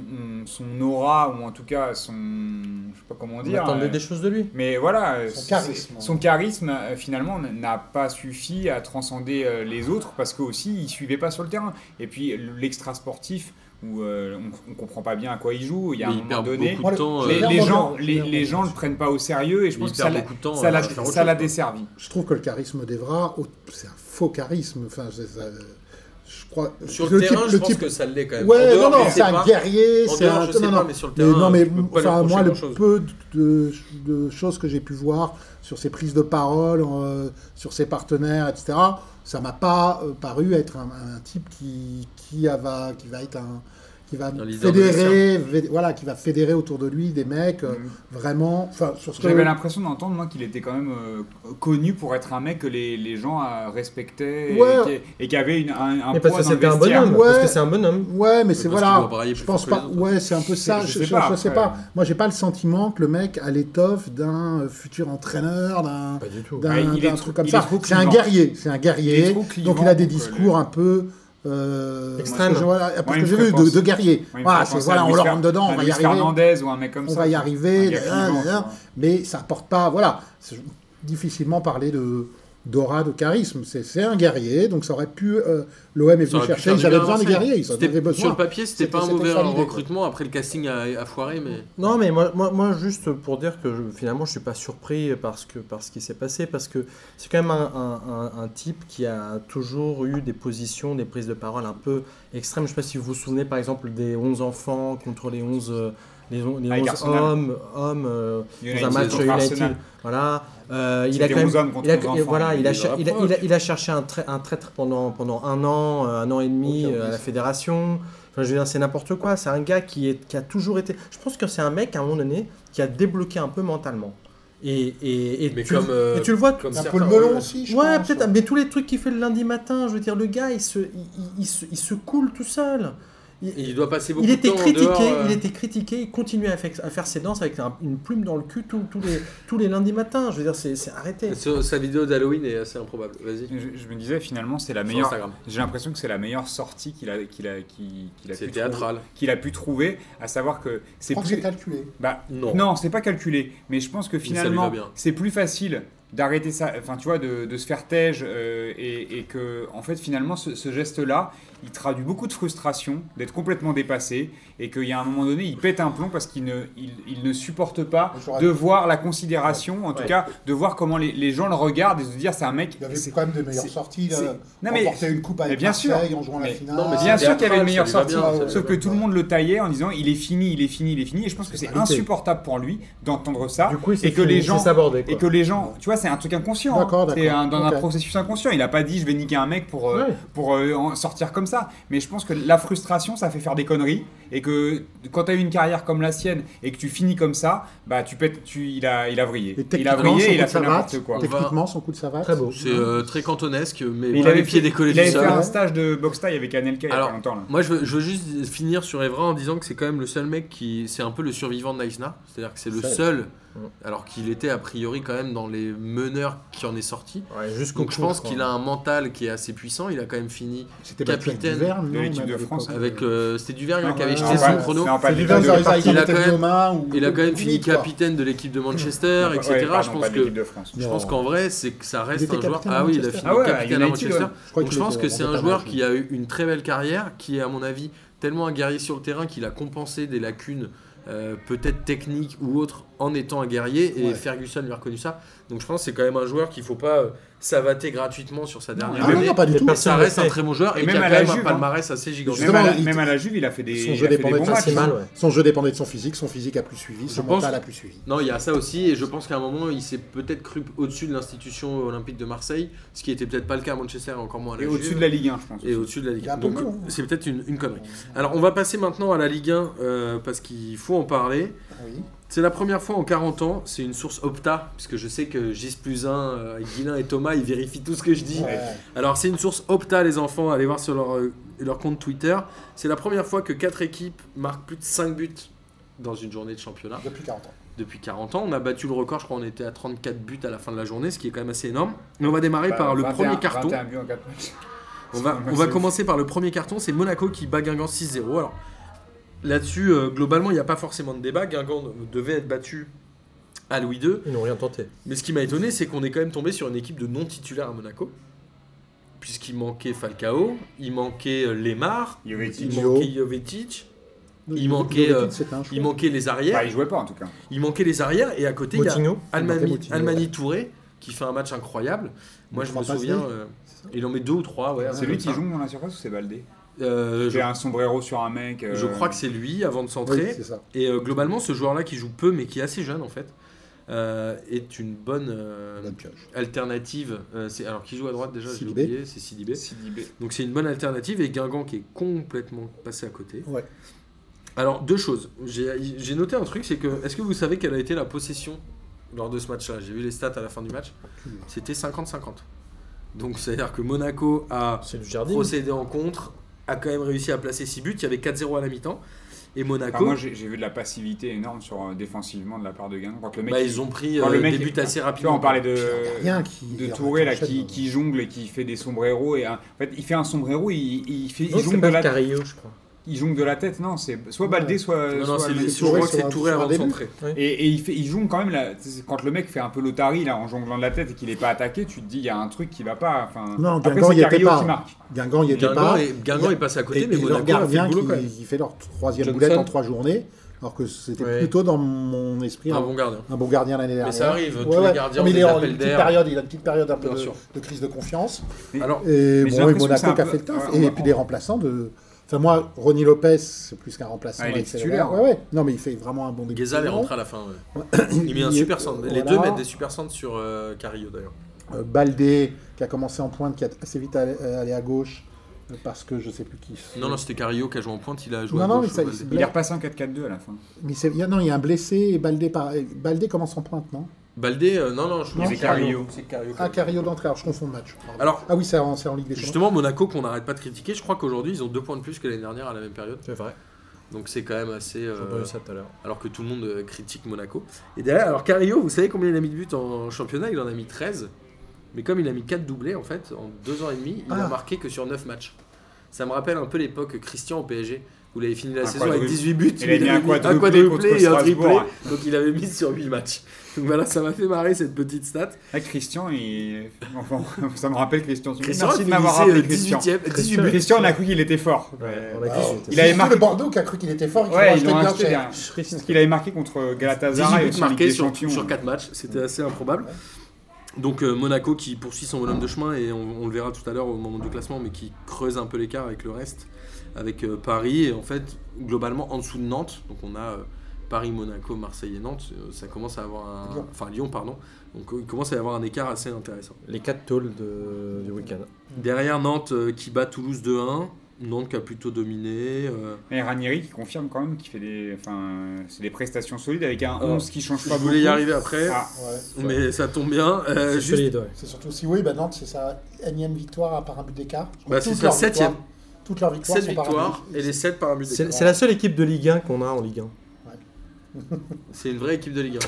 [SPEAKER 4] son aura ou en tout cas son je sais pas comment
[SPEAKER 2] On
[SPEAKER 4] dire
[SPEAKER 2] attendait
[SPEAKER 4] euh,
[SPEAKER 2] des choses de lui.
[SPEAKER 4] mais voilà, euh,
[SPEAKER 3] Son
[SPEAKER 4] c'est-
[SPEAKER 3] charisme.
[SPEAKER 4] son charisme, euh, finalement n- n'a pas suffi à transcender euh, les autres parce que aussi il suivait pas sur le terrain. Et puis l'extra sportif où euh, on, on comprend pas bien à quoi il joue. Il y a
[SPEAKER 1] Mais
[SPEAKER 4] un
[SPEAKER 1] il
[SPEAKER 4] moment
[SPEAKER 1] perd
[SPEAKER 4] donné,
[SPEAKER 1] beaucoup de
[SPEAKER 3] les-
[SPEAKER 1] temps.
[SPEAKER 4] les,
[SPEAKER 1] euh,
[SPEAKER 4] les gens,
[SPEAKER 3] Clairement,
[SPEAKER 4] les,
[SPEAKER 3] clairement.
[SPEAKER 4] les gens le prennent pas au sérieux et je
[SPEAKER 1] il
[SPEAKER 4] pense que ça
[SPEAKER 1] perd
[SPEAKER 4] l'a-
[SPEAKER 1] beaucoup de temps.
[SPEAKER 4] ça
[SPEAKER 1] à
[SPEAKER 4] l'a
[SPEAKER 1] faire autre
[SPEAKER 4] ça l'a
[SPEAKER 1] chose, quoi.
[SPEAKER 4] desservi.
[SPEAKER 3] Je trouve que le charisme d'Evra, oh, c'est un faux charisme. Enfin, c'est ça, euh, je crois.
[SPEAKER 1] Sur le,
[SPEAKER 3] type-
[SPEAKER 1] terrain, je
[SPEAKER 3] le
[SPEAKER 1] pense
[SPEAKER 3] type-
[SPEAKER 1] que ça l'est quand même. En
[SPEAKER 3] Ouais,
[SPEAKER 1] dehors,
[SPEAKER 3] non,
[SPEAKER 1] je
[SPEAKER 3] non,
[SPEAKER 1] sais
[SPEAKER 3] c'est un
[SPEAKER 1] pas.
[SPEAKER 3] guerrier,
[SPEAKER 1] En
[SPEAKER 3] c'est
[SPEAKER 1] dehors,
[SPEAKER 3] un.
[SPEAKER 1] je sais
[SPEAKER 3] non,
[SPEAKER 1] pas,
[SPEAKER 3] non.
[SPEAKER 1] mais sur le
[SPEAKER 3] Mais
[SPEAKER 1] terrain,
[SPEAKER 3] non, mais
[SPEAKER 1] tu peux pas lui
[SPEAKER 3] enfin,
[SPEAKER 1] reprocher
[SPEAKER 3] moi, le
[SPEAKER 1] grand-chose.
[SPEAKER 3] peu de, de choses que j'ai pu voir sur ses prises de parole, euh, sur ses partenaires, etc., ça m'a pas euh, paru être un, un type qui, qui, a- va, qui va être un. qui va
[SPEAKER 1] leader de
[SPEAKER 3] fédérer, vé- voilà, qui va fédérer autour de lui des mecs euh,
[SPEAKER 1] Mhm.
[SPEAKER 3] vraiment. Enfin, sur ce que.
[SPEAKER 4] J'avais l'impression d'entendre moi qu'il était quand même euh, connu pour être un mec que les, les gens euh, respectaient et
[SPEAKER 3] Ouais.
[SPEAKER 4] qui- et, qui avait une, un, un
[SPEAKER 2] Mais parce que
[SPEAKER 4] poids dans le
[SPEAKER 2] c'était un
[SPEAKER 4] vestiaire.
[SPEAKER 2] bonhomme.
[SPEAKER 3] Ouais.
[SPEAKER 2] Parce que c'est un bonhomme.
[SPEAKER 3] Ouais, mais c'est
[SPEAKER 1] parce qu'il doit
[SPEAKER 3] voilà.
[SPEAKER 1] brailler
[SPEAKER 3] Je
[SPEAKER 1] plus
[SPEAKER 3] pense
[SPEAKER 1] fort que
[SPEAKER 3] pas.
[SPEAKER 1] les autres.
[SPEAKER 3] Ouais, c'est un peu ça.
[SPEAKER 4] Je
[SPEAKER 3] Je,
[SPEAKER 4] sais
[SPEAKER 3] je-
[SPEAKER 4] pas,
[SPEAKER 3] je sais
[SPEAKER 4] après.
[SPEAKER 3] pas. Moi, j'ai pas le sentiment que le mec a l'étoffe d'un euh, futur entraîneur, d'un
[SPEAKER 2] Pas du tout.
[SPEAKER 3] d'un-
[SPEAKER 4] Ouais, il est
[SPEAKER 3] d'un
[SPEAKER 4] trop-
[SPEAKER 3] truc comme
[SPEAKER 4] il est
[SPEAKER 3] ça.
[SPEAKER 4] trop
[SPEAKER 3] C'est un
[SPEAKER 4] clivant.
[SPEAKER 3] guerrier. C'est un
[SPEAKER 4] Il
[SPEAKER 3] guerrier.
[SPEAKER 4] est trop clivant,
[SPEAKER 3] donc il a des
[SPEAKER 4] donc, euh,
[SPEAKER 3] discours
[SPEAKER 4] le-
[SPEAKER 3] un peu. Euh,
[SPEAKER 2] Extrême.
[SPEAKER 3] parce que je- voilà, parce
[SPEAKER 4] Moi,
[SPEAKER 3] que
[SPEAKER 4] il me
[SPEAKER 3] j'ai
[SPEAKER 4] fait
[SPEAKER 3] vu de,
[SPEAKER 4] penser-
[SPEAKER 3] de guerriers.
[SPEAKER 4] Moi, il me
[SPEAKER 3] voilà,
[SPEAKER 4] fait
[SPEAKER 3] Ah, c'est-
[SPEAKER 4] penser
[SPEAKER 3] voilà,
[SPEAKER 4] à
[SPEAKER 3] on
[SPEAKER 4] Luis
[SPEAKER 3] leur
[SPEAKER 4] Fer-
[SPEAKER 3] rentre dedans,
[SPEAKER 4] à
[SPEAKER 3] on va y
[SPEAKER 4] Luis
[SPEAKER 3] arriver.
[SPEAKER 4] Fernandez ou un mec comme
[SPEAKER 3] On
[SPEAKER 4] ça.
[SPEAKER 3] va y
[SPEAKER 4] c'est-
[SPEAKER 3] arriver.
[SPEAKER 4] un gars
[SPEAKER 3] là,
[SPEAKER 4] clivant,
[SPEAKER 3] là,
[SPEAKER 4] tu
[SPEAKER 3] là.
[SPEAKER 4] vois.
[SPEAKER 3] Mais ça porte pas. Voilà. C'est difficilement parler de d'aura de charisme, c'est c'est un guerrier, donc ça aurait pu, euh, l'OM est
[SPEAKER 1] Ça
[SPEAKER 3] venu
[SPEAKER 1] aurait pu
[SPEAKER 3] chercher,
[SPEAKER 1] faire
[SPEAKER 3] ils
[SPEAKER 1] du
[SPEAKER 3] avaient
[SPEAKER 1] bien à
[SPEAKER 3] besoin de
[SPEAKER 1] Marseille.
[SPEAKER 3] guerriers, ils en
[SPEAKER 1] C'était-
[SPEAKER 3] avaient
[SPEAKER 1] Sur
[SPEAKER 3] besoin.
[SPEAKER 1] le papier, c'était
[SPEAKER 3] C'était-
[SPEAKER 1] pas un
[SPEAKER 3] c'était
[SPEAKER 1] mauvais
[SPEAKER 3] ça, l'idée, quoi.
[SPEAKER 1] recrutement. Après, le casting a, a foiré, mais
[SPEAKER 2] Non, mais moi, moi, moi, juste pour dire que je- finalement, je suis pas surpris par ce, que, par ce qui s'est passé, parce que c'est quand même un, un- un- un type qui a toujours eu des positions, des prises de parole un peu extrêmes. Je sais pas si vous vous souvenez, par exemple, des 11 enfants contre les 11 euh, les, on- les
[SPEAKER 4] Ah, Avec
[SPEAKER 2] 11
[SPEAKER 4] Arsenal.
[SPEAKER 2] hommes, hommes euh,
[SPEAKER 4] United
[SPEAKER 2] dans un match
[SPEAKER 4] contre Arsenal.
[SPEAKER 2] United. Voilà. Euh, il a
[SPEAKER 4] C'était
[SPEAKER 2] quand même,
[SPEAKER 4] 11 hommes contre
[SPEAKER 2] il a,
[SPEAKER 4] 11 enfants,
[SPEAKER 2] voilà,
[SPEAKER 4] il
[SPEAKER 2] il a,
[SPEAKER 4] les
[SPEAKER 2] cher- il a- il a- il a cherché un, trai- un traître pendant, pendant un an, euh, un an et demi
[SPEAKER 3] Aucun
[SPEAKER 2] euh, à la
[SPEAKER 3] risque.
[SPEAKER 2] fédération. Enfin, je veux dire, c'est n'importe quoi. C'est un gars qui, est, qui a toujours été. Je pense que c'est un mec à un moment donné qui a débloqué un peu mentalement. Et, et, et
[SPEAKER 1] Mais
[SPEAKER 2] tu,
[SPEAKER 1] comme, euh,
[SPEAKER 2] et tu le vois,
[SPEAKER 1] comme
[SPEAKER 3] C'est un peu
[SPEAKER 1] certains, euh,
[SPEAKER 3] le melon
[SPEAKER 1] ouais.
[SPEAKER 3] aussi, je
[SPEAKER 2] Ouais,
[SPEAKER 3] pense.
[SPEAKER 2] peut-être, mais tous les trucs qu'il fait le lundi matin, je veux dire, le gars, il se, il, il- il se, il se coule tout seul. Il,
[SPEAKER 1] Il doit passer beaucoup
[SPEAKER 2] il était
[SPEAKER 1] de temps en
[SPEAKER 2] critiqué,
[SPEAKER 1] dehors, euh,
[SPEAKER 2] il était critiqué, il continuait à, fa- à faire ses danses avec un- une plume dans le cul tous tous les, tous les lundis matins. Je veux dire, c'est c'est arrêté.
[SPEAKER 1] Sa, sa vidéo d'Halloween est assez improbable. Vas-y.
[SPEAKER 4] Je, je me disais finalement c'est la
[SPEAKER 1] Sur
[SPEAKER 4] meilleure.
[SPEAKER 1] Instagram.
[SPEAKER 4] J'ai l'impression que c'est la meilleure sortie qu'il a qu'il a qu'il qu'il a
[SPEAKER 1] C'est
[SPEAKER 4] pu
[SPEAKER 1] théâtral.
[SPEAKER 4] trouver- qu'il a pu trouver, à savoir que
[SPEAKER 3] Je
[SPEAKER 4] c'est
[SPEAKER 3] crois que c'est
[SPEAKER 4] plus
[SPEAKER 3] calculé.
[SPEAKER 4] bah,
[SPEAKER 1] Non.
[SPEAKER 4] non, c'est pas calculé, mais je pense que
[SPEAKER 1] ça lui va
[SPEAKER 4] finalement
[SPEAKER 1] bien.
[SPEAKER 4] c'est plus facile d'arrêter ça, enfin tu vois, de, de se faire tège euh, et, et que en fait finalement ce, ce geste-là, il traduit beaucoup de frustration, d'être complètement dépassé et qu'il y a un moment donné, il pète un plomb parce qu'il ne, il, il ne supporte pas
[SPEAKER 3] Je crois-
[SPEAKER 4] de voir la considération, en tout
[SPEAKER 2] Ouais.
[SPEAKER 4] cas de voir comment les, les gens le regardent et de se dire c'est un mec.
[SPEAKER 3] Il y avait
[SPEAKER 4] c'est-
[SPEAKER 3] quand même des meilleures
[SPEAKER 4] c'est-
[SPEAKER 3] sorties.
[SPEAKER 4] c'est-
[SPEAKER 3] Là,
[SPEAKER 4] Non, mais-
[SPEAKER 3] remporter une coupe
[SPEAKER 4] mais
[SPEAKER 3] avec
[SPEAKER 4] bien sûr.
[SPEAKER 3] Marseille en jouant la
[SPEAKER 4] Mais-
[SPEAKER 3] finale.
[SPEAKER 1] non, mais
[SPEAKER 4] Bien
[SPEAKER 1] c'est
[SPEAKER 4] sûr qu'il y avait
[SPEAKER 1] théâtral,
[SPEAKER 4] une meilleure
[SPEAKER 1] ça lui
[SPEAKER 4] sortie,
[SPEAKER 1] va bien, ça lui
[SPEAKER 4] sauf
[SPEAKER 1] va
[SPEAKER 4] que
[SPEAKER 1] bien.
[SPEAKER 4] tout le monde le taillait en disant il est fini, il est fini, il est fini. Et je pense que c'est
[SPEAKER 3] validé.
[SPEAKER 4] insupportable pour lui d'entendre ça
[SPEAKER 2] Du coup, il s'est
[SPEAKER 4] et que les
[SPEAKER 2] fini,
[SPEAKER 4] gens
[SPEAKER 2] c'est sabordé. quoi.
[SPEAKER 4] et que les gens, tu vois, c'est un truc inconscient. hein.
[SPEAKER 3] D'accord, d'accord.
[SPEAKER 4] C'est un- dans
[SPEAKER 3] Ok.
[SPEAKER 4] un processus inconscient. Il a pas dit je vais niquer un mec pour euh,
[SPEAKER 2] Ouais.
[SPEAKER 4] pour euh, en sortir comme ça. Mais je pense que la frustration, ça fait faire des conneries et que quand tu as eu une carrière comme la sienne et que tu finis comme ça, bah tu pètes, tu il a il a vrillé.
[SPEAKER 3] Et
[SPEAKER 4] Il a
[SPEAKER 3] techniquement,
[SPEAKER 4] vrillé,
[SPEAKER 3] son
[SPEAKER 4] et il
[SPEAKER 3] coup
[SPEAKER 4] a
[SPEAKER 3] de
[SPEAKER 4] fait
[SPEAKER 3] savate.
[SPEAKER 4] n'importe quoi.
[SPEAKER 3] Techniquement, son coup de savate.
[SPEAKER 2] Très beau.
[SPEAKER 1] C'est euh, très cantonesque, mais,
[SPEAKER 4] Mais
[SPEAKER 1] pas les
[SPEAKER 4] fait-
[SPEAKER 1] pieds décollés
[SPEAKER 4] il
[SPEAKER 1] du
[SPEAKER 4] avait fait
[SPEAKER 1] sol.
[SPEAKER 4] un stage de boxe taille avec Anelka il y a
[SPEAKER 1] Alors,
[SPEAKER 4] pas longtemps là.
[SPEAKER 1] Moi, je veux, je veux juste finir sur Evra en disant que c'est quand même le seul mec qui. C'est un peu le survivant de Naïsna. C'est-à-dire que c'est le
[SPEAKER 2] Seul.
[SPEAKER 1] seul,
[SPEAKER 2] Mm.
[SPEAKER 1] alors qu'il était a priori quand même dans les meneurs qui en est sorti.
[SPEAKER 2] Ouais, jusqu'au
[SPEAKER 1] Donc je pense
[SPEAKER 2] coude,
[SPEAKER 1] qu'il
[SPEAKER 2] quoi.
[SPEAKER 1] a un mental qui est assez puissant. Il a quand même fini
[SPEAKER 3] C'était battu avec
[SPEAKER 1] Capitaine
[SPEAKER 3] Duverne,
[SPEAKER 4] de
[SPEAKER 3] non,
[SPEAKER 4] l'équipe
[SPEAKER 3] même
[SPEAKER 4] de
[SPEAKER 3] à l'époque.
[SPEAKER 4] France
[SPEAKER 1] avec. euh, C'était Duvergne
[SPEAKER 4] Non,
[SPEAKER 1] qui avait
[SPEAKER 3] ouais,
[SPEAKER 1] jeté
[SPEAKER 3] ouais,
[SPEAKER 1] son
[SPEAKER 3] ouais.
[SPEAKER 1] chrono.
[SPEAKER 4] C'est un pas
[SPEAKER 3] C'est
[SPEAKER 4] de-
[SPEAKER 3] Duverne,
[SPEAKER 4] de-
[SPEAKER 3] ils arrivaient avec
[SPEAKER 1] Il a
[SPEAKER 3] des
[SPEAKER 1] quand même-
[SPEAKER 3] Romains ou-
[SPEAKER 1] Il a quand même fini
[SPEAKER 3] Limite, quoi.
[SPEAKER 1] capitaine de l'équipe de Manchester,
[SPEAKER 4] Ouais,
[SPEAKER 1] etc.
[SPEAKER 4] pardon,
[SPEAKER 1] je
[SPEAKER 4] pas
[SPEAKER 1] pense
[SPEAKER 4] de
[SPEAKER 1] que.
[SPEAKER 4] l'équipe de France.
[SPEAKER 1] Je pense qu'en vrai, c'est que ça
[SPEAKER 3] Il
[SPEAKER 1] reste
[SPEAKER 3] était
[SPEAKER 1] un joueur.
[SPEAKER 3] capitaine à
[SPEAKER 1] Ah oui, il a
[SPEAKER 3] Manchester.
[SPEAKER 1] fini
[SPEAKER 4] Ah ouais,
[SPEAKER 1] capitaine à
[SPEAKER 4] United,
[SPEAKER 1] Manchester.
[SPEAKER 4] ouais.
[SPEAKER 3] crois
[SPEAKER 1] Donc
[SPEAKER 3] qu'il
[SPEAKER 1] je pense
[SPEAKER 3] était
[SPEAKER 1] que c'est
[SPEAKER 3] vraiment
[SPEAKER 1] un
[SPEAKER 3] pas
[SPEAKER 1] joueur
[SPEAKER 3] mal,
[SPEAKER 1] qui a eu une très belle carrière, qui est à mon avis tellement un guerrier sur le terrain qu'il a compensé des lacunes euh, peut-être techniques ou autres en étant un guerrier. Et
[SPEAKER 3] Ouais.
[SPEAKER 1] Ferguson lui a reconnu ça. Donc je pense que c'est quand même un joueur qu'il faut pas euh, savater gratuitement sur sa dernière
[SPEAKER 3] Ah non,
[SPEAKER 1] année.
[SPEAKER 3] non, pas du
[SPEAKER 2] Mais
[SPEAKER 3] tout.
[SPEAKER 1] Et ça
[SPEAKER 2] personne ne le
[SPEAKER 1] reste un
[SPEAKER 2] fait.
[SPEAKER 1] très bon joueur
[SPEAKER 4] Et
[SPEAKER 1] et, qui a
[SPEAKER 4] même à
[SPEAKER 1] quand
[SPEAKER 4] la
[SPEAKER 1] même un
[SPEAKER 4] Juve, hein.
[SPEAKER 1] palmarès assez gigantesque.
[SPEAKER 4] Même à, la,
[SPEAKER 3] Justement, il-
[SPEAKER 4] même à la Juve, il a fait des,
[SPEAKER 3] Son
[SPEAKER 4] il
[SPEAKER 3] jeu
[SPEAKER 4] a fait des
[SPEAKER 3] dépendait
[SPEAKER 4] bons
[SPEAKER 3] de sa
[SPEAKER 4] matchs.
[SPEAKER 2] C'est mal, ouais.
[SPEAKER 3] Son jeu dépendait de son physique, son physique a plus suivi, son
[SPEAKER 1] Je pense-
[SPEAKER 3] mental a plus suivi.
[SPEAKER 1] Non, il y a ça aussi, et je pense qu'à un moment, il s'est peut-être cru au-dessus de l'institution olympique de Marseille, ce qui était peut-être pas le cas à Manchester, et encore moins à la
[SPEAKER 4] Et au-dessus
[SPEAKER 1] Juve.
[SPEAKER 4] de la Ligue 1, je pense.
[SPEAKER 1] Et au-dessus de la Ligue
[SPEAKER 3] Il y a
[SPEAKER 1] 1.
[SPEAKER 3] un peu
[SPEAKER 1] Donc,
[SPEAKER 3] moins, hein.
[SPEAKER 1] c'est peut-être une, une connerie. Alors, on va passer maintenant à la Ligue 1 euh, parce qu'il faut en parler.
[SPEAKER 3] Oui.
[SPEAKER 1] C'est la première fois en 40 ans, c'est une source opta, puisque je sais que Gis plus 1, Guilin et Thomas, ils vérifient tout ce que je dis.
[SPEAKER 3] Ouais.
[SPEAKER 1] Alors, c'est une source opta, les enfants, allez voir sur leur, euh, leur compte Twitter. C'est la première fois que 4 équipes marquent plus de 5 buts dans une journée de championnat
[SPEAKER 3] Depuis 40 ans.
[SPEAKER 1] depuis 40 ans. On a battu le record, je crois, on était à 34 buts à la fin de la journée, ce qui est quand même assez énorme. Et on va démarrer
[SPEAKER 4] Bah,
[SPEAKER 1] par le
[SPEAKER 4] 21
[SPEAKER 1] premier carton.
[SPEAKER 4] 21 buts en quatre matchs.
[SPEAKER 1] On va, on va commencer par le premier carton, c'est Monaco qui bat Guingamp 6-0. Alors là-dessus, euh, globalement, il n'y a pas forcément de débat. Guingamp devait être battu à Louis II.
[SPEAKER 2] Ils n'ont rien tenté.
[SPEAKER 1] Mais ce qui m'a étonné, c'est qu'on est quand même tombé sur une équipe de non-titulaires à Monaco. Puisqu'il manquait Falcao, il manquait euh, Lemar,
[SPEAKER 4] Jovetic.
[SPEAKER 1] il
[SPEAKER 3] Idiot.
[SPEAKER 1] manquait Jovetic,
[SPEAKER 3] Donc,
[SPEAKER 1] Il manquait,
[SPEAKER 3] Jovetic,
[SPEAKER 1] euh,
[SPEAKER 3] c'était un choix.
[SPEAKER 1] il manquait les arrières,
[SPEAKER 4] Bah, il jouait pas en tout cas.
[SPEAKER 1] il manquait les arrières, et à côté, il y a
[SPEAKER 2] Moutinho
[SPEAKER 3] manquait
[SPEAKER 1] Almani,
[SPEAKER 3] Moutinho,
[SPEAKER 1] Almani Touré qui fait un match incroyable. Moi, je
[SPEAKER 3] Trois
[SPEAKER 1] me
[SPEAKER 3] passes
[SPEAKER 1] souviens,
[SPEAKER 3] D.
[SPEAKER 1] euh,
[SPEAKER 3] C'est ça
[SPEAKER 1] il en met deux ou trois. Ouais, un
[SPEAKER 4] C'est
[SPEAKER 1] truc
[SPEAKER 4] lui
[SPEAKER 1] comme
[SPEAKER 4] qui
[SPEAKER 1] ça.
[SPEAKER 4] joue dans la surface ou c'est Baldé
[SPEAKER 1] Euh,
[SPEAKER 4] J'ai
[SPEAKER 1] Ah, je,
[SPEAKER 4] un sombrero sur un mec. euh,
[SPEAKER 1] je crois que c'est lui avant de
[SPEAKER 3] Oui,
[SPEAKER 1] centrer.
[SPEAKER 3] c'est ça.
[SPEAKER 1] Et euh, globalement, ce joueur-là qui joue peu mais qui est assez jeune en fait euh, est une bonne euh,
[SPEAKER 3] Bonne pioche.
[SPEAKER 1] alternative. Euh, c'est- alors qui joue à droite déjà J'ai
[SPEAKER 3] Sidibé.
[SPEAKER 1] oublié, c'est Sidibé.
[SPEAKER 4] Sidibé.
[SPEAKER 1] Donc c'est une bonne alternative et Guingamp qui est complètement passé à côté.
[SPEAKER 3] Ouais.
[SPEAKER 1] Alors deux choses. J'ai j'ai noté un truc, c'est que est-ce que vous savez quelle a été la possession lors de ce match-là J'ai vu les stats à la fin du match. C'était 50-50. Donc c'est-à-dire que Monaco a
[SPEAKER 2] C'est du jardin.
[SPEAKER 1] procédé en contre, a quand même réussi à placer 6 buts. Il y avait 4-0 à la mi-temps. Et
[SPEAKER 4] Enfin,
[SPEAKER 1] Monaco.
[SPEAKER 4] Ah, moi j'ai j'ai vu de la passivité énorme sur euh, défensivement de la part de Guingamp. Quand le mec.
[SPEAKER 1] Bah,
[SPEAKER 4] il-
[SPEAKER 1] ils ont pris
[SPEAKER 4] Quand
[SPEAKER 1] euh,
[SPEAKER 4] le mec
[SPEAKER 1] des
[SPEAKER 4] est-
[SPEAKER 1] buts assez
[SPEAKER 4] Tu vois,
[SPEAKER 1] rapidement.
[SPEAKER 4] on parlait
[SPEAKER 3] Putain, y a
[SPEAKER 4] de.
[SPEAKER 3] rien qui.
[SPEAKER 4] De
[SPEAKER 3] y a
[SPEAKER 4] Touré là
[SPEAKER 3] rien
[SPEAKER 4] qui,
[SPEAKER 3] enchaîne.
[SPEAKER 4] qui jongle et qui fait des sombreros et un- en fait il fait un sombrero il, il fait il
[SPEAKER 2] Non, c'est
[SPEAKER 4] jongle de
[SPEAKER 2] pas le
[SPEAKER 4] la
[SPEAKER 2] Carrillo, je crois.
[SPEAKER 4] il jongle de la tête non c'est soit Baldé soit,
[SPEAKER 1] Non, non,
[SPEAKER 4] soit
[SPEAKER 1] c'est
[SPEAKER 4] Almani.
[SPEAKER 1] le- je
[SPEAKER 3] Touré
[SPEAKER 1] crois que
[SPEAKER 3] sur
[SPEAKER 1] c'est
[SPEAKER 3] un-
[SPEAKER 1] Touré
[SPEAKER 3] sur un
[SPEAKER 1] avant de
[SPEAKER 3] début.
[SPEAKER 1] centrer.
[SPEAKER 4] Et, et il, fait, il jongle quand même la, c'est- quand le mec fait un peu l'otari là en jonglant de la tête et qu'il est pas attaqué, tu te dis il y a un truc qui va pas. Enfin,
[SPEAKER 3] Non,
[SPEAKER 4] après,
[SPEAKER 3] Guingamp,
[SPEAKER 4] c'est
[SPEAKER 3] il y était
[SPEAKER 4] Carrillo
[SPEAKER 3] pas. hein.
[SPEAKER 4] qui marque.
[SPEAKER 3] euh, Guingamp, il était
[SPEAKER 1] Guingamp,
[SPEAKER 3] pas.
[SPEAKER 1] est, Guingamp
[SPEAKER 3] Et-
[SPEAKER 1] est passé à côté,
[SPEAKER 3] Et,
[SPEAKER 1] mais
[SPEAKER 3] et leur
[SPEAKER 1] Monaco a fait
[SPEAKER 3] gardien
[SPEAKER 1] le boulot quand
[SPEAKER 3] qui,
[SPEAKER 1] même.
[SPEAKER 3] qui fait leur troisième
[SPEAKER 1] Johnson.
[SPEAKER 3] boulette en trois journées, alors que c'était
[SPEAKER 2] Ouais.
[SPEAKER 3] plutôt dans mon esprit
[SPEAKER 1] Un
[SPEAKER 3] un,
[SPEAKER 1] Ah bon gardien.
[SPEAKER 3] un bon gardien l'année dernière.
[SPEAKER 1] ça arrive, tous les gardiens
[SPEAKER 3] Non, mais
[SPEAKER 1] ont
[SPEAKER 3] il est
[SPEAKER 1] des
[SPEAKER 3] en
[SPEAKER 1] appels
[SPEAKER 3] une petite
[SPEAKER 1] d'air.
[SPEAKER 3] période, il a une petite période un peu
[SPEAKER 1] Bien
[SPEAKER 3] de,
[SPEAKER 1] sûr.
[SPEAKER 3] de crise de confiance.
[SPEAKER 1] Alors,
[SPEAKER 3] Et
[SPEAKER 4] Mais j'ai
[SPEAKER 3] bon, et
[SPEAKER 4] l'impression que c'est
[SPEAKER 3] Monaco
[SPEAKER 4] un
[SPEAKER 3] qui a
[SPEAKER 4] peu-
[SPEAKER 1] Ah,
[SPEAKER 3] fait le taf.
[SPEAKER 4] ouais, on
[SPEAKER 3] et
[SPEAKER 4] va-
[SPEAKER 3] puis les remplaçants de, Enfin, moi, Ronnie Lopez, c'est plus qu'un remplaçant.
[SPEAKER 4] Ah, il est
[SPEAKER 3] accéléré.
[SPEAKER 4] titulaire,
[SPEAKER 3] Ouais, ouais. Non, mais il fait vraiment un bon début.
[SPEAKER 1] Guézal est
[SPEAKER 3] de saison.
[SPEAKER 1] rentré à la fin. ouais. Il met un super centre. Les
[SPEAKER 3] Voilà.
[SPEAKER 1] deux mettent des super centres sur euh, Carillo d'ailleurs.
[SPEAKER 3] Euh, Baldé, qui a commencé en pointe, qui a assez vite allé, euh, allé à gauche, euh, parce que je sais plus qui. c'est.
[SPEAKER 1] Non, non, c'était Carillo qui a joué en pointe. Il a joué
[SPEAKER 3] Non,
[SPEAKER 1] à
[SPEAKER 3] non,
[SPEAKER 1] gauche,
[SPEAKER 3] mais ça,
[SPEAKER 1] au Valdez.
[SPEAKER 3] c'est-
[SPEAKER 4] Il est repassé en 4-4-2 à la fin.
[SPEAKER 3] Mais c'est- il y a- non, il y a un blessé et Baldé, par... et Baldé commence en pointe, non
[SPEAKER 1] Baldé, euh, non, non, je
[SPEAKER 3] Non,
[SPEAKER 1] pense
[SPEAKER 3] c'est
[SPEAKER 1] que-
[SPEAKER 4] Carillo.
[SPEAKER 1] C'est Carillo.
[SPEAKER 3] Ah, Cario d'entrée, alors je confonds le match. pardon.
[SPEAKER 1] Alors-
[SPEAKER 3] ah oui, c'est en, c'est en Ligue des Champions.
[SPEAKER 1] Justement, Monaco, qu'on n'arrête pas de critiquer, je crois qu'aujourd'hui, ils ont deux points de plus que l'année dernière à la même période.
[SPEAKER 2] C'est vrai,
[SPEAKER 1] Donc c'est quand même assez.
[SPEAKER 2] j'ai
[SPEAKER 1] euh,
[SPEAKER 2] entendu ça tout à l'heure.
[SPEAKER 1] alors que tout le monde euh, critique Monaco. Et derrière, alors Carillo, vous savez combien il a mis de buts en championnat Il en a mis 13. Mais comme il a mis 4 doublés, en fait, en 2 ans et demi, il
[SPEAKER 3] Ah.
[SPEAKER 1] a marqué que sur 9 matchs. Ça me rappelle un peu l'époque Christian au PSG, où il avait fini la
[SPEAKER 4] Un
[SPEAKER 1] saison
[SPEAKER 4] quadruple.
[SPEAKER 1] avec 18 buts,
[SPEAKER 4] Il
[SPEAKER 1] mais
[SPEAKER 4] avait mis un quadruplé contre
[SPEAKER 1] et un triplé,
[SPEAKER 4] Strasbourg. hein.
[SPEAKER 1] donc il avait mis sur 8 matchs. Donc voilà, ça m'a fait marrer cette petite stat.
[SPEAKER 4] Ah, Christian, il... enfin, [LAUGHS] ça me rappelle Christian.
[SPEAKER 1] Christian
[SPEAKER 4] Merci de
[SPEAKER 1] finissait,
[SPEAKER 4] m'avoir
[SPEAKER 1] euh,
[SPEAKER 4] rappelé Christian.
[SPEAKER 1] 18e, 18 buts.
[SPEAKER 4] Christian, on a cru qu'il était fort.
[SPEAKER 2] Ouais, on
[SPEAKER 4] Ouais,
[SPEAKER 2] a dit
[SPEAKER 3] Alors,
[SPEAKER 2] c'était-
[SPEAKER 4] il avait
[SPEAKER 3] c'est
[SPEAKER 4] marqué-
[SPEAKER 3] le Bordeaux qui a cru qu'il était fort et qu'il
[SPEAKER 4] ils l'ont acheté
[SPEAKER 3] bien
[SPEAKER 4] derrière. Parce qu'il avait marqué contre euh, Galatasaray
[SPEAKER 1] 18 buts
[SPEAKER 4] aussi en Ligue des
[SPEAKER 1] marqués sur,
[SPEAKER 4] Champions. hein.
[SPEAKER 1] 4 matchs, c'était assez improbable. Donc euh, Monaco qui poursuit son bonhomme de chemin et on, on le verra tout à l'heure au moment du classement, mais qui creuse un peu l'écart avec le reste, avec euh, Paris et en fait globalement en dessous de Nantes. Donc on a euh, Paris, Monaco, Marseille et Nantes. Euh, ça commence à avoir un,
[SPEAKER 3] Lyon.
[SPEAKER 1] enfin Lyon pardon. Donc euh, il commence à y avoir un écart assez intéressant.
[SPEAKER 2] Les 4 tôles de- du week-end.
[SPEAKER 1] Derrière Nantes euh, qui bat Toulouse 2-1, Nantes qui a plutôt dominé. euh,
[SPEAKER 4] Et Ranieri qui confirme quand même qu'il fait des, enfin, c'est des prestations solides avec un
[SPEAKER 1] Alors,
[SPEAKER 4] 11 qui change
[SPEAKER 1] Oh. je
[SPEAKER 4] pas beaucoup.
[SPEAKER 1] voulais y arriver après,
[SPEAKER 4] Ah,
[SPEAKER 3] Ouais.
[SPEAKER 1] mais ça tombe bien. Euh,
[SPEAKER 2] C'est
[SPEAKER 1] juste
[SPEAKER 2] solide, ouais.
[SPEAKER 3] C'est surtout si oui, bah Nantes, c'est sa énième victoire à part un but d'écart. Je crois
[SPEAKER 1] Bah,
[SPEAKER 3] que
[SPEAKER 1] c'est
[SPEAKER 3] toutes
[SPEAKER 1] sa
[SPEAKER 3] leurs
[SPEAKER 1] septième.
[SPEAKER 3] victoires- Toutes leurs victoires
[SPEAKER 1] 7
[SPEAKER 3] sont par un
[SPEAKER 1] victoires
[SPEAKER 3] but.
[SPEAKER 1] et les 7 par un but d'écart.
[SPEAKER 2] C'est c'est la seule équipe de Ligue 1 qu'on a en Ligue 1.
[SPEAKER 1] C'est une vraie équipe de Ligue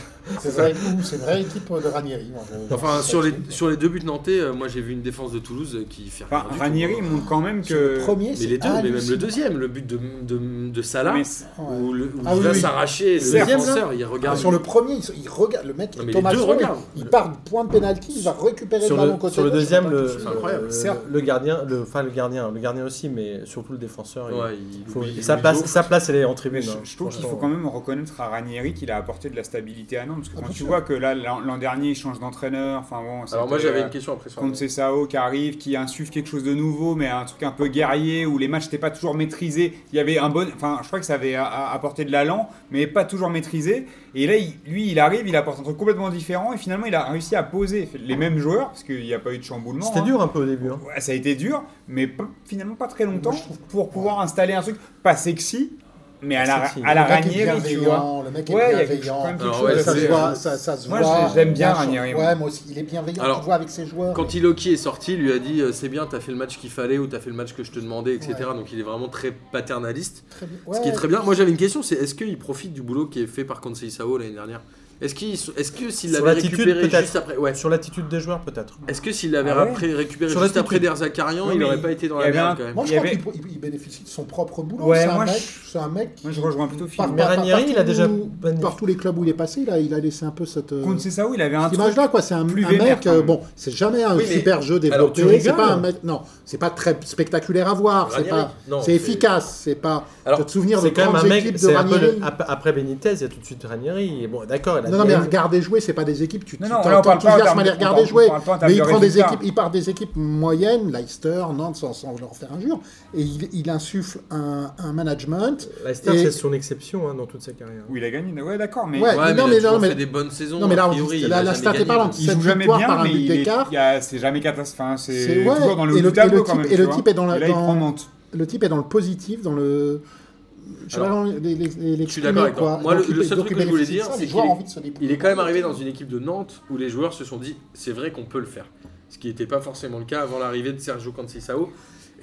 [SPEAKER 3] C'est vrai, ouh, c'est une vraie équipe de Ranieri. moi,
[SPEAKER 1] 1. [LAUGHS]
[SPEAKER 3] je-
[SPEAKER 1] Enfin,
[SPEAKER 3] je-
[SPEAKER 1] sur les, sur les deux buts nantais, euh, moi j'ai vu une défense de Toulouse euh, qui fait
[SPEAKER 4] Enfin,
[SPEAKER 1] rien du tout. hein.
[SPEAKER 4] Ranieri montre quand même
[SPEAKER 3] Sur le
[SPEAKER 4] que.
[SPEAKER 3] premier,
[SPEAKER 1] Mais
[SPEAKER 3] c'est
[SPEAKER 1] les deux, mais même le
[SPEAKER 3] hallucinant.
[SPEAKER 1] deuxième, le but de, de, de Salah,
[SPEAKER 4] Mais c'est-
[SPEAKER 3] Ouais.
[SPEAKER 1] où, le, où
[SPEAKER 3] Ah
[SPEAKER 1] il
[SPEAKER 3] oui,
[SPEAKER 1] va
[SPEAKER 3] oui.
[SPEAKER 1] s'arracher, le
[SPEAKER 3] Deuxième, là.
[SPEAKER 1] défenseur, il
[SPEAKER 3] Ah,
[SPEAKER 1] regarde.
[SPEAKER 3] sur le premier, il, se- il regarde le mec,
[SPEAKER 1] Non, mais
[SPEAKER 3] Thomas
[SPEAKER 1] les deux
[SPEAKER 3] Roy,
[SPEAKER 1] regardent.
[SPEAKER 3] il, part du point de pénalty, il va récupérer
[SPEAKER 2] Sur
[SPEAKER 3] le ballon
[SPEAKER 2] le,
[SPEAKER 3] côté
[SPEAKER 2] sur le
[SPEAKER 3] gauche,
[SPEAKER 2] deuxième,
[SPEAKER 3] il va pas
[SPEAKER 2] le,
[SPEAKER 3] toucher. Euh,
[SPEAKER 1] C'est incroyable.
[SPEAKER 2] le-
[SPEAKER 4] Certes.
[SPEAKER 2] le gardien, le, enfin le gardien, le gardien aussi, mais surtout le défenseur. il-
[SPEAKER 1] Ouais, il
[SPEAKER 2] faut-
[SPEAKER 1] oublie-
[SPEAKER 2] sa,
[SPEAKER 1] il
[SPEAKER 2] place,
[SPEAKER 1] oublie.
[SPEAKER 2] sa place, elle est en
[SPEAKER 4] Mais
[SPEAKER 2] tribune.
[SPEAKER 4] je,
[SPEAKER 2] hein,
[SPEAKER 4] je trouve qu'il faut
[SPEAKER 2] franchement.
[SPEAKER 4] quand même reconnaître à Ranieri qu'il a apporté de la stabilité à Nantes. Parce que
[SPEAKER 3] Ah,
[SPEAKER 4] quand
[SPEAKER 3] bien
[SPEAKER 4] tu
[SPEAKER 3] sûr.
[SPEAKER 4] vois que là, l'an l'an dernier, il change d'entraîneur. Enfin bon,
[SPEAKER 1] Alors moi j'avais une question après sur
[SPEAKER 4] Contre Cessao qui arrive, qui insuffle quelque chose de nouveau, mais un truc un peu guerrier où les matchs n'étaient pas toujours maîtrisés. Il y avait un bon. Enfin, je crois que ça avait a- a- apporté de l'allant, mais pas toujours maîtrisé. Et là, il- lui, il arrive, il apporte un truc complètement différent et finalement, il a réussi à poser les mêmes joueurs parce qu'il n'y a pas eu de chamboulement.
[SPEAKER 2] C'était
[SPEAKER 4] hein.
[SPEAKER 2] dur un peu au début. hein.
[SPEAKER 4] Ouais, ça a été dur, mais pas- finalement pas très longtemps pour pouvoir installer un truc pas sexy, mais à la,
[SPEAKER 2] Sexy.
[SPEAKER 4] à la
[SPEAKER 3] Le mec est
[SPEAKER 4] Ranieri, tu vois.
[SPEAKER 3] bienveillant, Le mec est
[SPEAKER 4] Ouais, il y a quelque-
[SPEAKER 3] bienveillant.
[SPEAKER 4] quand même quelque
[SPEAKER 1] Alors,
[SPEAKER 4] chose
[SPEAKER 1] ouais,
[SPEAKER 4] de-
[SPEAKER 3] ça,
[SPEAKER 1] c'est-
[SPEAKER 3] se voit, ça, ça se
[SPEAKER 4] Moi,
[SPEAKER 3] voit.
[SPEAKER 4] je- j'aime bien
[SPEAKER 3] Bien sûr.
[SPEAKER 4] Ranieri.
[SPEAKER 3] Ouais, moi aussi, il est bienveillant.
[SPEAKER 1] Alors,
[SPEAKER 3] tu vois avec ses joueurs.
[SPEAKER 1] Quand Iloki est sorti, il lui a dit euh, c'est bien, t'as fait le match qu'il fallait ou t'as fait le match que je te demandais, etc.
[SPEAKER 3] Ouais.
[SPEAKER 1] Donc il est vraiment très paternaliste.
[SPEAKER 3] Très bien.
[SPEAKER 1] Ce qui est
[SPEAKER 3] Ouais.
[SPEAKER 1] très bien. Moi j'avais une question, c'est est-ce qu'il profite du boulot qui est fait par Conseil Sao l'année dernière Est-ce qu'il est-ce que s'il
[SPEAKER 2] Sur
[SPEAKER 1] l'avait
[SPEAKER 2] l'attitude,
[SPEAKER 1] récupéré
[SPEAKER 2] peut-être.
[SPEAKER 1] juste après ouais.
[SPEAKER 2] Sur l'attitude des joueurs, peut-être.
[SPEAKER 1] Est-ce que s'il l'avait
[SPEAKER 4] Ah ouais
[SPEAKER 1] après- récupéré
[SPEAKER 2] Sur
[SPEAKER 1] juste
[SPEAKER 2] l'attitude.
[SPEAKER 1] après Derzakarian,
[SPEAKER 4] Oui,
[SPEAKER 1] il
[SPEAKER 4] mais
[SPEAKER 1] n'aurait pas été dans
[SPEAKER 4] il y
[SPEAKER 1] la
[SPEAKER 4] avait
[SPEAKER 1] merde
[SPEAKER 4] un-
[SPEAKER 1] quand même
[SPEAKER 3] Moi, je
[SPEAKER 4] Il y
[SPEAKER 3] crois
[SPEAKER 4] avait-
[SPEAKER 3] qu'il il bénéficie de son propre boulot.
[SPEAKER 4] Ouais,
[SPEAKER 3] c'est, un
[SPEAKER 4] moi,
[SPEAKER 3] mec,
[SPEAKER 4] je-
[SPEAKER 3] c'est un mec qui.
[SPEAKER 4] Moi, je rejoins plutôt Phil.
[SPEAKER 3] par-
[SPEAKER 2] Mais
[SPEAKER 3] par-
[SPEAKER 2] Ranieri, il a déjà-
[SPEAKER 3] partout- Par tous les clubs où il est passé, il a, il a laissé un peu cette. euh,
[SPEAKER 4] Contre Cessao, il avait un
[SPEAKER 3] Cette
[SPEAKER 4] truc.
[SPEAKER 3] image-là, quoi, c'est un,
[SPEAKER 4] plus
[SPEAKER 3] un
[SPEAKER 4] vénère,
[SPEAKER 3] mec.
[SPEAKER 4] quand
[SPEAKER 3] euh,
[SPEAKER 4] même.
[SPEAKER 3] bon, c'est jamais un
[SPEAKER 1] Oui, mais-
[SPEAKER 3] super jeu
[SPEAKER 1] Alors, tu
[SPEAKER 3] développé. C'est
[SPEAKER 1] rigoles.
[SPEAKER 3] pas un mec. Non, c'est pas très spectaculaire à voir. C'est
[SPEAKER 1] Ranieri.
[SPEAKER 3] pas.
[SPEAKER 1] Non,
[SPEAKER 3] C'est
[SPEAKER 1] c'est-
[SPEAKER 3] efficace. C'est pas.
[SPEAKER 1] Alors,
[SPEAKER 3] Tu te souvenir de
[SPEAKER 2] C'est quand même
[SPEAKER 3] grandes
[SPEAKER 2] un mec.
[SPEAKER 3] équipes de
[SPEAKER 2] c'est un peu le-
[SPEAKER 3] Ranieri.
[SPEAKER 2] ap- après Benitez, il y a tout de suite Ranieri. Et Bon, d'accord. il a-
[SPEAKER 3] Non, non,
[SPEAKER 2] il
[SPEAKER 3] mais
[SPEAKER 2] a-
[SPEAKER 3] regarder jouer, c'est pas des équipes. Tu
[SPEAKER 4] Non,
[SPEAKER 3] tu
[SPEAKER 4] non, là, on parle pas en
[SPEAKER 3] t'enthousiasmes
[SPEAKER 4] termes
[SPEAKER 3] à les
[SPEAKER 4] de- on
[SPEAKER 3] regarder
[SPEAKER 4] parle- on
[SPEAKER 3] jouer.
[SPEAKER 4] parle pas en termes
[SPEAKER 3] Mais il
[SPEAKER 4] de
[SPEAKER 3] prend des
[SPEAKER 4] résultats.
[SPEAKER 3] équipes, il part des équipes moyennes, Leicester, Nantes, sans, sans leur faire injure, et il, il insuffle un, un management.
[SPEAKER 2] Leicester,
[SPEAKER 3] Et-
[SPEAKER 2] c'est son exception hein, dans toute sa carrière.
[SPEAKER 4] Où il a gagné. Ouais, d'accord, mais.
[SPEAKER 3] Ouais.
[SPEAKER 1] Ouais, mais
[SPEAKER 3] non,
[SPEAKER 1] il
[SPEAKER 3] mais
[SPEAKER 1] a toujours
[SPEAKER 3] non, mais-
[SPEAKER 1] fait des bonnes saisons.
[SPEAKER 3] Non, mais là,
[SPEAKER 1] a
[SPEAKER 3] on-
[SPEAKER 1] priori, il
[SPEAKER 3] la-
[SPEAKER 1] a
[SPEAKER 3] la
[SPEAKER 1] jamais
[SPEAKER 3] stat est
[SPEAKER 1] gagné,
[SPEAKER 3] parlante.
[SPEAKER 1] donc-
[SPEAKER 4] Il joue
[SPEAKER 3] Cette
[SPEAKER 4] jamais
[SPEAKER 3] victoire
[SPEAKER 4] bien,
[SPEAKER 3] par un
[SPEAKER 4] mais
[SPEAKER 3] but
[SPEAKER 4] il est-
[SPEAKER 3] d'écart.
[SPEAKER 4] il y a- c'est jamais catastrophique. Enfin, c'est
[SPEAKER 3] C'est- ouais,
[SPEAKER 4] toujours dans le
[SPEAKER 3] et le-
[SPEAKER 4] haut du tableau
[SPEAKER 3] et le
[SPEAKER 4] quand même.
[SPEAKER 3] type- et
[SPEAKER 4] tu
[SPEAKER 3] le
[SPEAKER 4] vois.
[SPEAKER 3] type est dans la-
[SPEAKER 4] Et là, il
[SPEAKER 3] dans-
[SPEAKER 4] prend Nantes.
[SPEAKER 3] Le type est dans le positif, dans le. Je sais
[SPEAKER 1] Alors,
[SPEAKER 3] pas vraiment les, les, les,
[SPEAKER 1] je suis d'accord avec
[SPEAKER 3] quoi.
[SPEAKER 1] toi. Moi, le-
[SPEAKER 3] Donc, il-
[SPEAKER 1] le seul
[SPEAKER 3] donc,
[SPEAKER 1] truc
[SPEAKER 3] il
[SPEAKER 1] que je voulais
[SPEAKER 3] bénéficie de
[SPEAKER 1] dire,
[SPEAKER 3] ça,
[SPEAKER 1] c'est
[SPEAKER 3] les joueurs
[SPEAKER 1] qu'il est-
[SPEAKER 3] ont envie de se dépouiller.
[SPEAKER 1] Il est quand même arrivé dans une équipe de Nantes où les joueurs se sont dit c'est vrai qu'on peut le faire. Ce qui n'était pas forcément le cas avant l'arrivée de Sergio Cancisao.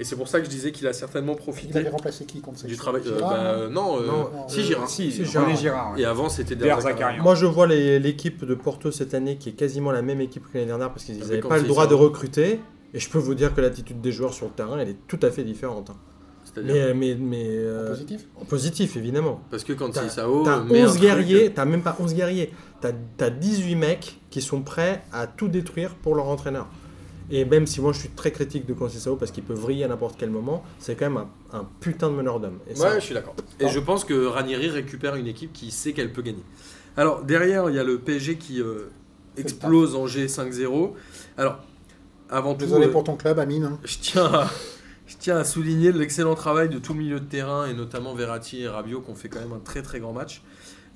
[SPEAKER 1] Et c'est pour ça que je disais qu'il a certainement
[SPEAKER 3] Il
[SPEAKER 1] profité
[SPEAKER 3] avait remplacé qui contre
[SPEAKER 1] du
[SPEAKER 3] Sexton
[SPEAKER 1] travail. euh,
[SPEAKER 3] Girard,
[SPEAKER 1] bah,
[SPEAKER 3] non
[SPEAKER 1] euh, non, euh,
[SPEAKER 2] Non,
[SPEAKER 1] si
[SPEAKER 3] euh,
[SPEAKER 1] Girard.
[SPEAKER 4] Si,
[SPEAKER 2] Si,
[SPEAKER 4] René
[SPEAKER 2] Gérard.
[SPEAKER 4] Girard. ouais.
[SPEAKER 1] Et avant, c'était
[SPEAKER 4] Derzakarian.
[SPEAKER 1] Derzakarian.
[SPEAKER 2] Moi, je vois les- l'équipe de Porto cette année qui est quasiment la même équipe que l'année dernière parce qu'ils
[SPEAKER 1] Avec
[SPEAKER 2] n'avaient pas
[SPEAKER 1] Cancelo.
[SPEAKER 2] le droit de recruter. Et je peux vous dire que l'attitude des joueurs sur le terrain, elle est tout à fait différente. hein.
[SPEAKER 1] C'est-à-dire
[SPEAKER 2] Mais, mais,
[SPEAKER 1] bah,
[SPEAKER 2] mais euh,
[SPEAKER 3] En positif
[SPEAKER 2] en positif, évidemment.
[SPEAKER 1] parce que
[SPEAKER 2] T'as
[SPEAKER 1] Cancisao
[SPEAKER 2] t'as
[SPEAKER 1] met un
[SPEAKER 2] 11
[SPEAKER 1] truc-
[SPEAKER 2] guerriers, t'as même pas 11 guerriers, t'as as 18 mecs qui sont prêts à tout détruire pour leur entraîneur. Et même si moi je suis très critique de Conceição parce qu'il peut vriller à n'importe quel moment, c'est quand même un, un putain de meneur d'homme. Et ça,
[SPEAKER 1] Ouais, je suis d'accord. Et je pense que Ranieri récupère une équipe qui sait qu'elle peut gagner. Alors, derrière, il y a le PSG qui euh, explose Angers 5-0. Alors, avant tout,
[SPEAKER 3] Désolé
[SPEAKER 1] euh, [LAUGHS]
[SPEAKER 3] pour ton club, Amine. hein.
[SPEAKER 1] je tiens à, Je tiens à souligner l'excellent travail de tout le milieu de terrain et notamment Verratti et Rabiot qui ont fait quand même un très très grand match.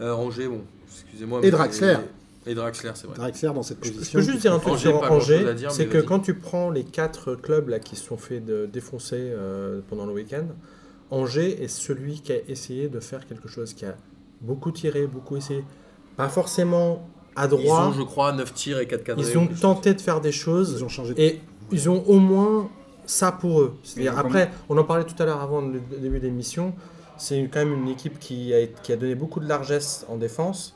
[SPEAKER 1] Euh, Angers, bon, excusez-moi.
[SPEAKER 3] Et
[SPEAKER 1] mais-
[SPEAKER 3] Draxler.
[SPEAKER 1] Et Draxler, c'est vrai.
[SPEAKER 3] Drexler dans cette
[SPEAKER 2] Je peux- je
[SPEAKER 3] position.
[SPEAKER 2] peux juste dire un truc
[SPEAKER 1] Angers, pas
[SPEAKER 2] sur
[SPEAKER 1] grand-chose
[SPEAKER 2] Angers,
[SPEAKER 1] à dire,
[SPEAKER 2] c'est
[SPEAKER 1] mais
[SPEAKER 2] que
[SPEAKER 1] vas-y.
[SPEAKER 2] quand tu prends les quatre clubs là qui se sont fait de- défoncer euh, pendant le week-end, Angers est celui qui a essayé de faire quelque chose, qui a beaucoup tiré, beaucoup essayé, pas forcément
[SPEAKER 1] Ils ont,
[SPEAKER 2] adroit.
[SPEAKER 1] je crois, 9 tirs et 4 cadrés.
[SPEAKER 2] Ils ont tenté de faire des choses.
[SPEAKER 3] Ils ont changé de
[SPEAKER 2] Et ils ont au moins ça pour eux. C'est-à-dire,
[SPEAKER 4] Ils ont
[SPEAKER 2] après, on en parlait tout à l'heure avant le le début de l'émission, c'est quand même une équipe qui a, qui a donné beaucoup de largesse en défense,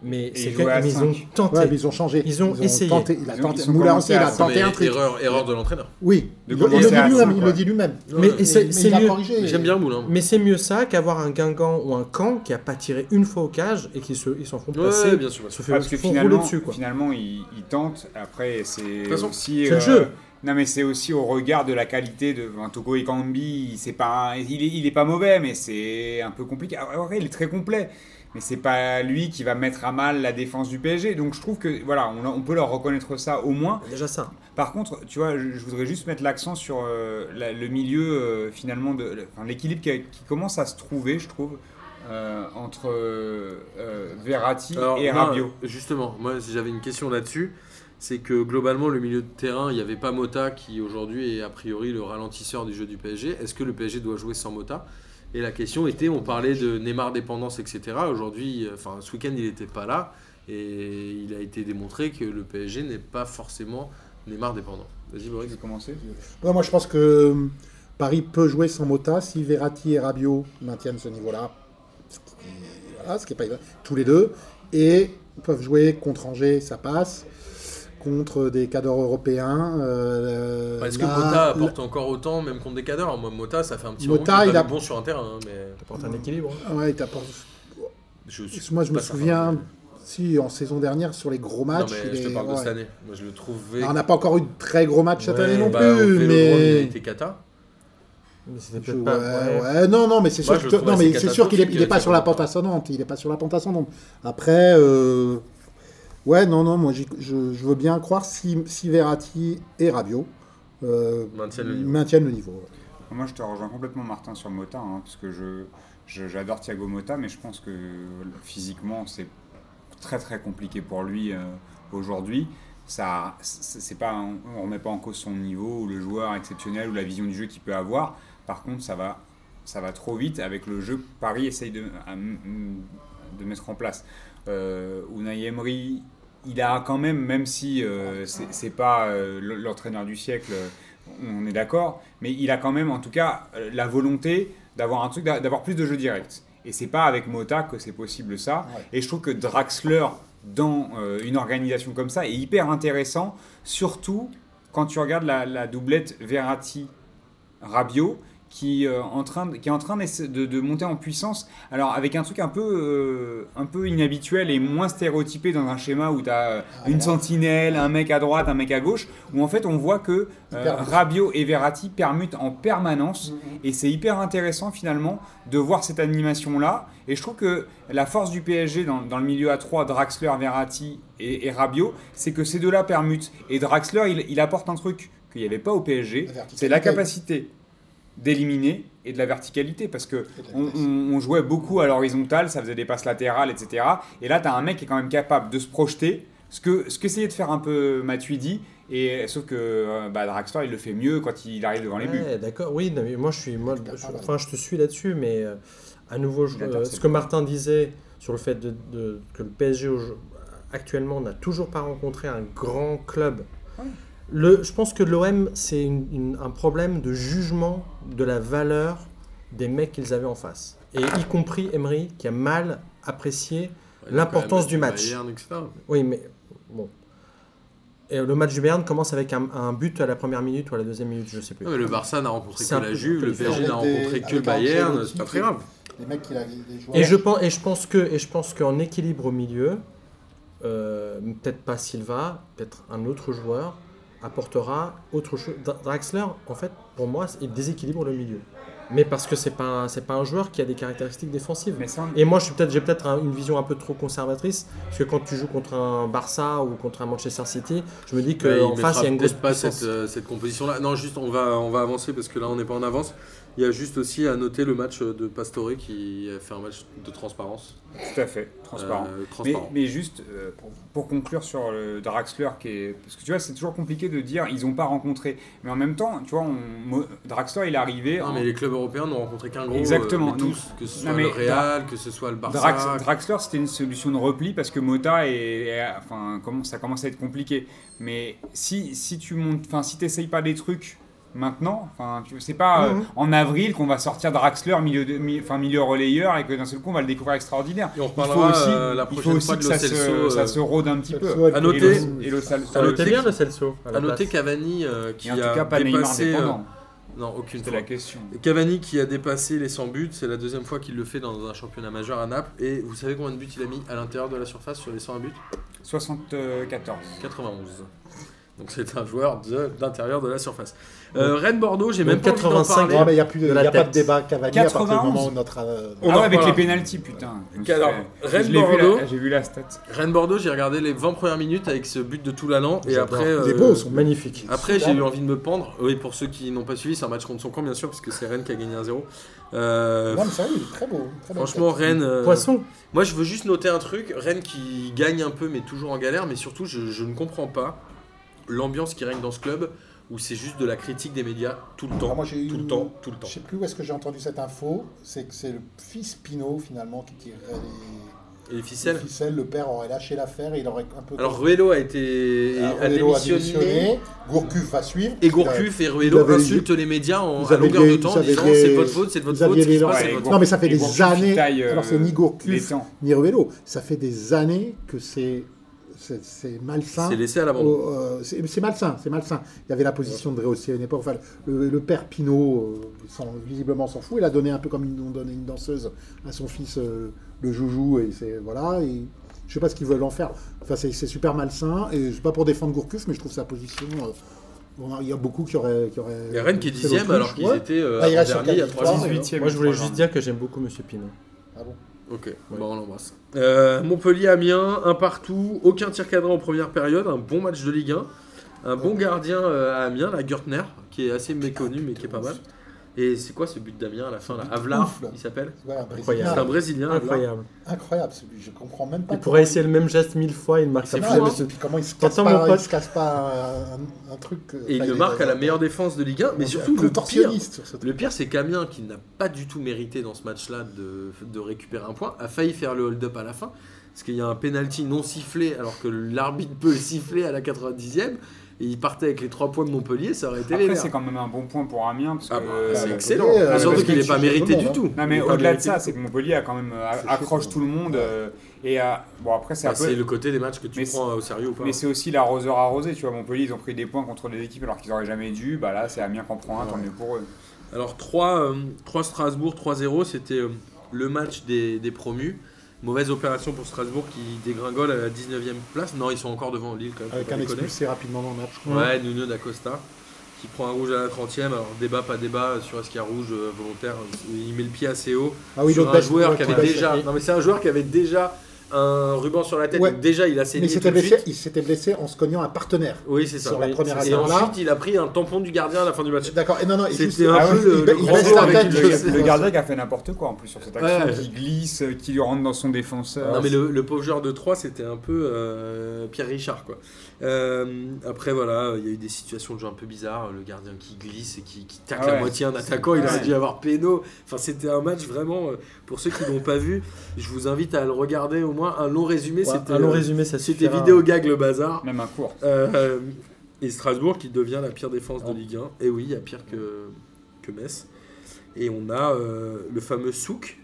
[SPEAKER 2] mais c'est
[SPEAKER 4] ils
[SPEAKER 2] quand
[SPEAKER 4] jouaient à
[SPEAKER 2] même- mais ils ont
[SPEAKER 4] cinq.
[SPEAKER 2] tenté.
[SPEAKER 3] Ouais, mais ils ont changé.
[SPEAKER 2] Ils ont essayé.
[SPEAKER 3] tenté- il a
[SPEAKER 4] Ils ont-
[SPEAKER 3] tenté.
[SPEAKER 4] ils ont
[SPEAKER 3] Moulin aussi,
[SPEAKER 4] commencé
[SPEAKER 3] il
[SPEAKER 4] à
[SPEAKER 3] a
[SPEAKER 4] se
[SPEAKER 3] tenté un truc.
[SPEAKER 1] Erreur, erreur de l'entraîneur.
[SPEAKER 3] Oui. Il le-
[SPEAKER 4] De
[SPEAKER 3] il
[SPEAKER 4] commencer
[SPEAKER 3] le
[SPEAKER 4] à
[SPEAKER 3] dit lui-même.
[SPEAKER 4] cinq,
[SPEAKER 3] Il
[SPEAKER 4] ouais.
[SPEAKER 3] le dit lui-même.
[SPEAKER 2] Mais
[SPEAKER 1] Ouais.
[SPEAKER 2] et c'est-
[SPEAKER 3] Mais
[SPEAKER 2] c'est
[SPEAKER 3] il a
[SPEAKER 2] mieux-
[SPEAKER 3] corrigé.
[SPEAKER 1] J'aime bien Moulin.
[SPEAKER 2] mais c'est mieux ça qu'avoir un Guingamp ou un Caen qui a pas tiré une fois au cage et qui se- ils s'en font passer.
[SPEAKER 1] Ouais, bien sûr. bien sûr.
[SPEAKER 2] se fait,
[SPEAKER 4] Ah, parce
[SPEAKER 2] se
[SPEAKER 4] que
[SPEAKER 2] font rouler
[SPEAKER 4] finalement,
[SPEAKER 2] dessus. Quoi.
[SPEAKER 4] finalement ils, ils tentent. Après, c'est
[SPEAKER 1] façon,
[SPEAKER 4] aussi. euh,
[SPEAKER 2] c'est le jeu.
[SPEAKER 4] Non, mais c'est aussi au regard de la qualité de enfin, Toko Ekambi. C'est pas, un- il, est, il est pas mauvais, mais c'est un peu compliqué. Ah, ouais, il est très complet. Mais c'est pas lui qui va mettre à mal la défense du PSG. Donc je trouve que voilà, on, on peut leur reconnaître ça au moins.
[SPEAKER 2] Déjà ça.
[SPEAKER 4] Par contre, tu vois, je, je voudrais juste mettre l'accent sur euh, la- le milieu euh, finalement de le- enfin, l'équilibre qui, qui commence à se trouver, je trouve, euh, entre euh, euh, Verratti
[SPEAKER 1] Alors,
[SPEAKER 4] et
[SPEAKER 1] moi,
[SPEAKER 4] Rabiot.
[SPEAKER 1] Justement, moi j'avais une question là-dessus. C'est que globalement, le milieu de terrain, il n'y avait pas Mota qui aujourd'hui est a priori le ralentisseur du jeu du PSG. Est-ce que le PSG doit jouer sans Mota Et la question était on parlait de Neymar dépendance, etc. Aujourd'hui, euh, enfin ce week-end, il n'était pas là et il a été démontré que le PSG n'est pas forcément Neymar dépendant. Vas-y, Boris.
[SPEAKER 4] Vous commencez
[SPEAKER 3] Ouais, moi, je pense que euh, Paris peut jouer sans Mota si Verratti et Rabiot maintiennent ce niveau-là. Ce qui- voilà, ce qui est pas évident. Tous les deux. Et ils peuvent jouer contre Angers, ça passe. Contre des cadres européens. euh,
[SPEAKER 1] Est-ce que
[SPEAKER 3] là-
[SPEAKER 1] Mota apporte encore autant, même contre des cadres Moi, Mota, ça fait un petit
[SPEAKER 3] Mota,
[SPEAKER 1] moment qu'il est
[SPEAKER 3] il
[SPEAKER 1] pas
[SPEAKER 3] a-
[SPEAKER 1] bon sur un terrain, hein, mais
[SPEAKER 2] Porte un équilibre.
[SPEAKER 3] là- Ouais, il t'apporte-
[SPEAKER 1] je suis
[SPEAKER 3] Moi, je me
[SPEAKER 1] pas certain.
[SPEAKER 3] souviens, si, en saison dernière, sur les gros
[SPEAKER 1] Non,
[SPEAKER 3] matchs.
[SPEAKER 1] mais
[SPEAKER 3] il
[SPEAKER 1] je te
[SPEAKER 3] est-
[SPEAKER 1] parle de
[SPEAKER 3] ouais.
[SPEAKER 1] cette année. Moi, je le trouvais.
[SPEAKER 3] Alors, on n'a pas encore eu de très gros match cette
[SPEAKER 2] Ouais,
[SPEAKER 3] année non
[SPEAKER 1] Bah, au
[SPEAKER 3] plus,
[SPEAKER 1] Vélodrome, il a
[SPEAKER 3] mais.
[SPEAKER 1] été cata.
[SPEAKER 2] Mais c'était
[SPEAKER 3] Je-
[SPEAKER 2] peut-être pas.
[SPEAKER 3] ouais,
[SPEAKER 2] ouais.
[SPEAKER 3] ouais, Non, non, mais c'est
[SPEAKER 1] Moi,
[SPEAKER 3] sûr,
[SPEAKER 1] je le
[SPEAKER 3] que-
[SPEAKER 1] trouve
[SPEAKER 3] non, mais
[SPEAKER 1] assez
[SPEAKER 3] c'est sûr qu'il est, il est
[SPEAKER 1] catastrophique, euh,
[SPEAKER 3] pas sur la
[SPEAKER 1] Thiago
[SPEAKER 3] pente
[SPEAKER 1] Motta.
[SPEAKER 3] ascendante. Il est pas sur la pente ascendante. Après, euh, ouais, non, non, moi, j'y- je, je veux bien croire si, si Verratti et Rabiot euh,
[SPEAKER 1] Maintiennent le niveau.
[SPEAKER 3] maintiennent le niveau.
[SPEAKER 4] Moi, je te rejoins complètement, Martin, sur Mota, hein, parce que je je- j'adore Thiago Mota, mais je pense que physiquement, c'est très très compliqué pour lui euh, aujourd'hui. Ça, c'est c'est pas, un- on remet pas en cause son niveau ou le joueur exceptionnel ou la vision du jeu qu'il peut avoir. Par contre, ça va, ça va trop vite avec le jeu que Paris essaye de, à- de mettre en place. Euh, Unai Emery, il a quand même, même si euh, c'est c'est pas euh, le- l'entraîneur du siècle, euh, on est d'accord, mais il a quand même, en tout cas, euh, la volonté d'avoir un truc, d'a- d'avoir plus de jeux directs. Et c'est pas avec Mota que c'est possible ça. Et je trouve que Draxler, dans euh, une organisation comme ça, est hyper intéressant, surtout quand tu regardes la, la doublette Verratti-Rabiot, qui, euh, en train de, qui est en train d'essa- de, de monter en puissance. Alors, avec un truc un peu, euh, un peu inhabituel et moins stéréotypé dans un schéma où tu as une sentinelle, un mec à droite, un mec à gauche, où en fait on voit que
[SPEAKER 3] Ils
[SPEAKER 4] euh,
[SPEAKER 3] permutent.
[SPEAKER 4] Rabiot et Verratti permutent en permanence.
[SPEAKER 3] Mhm.
[SPEAKER 4] Et c'est hyper intéressant finalement de voir cette animation-là. Et je trouve que la force du PSG dans, dans le milieu à 3, Draxler, Verratti et, et Rabiot, c'est que ces deux-là permutent. Et Draxler, il, il apporte un truc qu'il n'y avait pas au PSG,
[SPEAKER 3] La verticalité.
[SPEAKER 4] c'est la capacité d'éliminer et de la verticalité parce que
[SPEAKER 5] de la
[SPEAKER 4] on,
[SPEAKER 5] vitesse.
[SPEAKER 4] on- on jouait beaucoup à l'horizontale, ça faisait des passes latérales, etc. Et là, tu as un mec qui est quand même capable de se projeter, ce que ce qu'essayait de faire un peu Matuidi, et sauf que euh, bah, Draxler, il le fait mieux quand il arrive devant les buts.
[SPEAKER 2] Ouais, d'accord. Oui, non, mais moi je suis, moi,
[SPEAKER 3] Ah,
[SPEAKER 2] je-
[SPEAKER 3] pardon.
[SPEAKER 2] enfin je te suis là-dessus, mais euh, à nouveau, je-
[SPEAKER 4] Il adore
[SPEAKER 2] euh, ce
[SPEAKER 4] ses
[SPEAKER 2] que
[SPEAKER 4] points.
[SPEAKER 2] Martin disait sur le fait de, de- que le PSG au- actuellement n'a toujours pas rencontré un grand club.
[SPEAKER 4] Ouais.
[SPEAKER 2] Le, je pense que l'OM c'est une- une- un problème de jugement de la valeur des mecs qu'ils avaient en face, et y compris Emery qui a mal apprécié
[SPEAKER 1] Ouais, il a
[SPEAKER 2] L'importance
[SPEAKER 1] quand même
[SPEAKER 2] du match.
[SPEAKER 1] Bayern, etc.
[SPEAKER 2] oui, mais bon. Et le match du Bayern commence avec un, un but à la première minute ou à la deuxième minute, je sais plus.
[SPEAKER 1] Non, mais le Barça n'a rencontré
[SPEAKER 2] C'est
[SPEAKER 1] que
[SPEAKER 2] un
[SPEAKER 1] la
[SPEAKER 2] peu
[SPEAKER 1] Juve, le
[SPEAKER 2] comme
[SPEAKER 1] PSG n'a
[SPEAKER 3] ça.
[SPEAKER 1] rencontré
[SPEAKER 3] Avec
[SPEAKER 1] que le
[SPEAKER 3] des-
[SPEAKER 1] Bayern,
[SPEAKER 3] avec
[SPEAKER 1] c'est pas très grave.
[SPEAKER 3] Les mecs qu'il a, les joueurs.
[SPEAKER 2] Et je pense, et je pense que, et je pense qu'en équilibre au milieu, euh, peut-être pas Silva, peut-être un autre joueur apportera autre chose. Dra- Draxler, en fait, pour moi, il déséquilibre le milieu. mais parce que c'est pas un- c'est pas un joueur qui a des caractéristiques défensives.
[SPEAKER 4] Mais ça,
[SPEAKER 2] Et moi, je suis peut-être, j'ai peut-être un- une vision un peu trop conservatrice, parce que quand tu joues contre un Barça ou contre un Manchester City, je me dis
[SPEAKER 1] Ouais, Bah, il
[SPEAKER 2] qu'en
[SPEAKER 1] mettra
[SPEAKER 2] face, il y a une grosse
[SPEAKER 1] peut-être pas
[SPEAKER 2] puissance.
[SPEAKER 1] cette, euh, cette composition-là. Non, juste, on va, on va avancer parce que là, on n'est pas en avance. Il y a juste aussi à noter le match de Pastore qui a fait un match de transparence.
[SPEAKER 4] tout à fait, transparent.
[SPEAKER 1] Euh,
[SPEAKER 4] Mais,
[SPEAKER 1] transparent.
[SPEAKER 4] mais juste euh, pour, pour conclure sur le Draxler, qui est, parce que tu vois, c'est toujours compliqué de dire ils n'ont pas rencontré, mais en même temps, tu vois, on, mo- Draxler il est arrivé.
[SPEAKER 1] Non,
[SPEAKER 4] en-
[SPEAKER 1] mais les clubs européens n'ont rencontré qu'un gros.
[SPEAKER 4] Exactement.
[SPEAKER 1] euh, mais tous, que ce soit
[SPEAKER 4] Non, mais
[SPEAKER 1] le Real, que ce soit le Barça.
[SPEAKER 4] Drax- Draxler, c'était une solution de repli parce que Mota est, est- enfin, comment, ça commence à être compliqué. Mais si, si tu montes, enfin, si t'essayes pas des trucs maintenant, enfin, tu c'est pas euh,
[SPEAKER 2] Mhm.
[SPEAKER 4] en avril qu'on va sortir Draxler milieu, de, mi- enfin, milieu relayeur et que d'un seul coup on va le découvrir extraordinaire.
[SPEAKER 1] Et on
[SPEAKER 4] Il
[SPEAKER 1] reparlera
[SPEAKER 4] faut aussi,
[SPEAKER 1] euh, la
[SPEAKER 4] il faut
[SPEAKER 1] prochaine
[SPEAKER 4] aussi
[SPEAKER 1] fois
[SPEAKER 4] que
[SPEAKER 1] de Lo
[SPEAKER 4] ça se,
[SPEAKER 1] Celso, euh,
[SPEAKER 4] ça se rôde un petit peu.
[SPEAKER 3] Celso avec
[SPEAKER 1] à
[SPEAKER 3] Lo-
[SPEAKER 1] noter-
[SPEAKER 3] et Lo-
[SPEAKER 4] Et le sal-
[SPEAKER 1] À
[SPEAKER 2] Ça
[SPEAKER 1] noter-
[SPEAKER 2] notait bien le Celso. à la
[SPEAKER 1] À noter
[SPEAKER 2] place.
[SPEAKER 1] Cavani euh, qui
[SPEAKER 4] et en
[SPEAKER 1] a
[SPEAKER 4] tout cas, pas Neymar
[SPEAKER 1] dépassé. euh,
[SPEAKER 4] dépendant.
[SPEAKER 1] non, aucune
[SPEAKER 4] C'était
[SPEAKER 1] fois.
[SPEAKER 4] la question.
[SPEAKER 1] Cavani qui a dépassé les 100 buts, c'est la deuxième fois qu'il le fait dans un championnat majeur à Naples. Et vous savez combien de buts il a mis à l'intérieur de la surface sur les 101 buts
[SPEAKER 4] 74.
[SPEAKER 1] 91. Donc c'est un joueur de- d'intérieur de, la surface. Euh, Rennes Bordeaux, j'ai même
[SPEAKER 2] Donc
[SPEAKER 1] pas envie d'en
[SPEAKER 2] 85.
[SPEAKER 1] parler.
[SPEAKER 3] Non, mais il n'y a, plus de-
[SPEAKER 2] De
[SPEAKER 3] il
[SPEAKER 2] la
[SPEAKER 3] y a pas de
[SPEAKER 2] tête.
[SPEAKER 3] débat Cavani à partir du
[SPEAKER 4] 91.
[SPEAKER 3] moment où notre. euh,
[SPEAKER 1] On
[SPEAKER 4] Ah
[SPEAKER 1] en
[SPEAKER 4] ouais, avec
[SPEAKER 1] reparlera.
[SPEAKER 4] les pénalties, putain. Je me suis
[SPEAKER 1] Alors,
[SPEAKER 4] fait-
[SPEAKER 1] Rennes
[SPEAKER 4] je l'ai vu,
[SPEAKER 1] Bordeaux.
[SPEAKER 4] la- J'ai vu la stat.
[SPEAKER 1] Rennes Bordeaux, j'ai regardé les 20 premières minutes avec ce but de Toulalan et
[SPEAKER 2] J'adore.
[SPEAKER 1] après
[SPEAKER 3] Il est
[SPEAKER 1] euh,
[SPEAKER 3] beau,
[SPEAKER 2] Ils
[SPEAKER 3] son
[SPEAKER 2] sont magnifiques.
[SPEAKER 1] après j'ai eu envie de me pendre. Oui, pour ceux qui n'ont pas suivi, c'est un match contre son camp bien sûr parce que c'est Rennes qui a gagné 1-0. Euh,
[SPEAKER 3] Non, mais sérieux, il est très beau. très belle
[SPEAKER 1] franchement
[SPEAKER 3] tête.
[SPEAKER 1] Rennes euh,
[SPEAKER 2] Poisson,
[SPEAKER 1] Moi, je veux juste noter un truc. Rennes qui gagne un peu, mais toujours en galère. Mais surtout, je, je ne comprends pas l'ambiance qui règne dans ce club où c'est juste de la critique des médias tout le temps.
[SPEAKER 3] Alors, moi, j'ai eu-
[SPEAKER 1] tout le temps, tout le temps.
[SPEAKER 3] Je sais plus où est-ce que j'ai entendu cette info. C'est que c'est le fils Pinot finalement qui tirerait les-
[SPEAKER 1] Et les
[SPEAKER 3] les,
[SPEAKER 1] ficelles.
[SPEAKER 3] ficelles. Le père aurait lâché l'affaire et il aurait un peu.
[SPEAKER 1] Alors, Ruelo a été.
[SPEAKER 3] Alors,
[SPEAKER 1] a
[SPEAKER 3] Ah, Ruello
[SPEAKER 1] démissionné.
[SPEAKER 3] Gourcuff va suivre. Euh,
[SPEAKER 1] Et Gourcuff et
[SPEAKER 3] Ils
[SPEAKER 1] Ruelo
[SPEAKER 3] avaient-
[SPEAKER 1] insultent les médias en,
[SPEAKER 3] ils
[SPEAKER 1] à
[SPEAKER 3] avaient
[SPEAKER 1] longueur
[SPEAKER 3] des-
[SPEAKER 1] de
[SPEAKER 3] ils
[SPEAKER 1] temps en
[SPEAKER 3] avaient
[SPEAKER 1] disant
[SPEAKER 3] des-
[SPEAKER 1] c'est de votre faute, c'est de votre
[SPEAKER 3] ils avaient
[SPEAKER 1] faute, c'est
[SPEAKER 3] les-
[SPEAKER 1] pas
[SPEAKER 3] ouais,
[SPEAKER 1] c'est de
[SPEAKER 4] les
[SPEAKER 1] votre
[SPEAKER 4] gros-
[SPEAKER 1] faute.
[SPEAKER 3] Non, mais ça fait
[SPEAKER 4] les
[SPEAKER 3] des
[SPEAKER 4] Gourcuff
[SPEAKER 3] années.
[SPEAKER 4] taillent, euh,
[SPEAKER 3] Alors c'est ni
[SPEAKER 4] Les
[SPEAKER 3] Gourcuff
[SPEAKER 4] temps.
[SPEAKER 3] ni Ruello. Ça fait des années que c'est c'est c'est malsain.
[SPEAKER 1] C'est laissé à l'abandon.
[SPEAKER 3] Oh, euh, c'est c'est malsain, c'est malsain. Il y avait la position de Dréossé à une époque. Enfin, le, le père Pinot, euh, s'en- visiblement, s'en fout. Il a donné un peu comme ils ont donné une danseuse à son fils, euh, le joujou. Et c'est voilà. Et je sais pas ce qu'ils veulent en faire. Enfin, c'est c'est super malsain. Et c'est pas pour défendre Gourcuff, mais je trouve sa position. euh, on a- il y a beaucoup qui auraient. Qui auraient
[SPEAKER 1] Il y a Rennes qui est
[SPEAKER 3] fait
[SPEAKER 1] dixième
[SPEAKER 3] l'autruche,
[SPEAKER 1] alors qu'ils
[SPEAKER 3] ouais.
[SPEAKER 1] étaient euh,
[SPEAKER 3] Bah, il reste sur
[SPEAKER 1] dernier il y a
[SPEAKER 3] quatre
[SPEAKER 1] trois
[SPEAKER 3] victoires,
[SPEAKER 1] ans.
[SPEAKER 3] ouais.
[SPEAKER 4] 18e,
[SPEAKER 2] moi je voulais
[SPEAKER 4] crois,
[SPEAKER 2] juste dire que j'aime beaucoup Monsieur Pinot.
[SPEAKER 3] Ah bon
[SPEAKER 1] Ok,
[SPEAKER 2] Ouais.
[SPEAKER 1] bah, on l'embrasse. Euh, Montpellier-Amiens, un partout, aucun tir cadré en première période, un bon match de Ligue 1, un bon gardien euh, à Amiens, la Gürtner, qui est assez méconnu mais qui est pas mal. Et c'est quoi ce but d'Amiens à la fin là
[SPEAKER 3] But de
[SPEAKER 1] Avlar,
[SPEAKER 3] ouf, là.
[SPEAKER 1] il s'appelle
[SPEAKER 3] C'est voilà, un
[SPEAKER 2] Incroyable.
[SPEAKER 1] C'est un Brésilien,
[SPEAKER 3] Brésilien.
[SPEAKER 1] Avelar.
[SPEAKER 2] Incroyable.
[SPEAKER 3] Incroyable celui, je comprends même pas.
[SPEAKER 2] Il pourrait essayer le même geste mille fois, il marque
[SPEAKER 1] C'est
[SPEAKER 2] sa
[SPEAKER 1] fou, hein.
[SPEAKER 2] première.
[SPEAKER 3] Comment il se casse
[SPEAKER 2] T'entends
[SPEAKER 3] pas,
[SPEAKER 2] mon
[SPEAKER 3] il
[SPEAKER 2] pote
[SPEAKER 3] se casse pas un, un truc. euh,
[SPEAKER 1] Et il
[SPEAKER 3] enfin,
[SPEAKER 1] le
[SPEAKER 3] est
[SPEAKER 1] marque à
[SPEAKER 3] dans
[SPEAKER 1] la
[SPEAKER 3] un-
[SPEAKER 1] meilleure défense de Ligue 1, mais
[SPEAKER 3] un
[SPEAKER 1] surtout le pire.
[SPEAKER 3] contorsionniste sur ce truc.
[SPEAKER 1] Le pire, c'est qu'Amiens, qui n'a pas du tout mérité dans ce match-là de, de récupérer un point, a failli faire le hold-up à la fin, parce qu'il y a un penalty non sifflé, alors que l'arbitre peut le siffler à la 90e, et il partait avec les 3 points de Montpellier, ça aurait été les
[SPEAKER 4] Après,
[SPEAKER 1] verts.
[SPEAKER 4] c'est quand même un bon point pour Amiens. Parce
[SPEAKER 1] Ah
[SPEAKER 4] que,
[SPEAKER 1] bah,
[SPEAKER 4] euh,
[SPEAKER 1] c'est
[SPEAKER 3] bah,
[SPEAKER 1] excellent,
[SPEAKER 3] Montpellier,
[SPEAKER 1] Ah,
[SPEAKER 3] euh,
[SPEAKER 1] surtout
[SPEAKER 3] parce
[SPEAKER 1] qu'il n'est
[SPEAKER 3] qu'il
[SPEAKER 1] pas
[SPEAKER 3] change
[SPEAKER 1] mérité
[SPEAKER 3] tout le
[SPEAKER 1] du
[SPEAKER 3] monde,
[SPEAKER 1] tout.
[SPEAKER 4] Non mais
[SPEAKER 1] Il est pas
[SPEAKER 4] au-delà de
[SPEAKER 1] mérité
[SPEAKER 4] ça,
[SPEAKER 1] du
[SPEAKER 4] c'est
[SPEAKER 1] tout.
[SPEAKER 4] que Montpellier a quand même euh,
[SPEAKER 3] C'est
[SPEAKER 4] accroche
[SPEAKER 3] chaud,
[SPEAKER 4] tout le monde
[SPEAKER 3] ouais.
[SPEAKER 4] euh, et euh, bon après c'est
[SPEAKER 1] hein. Bah,
[SPEAKER 4] un peu-
[SPEAKER 1] c'est le côté des matchs que tu
[SPEAKER 4] Mais
[SPEAKER 1] prends euh, au sérieux ou pas.
[SPEAKER 4] mais c'est aussi l'arroseur arrosé, tu vois Montpellier ils ont pris des points contre des équipes alors qu'ils auraient jamais dû, bah là c'est Amiens qui en prend un, tant mieux pour eux.
[SPEAKER 1] Alors 3, euh, 3 Strasbourg, 3-0, c'était euh, le match des, des promus. Mauvaise opération pour Strasbourg qui dégringole à la 19e place. Non, ils sont encore devant Lille quand même. faut
[SPEAKER 3] Avec
[SPEAKER 1] pas
[SPEAKER 3] un
[SPEAKER 1] déconner.
[SPEAKER 3] expulsé rapidement dans le match.
[SPEAKER 1] Ouais, Nuno da Costa qui prend un rouge à la 30 e Alors, débat, pas débat sur est-ce qu'il y a rouge euh, volontaire. Il met le pied assez haut.
[SPEAKER 3] Ah oui,
[SPEAKER 1] sur
[SPEAKER 3] l'autre
[SPEAKER 1] un
[SPEAKER 3] bête,
[SPEAKER 1] joueur
[SPEAKER 3] ouais,
[SPEAKER 1] qui
[SPEAKER 3] qui
[SPEAKER 1] avait
[SPEAKER 3] baisse.
[SPEAKER 1] déjà. Non, mais c'est un joueur qui avait déjà un ruban sur la tête.
[SPEAKER 3] Ouais.
[SPEAKER 1] Donc, déjà, il a saigné.
[SPEAKER 3] Mais il s'était
[SPEAKER 1] tout de
[SPEAKER 3] blessé,
[SPEAKER 1] suite.
[SPEAKER 3] il s'était blessé en se cognant un partenaire.
[SPEAKER 1] Oui, c'est ça.
[SPEAKER 3] sur la
[SPEAKER 1] Oui,
[SPEAKER 3] première
[SPEAKER 1] Et
[SPEAKER 3] attaque-là.
[SPEAKER 1] ensuite, il a pris un tampon du gardien à la fin du match.
[SPEAKER 3] D'accord. Et non, non, et
[SPEAKER 1] C'était
[SPEAKER 3] juste-
[SPEAKER 1] un
[SPEAKER 3] ah
[SPEAKER 1] peu
[SPEAKER 3] ouais,
[SPEAKER 1] le-
[SPEAKER 3] il ba-
[SPEAKER 1] le
[SPEAKER 3] il
[SPEAKER 1] grand
[SPEAKER 3] baisse
[SPEAKER 1] joueur
[SPEAKER 3] la
[SPEAKER 1] avec
[SPEAKER 3] tête.
[SPEAKER 1] le-
[SPEAKER 3] je sais
[SPEAKER 4] Le
[SPEAKER 3] pas.
[SPEAKER 4] gardien qui a fait n'importe quoi en plus sur cette action,
[SPEAKER 1] Ouais.
[SPEAKER 4] qui glisse, euh, qui lui rentre dans son défenseur.
[SPEAKER 1] Non mais le, le pauvre joueur de 3 c'était un peu euh, Pierre Richard quoi. Euh, après voilà, il y a eu des situations de jeu un peu bizarres, le gardien qui glisse et qui, qui tacle
[SPEAKER 4] Ah ouais.
[SPEAKER 1] la moitié un attaquant, il
[SPEAKER 4] Ouais.
[SPEAKER 1] aurait dû avoir péno. Enfin c'était un match vraiment, euh, pour ceux qui l'ont pas vu, je vous invite à le regarder au moins, un long résumé,
[SPEAKER 2] Ouais,
[SPEAKER 1] c'était
[SPEAKER 2] un long
[SPEAKER 1] euh,
[SPEAKER 2] résumé, ça
[SPEAKER 1] c'était
[SPEAKER 2] suffira.
[SPEAKER 1] vidéo gag le bazar.
[SPEAKER 4] Même un court.
[SPEAKER 1] Euh, euh, et Strasbourg qui devient la pire défense
[SPEAKER 2] Ah.
[SPEAKER 1] de Ligue 1. Et oui, il y a pire que, que Metz. Et on a euh, le fameux Souk,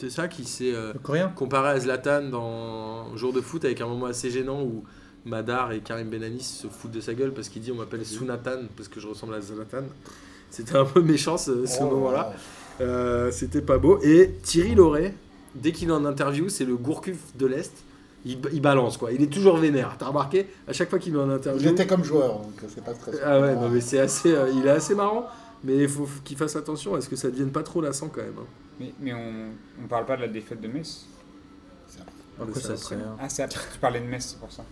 [SPEAKER 1] c'est ça qui s'est... euh,
[SPEAKER 2] Le coréen.
[SPEAKER 1] comparé à Zlatan dans Jour de foot avec un moment assez gênant où Madar et Karim Benanis se foutent de sa gueule parce qu'il dit on m'appelle Sunatan parce que je ressemble à Zlatan. C'était un peu méchant ce, ce
[SPEAKER 3] Oh,
[SPEAKER 1] moment-là. Euh, C'était pas beau. Et Thierry Loret, dès qu'il est en interview, c'est le gourcuf de l'Est. Il, il balance quoi. Il est toujours vénère. T'as remarqué À chaque fois qu'il est en interview.
[SPEAKER 3] J'étais comme joueur, donc c'est pas stressant.
[SPEAKER 1] Ah ouais, non mais c'est assez, euh, il est assez marrant. Mais il faut f- qu'ils fassent attention à ce que ça devienne pas trop lassant quand même. hein.
[SPEAKER 4] Mais, mais on, on parle pas de la défaite de Metz.
[SPEAKER 1] Mais
[SPEAKER 5] Après, ça
[SPEAKER 1] après.
[SPEAKER 5] sert.
[SPEAKER 4] Ah, c'est après, tu parlais de Metz, c'est pour ça.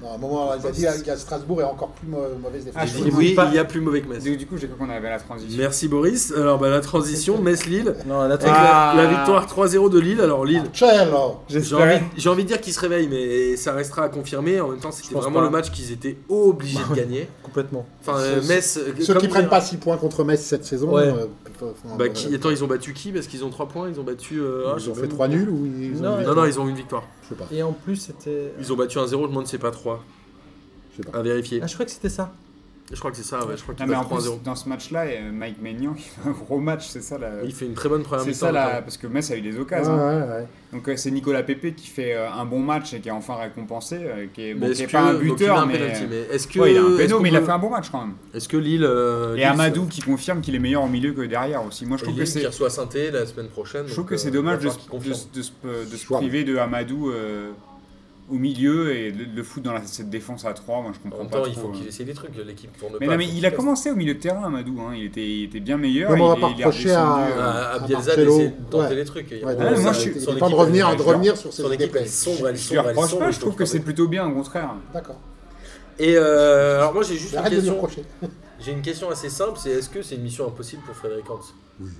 [SPEAKER 3] Non, à un moment, il a dit qu'il y a Strasbourg est encore plus mau- mauvaise défense.
[SPEAKER 4] Ah,
[SPEAKER 1] Je
[SPEAKER 4] je
[SPEAKER 1] dis
[SPEAKER 4] comprends
[SPEAKER 1] oui,
[SPEAKER 5] pas.
[SPEAKER 1] il y a plus mauvais que Metz.
[SPEAKER 4] Du, du coup, j'ai cru qu'on avait la transition.
[SPEAKER 1] Merci Boris. Alors bah, la transition, Metz-Lille.
[SPEAKER 5] Non, là, t'as-
[SPEAKER 1] Avec
[SPEAKER 4] Ah.
[SPEAKER 1] la, la victoire 3-0 de Lille. Alors Lille,
[SPEAKER 3] Marcello
[SPEAKER 1] j'ai envie, j'ai envie de dire qu'ils se réveillent, mais ça restera à confirmer. En même temps, c'était
[SPEAKER 5] pense
[SPEAKER 1] vraiment
[SPEAKER 5] pas.
[SPEAKER 1] le match qu'ils étaient obligés de gagner.
[SPEAKER 5] complètement.
[SPEAKER 1] Enfin, euh,
[SPEAKER 3] Ceux-
[SPEAKER 1] Metz. euh,
[SPEAKER 3] Ceux
[SPEAKER 1] comme
[SPEAKER 3] qui
[SPEAKER 1] on
[SPEAKER 3] prennent
[SPEAKER 1] dit,
[SPEAKER 3] pas 6 points contre Metz cette saison.
[SPEAKER 5] Ouais.
[SPEAKER 3] euh, plutôt, enfin,
[SPEAKER 1] Bah,
[SPEAKER 3] euh,
[SPEAKER 1] qui, attends, ils ont battu qui Parce qu'ils ont 3 points, ils ont battu. euh, ah, je
[SPEAKER 3] Ils ont
[SPEAKER 1] sais
[SPEAKER 3] fait
[SPEAKER 1] pas.
[SPEAKER 3] 3 nuls ou ils ont
[SPEAKER 5] Non,
[SPEAKER 3] une
[SPEAKER 1] Non, non,
[SPEAKER 3] victoire
[SPEAKER 1] ils ont une victoire.
[SPEAKER 3] Je sais pas.
[SPEAKER 5] Et en plus, c'était.
[SPEAKER 1] Ils ont battu 1-0, je me demande si c'est pas 3.
[SPEAKER 3] Je sais pas.
[SPEAKER 1] À vérifier.
[SPEAKER 5] Ah, je crois que c'était ça.
[SPEAKER 1] Je crois que c'est ça, ouais. Je crois
[SPEAKER 4] Non,
[SPEAKER 1] qu'ils
[SPEAKER 4] mais en
[SPEAKER 1] battent
[SPEAKER 4] plus,
[SPEAKER 1] 3-0.
[SPEAKER 4] dans ce match-là, euh, Mike Maignan, [LAUGHS] qui fait un gros match, c'est ça la.
[SPEAKER 1] Il fait une très bonne première
[SPEAKER 4] euh, C'est
[SPEAKER 1] mi-temps.
[SPEAKER 4] ça la.
[SPEAKER 1] notamment.
[SPEAKER 4] Parce que Metz a eu des
[SPEAKER 3] Ouais,
[SPEAKER 4] occasions. hein.
[SPEAKER 3] ouais, ouais.
[SPEAKER 4] Donc euh, c'est Nicolas Pepe qui fait euh, un bon match et qui est enfin récompensé, euh, qui est,
[SPEAKER 1] Mais
[SPEAKER 4] bon, qui
[SPEAKER 1] est-ce
[SPEAKER 4] est
[SPEAKER 1] que-
[SPEAKER 4] pas un
[SPEAKER 1] donc, il a
[SPEAKER 4] buteur, mais,
[SPEAKER 1] penalty, mais est-ce que
[SPEAKER 4] Ouais, il a un
[SPEAKER 1] est-ce
[SPEAKER 4] péno,
[SPEAKER 1] qu'on
[SPEAKER 4] mais il a
[SPEAKER 1] peut-
[SPEAKER 4] fait un bon match quand même.
[SPEAKER 1] Est-ce que Lille euh,
[SPEAKER 4] Et
[SPEAKER 1] Lille,
[SPEAKER 4] Amadou qui confirme qu'il est meilleur au milieu que derrière aussi. Moi je
[SPEAKER 1] ça-
[SPEAKER 4] trouve
[SPEAKER 1] et
[SPEAKER 4] que
[SPEAKER 1] Lille qui
[SPEAKER 4] c'est
[SPEAKER 1] reçoit Saint-Étienne la semaine prochaine.
[SPEAKER 4] je
[SPEAKER 1] donc,
[SPEAKER 4] trouve que
[SPEAKER 1] euh,
[SPEAKER 4] c'est
[SPEAKER 1] il
[SPEAKER 4] dommage
[SPEAKER 1] va
[SPEAKER 4] de,
[SPEAKER 1] falloir qu'il
[SPEAKER 4] se- de
[SPEAKER 1] confirme.
[SPEAKER 4] se- de se- de se
[SPEAKER 3] Soir.
[SPEAKER 4] priver de Amadou euh, au milieu et de, de le foutre dans la- cette défense à 3. Moi je
[SPEAKER 1] En
[SPEAKER 4] comprends
[SPEAKER 1] même
[SPEAKER 4] pas
[SPEAKER 1] temps, il
[SPEAKER 4] trop,
[SPEAKER 1] faut
[SPEAKER 4] hein.
[SPEAKER 1] qu'il essaye des trucs. euh, L'équipe tourne
[SPEAKER 4] Mais
[SPEAKER 1] pas.
[SPEAKER 4] non, mais
[SPEAKER 1] faut
[SPEAKER 4] il
[SPEAKER 1] qu'il
[SPEAKER 4] a
[SPEAKER 1] fasse.
[SPEAKER 4] commencé au milieu de terrain Amadou, hein. il, était, il était bien meilleur.
[SPEAKER 3] Ouais, mais on
[SPEAKER 4] il
[SPEAKER 3] va pas
[SPEAKER 4] est- il est
[SPEAKER 3] reprocher à-
[SPEAKER 4] redescendu, euh,
[SPEAKER 1] À, à
[SPEAKER 3] à
[SPEAKER 1] Bielsa
[SPEAKER 3] Marcelo.
[SPEAKER 1] d'essayer de tenter
[SPEAKER 3] Ouais.
[SPEAKER 1] les trucs. Il y a-
[SPEAKER 3] Ouais, euh,
[SPEAKER 4] Ah, moi, je suis- euh,
[SPEAKER 1] son
[SPEAKER 3] il est
[SPEAKER 1] équipe
[SPEAKER 3] temps de
[SPEAKER 1] est-
[SPEAKER 3] revenir, de
[SPEAKER 4] je leur-
[SPEAKER 3] revenir sur
[SPEAKER 1] Son
[SPEAKER 3] ces
[SPEAKER 1] équipe est
[SPEAKER 3] dépêches.
[SPEAKER 1] sombre, elle
[SPEAKER 4] Je lui
[SPEAKER 1] sombre, elle
[SPEAKER 4] reproche
[SPEAKER 1] sombre.
[SPEAKER 4] pas,
[SPEAKER 1] il
[SPEAKER 4] je
[SPEAKER 1] faut
[SPEAKER 4] trouve que
[SPEAKER 1] qu'il
[SPEAKER 4] c'est plutôt bien, au contraire.
[SPEAKER 3] D'accord.
[SPEAKER 1] fasse- Et euh, alors moi j'ai juste une
[SPEAKER 3] Arrête de lui
[SPEAKER 1] question.
[SPEAKER 3] reprocher.
[SPEAKER 1] J'ai une question assez simple. C'est est-ce que c'est une mission impossible pour Frédéric Hans
[SPEAKER 3] Oui.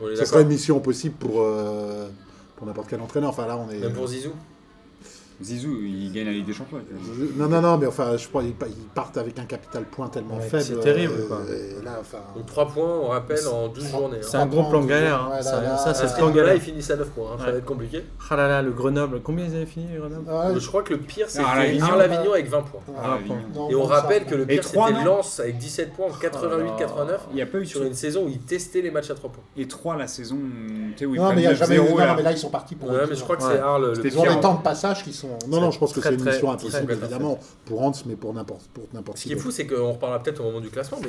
[SPEAKER 1] On est
[SPEAKER 3] Ça serait
[SPEAKER 1] d'accord.
[SPEAKER 3] une mission possible pour, euh, pour n'importe quel entraîneur. Enfin, là, on est.
[SPEAKER 1] Même pour Zizou.
[SPEAKER 4] Zizou, il gagne la Ligue des Champions. avec lui.
[SPEAKER 3] Je- Non, non, non, mais enfin, je crois qu'ils pa- ils partent avec un capital point tellement
[SPEAKER 5] Ouais,
[SPEAKER 3] faible.
[SPEAKER 5] c'est terrible,
[SPEAKER 3] euh,
[SPEAKER 5] quoi.
[SPEAKER 3] et là, enfin,
[SPEAKER 1] Donc 3 points, on rappelle, en 12 journées.
[SPEAKER 5] C'est
[SPEAKER 1] hein.
[SPEAKER 5] un gros plan
[SPEAKER 3] Ouais,
[SPEAKER 5] galère. hein.
[SPEAKER 3] là,
[SPEAKER 5] Ça,
[SPEAKER 3] là,
[SPEAKER 5] ça,
[SPEAKER 3] là,
[SPEAKER 5] c'est
[SPEAKER 1] À
[SPEAKER 5] ce
[SPEAKER 1] ce
[SPEAKER 5] plan
[SPEAKER 1] niveau-là, ils
[SPEAKER 5] galère.
[SPEAKER 1] finissent à 9 points. hein, Ça
[SPEAKER 5] Ouais.
[SPEAKER 1] va être compliqué.
[SPEAKER 5] Ah là là, le Grenoble. Combien ils avaient fini, Grenoble
[SPEAKER 3] ah,
[SPEAKER 1] Je crois que le pire, c'était
[SPEAKER 4] Arlavignon.
[SPEAKER 1] Arlavignon avec 20 points.
[SPEAKER 3] ouais,
[SPEAKER 4] Ah, Avignon.
[SPEAKER 3] non,
[SPEAKER 1] Et on
[SPEAKER 3] non, ça,
[SPEAKER 1] rappelle que le
[SPEAKER 4] Et
[SPEAKER 1] pire
[SPEAKER 4] trois,
[SPEAKER 1] c'était
[SPEAKER 4] non
[SPEAKER 1] Lens avec 17 points en 88-89
[SPEAKER 5] Ah,
[SPEAKER 4] Il n'y a pas eu
[SPEAKER 1] sur une saison où il testait les matchs à 3 points.
[SPEAKER 4] Et 3 la saison, tu sais, où ils
[SPEAKER 3] Non, mais il y a
[SPEAKER 4] prennent
[SPEAKER 3] jamais eu.
[SPEAKER 4] 9-0
[SPEAKER 3] Non,
[SPEAKER 4] là.
[SPEAKER 3] mais là, ils sont partis pour.
[SPEAKER 1] Ouais, mais je crois que c'est
[SPEAKER 5] Ouais.
[SPEAKER 1] Arles le
[SPEAKER 4] C'était
[SPEAKER 3] Ils ont
[SPEAKER 4] Pierre,
[SPEAKER 3] des
[SPEAKER 1] pire.
[SPEAKER 4] hein.
[SPEAKER 3] temps de passage qui sont. Non, non, je pense que
[SPEAKER 5] Très,
[SPEAKER 3] c'est une
[SPEAKER 5] très,
[SPEAKER 3] mission
[SPEAKER 5] très,
[SPEAKER 3] impossible,
[SPEAKER 1] très, très
[SPEAKER 3] évidemment, pour Hans, mais pour n'importe pour n'importe
[SPEAKER 1] Ce qui est
[SPEAKER 3] d'autre.
[SPEAKER 1] fou, c'est qu'on reparlera peut-être au moment du classement, mais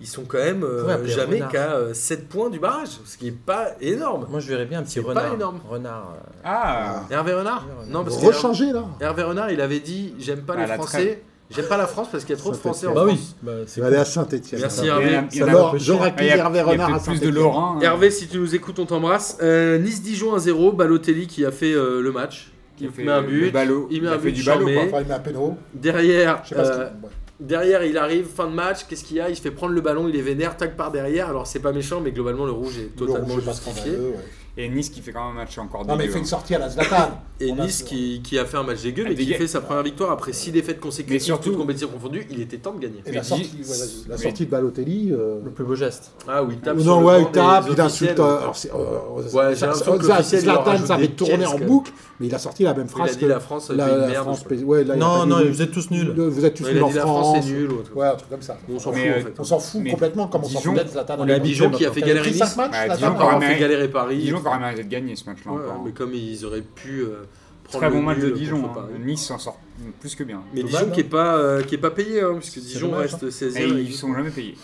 [SPEAKER 1] ils sont quand même euh,
[SPEAKER 5] pourrait appeler
[SPEAKER 1] jamais
[SPEAKER 5] Renard.
[SPEAKER 1] qu'à 7 points du barrage, ce qui est pas énorme.
[SPEAKER 5] Moi, je verrais bien un petit
[SPEAKER 1] C'est pas
[SPEAKER 5] renard.
[SPEAKER 1] énorme.
[SPEAKER 5] Renard. euh,
[SPEAKER 4] Ah,
[SPEAKER 1] Hervé Renard
[SPEAKER 5] Renard.
[SPEAKER 1] Non, parce que
[SPEAKER 3] Rechanger, là
[SPEAKER 1] Hervé Renard, il avait dit J'aime pas
[SPEAKER 4] Bah,
[SPEAKER 1] les
[SPEAKER 4] la
[SPEAKER 1] Français, j'aime pas la France parce qu'il y a trop de
[SPEAKER 3] Ça
[SPEAKER 1] Français
[SPEAKER 3] fait
[SPEAKER 1] en
[SPEAKER 3] peur.
[SPEAKER 5] Bah
[SPEAKER 1] France.
[SPEAKER 5] oui. Bah, c'est
[SPEAKER 3] Tu vas aller à Saint-Etienne.
[SPEAKER 1] Merci
[SPEAKER 4] il y en a-
[SPEAKER 1] Hervé.
[SPEAKER 4] il y en a- Ah,
[SPEAKER 3] Alors,
[SPEAKER 5] empêché.
[SPEAKER 3] j'aurais
[SPEAKER 4] il y a-
[SPEAKER 3] accueilli Hervé
[SPEAKER 4] il y a
[SPEAKER 3] Renard à
[SPEAKER 4] peut-être plus de
[SPEAKER 3] Saint-Etienne.
[SPEAKER 4] Laurent. hein.
[SPEAKER 1] Hervé, si tu nous écoutes, on t'embrasse. Euh, Nice-Dijon 1-0, Balotelli qui a fait euh, le match.
[SPEAKER 4] Qui a
[SPEAKER 1] Il
[SPEAKER 4] fait
[SPEAKER 1] met un
[SPEAKER 4] le
[SPEAKER 1] but,
[SPEAKER 4] ballot.
[SPEAKER 1] il met
[SPEAKER 4] Il a
[SPEAKER 1] un
[SPEAKER 4] fait
[SPEAKER 1] but
[SPEAKER 4] du ballot,
[SPEAKER 1] charmé.
[SPEAKER 3] Enfin, il met un péno.
[SPEAKER 1] Derrière,
[SPEAKER 3] Je sais pas
[SPEAKER 1] euh,
[SPEAKER 3] ce qu'il. ouais.
[SPEAKER 1] derrière, il arrive, fin de match, qu'est-ce qu'il y a Il se fait prendre le ballon, il est vénère, tac par derrière. Alors c'est pas méchant, mais globalement le rouge est totalement
[SPEAKER 3] Laurent, je sais pas ce qu'on
[SPEAKER 1] justifié.
[SPEAKER 3] a, eux, ouais.
[SPEAKER 4] Et Nice qui fait quand même un match encore
[SPEAKER 3] Non, mais il
[SPEAKER 4] dégueu,
[SPEAKER 3] fait
[SPEAKER 4] hein.
[SPEAKER 3] une sortie à la Zlatan.
[SPEAKER 1] Et
[SPEAKER 3] On a-
[SPEAKER 1] Nice qui, qui a fait un match dégueu,
[SPEAKER 4] Ah,
[SPEAKER 1] mais qui
[SPEAKER 4] dégage.
[SPEAKER 1] fait sa première victoire après 6 défaites
[SPEAKER 4] Mais
[SPEAKER 1] consécutives,
[SPEAKER 4] surtout-
[SPEAKER 1] toutes compétitions confondues, il était temps de gagner.
[SPEAKER 3] Et
[SPEAKER 4] Mais
[SPEAKER 3] la
[SPEAKER 4] dis-
[SPEAKER 3] sortie, ouais, vas-y, la
[SPEAKER 4] mais-
[SPEAKER 3] sortie de Balotelli. euh,
[SPEAKER 5] le plus beau geste.
[SPEAKER 1] Ah oui, il tape sur
[SPEAKER 3] Non,
[SPEAKER 1] le
[SPEAKER 3] ouais,
[SPEAKER 1] banc
[SPEAKER 3] il tape,
[SPEAKER 1] des
[SPEAKER 3] il insulte.
[SPEAKER 1] officiels.
[SPEAKER 3] euh, Alors, c'est, euh, euh,
[SPEAKER 1] Ouais, j'ai
[SPEAKER 3] ça-
[SPEAKER 1] l'impression que
[SPEAKER 3] ça-
[SPEAKER 1] l'officiel leur
[SPEAKER 3] Zlatan,
[SPEAKER 1] rajoute
[SPEAKER 3] ça
[SPEAKER 1] des
[SPEAKER 3] avait tourné en
[SPEAKER 1] casques.
[SPEAKER 3] boucle, mais il a sorti la même
[SPEAKER 1] Il a
[SPEAKER 3] phrase
[SPEAKER 1] dit
[SPEAKER 3] que
[SPEAKER 1] la France, fait
[SPEAKER 3] la,
[SPEAKER 1] une
[SPEAKER 3] la
[SPEAKER 1] merde.
[SPEAKER 3] France.
[SPEAKER 1] je crois.
[SPEAKER 3] pays- ouais, là, il a pas
[SPEAKER 5] Non,
[SPEAKER 3] dit
[SPEAKER 5] non,
[SPEAKER 3] le-
[SPEAKER 5] vous êtes tous
[SPEAKER 3] le-
[SPEAKER 5] nuls.
[SPEAKER 3] Vous êtes tous
[SPEAKER 1] Non, il
[SPEAKER 3] nuls
[SPEAKER 1] a
[SPEAKER 3] en
[SPEAKER 1] dit la France
[SPEAKER 3] France.
[SPEAKER 1] est nulle. ou autre chose.
[SPEAKER 3] Ouais, un truc comme ça.
[SPEAKER 1] On s'en fout en
[SPEAKER 4] Mais,
[SPEAKER 1] fait.
[SPEAKER 3] On s'en fout
[SPEAKER 4] Mais
[SPEAKER 3] complètement, comme on s'en
[SPEAKER 4] Dijon-
[SPEAKER 3] fout de Zlatan.
[SPEAKER 5] on est à Dijon
[SPEAKER 1] qui a fait
[SPEAKER 3] T'avais
[SPEAKER 1] galérer
[SPEAKER 3] pris
[SPEAKER 1] Nice.
[SPEAKER 3] cinq matchs,
[SPEAKER 4] Bah,
[SPEAKER 3] Zlatan,
[SPEAKER 4] Dijon,
[SPEAKER 1] Dijon
[SPEAKER 4] quand
[SPEAKER 1] qui a
[SPEAKER 4] même,
[SPEAKER 1] fait
[SPEAKER 4] mais-
[SPEAKER 1] galérer Paris.
[SPEAKER 4] Dijon quand même arrêté de gagner ce match-là
[SPEAKER 1] Ouais,
[SPEAKER 4] encore. hein.
[SPEAKER 1] mais comme ils auraient pu euh, prendre
[SPEAKER 4] Très
[SPEAKER 1] le
[SPEAKER 4] bon match de
[SPEAKER 1] nul
[SPEAKER 4] Dijon.
[SPEAKER 1] contre
[SPEAKER 4] hein.
[SPEAKER 1] Paris.
[SPEAKER 4] Nice s'en sort plus que bien.
[SPEAKER 1] Mais
[SPEAKER 5] Dommage,
[SPEAKER 1] Dijon qui est
[SPEAKER 5] hein.
[SPEAKER 1] pas euh, qui est pas payé hein, puisque
[SPEAKER 5] C'est
[SPEAKER 1] Dijon
[SPEAKER 5] dommage,
[SPEAKER 1] reste 16
[SPEAKER 4] Et
[SPEAKER 1] e
[SPEAKER 4] ils sont jamais payés.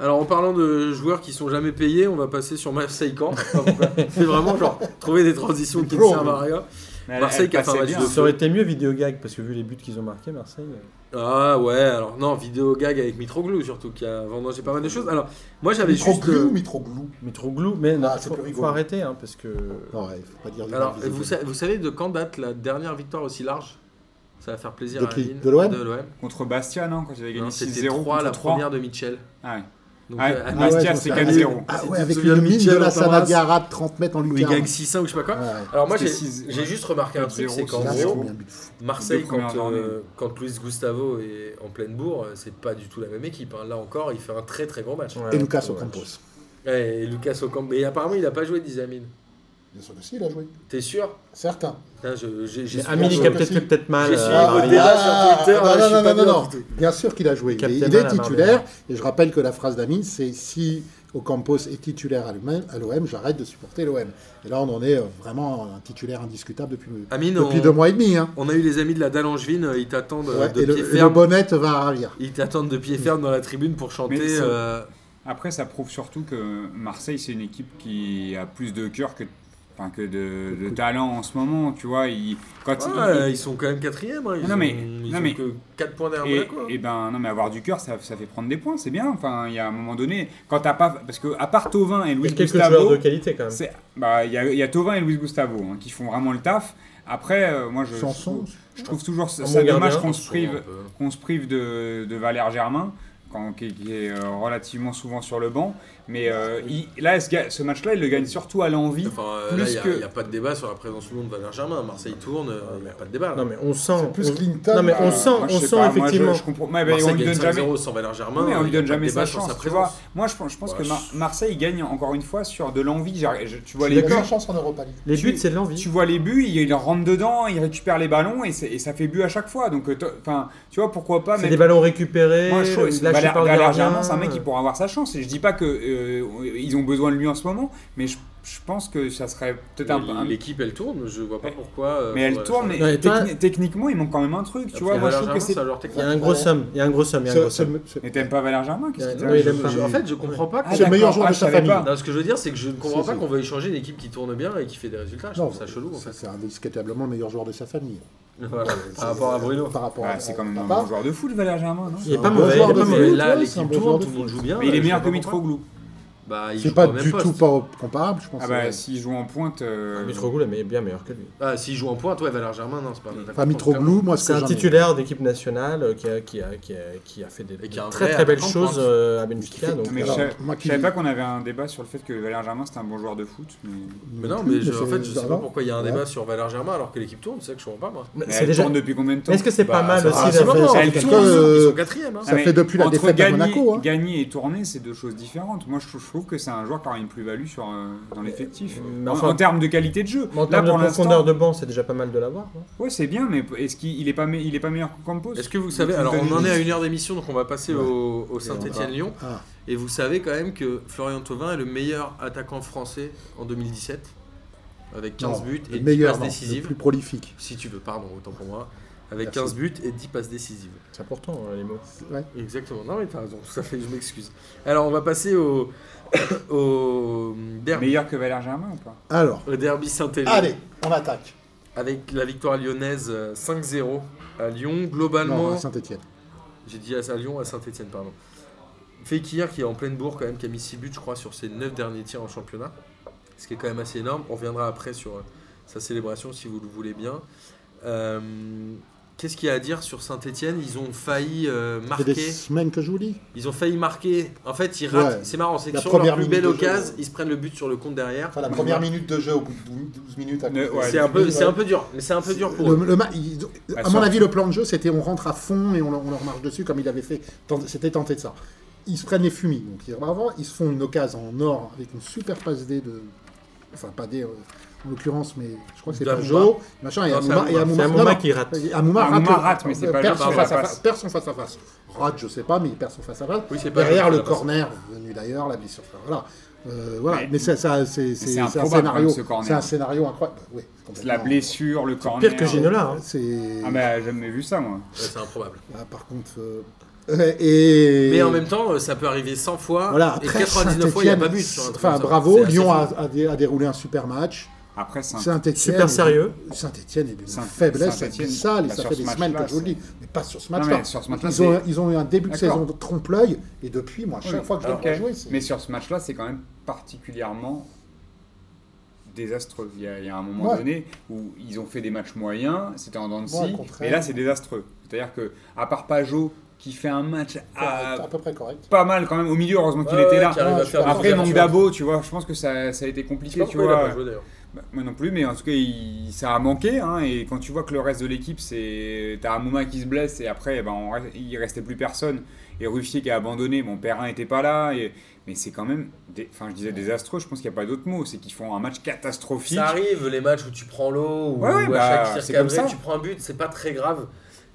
[SPEAKER 1] Alors en parlant de joueurs qui sont jamais payés, on va passer sur Marseille Caen. C'est vraiment genre trouver des transitions qui ne
[SPEAKER 3] Pro,
[SPEAKER 1] servent à
[SPEAKER 3] oui.
[SPEAKER 1] rien.
[SPEAKER 4] Mais elle-
[SPEAKER 1] Marseille
[SPEAKER 4] elle
[SPEAKER 1] qui a fait un
[SPEAKER 4] passait
[SPEAKER 1] match
[SPEAKER 4] bien.
[SPEAKER 1] de
[SPEAKER 5] Ça aurait été mieux vidéo gag parce que vu les buts qu'ils ont marqués, Marseille. euh,
[SPEAKER 1] Ah ouais, alors non, vidéo gag avec Mitroglou surtout qui a vendangé pas mal de choses. Alors moi j'avais juste
[SPEAKER 3] Mitroglou,
[SPEAKER 1] euh,
[SPEAKER 3] Mitroglou.
[SPEAKER 5] Mitroglou, mais non,
[SPEAKER 3] Ah, c'est
[SPEAKER 5] faut,
[SPEAKER 3] plus
[SPEAKER 5] faut
[SPEAKER 3] rigolo.
[SPEAKER 5] arrêter hein, parce que.
[SPEAKER 3] Non, ouais, faut pas dire. des
[SPEAKER 1] alors
[SPEAKER 3] merdes,
[SPEAKER 1] vous, sa- vous savez de quand date la dernière victoire aussi large Ça va faire plaisir
[SPEAKER 3] De
[SPEAKER 1] à
[SPEAKER 3] qui
[SPEAKER 1] Aline.
[SPEAKER 3] De l'OM
[SPEAKER 1] De l'OM.
[SPEAKER 4] Contre Bastia, non Quand ils avaient
[SPEAKER 1] Non,
[SPEAKER 4] gagné
[SPEAKER 1] C'était
[SPEAKER 4] 6-0.
[SPEAKER 1] 3 la
[SPEAKER 4] contre 3.
[SPEAKER 1] première de Mitchell.
[SPEAKER 4] Ah ouais.
[SPEAKER 1] Donc
[SPEAKER 4] Ah,
[SPEAKER 1] euh,
[SPEAKER 3] Ah
[SPEAKER 4] Bastia,
[SPEAKER 3] ouais, je m'en
[SPEAKER 4] c'est
[SPEAKER 3] souviens.
[SPEAKER 4] 4-0.
[SPEAKER 3] Ah
[SPEAKER 1] Si
[SPEAKER 3] ouais,
[SPEAKER 1] tu
[SPEAKER 3] avec
[SPEAKER 1] te
[SPEAKER 3] une
[SPEAKER 1] souviens de
[SPEAKER 3] mine de
[SPEAKER 1] Mitchell,
[SPEAKER 3] la
[SPEAKER 1] on t'embrasse.
[SPEAKER 3] Sanagara de 30 mètres en
[SPEAKER 1] où il
[SPEAKER 3] lucarne.
[SPEAKER 1] gagne 6-1 ou je sais pas quoi.
[SPEAKER 3] Ouais.
[SPEAKER 1] Alors moi j'ai
[SPEAKER 4] C'était six-
[SPEAKER 1] j'ai
[SPEAKER 4] ouais.
[SPEAKER 1] juste remarqué un truc, c'est
[SPEAKER 4] 4-0,
[SPEAKER 1] qu'en
[SPEAKER 3] Là,
[SPEAKER 4] c'est
[SPEAKER 3] c'est
[SPEAKER 1] gros,
[SPEAKER 3] combien de buts de fou.
[SPEAKER 1] Marseille,
[SPEAKER 4] Deux
[SPEAKER 1] quand,
[SPEAKER 4] premières journées.
[SPEAKER 1] euh, quand Luis Gustavo est en pleine bourre, euh, c'est pas du tout la même équipe. hein. Là encore, il fait un très très gros match.
[SPEAKER 5] ouais,
[SPEAKER 3] Et Lucas
[SPEAKER 5] ouais.
[SPEAKER 3] Ocampos.
[SPEAKER 1] Ouais, et Lucas Ocampo, mais apparemment il a pas joué Dizamine.
[SPEAKER 3] Bien sûr que si, il a joué.
[SPEAKER 1] T'es sûr
[SPEAKER 3] Certain.
[SPEAKER 1] Putain, je- j'ai- j'ai
[SPEAKER 5] Mais
[SPEAKER 1] suivi-
[SPEAKER 5] Amélie
[SPEAKER 3] sûr
[SPEAKER 5] qui a
[SPEAKER 3] que
[SPEAKER 5] peut-être
[SPEAKER 3] si.
[SPEAKER 5] fait peut-être mal.
[SPEAKER 1] J'ai suivi
[SPEAKER 5] euh,
[SPEAKER 1] le
[SPEAKER 5] Amélie.
[SPEAKER 1] débat. sur Twitter, là, je suis
[SPEAKER 3] ah, non,
[SPEAKER 1] pas
[SPEAKER 3] non, non,
[SPEAKER 1] bien
[SPEAKER 3] non.
[SPEAKER 1] du tout.
[SPEAKER 3] Bien sûr qu'il a joué. Il est,
[SPEAKER 5] Captain
[SPEAKER 3] il est
[SPEAKER 5] Alain
[SPEAKER 3] titulaire. Et je rappelle que la phrase d'Amine, c'est si Ocampos est titulaire à l'OM, à l'OM, j'arrête de supporter l'OM. Et là, on en est euh, vraiment un titulaire indiscutable depuis, euh,
[SPEAKER 1] Amine,
[SPEAKER 3] depuis
[SPEAKER 1] Ah, on,
[SPEAKER 3] deux mois et demi. Hein.
[SPEAKER 1] on a eu les amis de la Dallangevine, euh, ils t'attendent euh,
[SPEAKER 3] Ouais,
[SPEAKER 1] de
[SPEAKER 3] et le,
[SPEAKER 1] pied
[SPEAKER 3] et le
[SPEAKER 1] ferme.
[SPEAKER 3] bonnet va ravir.
[SPEAKER 1] Ils t'attendent de pied ferme dans la tribune pour
[SPEAKER 4] Mais
[SPEAKER 1] chanter.
[SPEAKER 4] c'est-
[SPEAKER 1] euh,
[SPEAKER 4] Après, ça prouve surtout que Marseille, c'est une équipe qui a plus de cœur que. enfin, enfin, que de, de talent en ce moment, tu vois. Il, quand il-
[SPEAKER 1] Ouais,
[SPEAKER 4] il-
[SPEAKER 1] ils sont quand même quatrième. hein, Ils
[SPEAKER 4] Non,
[SPEAKER 1] ont,
[SPEAKER 4] mais-
[SPEAKER 1] ils
[SPEAKER 4] non,
[SPEAKER 1] ont
[SPEAKER 4] mais-
[SPEAKER 1] que 4 points derrière
[SPEAKER 4] Et,
[SPEAKER 1] Monaco, hein.
[SPEAKER 4] et ben non mais avoir du cœur ça, ça fait prendre des points c'est bien enfin il y a un moment donné quand t'as pas parce que à part Tovin et
[SPEAKER 5] Il y
[SPEAKER 4] Louis
[SPEAKER 5] a quelques joueurs
[SPEAKER 4] Gustavo
[SPEAKER 5] de hein. qualité quand même.
[SPEAKER 4] c'est- bah, il y a, il y a Tovin et Louis Gustavo hein, qui font vraiment le taf après euh, moi je,
[SPEAKER 6] Sanson,
[SPEAKER 4] je trouve toujours ça,
[SPEAKER 5] Un
[SPEAKER 4] ça
[SPEAKER 5] bon gardien,
[SPEAKER 4] dommage qu'on se
[SPEAKER 1] Un
[SPEAKER 4] prive
[SPEAKER 1] peu.
[SPEAKER 4] qu'on se prive de, de Valère Germain, quand, qui, qui est euh, relativement souvent sur le banc. Mais euh, il- là, ce, ga- ce match-là, il le gagne surtout à l'envie.
[SPEAKER 1] Ah, Enfin, euh,
[SPEAKER 4] Plus
[SPEAKER 1] là, il n'y a,
[SPEAKER 4] que-
[SPEAKER 1] il y a pas de débat sur la présence ou non de Valère Germain. Marseille tourne, euh, il n'y a pas de débat. là.
[SPEAKER 5] Non mais on sent.
[SPEAKER 3] C'est plus
[SPEAKER 5] on-
[SPEAKER 3] Clinton.
[SPEAKER 5] Non mais on
[SPEAKER 4] Euh,
[SPEAKER 5] sent,
[SPEAKER 4] moi, je
[SPEAKER 5] on
[SPEAKER 4] sais pas,
[SPEAKER 5] sent
[SPEAKER 4] moi, je-
[SPEAKER 5] effectivement.
[SPEAKER 4] je comprends- ouais, bah,
[SPEAKER 1] Marseille
[SPEAKER 4] on lui
[SPEAKER 1] gagne
[SPEAKER 4] donne jamais.
[SPEAKER 1] 5-0 sans Valère Germain.
[SPEAKER 4] Oui, on lui
[SPEAKER 1] il y a pas
[SPEAKER 4] donne
[SPEAKER 1] de
[SPEAKER 4] jamais sa
[SPEAKER 1] débat sur
[SPEAKER 4] chance, tu
[SPEAKER 1] présence.
[SPEAKER 4] vois. Moi, je pense, je pense
[SPEAKER 1] Bah,
[SPEAKER 4] que Mar- Marseille gagne encore une fois sur de l'envie. J'arr- je- Tu vois
[SPEAKER 3] Il a
[SPEAKER 4] les buts,
[SPEAKER 3] sa chance en Europa League.
[SPEAKER 5] Les
[SPEAKER 4] tu-
[SPEAKER 5] buts, c'est de l'envie.
[SPEAKER 4] tu vois les buts, il, il rentre dedans, il récupère les ballons et, c'est- et ça fait but à chaque fois. Donc, euh, to- enfin, tu vois pourquoi pas
[SPEAKER 5] C'est
[SPEAKER 4] même-
[SPEAKER 5] des ballons récupérés.
[SPEAKER 4] Moi, je trouve-
[SPEAKER 5] lâchés
[SPEAKER 4] Valère,
[SPEAKER 5] par le
[SPEAKER 4] Valère
[SPEAKER 5] gardien.
[SPEAKER 4] Germain, c'est un mec qui pourra avoir sa chance. Et je dis pas que euh, ils ont besoin de lui en ce moment, mais je, je pense que ça serait peut-être un,
[SPEAKER 1] Mais
[SPEAKER 4] un-
[SPEAKER 1] L'équipe, elle tourne, je vois pas
[SPEAKER 4] Ouais.
[SPEAKER 1] pourquoi. euh,
[SPEAKER 4] Mais elle
[SPEAKER 1] faudrait
[SPEAKER 4] tourne,
[SPEAKER 1] changer.
[SPEAKER 4] mais
[SPEAKER 5] Non, et toi-
[SPEAKER 4] techni- techniquement, il manque quand même un truc. Tu vois,
[SPEAKER 1] Après,
[SPEAKER 4] moi, je
[SPEAKER 1] Valère
[SPEAKER 4] trouve que
[SPEAKER 1] Germain,
[SPEAKER 4] c'est.
[SPEAKER 1] ça leur
[SPEAKER 5] Il y
[SPEAKER 1] technique.
[SPEAKER 5] a un
[SPEAKER 4] Euh,
[SPEAKER 5] gros somme. Il y a un gros somme. Il y a un
[SPEAKER 3] C'est-
[SPEAKER 5] gros
[SPEAKER 3] c'est
[SPEAKER 5] somme.
[SPEAKER 3] le- c'est-
[SPEAKER 4] Mais t'aimes pas Valère Germain
[SPEAKER 5] Il y a-
[SPEAKER 1] Ah
[SPEAKER 4] Qu'est-ce qui
[SPEAKER 5] non, il aime pas.
[SPEAKER 1] Je- En fait, je comprends pas.
[SPEAKER 3] c'est le meilleur joueur de sa famille.
[SPEAKER 1] Non, ce que je veux dire, c'est que je ne comprends
[SPEAKER 3] Si,
[SPEAKER 1] pas
[SPEAKER 3] si.
[SPEAKER 1] qu'on veuille changer une équipe qui tourne bien et qui fait des résultats. Je
[SPEAKER 3] Non,
[SPEAKER 1] trouve ça chelou en
[SPEAKER 3] c'est-
[SPEAKER 1] fait.
[SPEAKER 3] C'est indiscutablement le meilleur joueur de sa famille.
[SPEAKER 1] Voilà,
[SPEAKER 3] C'est-
[SPEAKER 1] Par rapport à Bruno.
[SPEAKER 3] Par rapport à-
[SPEAKER 4] C'est quand même un
[SPEAKER 3] papa.
[SPEAKER 4] bon joueur de foot, Valère Germain. non
[SPEAKER 5] Il est
[SPEAKER 3] un
[SPEAKER 5] pas
[SPEAKER 3] bon
[SPEAKER 5] mauvais.
[SPEAKER 3] joueur
[SPEAKER 5] Il est
[SPEAKER 3] de
[SPEAKER 5] pas
[SPEAKER 3] foot.
[SPEAKER 5] mauvais.
[SPEAKER 1] Mais là,
[SPEAKER 3] toi, c'est un
[SPEAKER 1] l'équipe
[SPEAKER 3] bon joueur
[SPEAKER 1] tourne,
[SPEAKER 3] de
[SPEAKER 1] tout le monde
[SPEAKER 3] foot.
[SPEAKER 1] joue bien. euh,
[SPEAKER 4] Mais il est
[SPEAKER 1] je
[SPEAKER 4] meilleur
[SPEAKER 1] vois
[SPEAKER 4] que
[SPEAKER 1] pas pourquoi.
[SPEAKER 4] Mitroglou.
[SPEAKER 1] Bah, il
[SPEAKER 3] C'est
[SPEAKER 1] joue
[SPEAKER 3] pas
[SPEAKER 1] au même
[SPEAKER 3] du
[SPEAKER 1] poste.
[SPEAKER 3] tout pas comparable, je pense.
[SPEAKER 4] Ah bah, s'il joue en pointe. euh,
[SPEAKER 5] Ah, Mitroglou est bien meilleur que lui.
[SPEAKER 1] Ah, s'il joue en pointe, ouais, Valère Germain, non, c'est pas mal.
[SPEAKER 4] Ah,
[SPEAKER 3] Pas Mitroglou, moi, ce
[SPEAKER 5] C'est
[SPEAKER 3] que
[SPEAKER 5] un
[SPEAKER 3] j'en ai-
[SPEAKER 5] titulaire d'équipe nationale euh, qui a, qui a, qui a, qui a fait des,
[SPEAKER 1] Et qui a un
[SPEAKER 5] très
[SPEAKER 1] vrai
[SPEAKER 5] très belles
[SPEAKER 1] attaquant de
[SPEAKER 5] choses
[SPEAKER 1] pointe.
[SPEAKER 5] euh, à Benfica. Donc,
[SPEAKER 4] Mais je
[SPEAKER 3] Alors,
[SPEAKER 4] savais-
[SPEAKER 3] moi qui-
[SPEAKER 4] je savais pas qu'on avait un débat sur le fait que Valère Germain c'était un bon joueur de foot. mais-
[SPEAKER 1] Mais non, mais je- en fait, je sais pas
[SPEAKER 3] bizarrement.
[SPEAKER 1] pourquoi il y a un
[SPEAKER 3] Ouais.
[SPEAKER 1] débat sur Valère Germain alors que l'équipe tourne, c'est ça que je comprends pas moi.
[SPEAKER 5] Mais
[SPEAKER 4] Mais
[SPEAKER 5] c'est
[SPEAKER 4] elle
[SPEAKER 5] déjà.
[SPEAKER 4] tourne depuis combien de temps
[SPEAKER 5] Mais Est-ce que c'est
[SPEAKER 1] Bah,
[SPEAKER 5] pas mal
[SPEAKER 1] ça
[SPEAKER 5] aussi
[SPEAKER 1] va,
[SPEAKER 3] Ah,
[SPEAKER 5] de-
[SPEAKER 1] c'est
[SPEAKER 3] ça
[SPEAKER 1] marrant,
[SPEAKER 3] fait-
[SPEAKER 1] ils
[SPEAKER 4] elle
[SPEAKER 1] sont-
[SPEAKER 4] tourne.
[SPEAKER 1] Ils sont quatrième. hein.
[SPEAKER 3] Ça fait depuis la
[SPEAKER 4] Ah entre
[SPEAKER 3] défaite de
[SPEAKER 4] gagner,
[SPEAKER 3] Monaco, hein.
[SPEAKER 4] Gagner et tourner, c'est deux choses différentes. Moi, je trouve, je trouve que c'est un joueur qui aura une plus-value sur, euh, dans l'effectif.
[SPEAKER 5] mais
[SPEAKER 4] En-
[SPEAKER 5] enfin-
[SPEAKER 4] en, termes de qualité de jeu.
[SPEAKER 5] En
[SPEAKER 4] Là,
[SPEAKER 5] termes de
[SPEAKER 4] pour
[SPEAKER 5] profondeur
[SPEAKER 4] l'instant,
[SPEAKER 5] de banc, c'est déjà pas mal de l'avoir. hein. non
[SPEAKER 4] ouais, c'est bien, mais est-ce qu'il il est pas, me- il est pas meilleur que Campos
[SPEAKER 1] Est-ce que vous savez,
[SPEAKER 4] Vous
[SPEAKER 1] alors on
[SPEAKER 4] donnez
[SPEAKER 1] en est à
[SPEAKER 4] juste-
[SPEAKER 1] une heure d'émission, donc on va passer au, au Saint-Étienne-Lyon.
[SPEAKER 3] Ah.
[SPEAKER 1] Et vous savez quand même que Florian Thauvin est le meilleur attaquant français en 2017, avec 15
[SPEAKER 3] Non,
[SPEAKER 1] buts et
[SPEAKER 3] le
[SPEAKER 1] 10
[SPEAKER 3] meilleur,
[SPEAKER 1] passes
[SPEAKER 3] non, le
[SPEAKER 1] décisives.
[SPEAKER 3] plus prolifique.
[SPEAKER 1] Si tu veux, pardon, autant pour moi. Avec
[SPEAKER 3] Merci.
[SPEAKER 1] 15 buts et 10 passes décisives.
[SPEAKER 5] C'est important,
[SPEAKER 1] hein,
[SPEAKER 5] euh, les mots.
[SPEAKER 1] Exactement, non mais t'as raison, tout à fait, je m'excuse. Alors on va passer au, [COUGHS] au derby,
[SPEAKER 4] Meilleur que Valère Germain ou pas
[SPEAKER 3] Alors,
[SPEAKER 1] au derby Saint-Étienne.
[SPEAKER 3] allez, on attaque.
[SPEAKER 1] Avec la victoire lyonnaise euh, 5-0 à Lyon, globalement.
[SPEAKER 3] Non, Saint-Etienne.
[SPEAKER 1] J'ai dit à, à Lyon, à Saint-Etienne, pardon. Fekir qui est en pleine bourre quand même, qui a mis 6 buts, je crois, sur ses 9 derniers tirs en championnat. Ce qui est quand même assez énorme. On reviendra après sur euh, sa célébration si vous le voulez bien. Euh, Qu'est-ce qu'il y a à dire sur Saint-Etienne Ils ont failli euh,
[SPEAKER 3] Ça fait
[SPEAKER 1] marquer.
[SPEAKER 3] des semaines que je vous lis.
[SPEAKER 1] Ils ont failli marquer. En fait, ils ratent.
[SPEAKER 3] Ouais.
[SPEAKER 1] C'est marrant, c'est que
[SPEAKER 3] La
[SPEAKER 1] sur leur
[SPEAKER 3] première
[SPEAKER 1] plus
[SPEAKER 3] minute
[SPEAKER 1] belle
[SPEAKER 3] de jeu.
[SPEAKER 1] occasion, ils se prennent le but sur le compte derrière.
[SPEAKER 3] Enfin, la première minute de jeu au bout de 12 12 minutes. à
[SPEAKER 4] Ne-
[SPEAKER 3] cause-
[SPEAKER 4] ouais,
[SPEAKER 1] C'est un, peu- c'est un peu dur, mais c'est un peu dur pour
[SPEAKER 3] Le-
[SPEAKER 1] eux.
[SPEAKER 3] le ma- ils- à mon
[SPEAKER 4] ça-
[SPEAKER 3] avis, le plan de jeu, c'était on rentre à fond et on, leur- on leur marche dessus comme il avait fait. Tant- C'était tenté de ça. Ils se prennent les fumis. Donc, ils, avant, ils se font une occasion en or avec une super passe D de. Enfin, pas D euh, en l'occurrence, mais je crois que c'est
[SPEAKER 1] D'Amouma.
[SPEAKER 3] Pajot. Machin, et
[SPEAKER 1] Non, c'est
[SPEAKER 3] Amouma. Et
[SPEAKER 1] Amouma.
[SPEAKER 3] Amouma,
[SPEAKER 5] C'est un
[SPEAKER 3] non,
[SPEAKER 5] moment
[SPEAKER 3] non.
[SPEAKER 5] qui rate.
[SPEAKER 3] Et Amouma rate,
[SPEAKER 4] Amouma Ah, rate, mais c'est
[SPEAKER 3] euh,
[SPEAKER 4] pas
[SPEAKER 3] perd
[SPEAKER 1] juste
[SPEAKER 3] son
[SPEAKER 1] sur la
[SPEAKER 3] face à
[SPEAKER 4] passe.
[SPEAKER 3] face- perd son face à face. Rate, je sais pas, mais il perd son face à face.
[SPEAKER 1] Oui, c'est pas
[SPEAKER 3] Derrière
[SPEAKER 1] juste
[SPEAKER 3] le
[SPEAKER 1] sur la passe.
[SPEAKER 3] corner, venu d'ailleurs, la blessure. enfin, Voilà. Euh, voilà.
[SPEAKER 4] Mais-
[SPEAKER 3] Mais, ça, ça, c'est c'est- c'est un
[SPEAKER 4] improbable,
[SPEAKER 3] scénario.
[SPEAKER 4] ce corner.
[SPEAKER 3] C'est un scénario incroyable. Bah, oui, complètement.
[SPEAKER 4] La blessure, le corner.
[SPEAKER 5] Pire que Ginola. hein.
[SPEAKER 3] C'est.
[SPEAKER 4] Ah bah, j'ai jamais vu ça, moi.
[SPEAKER 1] Ouais, c'est improbable.
[SPEAKER 3] Bah, par contre. euh, euh, et...
[SPEAKER 1] Mais en même temps, euh, ça peut arriver 100 fois.
[SPEAKER 3] voilà,
[SPEAKER 1] et
[SPEAKER 3] après
[SPEAKER 1] 99 fois, il n'y a pas
[SPEAKER 3] Saint-Étienne,
[SPEAKER 1] but. sur un truc
[SPEAKER 3] Enfin,
[SPEAKER 1] comme ça.
[SPEAKER 3] bravo,
[SPEAKER 1] C'est assez
[SPEAKER 3] Lyon
[SPEAKER 1] fou.
[SPEAKER 3] a, a dé- a déroulé un super match.
[SPEAKER 4] Après, c'est un-
[SPEAKER 3] Saint-Etienne.
[SPEAKER 5] Super sérieux.
[SPEAKER 3] Saint-Etienne est d'une
[SPEAKER 4] Saint-
[SPEAKER 3] faiblesse
[SPEAKER 4] Saint-Étienne,
[SPEAKER 3] abyssale et
[SPEAKER 4] bah,
[SPEAKER 3] ça
[SPEAKER 4] sur
[SPEAKER 3] fait
[SPEAKER 4] ce
[SPEAKER 3] des semaines
[SPEAKER 4] match-là,
[SPEAKER 3] que je vous le
[SPEAKER 4] c'est-
[SPEAKER 3] dis. Mais pas sur ce
[SPEAKER 4] Non,
[SPEAKER 3] match-là.
[SPEAKER 4] mais sur ce match-là,
[SPEAKER 3] ils, ont,
[SPEAKER 4] c'est-
[SPEAKER 3] ils ont eu un début de
[SPEAKER 4] D'accord.
[SPEAKER 3] saison de trompe-l'œil et depuis, moi, chaque
[SPEAKER 4] Oui,
[SPEAKER 3] fois que je le
[SPEAKER 4] ok.
[SPEAKER 3] vois jouer, c'est-
[SPEAKER 4] Mais sur ce match-là, c'est quand même particulièrement désastreux. Il y a, il y a un moment
[SPEAKER 3] Ouais.
[SPEAKER 4] donné où ils ont fait des matchs moyens, c'était en dents de
[SPEAKER 3] Ouais,
[SPEAKER 4] scie,
[SPEAKER 3] au contraire.
[SPEAKER 4] et là c'est désastreux. C'est-à-dire que à part Pajot qui fait un match à-
[SPEAKER 1] euh,
[SPEAKER 3] à peu près correct.
[SPEAKER 4] pas mal quand même au milieu, heureusement qu'il
[SPEAKER 1] Ouais,
[SPEAKER 4] était
[SPEAKER 1] ouais,
[SPEAKER 4] là.
[SPEAKER 1] qui arrive à
[SPEAKER 3] Ah,
[SPEAKER 1] faire
[SPEAKER 4] Après il
[SPEAKER 1] des
[SPEAKER 4] manque
[SPEAKER 1] ouvertures.
[SPEAKER 4] d'abo, tu vois. Je pense que ça, ça
[SPEAKER 1] Je
[SPEAKER 4] a été
[SPEAKER 1] sais pas
[SPEAKER 4] compliqué, tu
[SPEAKER 1] pourquoi il a
[SPEAKER 4] vois.
[SPEAKER 1] pas joué, d'ailleurs.
[SPEAKER 4] Bah, moi non plus, mais en tout cas, il- ça a manqué. hein, et quand tu vois que le reste de l'équipe, c'est t'as Amouma qui se blesse et après, ben, on reste- il restait plus personne. Et Ruffier qui a abandonné. Mon Perrin était pas là. Et, mais c'est quand même, des- enfin, je disais désastreux. Je pense qu'il n'y a pas d'autre mot. C'est qu'ils font un match catastrophique.
[SPEAKER 1] Ça arrive, les matchs où tu prends l'eau, ou
[SPEAKER 4] Ouais, ouais,
[SPEAKER 1] où à
[SPEAKER 4] bah,
[SPEAKER 1] chaque
[SPEAKER 4] c'est
[SPEAKER 1] tir
[SPEAKER 4] comme
[SPEAKER 1] cadré,
[SPEAKER 4] ça.
[SPEAKER 1] tu prends un but, c'est pas très grave.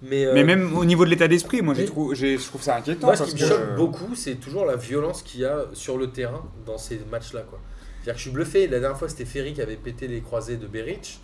[SPEAKER 1] Mais, euh,
[SPEAKER 4] Mais même au niveau de l'état d'esprit, moi, j'ai
[SPEAKER 1] mais-
[SPEAKER 4] trouvé- j'ai- je trouve ça inquiétant.
[SPEAKER 1] moi, ce
[SPEAKER 4] parce
[SPEAKER 1] qui me
[SPEAKER 4] que- euh,
[SPEAKER 1] choque beaucoup, c'est toujours la violence qu'il y a sur le terrain dans ces matchs-là. quoi. C'est-à-dire que je suis bluffé. La dernière fois, c'était Ferry qui avait pété les croisés de Beric.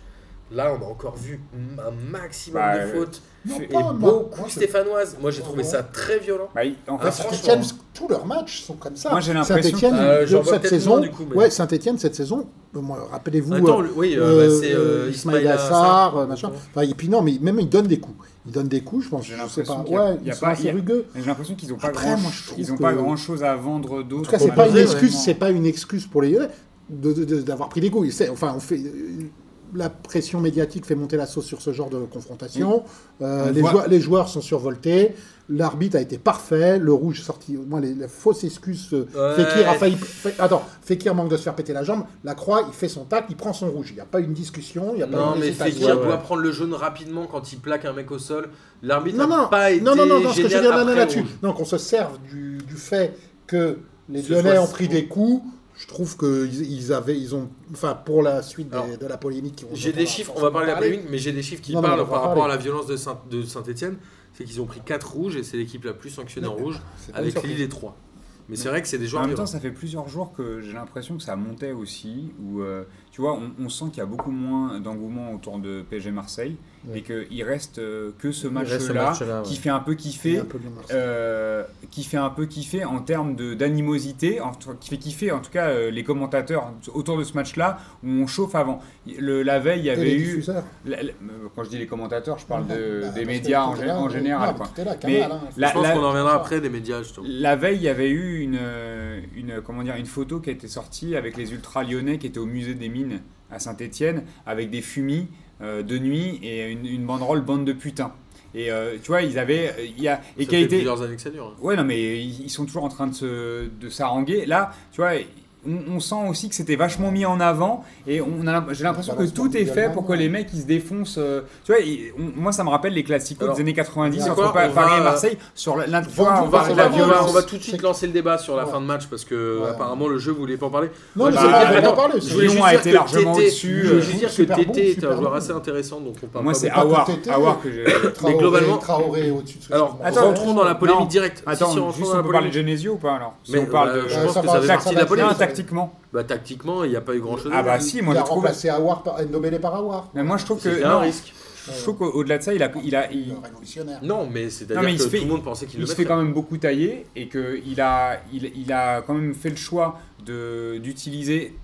[SPEAKER 1] Là, on a encore vu m- un maximum
[SPEAKER 4] Bah,
[SPEAKER 1] de
[SPEAKER 4] euh,
[SPEAKER 1] fautes
[SPEAKER 3] Non,
[SPEAKER 4] Et
[SPEAKER 1] et
[SPEAKER 3] pas, moi.
[SPEAKER 1] beaucoup
[SPEAKER 3] Moi, je-
[SPEAKER 1] stéphanoises. Moi, j'ai trouvé
[SPEAKER 3] Oh,
[SPEAKER 1] ça très violent.
[SPEAKER 4] Bah, il- en
[SPEAKER 3] Ah,
[SPEAKER 4] fait,
[SPEAKER 3] Saint-Etienne,
[SPEAKER 4] franchement,
[SPEAKER 3] tous leurs matchs sont comme ça.
[SPEAKER 4] Moi, j'ai l'impression
[SPEAKER 3] Saint-Etienne,
[SPEAKER 1] que- Euh, j'en vois
[SPEAKER 3] cette
[SPEAKER 1] peut-être
[SPEAKER 3] saison,
[SPEAKER 1] moins, du coup, mais-
[SPEAKER 3] ouais, Saint-Etienne, cette saison, euh, moi, rappelez-vous,
[SPEAKER 1] Attends,
[SPEAKER 3] euh,
[SPEAKER 1] le- oui, euh,
[SPEAKER 3] euh,
[SPEAKER 1] bah, c'est euh,
[SPEAKER 3] euh, Ismail
[SPEAKER 1] Ismail
[SPEAKER 3] Assar, euh,
[SPEAKER 1] Assar.
[SPEAKER 3] machin. Enfin, et puis non, mais même il donne des coups. Il donne des coups, je pense,
[SPEAKER 4] J'ai
[SPEAKER 3] je sais
[SPEAKER 4] l'impression
[SPEAKER 3] pas.
[SPEAKER 4] qu'il y a-
[SPEAKER 3] Ouais,
[SPEAKER 4] il y
[SPEAKER 3] ils
[SPEAKER 4] a
[SPEAKER 3] sont
[SPEAKER 4] pas- il y
[SPEAKER 3] assez
[SPEAKER 4] a-
[SPEAKER 3] rugueux.
[SPEAKER 4] j'ai l'impression qu'ils n'ont pas,
[SPEAKER 3] Après,
[SPEAKER 4] grand,
[SPEAKER 3] moi, je trouve
[SPEAKER 4] ils ont
[SPEAKER 3] que-
[SPEAKER 4] pas grand chose à vendre
[SPEAKER 3] En
[SPEAKER 4] d'autre.
[SPEAKER 3] tout cas, c'est
[SPEAKER 4] au
[SPEAKER 3] pas une
[SPEAKER 4] Parisien,
[SPEAKER 3] excuse,
[SPEAKER 4] vraiment.
[SPEAKER 3] c'est pas une excuse pour les Lyonnais de- de- de- d'avoir pris des coups. C'est- Enfin, on fait euh, la pression médiatique fait monter la sauce sur ce genre de confrontation. Euh,
[SPEAKER 4] On
[SPEAKER 3] les,
[SPEAKER 4] voit-
[SPEAKER 3] joueurs, les joueurs sont survoltés. L'arbitre a été parfait. Le rouge sorti. Moi, les, les fausses excuses. euh,
[SPEAKER 1] Ouais.
[SPEAKER 3] Fekir a failli. Fe- attends, Fekir manque de se faire péter la jambe. La croix, il fait son tac, il prend son rouge. Il n'y a pas une discussion. Il n'y a pas
[SPEAKER 1] Non,
[SPEAKER 3] une
[SPEAKER 1] mais
[SPEAKER 3] hésitation.
[SPEAKER 1] Fekir
[SPEAKER 2] ouais, ouais.
[SPEAKER 1] doit prendre le jaune rapidement quand il plaque un mec au sol. L'arbitre
[SPEAKER 3] Non,
[SPEAKER 1] n'a
[SPEAKER 3] non,
[SPEAKER 1] pas été
[SPEAKER 3] non, non, non, non, ce que je veux
[SPEAKER 1] génial
[SPEAKER 3] dire là,
[SPEAKER 1] après le
[SPEAKER 3] là-dessus.
[SPEAKER 1] rouge.
[SPEAKER 3] Non, qu'on se serve du, du fait que les
[SPEAKER 1] Ce
[SPEAKER 3] Lyonnais
[SPEAKER 1] soit-
[SPEAKER 3] ont pris des coups. Je trouve qu'ils ils avaient, ils ont, enfin, pour la suite des-
[SPEAKER 1] Alors,
[SPEAKER 3] de la polémique. qui-
[SPEAKER 1] J'ai
[SPEAKER 3] dont
[SPEAKER 1] des
[SPEAKER 3] va
[SPEAKER 1] chiffres, on
[SPEAKER 3] forcément
[SPEAKER 1] va parler après
[SPEAKER 3] parler.
[SPEAKER 1] une, mais j'ai des chiffres qui
[SPEAKER 3] Non, non, on
[SPEAKER 1] parlent
[SPEAKER 3] va
[SPEAKER 1] par
[SPEAKER 3] parler.
[SPEAKER 1] rapport à la violence de Saint- de Saint-Etienne. C'est qu'ils ont pris 4 rouges et c'est l'équipe la plus sanctionnée en rouge
[SPEAKER 3] C'est pas une
[SPEAKER 1] avec
[SPEAKER 3] surprise.
[SPEAKER 1] Lille et 3. Mais c'est vrai que c'est hein. des
[SPEAKER 4] En
[SPEAKER 1] joueurs
[SPEAKER 4] même temps,
[SPEAKER 1] violents.
[SPEAKER 4] ça fait plusieurs jours que j'ai l'impression que ça montait aussi, où euh, tu vois, on, on sent qu'il y a beaucoup moins d'engouement autour de PSG Marseille
[SPEAKER 2] Ouais.
[SPEAKER 4] et qu'il reste euh, que ce
[SPEAKER 2] reste
[SPEAKER 4] match-là
[SPEAKER 2] ce match-là,
[SPEAKER 4] qui
[SPEAKER 2] ouais.
[SPEAKER 4] fait un peu
[SPEAKER 3] Il y
[SPEAKER 4] kiffer,
[SPEAKER 3] a un peu de Marseille.
[SPEAKER 4] euh, qui fait un peu kiffer en termes de- d'animosité, en tout- qui fait kiffer en tout cas euh, les commentateurs autour de ce match-là où on chauffe avant. Le- la veille, il y
[SPEAKER 3] Et
[SPEAKER 4] avait
[SPEAKER 3] les
[SPEAKER 4] eu.
[SPEAKER 3] diffuseurs.
[SPEAKER 4] la- la- quand je dis les commentateurs, je parle de-
[SPEAKER 3] Bah, parce
[SPEAKER 4] des
[SPEAKER 3] que
[SPEAKER 4] médias en,
[SPEAKER 3] tout est
[SPEAKER 4] gé-
[SPEAKER 3] là,
[SPEAKER 4] en
[SPEAKER 3] ouais.
[SPEAKER 4] général.
[SPEAKER 3] Non, mais
[SPEAKER 4] quoi.
[SPEAKER 3] tout est là,
[SPEAKER 4] Mais
[SPEAKER 3] Canal, hein.
[SPEAKER 4] la-
[SPEAKER 1] Je pense
[SPEAKER 4] la-
[SPEAKER 1] qu'on en reviendra après des médias, justement.
[SPEAKER 4] La veille, il y avait eu une, euh, une, comment dire, une photo qui a été sortie avec les ultras lyonnais qui étaient au musée des mines à Saint-Étienne, avec des fumis euh, de nuit et une, une banderole bande de putains. Et euh, tu vois, ils avaient, euh, il y a, et
[SPEAKER 1] ça
[SPEAKER 4] qui a
[SPEAKER 1] fait
[SPEAKER 4] été,
[SPEAKER 1] plusieurs années que ça dure. hein.
[SPEAKER 4] ouais non mais ils ils sont toujours en train de se, de s'arranger. Là, tu vois. On, on sent aussi que c'était vachement mis en avant et on a, j'ai l'impression que
[SPEAKER 3] Balance
[SPEAKER 4] tout est
[SPEAKER 3] mondialement,
[SPEAKER 4] fait pour que
[SPEAKER 3] ouais.
[SPEAKER 4] les mecs ils se défoncent. euh, tu vois, ils- on- moi ça me rappelle les classicos
[SPEAKER 1] Alors,
[SPEAKER 4] des années 90
[SPEAKER 1] c'est
[SPEAKER 4] entre
[SPEAKER 1] quoi,
[SPEAKER 4] Pa-
[SPEAKER 1] on
[SPEAKER 4] Paris
[SPEAKER 1] va-
[SPEAKER 4] et Marseille sur la, la- tu vois,
[SPEAKER 3] Vendu
[SPEAKER 4] on
[SPEAKER 1] On
[SPEAKER 3] par
[SPEAKER 1] va,
[SPEAKER 4] parle de la
[SPEAKER 1] on va-
[SPEAKER 4] violence.
[SPEAKER 1] on va tout de suite
[SPEAKER 3] C'est-
[SPEAKER 1] lancer le débat sur la
[SPEAKER 3] Ouais.
[SPEAKER 1] fin de match parce que
[SPEAKER 3] Ouais.
[SPEAKER 1] apparemment le jeu voulait pas en parler.
[SPEAKER 3] Non, mais
[SPEAKER 4] bah,
[SPEAKER 3] c'est vrai qu'on
[SPEAKER 4] attends,
[SPEAKER 3] en a parlé.
[SPEAKER 1] Je
[SPEAKER 3] c'est-
[SPEAKER 1] voulais
[SPEAKER 4] Lyon
[SPEAKER 1] juste
[SPEAKER 4] a
[SPEAKER 1] dire
[SPEAKER 4] été
[SPEAKER 1] que
[SPEAKER 4] largement
[SPEAKER 1] Tété-
[SPEAKER 4] au-dessus,
[SPEAKER 1] Je voulais
[SPEAKER 4] euh,
[SPEAKER 1] juste dire que
[SPEAKER 3] super bon,
[SPEAKER 1] Tété est
[SPEAKER 3] super
[SPEAKER 1] un joueur
[SPEAKER 3] bon.
[SPEAKER 1] assez intéressant, donc on parle
[SPEAKER 4] Moi,
[SPEAKER 1] pas
[SPEAKER 4] c'est
[SPEAKER 1] beaucoup.
[SPEAKER 3] pas
[SPEAKER 4] Awar.
[SPEAKER 3] tout été.
[SPEAKER 4] Awar que j'ai.
[SPEAKER 3] Traoré-
[SPEAKER 1] globalement-
[SPEAKER 3] Traoré au-dessus de ce
[SPEAKER 1] Alors,
[SPEAKER 3] genre.
[SPEAKER 4] Attends,
[SPEAKER 1] rentrons dans la polémique directe. Si,
[SPEAKER 4] Attends,
[SPEAKER 1] si, rentrons
[SPEAKER 4] juste
[SPEAKER 1] dans la
[SPEAKER 4] on peut parler de
[SPEAKER 1] polémique.
[SPEAKER 4] Genesio ou pas alors Si
[SPEAKER 1] Mais,
[SPEAKER 4] on parle
[SPEAKER 1] euh,
[SPEAKER 4] de.
[SPEAKER 1] je
[SPEAKER 3] Ouais,
[SPEAKER 1] pense
[SPEAKER 3] ça
[SPEAKER 1] que
[SPEAKER 3] va-
[SPEAKER 1] ça fait
[SPEAKER 3] ça
[SPEAKER 1] partie de la
[SPEAKER 3] va-
[SPEAKER 1] polémique.
[SPEAKER 3] ça
[SPEAKER 4] Non,
[SPEAKER 3] va-
[SPEAKER 4] tactiquement.
[SPEAKER 1] Bah, tactiquement, il n'y a pas eu grand chose.
[SPEAKER 4] Ah bah si, moi
[SPEAKER 3] il
[SPEAKER 4] je
[SPEAKER 3] a
[SPEAKER 4] trouve.
[SPEAKER 3] remplacé Aouar par Ndombele par Aouar.
[SPEAKER 4] Mais moi je trouve
[SPEAKER 1] C'était
[SPEAKER 4] que.
[SPEAKER 1] un
[SPEAKER 4] Non,
[SPEAKER 1] risque.
[SPEAKER 4] je trouve qu'au-delà de ça, il a. Il, a, il,
[SPEAKER 3] Le révolutionnaire.
[SPEAKER 1] Non, mais c'est-à-dire
[SPEAKER 4] Non, mais
[SPEAKER 1] que
[SPEAKER 4] il se fait-
[SPEAKER 1] tout le monde pensait qu'il
[SPEAKER 4] il
[SPEAKER 1] le
[SPEAKER 4] se fait
[SPEAKER 1] mettrait.
[SPEAKER 4] quand même beaucoup tailler et qu'il a, il, il a quand même fait le choix de- d'utiliser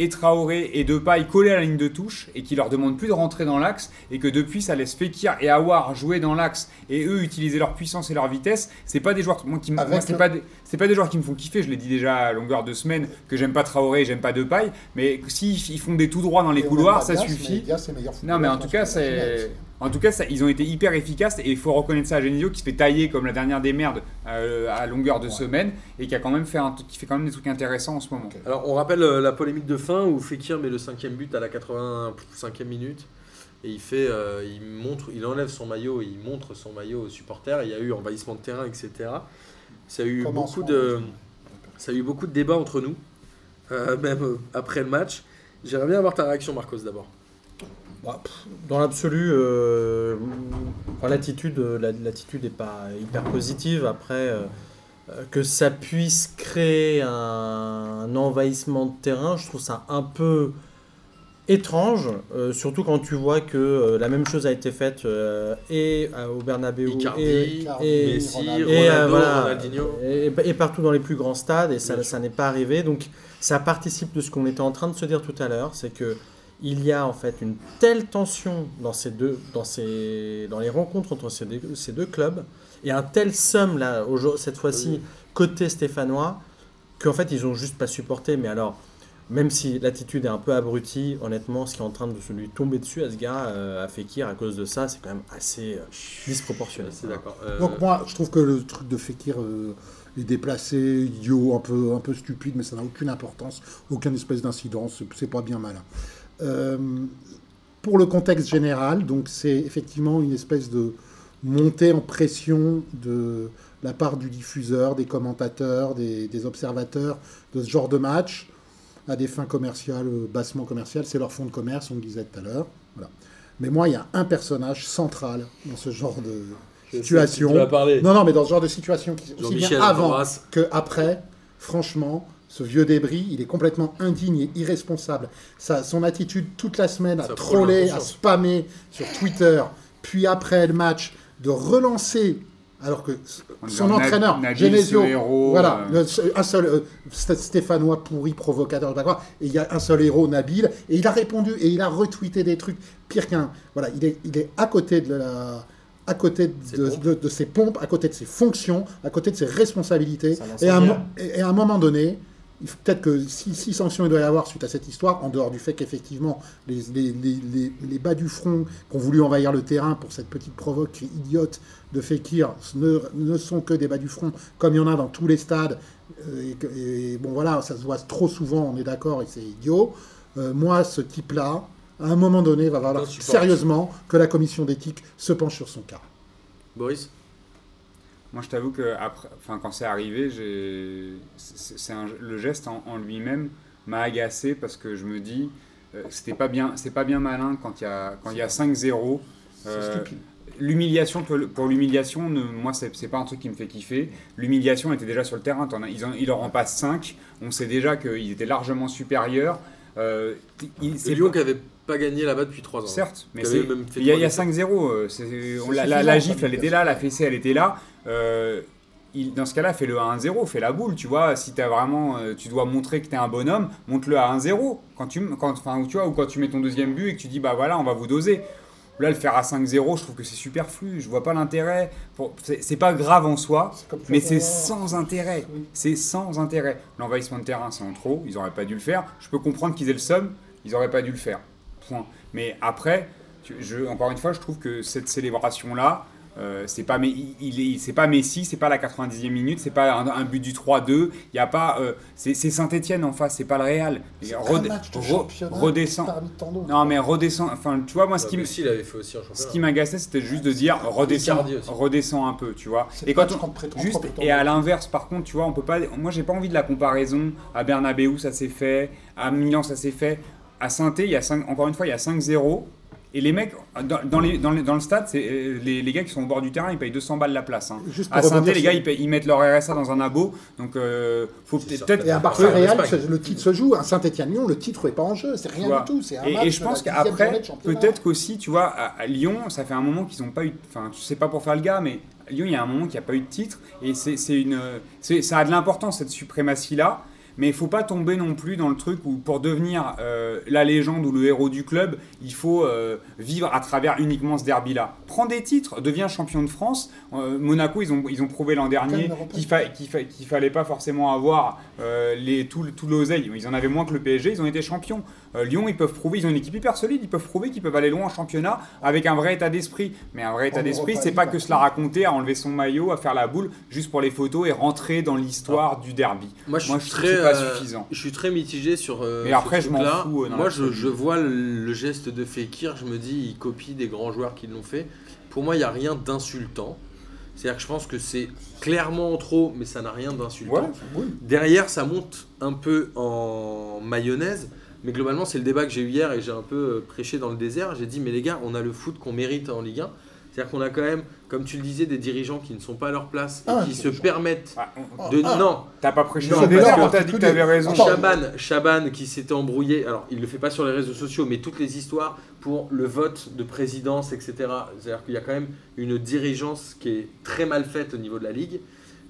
[SPEAKER 4] et Traoré et Depay collés à la ligne de touche et qui leur demande plus de rentrer dans l'axe et que depuis ça laisse Fekir et Awar jouer dans l'axe et eux utiliser leur puissance et leur vitesse c'est pas des joueurs moi, qui m-
[SPEAKER 3] Avec
[SPEAKER 4] moi, c'est
[SPEAKER 3] le-
[SPEAKER 4] pas des- c'est pas des joueurs qui me font kiffer je l'ai dit déjà à longueur de semaine que j'aime pas Traoré et j'aime pas Depay mais s'ils ils font des tout droits dans les
[SPEAKER 3] Et on
[SPEAKER 4] couloirs
[SPEAKER 3] aime
[SPEAKER 4] ça
[SPEAKER 3] Diaz, mais
[SPEAKER 4] suffit
[SPEAKER 3] Diaz, c'est meilleur
[SPEAKER 4] non, mais en
[SPEAKER 3] footballeur
[SPEAKER 4] tout
[SPEAKER 3] que
[SPEAKER 4] cas,
[SPEAKER 3] Martinez.
[SPEAKER 4] c'est. En tout cas, ça, ils ont été hyper efficaces et il faut reconnaître ça à Genesio qui se fait tailler comme la dernière des merdes euh, à longueur de semaine et qui a quand même fait un truc- qui fait quand même des trucs intéressants en ce moment.
[SPEAKER 1] Alors, on rappelle euh, la polémique de fin où Fekir met le cinquième but à la 85e minute. Et il fait, euh, il montre, il enlève son maillot, et il montre son maillot aux supporters. Il y a eu envahissement de terrain, etc. Ça a eu beaucoup
[SPEAKER 3] Commencement.
[SPEAKER 1] de, ça a eu beaucoup de débats entre nous, euh, même euh, après le match. J'aimerais bien avoir ta réaction, Marcos, d'abord.
[SPEAKER 2] Bah, pff, dans l'absolu, euh, enfin, l'attitude euh, la- l'attitude n'est pas hyper positive. Après, euh, euh, que ça puisse créer un, un envahissement de terrain, je trouve ça un peu étrange, euh, surtout quand tu vois que euh, la même chose a été faite euh, et à- au Bernabéu
[SPEAKER 1] Icardi,
[SPEAKER 2] et,
[SPEAKER 3] Icardi,
[SPEAKER 2] et-
[SPEAKER 1] Messi,
[SPEAKER 3] Ronaldo.
[SPEAKER 1] Ronaldo,
[SPEAKER 2] et, euh, voilà,
[SPEAKER 1] Ronaldinho.
[SPEAKER 2] et- et partout dans les plus grands stades, et ça,
[SPEAKER 1] Bien
[SPEAKER 2] ça n'est pas arrivé. Donc ça participe de ce qu'on était en train de se dire tout à l'heure, c'est que il y a en fait une telle tension dans ces deux, dans ces, dans les rencontres entre ces deux, ces deux clubs, et un tel somme là aujourd- cette fois-ci
[SPEAKER 1] Oui.
[SPEAKER 2] côté stéphanois, qu'en fait ils ont juste pas supporté. Mais alors. Même si l'attitude est un peu abrutie, honnêtement, ce qui est en train de se lui tomber dessus à ce gars, euh, à Fekir, à cause de ça, c'est quand même assez euh,
[SPEAKER 1] Je
[SPEAKER 2] disproportionné.
[SPEAKER 1] suis assez d'accord. Euh,
[SPEAKER 3] Donc moi, je trouve que le truc de Fekir euh, est déplacé, idiot, un peu, un peu stupide, mais ça n'a aucune importance, aucune espèce d'incidence, c'est- c'est pas bien malin. Euh, pour le contexte général, donc c'est effectivement une espèce de montée en pression de la part du diffuseur, des commentateurs, des, des observateurs de ce genre de match à des fins commerciales, euh, bassement commerciales, c'est leur fonds de commerce, on le disait tout à l'heure. Voilà. Mais moi, il y a un personnage central dans ce genre de
[SPEAKER 1] je sais
[SPEAKER 3] situation.
[SPEAKER 1] que Tu vas parler.
[SPEAKER 3] Non, non, mais dans ce genre de situation, qui, aussi
[SPEAKER 1] Jean-Michel,
[SPEAKER 3] bien avant
[SPEAKER 1] t'embrasse.
[SPEAKER 3] que après, franchement, Ce vieux débris, il est complètement indigne et irresponsable. Ça, son attitude toute la semaine à
[SPEAKER 1] Ça
[SPEAKER 3] troller,
[SPEAKER 1] prend
[SPEAKER 3] à
[SPEAKER 1] l'impression.
[SPEAKER 3] spammer sur Twitter, puis après le match, de relancer, alors que
[SPEAKER 4] En
[SPEAKER 3] son
[SPEAKER 4] disant,
[SPEAKER 3] entraîneur,
[SPEAKER 4] Nabil,
[SPEAKER 3] Genesio,
[SPEAKER 4] ce héros,
[SPEAKER 3] voilà,
[SPEAKER 4] euh,
[SPEAKER 3] le seul- un seul euh, St- Stéphanois pourri, provocateur, je sais pas quoi, et il y a un seul héros, Nabil, et il a répondu et il a retweeté des trucs pire qu'un. Voilà, il est, il est à côté de la à côté
[SPEAKER 1] Ses
[SPEAKER 3] de,
[SPEAKER 1] pompes.
[SPEAKER 3] de- de ses pompes, à côté de ses fonctions, à côté de ses responsabilités.
[SPEAKER 7] C'est un
[SPEAKER 3] Et à, un, mo-
[SPEAKER 7] incendiaire.
[SPEAKER 3] et- et à un moment donné, il faut- peut-être que si, si sanction il doit y avoir suite à cette histoire, en dehors du fait qu'effectivement les, les- les- les- les bas du front qui ont voulu envahir le terrain pour cette petite provoque idiote de Fekir ne, ne sont que des bas du front, comme il y en a dans tous les stades. euh, Et, que- et bon voilà, ça se voit trop souvent, on est d'accord, et c'est idiot. Euh, moi, ce type-là, à un moment donné, va falloir
[SPEAKER 1] Non, tu penses.
[SPEAKER 3] sérieusement que la commission d'éthique se penche sur son cas.
[SPEAKER 1] Boris
[SPEAKER 4] Moi, je t'avoue que après, enfin, quand c'est arrivé, j'ai, c'est c'est un- le geste en, en lui-même m'a agacé parce que je me dis, euh, c'était pas bien, c'est pas bien malin quand il y a quand il y a 5-0. euh,
[SPEAKER 3] stupide.
[SPEAKER 4] L'humiliation pour le- pour l'humiliation, ne- moi c'est c'est pas un truc qui me fait kiffer. L'humiliation était déjà sur le terrain. t'en as- ils en, il en passe 5. On sait déjà qu'ils étaient largement supérieurs. Euh, t- il-
[SPEAKER 1] C'est Lyon qui avait pas gagné là-bas depuis 3 ans.
[SPEAKER 4] Certes, mais
[SPEAKER 1] Qui
[SPEAKER 4] c'est-
[SPEAKER 1] avait même fait
[SPEAKER 4] il y a,
[SPEAKER 1] trois
[SPEAKER 4] il y a
[SPEAKER 1] défaites.
[SPEAKER 4] 5-0. euh, c'est- on- La,
[SPEAKER 3] C'est
[SPEAKER 4] la-
[SPEAKER 3] suffisant,
[SPEAKER 4] la
[SPEAKER 3] ça,
[SPEAKER 4] gifle, elle
[SPEAKER 3] bien
[SPEAKER 4] était là, la fessée, elle était là. Euh, il- dans ce cas-là, fais le à 1-0, fais la boule, tu vois. Si t'as vraiment, euh, tu dois montrer que t'es un bonhomme, monte-le à 1-0. Quand tu, m- quand, enfin, ou tu vois, ou quand tu mets ton deuxième but et que tu dis, bah voilà, on va vous doser. Là, le faire à 5-0, je trouve que c'est superflu. Je vois pas l'intérêt. Pour- C'est c'est pas grave en soi,
[SPEAKER 3] comme
[SPEAKER 4] mais
[SPEAKER 3] faire
[SPEAKER 4] c'est
[SPEAKER 3] un-
[SPEAKER 4] sans intérêt.
[SPEAKER 3] Oui.
[SPEAKER 4] C'est sans intérêt. L'envahissement de terrain, c'est en trop. Ils auraient pas dû le faire. Je peux comprendre qu'ils aient le seum. Ils auraient pas dû le faire. Point. Mais après, tu- je, encore une fois, je trouve que cette célébration-là, euh, c'est pas, mais il est, c'est pas Messi, c'est pas la 90e minute, c'est pas un, un but du 3-2. Il y a pas, euh, c'est Saint-Etienne en face, c'est pas le Real. Et
[SPEAKER 3] un
[SPEAKER 4] rede-
[SPEAKER 3] match de
[SPEAKER 4] re-
[SPEAKER 3] championnat
[SPEAKER 4] redescend.
[SPEAKER 3] parmi tant d'autres.
[SPEAKER 4] Non mais redescend. Enfin, tu vois moi ce
[SPEAKER 1] Ah,
[SPEAKER 4] qui me-
[SPEAKER 1] Messi, il avait fait aussi un
[SPEAKER 4] ce
[SPEAKER 1] championnat.
[SPEAKER 4] qui m'agaçait, c'était juste de dire redescends,
[SPEAKER 1] Icardi aussi.
[SPEAKER 4] redescends un peu, tu vois.
[SPEAKER 3] C'est
[SPEAKER 4] Et
[SPEAKER 3] pas
[SPEAKER 4] quand
[SPEAKER 3] du
[SPEAKER 4] on,
[SPEAKER 3] contre- contre-
[SPEAKER 4] juste
[SPEAKER 3] contre-
[SPEAKER 4] et à l'inverse, par contre, tu vois, on peut pas. Moi, j'ai pas envie de la comparaison. À Bernabeu, ça s'est fait. À Milan, ça s'est fait. À saint il y a cinq- encore une fois, il y a 5-0. Et les mecs, dans, dans les- dans le- dans le stade, c'est, euh, les, les gars qui sont au bord du terrain, ils payent 200 balles la place. hein.
[SPEAKER 3] Juste pour
[SPEAKER 4] à saint
[SPEAKER 3] rebondir
[SPEAKER 4] les
[SPEAKER 3] sur-
[SPEAKER 4] gars, ils, payent- ils mettent leur RSA dans un abo. Donc, euh, faut
[SPEAKER 1] C'est
[SPEAKER 4] peut-être.
[SPEAKER 3] Et à
[SPEAKER 1] Barça,
[SPEAKER 3] Barcelone,
[SPEAKER 1] en
[SPEAKER 3] Real,
[SPEAKER 1] Espagne.
[SPEAKER 3] le titre se joue. À Saint-Etienne-Lyon, le titre n'est pas en jeu. C'est
[SPEAKER 4] tu
[SPEAKER 3] rien
[SPEAKER 4] vois.
[SPEAKER 3] du tout. C'est un
[SPEAKER 4] et,
[SPEAKER 3] match
[SPEAKER 4] et je
[SPEAKER 3] de
[SPEAKER 4] pense
[SPEAKER 3] la dixième journée
[SPEAKER 4] qu'après,
[SPEAKER 3] de championnat.
[SPEAKER 4] peut-être qu'aussi, tu vois, à, à Lyon, ça fait un moment qu'ils n'ont pas eu. Enfin, tu sais pas pour faire le gars, mais à Lyon, il y a un moment qu'il n'y a pas eu de titre. Et c'est c'est une. c'est- Ça a de l'importance, cette suprématie-là. Mais il faut pas tomber non plus dans le truc où pour devenir euh, la légende ou le héros du club, il faut euh, vivre à travers uniquement ce derby-là. Prends des titres, deviens champion de France. Euh, Monaco, ils ont, ils ont prouvé l'an dernier
[SPEAKER 3] Comme l'Europe.
[SPEAKER 4] qu'il fa- qu'il fa- qu'il fallait pas forcément avoir euh, les, tout, le- tout l'oseille. Ils en avaient moins que le PSG, ils ont été champions. Euh, Lyon, ils peuvent prouver, ils ont une équipe hyper solide, ils peuvent prouver qu'ils peuvent aller loin en championnat avec un vrai état d'esprit. Mais un vrai état
[SPEAKER 3] En
[SPEAKER 4] d'esprit,
[SPEAKER 3] Europa
[SPEAKER 4] c'est pas
[SPEAKER 3] League,
[SPEAKER 4] que se la raconter, à enlever son maillot, à faire la boule juste pour les photos et rentrer dans l'histoire du derby.
[SPEAKER 1] Moi, je suis
[SPEAKER 4] Moi, je trouve que
[SPEAKER 1] très,
[SPEAKER 4] c'est pas
[SPEAKER 1] euh,
[SPEAKER 4] suffisant.
[SPEAKER 1] Je suis très mitigé sur. euh,
[SPEAKER 4] Mais
[SPEAKER 1] sur
[SPEAKER 4] après,
[SPEAKER 1] ce
[SPEAKER 4] je m'en
[SPEAKER 1] truc-là.
[SPEAKER 4] fous, euh, dans
[SPEAKER 1] Moi, je,
[SPEAKER 4] l'absolu.
[SPEAKER 1] je vois le, le geste de Fekir, je me dis, il copie des grands joueurs qui l'ont fait. Pour moi, il n'y a rien d'insultant. C'est-à-dire que je pense que c'est clairement en trop, mais ça n'a rien d'insultant.
[SPEAKER 4] Ouais.
[SPEAKER 1] Derrière, ça monte un peu en mayonnaise. Mais globalement, c'est le débat que j'ai eu hier et j'ai un peu euh, prêché dans le désert. J'ai dit, mais les gars, on a le foot qu'on mérite en Ligue 1. C'est-à-dire qu'on a quand même, comme tu le disais, des dirigeants qui ne sont pas à leur place et
[SPEAKER 3] Ah,
[SPEAKER 1] qui se
[SPEAKER 3] dirigeants.
[SPEAKER 1] permettent
[SPEAKER 4] Ah, on-
[SPEAKER 1] de.
[SPEAKER 3] ah.
[SPEAKER 1] non,
[SPEAKER 4] T'as pas prêché
[SPEAKER 1] Non,
[SPEAKER 4] sur le
[SPEAKER 1] parce
[SPEAKER 4] bazar,
[SPEAKER 1] que-
[SPEAKER 4] on t'a dit que t'avais raison.
[SPEAKER 3] Attends.
[SPEAKER 1] Chaban, Chaban qui s'était embrouillé, alors il le fait pas sur les réseaux sociaux, mais toutes les histoires pour le vote de présidence, etc. C'est-à-dire qu'il y a quand même une dirigeance qui est très mal faite au niveau de la ligue.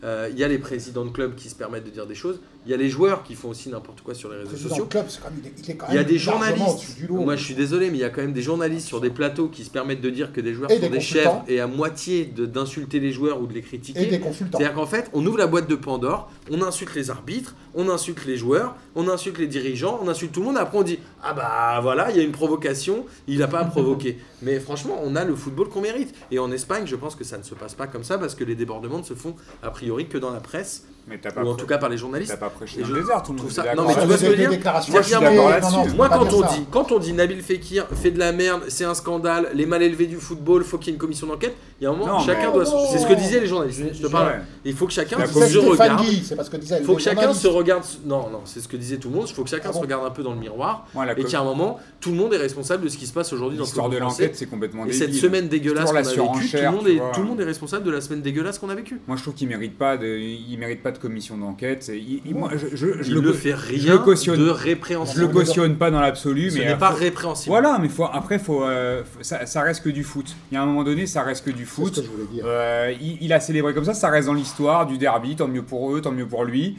[SPEAKER 1] Euh, il y a les présidents de clubs qui se permettent de dire des choses. Il y a les joueurs qui font aussi n'importe quoi sur les réseaux
[SPEAKER 3] Président
[SPEAKER 1] sociaux.
[SPEAKER 3] de club, c'est quand même- il est- il est quand
[SPEAKER 1] Il y a
[SPEAKER 3] même
[SPEAKER 1] des
[SPEAKER 3] largement
[SPEAKER 1] journalistes.
[SPEAKER 3] au-dessus du lot.
[SPEAKER 1] Moi, je suis désolé, mais il y a quand même des journalistes sur des plateaux qui se permettent de dire que des joueurs
[SPEAKER 3] Et
[SPEAKER 1] sont
[SPEAKER 3] des
[SPEAKER 1] des, chèvres
[SPEAKER 3] consultants.
[SPEAKER 1] et à moitié de- d'insulter les joueurs ou de les critiquer.
[SPEAKER 3] Et des consultants.
[SPEAKER 1] C'est-à-dire qu'en fait, on ouvre la boîte de Pandore, on insulte les arbitres, on insulte les joueurs, on insulte les dirigeants, on insulte tout le monde. Après, on dit Ah bah voilà, il y a une provocation, il n'a pas à provoquer. [LAUGHS] Mais franchement, on a le football qu'on mérite. Et en Espagne, je pense que ça ne se passe pas comme ça parce que les débordements ne se font a priori que dans la presse
[SPEAKER 4] Mais t'as pas,
[SPEAKER 1] ou en
[SPEAKER 4] prê-
[SPEAKER 1] tout cas par les
[SPEAKER 4] t'as
[SPEAKER 1] journalistes.
[SPEAKER 4] pas prêché
[SPEAKER 1] Et
[SPEAKER 4] dans
[SPEAKER 1] je
[SPEAKER 4] le bazar, tout le monde
[SPEAKER 1] trouve
[SPEAKER 4] est
[SPEAKER 1] ça- non,
[SPEAKER 4] d'accord.
[SPEAKER 1] Ah, mais tu vois ce que je veux
[SPEAKER 3] Des
[SPEAKER 1] dire
[SPEAKER 3] déclarations.
[SPEAKER 1] Moi, je suis
[SPEAKER 3] Non, non,
[SPEAKER 1] d'accord
[SPEAKER 3] non,
[SPEAKER 4] là-dessus.
[SPEAKER 3] non, faut
[SPEAKER 1] Moi,
[SPEAKER 3] pas
[SPEAKER 1] quand
[SPEAKER 3] dire
[SPEAKER 1] on,
[SPEAKER 3] ça.
[SPEAKER 1] dit, quand on dit Nabil Fekir fait de la merde, c'est un scandale, les mal élevés du football, faut qu'il y ait une commission d'enquête, il y a un moment,
[SPEAKER 4] Non,
[SPEAKER 1] chacun
[SPEAKER 4] mais-
[SPEAKER 1] doit.
[SPEAKER 3] Oh, non.
[SPEAKER 1] C'est ce que disaient les journalistes. Je te
[SPEAKER 4] Ouais.
[SPEAKER 1] parle. Il faut que chacun
[SPEAKER 4] La
[SPEAKER 1] se
[SPEAKER 3] C'est Stéphane
[SPEAKER 1] regarde.
[SPEAKER 3] Guy, c'est parce que disait
[SPEAKER 1] Il
[SPEAKER 3] le
[SPEAKER 1] faut que chacun
[SPEAKER 3] journaliste.
[SPEAKER 1] se regarde. Non, non, c'est ce que disait tout le monde. Il faut que chacun
[SPEAKER 3] Ah bon
[SPEAKER 1] se regarde un peu dans le miroir
[SPEAKER 4] Ouais, la
[SPEAKER 1] et
[SPEAKER 4] co-
[SPEAKER 1] qu'à un moment, tout le monde est responsable de ce qui se passe aujourd'hui dans le
[SPEAKER 4] L'histoire
[SPEAKER 1] football
[SPEAKER 4] de
[SPEAKER 1] français.
[SPEAKER 4] l'enquête, c'est complètement
[SPEAKER 1] Et
[SPEAKER 4] débile.
[SPEAKER 1] cette semaine dégueulasse
[SPEAKER 4] toujours
[SPEAKER 1] qu'on
[SPEAKER 4] la
[SPEAKER 1] a vécue, tout, le
[SPEAKER 4] surenchère,
[SPEAKER 1] monde
[SPEAKER 4] tu
[SPEAKER 1] est-
[SPEAKER 4] vois.
[SPEAKER 1] tout le monde est responsable de la semaine dégueulasse qu'on a vécue.
[SPEAKER 4] Moi, je trouve qu'il mérite pas de, il mérite pas de de commission d'enquête. c'est- il- il- moi, je, je- je
[SPEAKER 1] Il
[SPEAKER 4] le
[SPEAKER 1] ne
[SPEAKER 4] co-
[SPEAKER 1] fait
[SPEAKER 4] je le
[SPEAKER 1] rien
[SPEAKER 4] cautionne.
[SPEAKER 1] de
[SPEAKER 4] Je le
[SPEAKER 1] répréhensible.
[SPEAKER 4] cautionne pas dans l'absolu,
[SPEAKER 1] Ce
[SPEAKER 4] mais
[SPEAKER 1] n'est
[SPEAKER 4] euh,
[SPEAKER 1] pas
[SPEAKER 4] faut-
[SPEAKER 1] répréhensible.
[SPEAKER 4] Voilà, mais faut, après, faut, euh, faut- ça, ça reste que du foot. Il y a un moment donné, ça reste que du
[SPEAKER 3] C'est ce que
[SPEAKER 4] foot.
[SPEAKER 3] je voulais dire.
[SPEAKER 4] Euh, il, il a célébré comme ça, ça reste dans l'histoire du derby, tant mieux pour eux, tant mieux pour lui.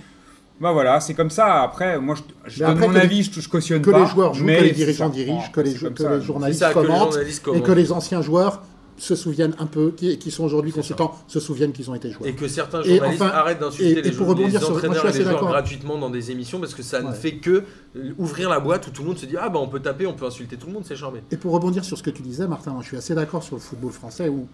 [SPEAKER 4] Bah voilà, c'est comme ça. Après, moi, je, je
[SPEAKER 3] Mais
[SPEAKER 4] donne
[SPEAKER 3] après,
[SPEAKER 4] mon
[SPEAKER 3] que les-
[SPEAKER 4] avis, je, je cautionne
[SPEAKER 3] Que
[SPEAKER 4] pas.
[SPEAKER 3] les joueurs jouent,
[SPEAKER 4] mais
[SPEAKER 3] que les dirigeants
[SPEAKER 4] ça
[SPEAKER 3] dirigent,
[SPEAKER 4] prend,
[SPEAKER 3] que les,
[SPEAKER 4] c'est comme
[SPEAKER 3] que
[SPEAKER 4] ça.
[SPEAKER 3] les
[SPEAKER 1] C'est
[SPEAKER 3] journalistes
[SPEAKER 1] ça que les
[SPEAKER 3] commentent.
[SPEAKER 1] journalistes
[SPEAKER 3] et
[SPEAKER 1] commentent.
[SPEAKER 3] que les anciens joueurs se souviennent un peu, qui, qui sont aujourd'hui
[SPEAKER 1] C'est ça.
[SPEAKER 3] consultants, se souviennent qu'ils ont été joueurs.
[SPEAKER 1] Et que certains
[SPEAKER 3] Et
[SPEAKER 1] journalistes
[SPEAKER 3] enfin,
[SPEAKER 1] arrêtent d'insulter
[SPEAKER 3] et-
[SPEAKER 1] les,
[SPEAKER 3] et pour
[SPEAKER 1] jou- les
[SPEAKER 3] rebondir sur- moi, je suis
[SPEAKER 1] entraîneurs et
[SPEAKER 3] assez
[SPEAKER 1] les joueurs
[SPEAKER 3] d'accord.
[SPEAKER 1] gratuitement dans des émissions parce que ça ne
[SPEAKER 3] Ouais.
[SPEAKER 1] fait que euh, ouvrir la boîte où tout le monde se dit Ah bah on peut taper, on peut insulter tout le monde, c'est charmé.
[SPEAKER 3] Et pour rebondir sur ce que tu disais, Martin, moi, je suis assez d'accord sur le football français où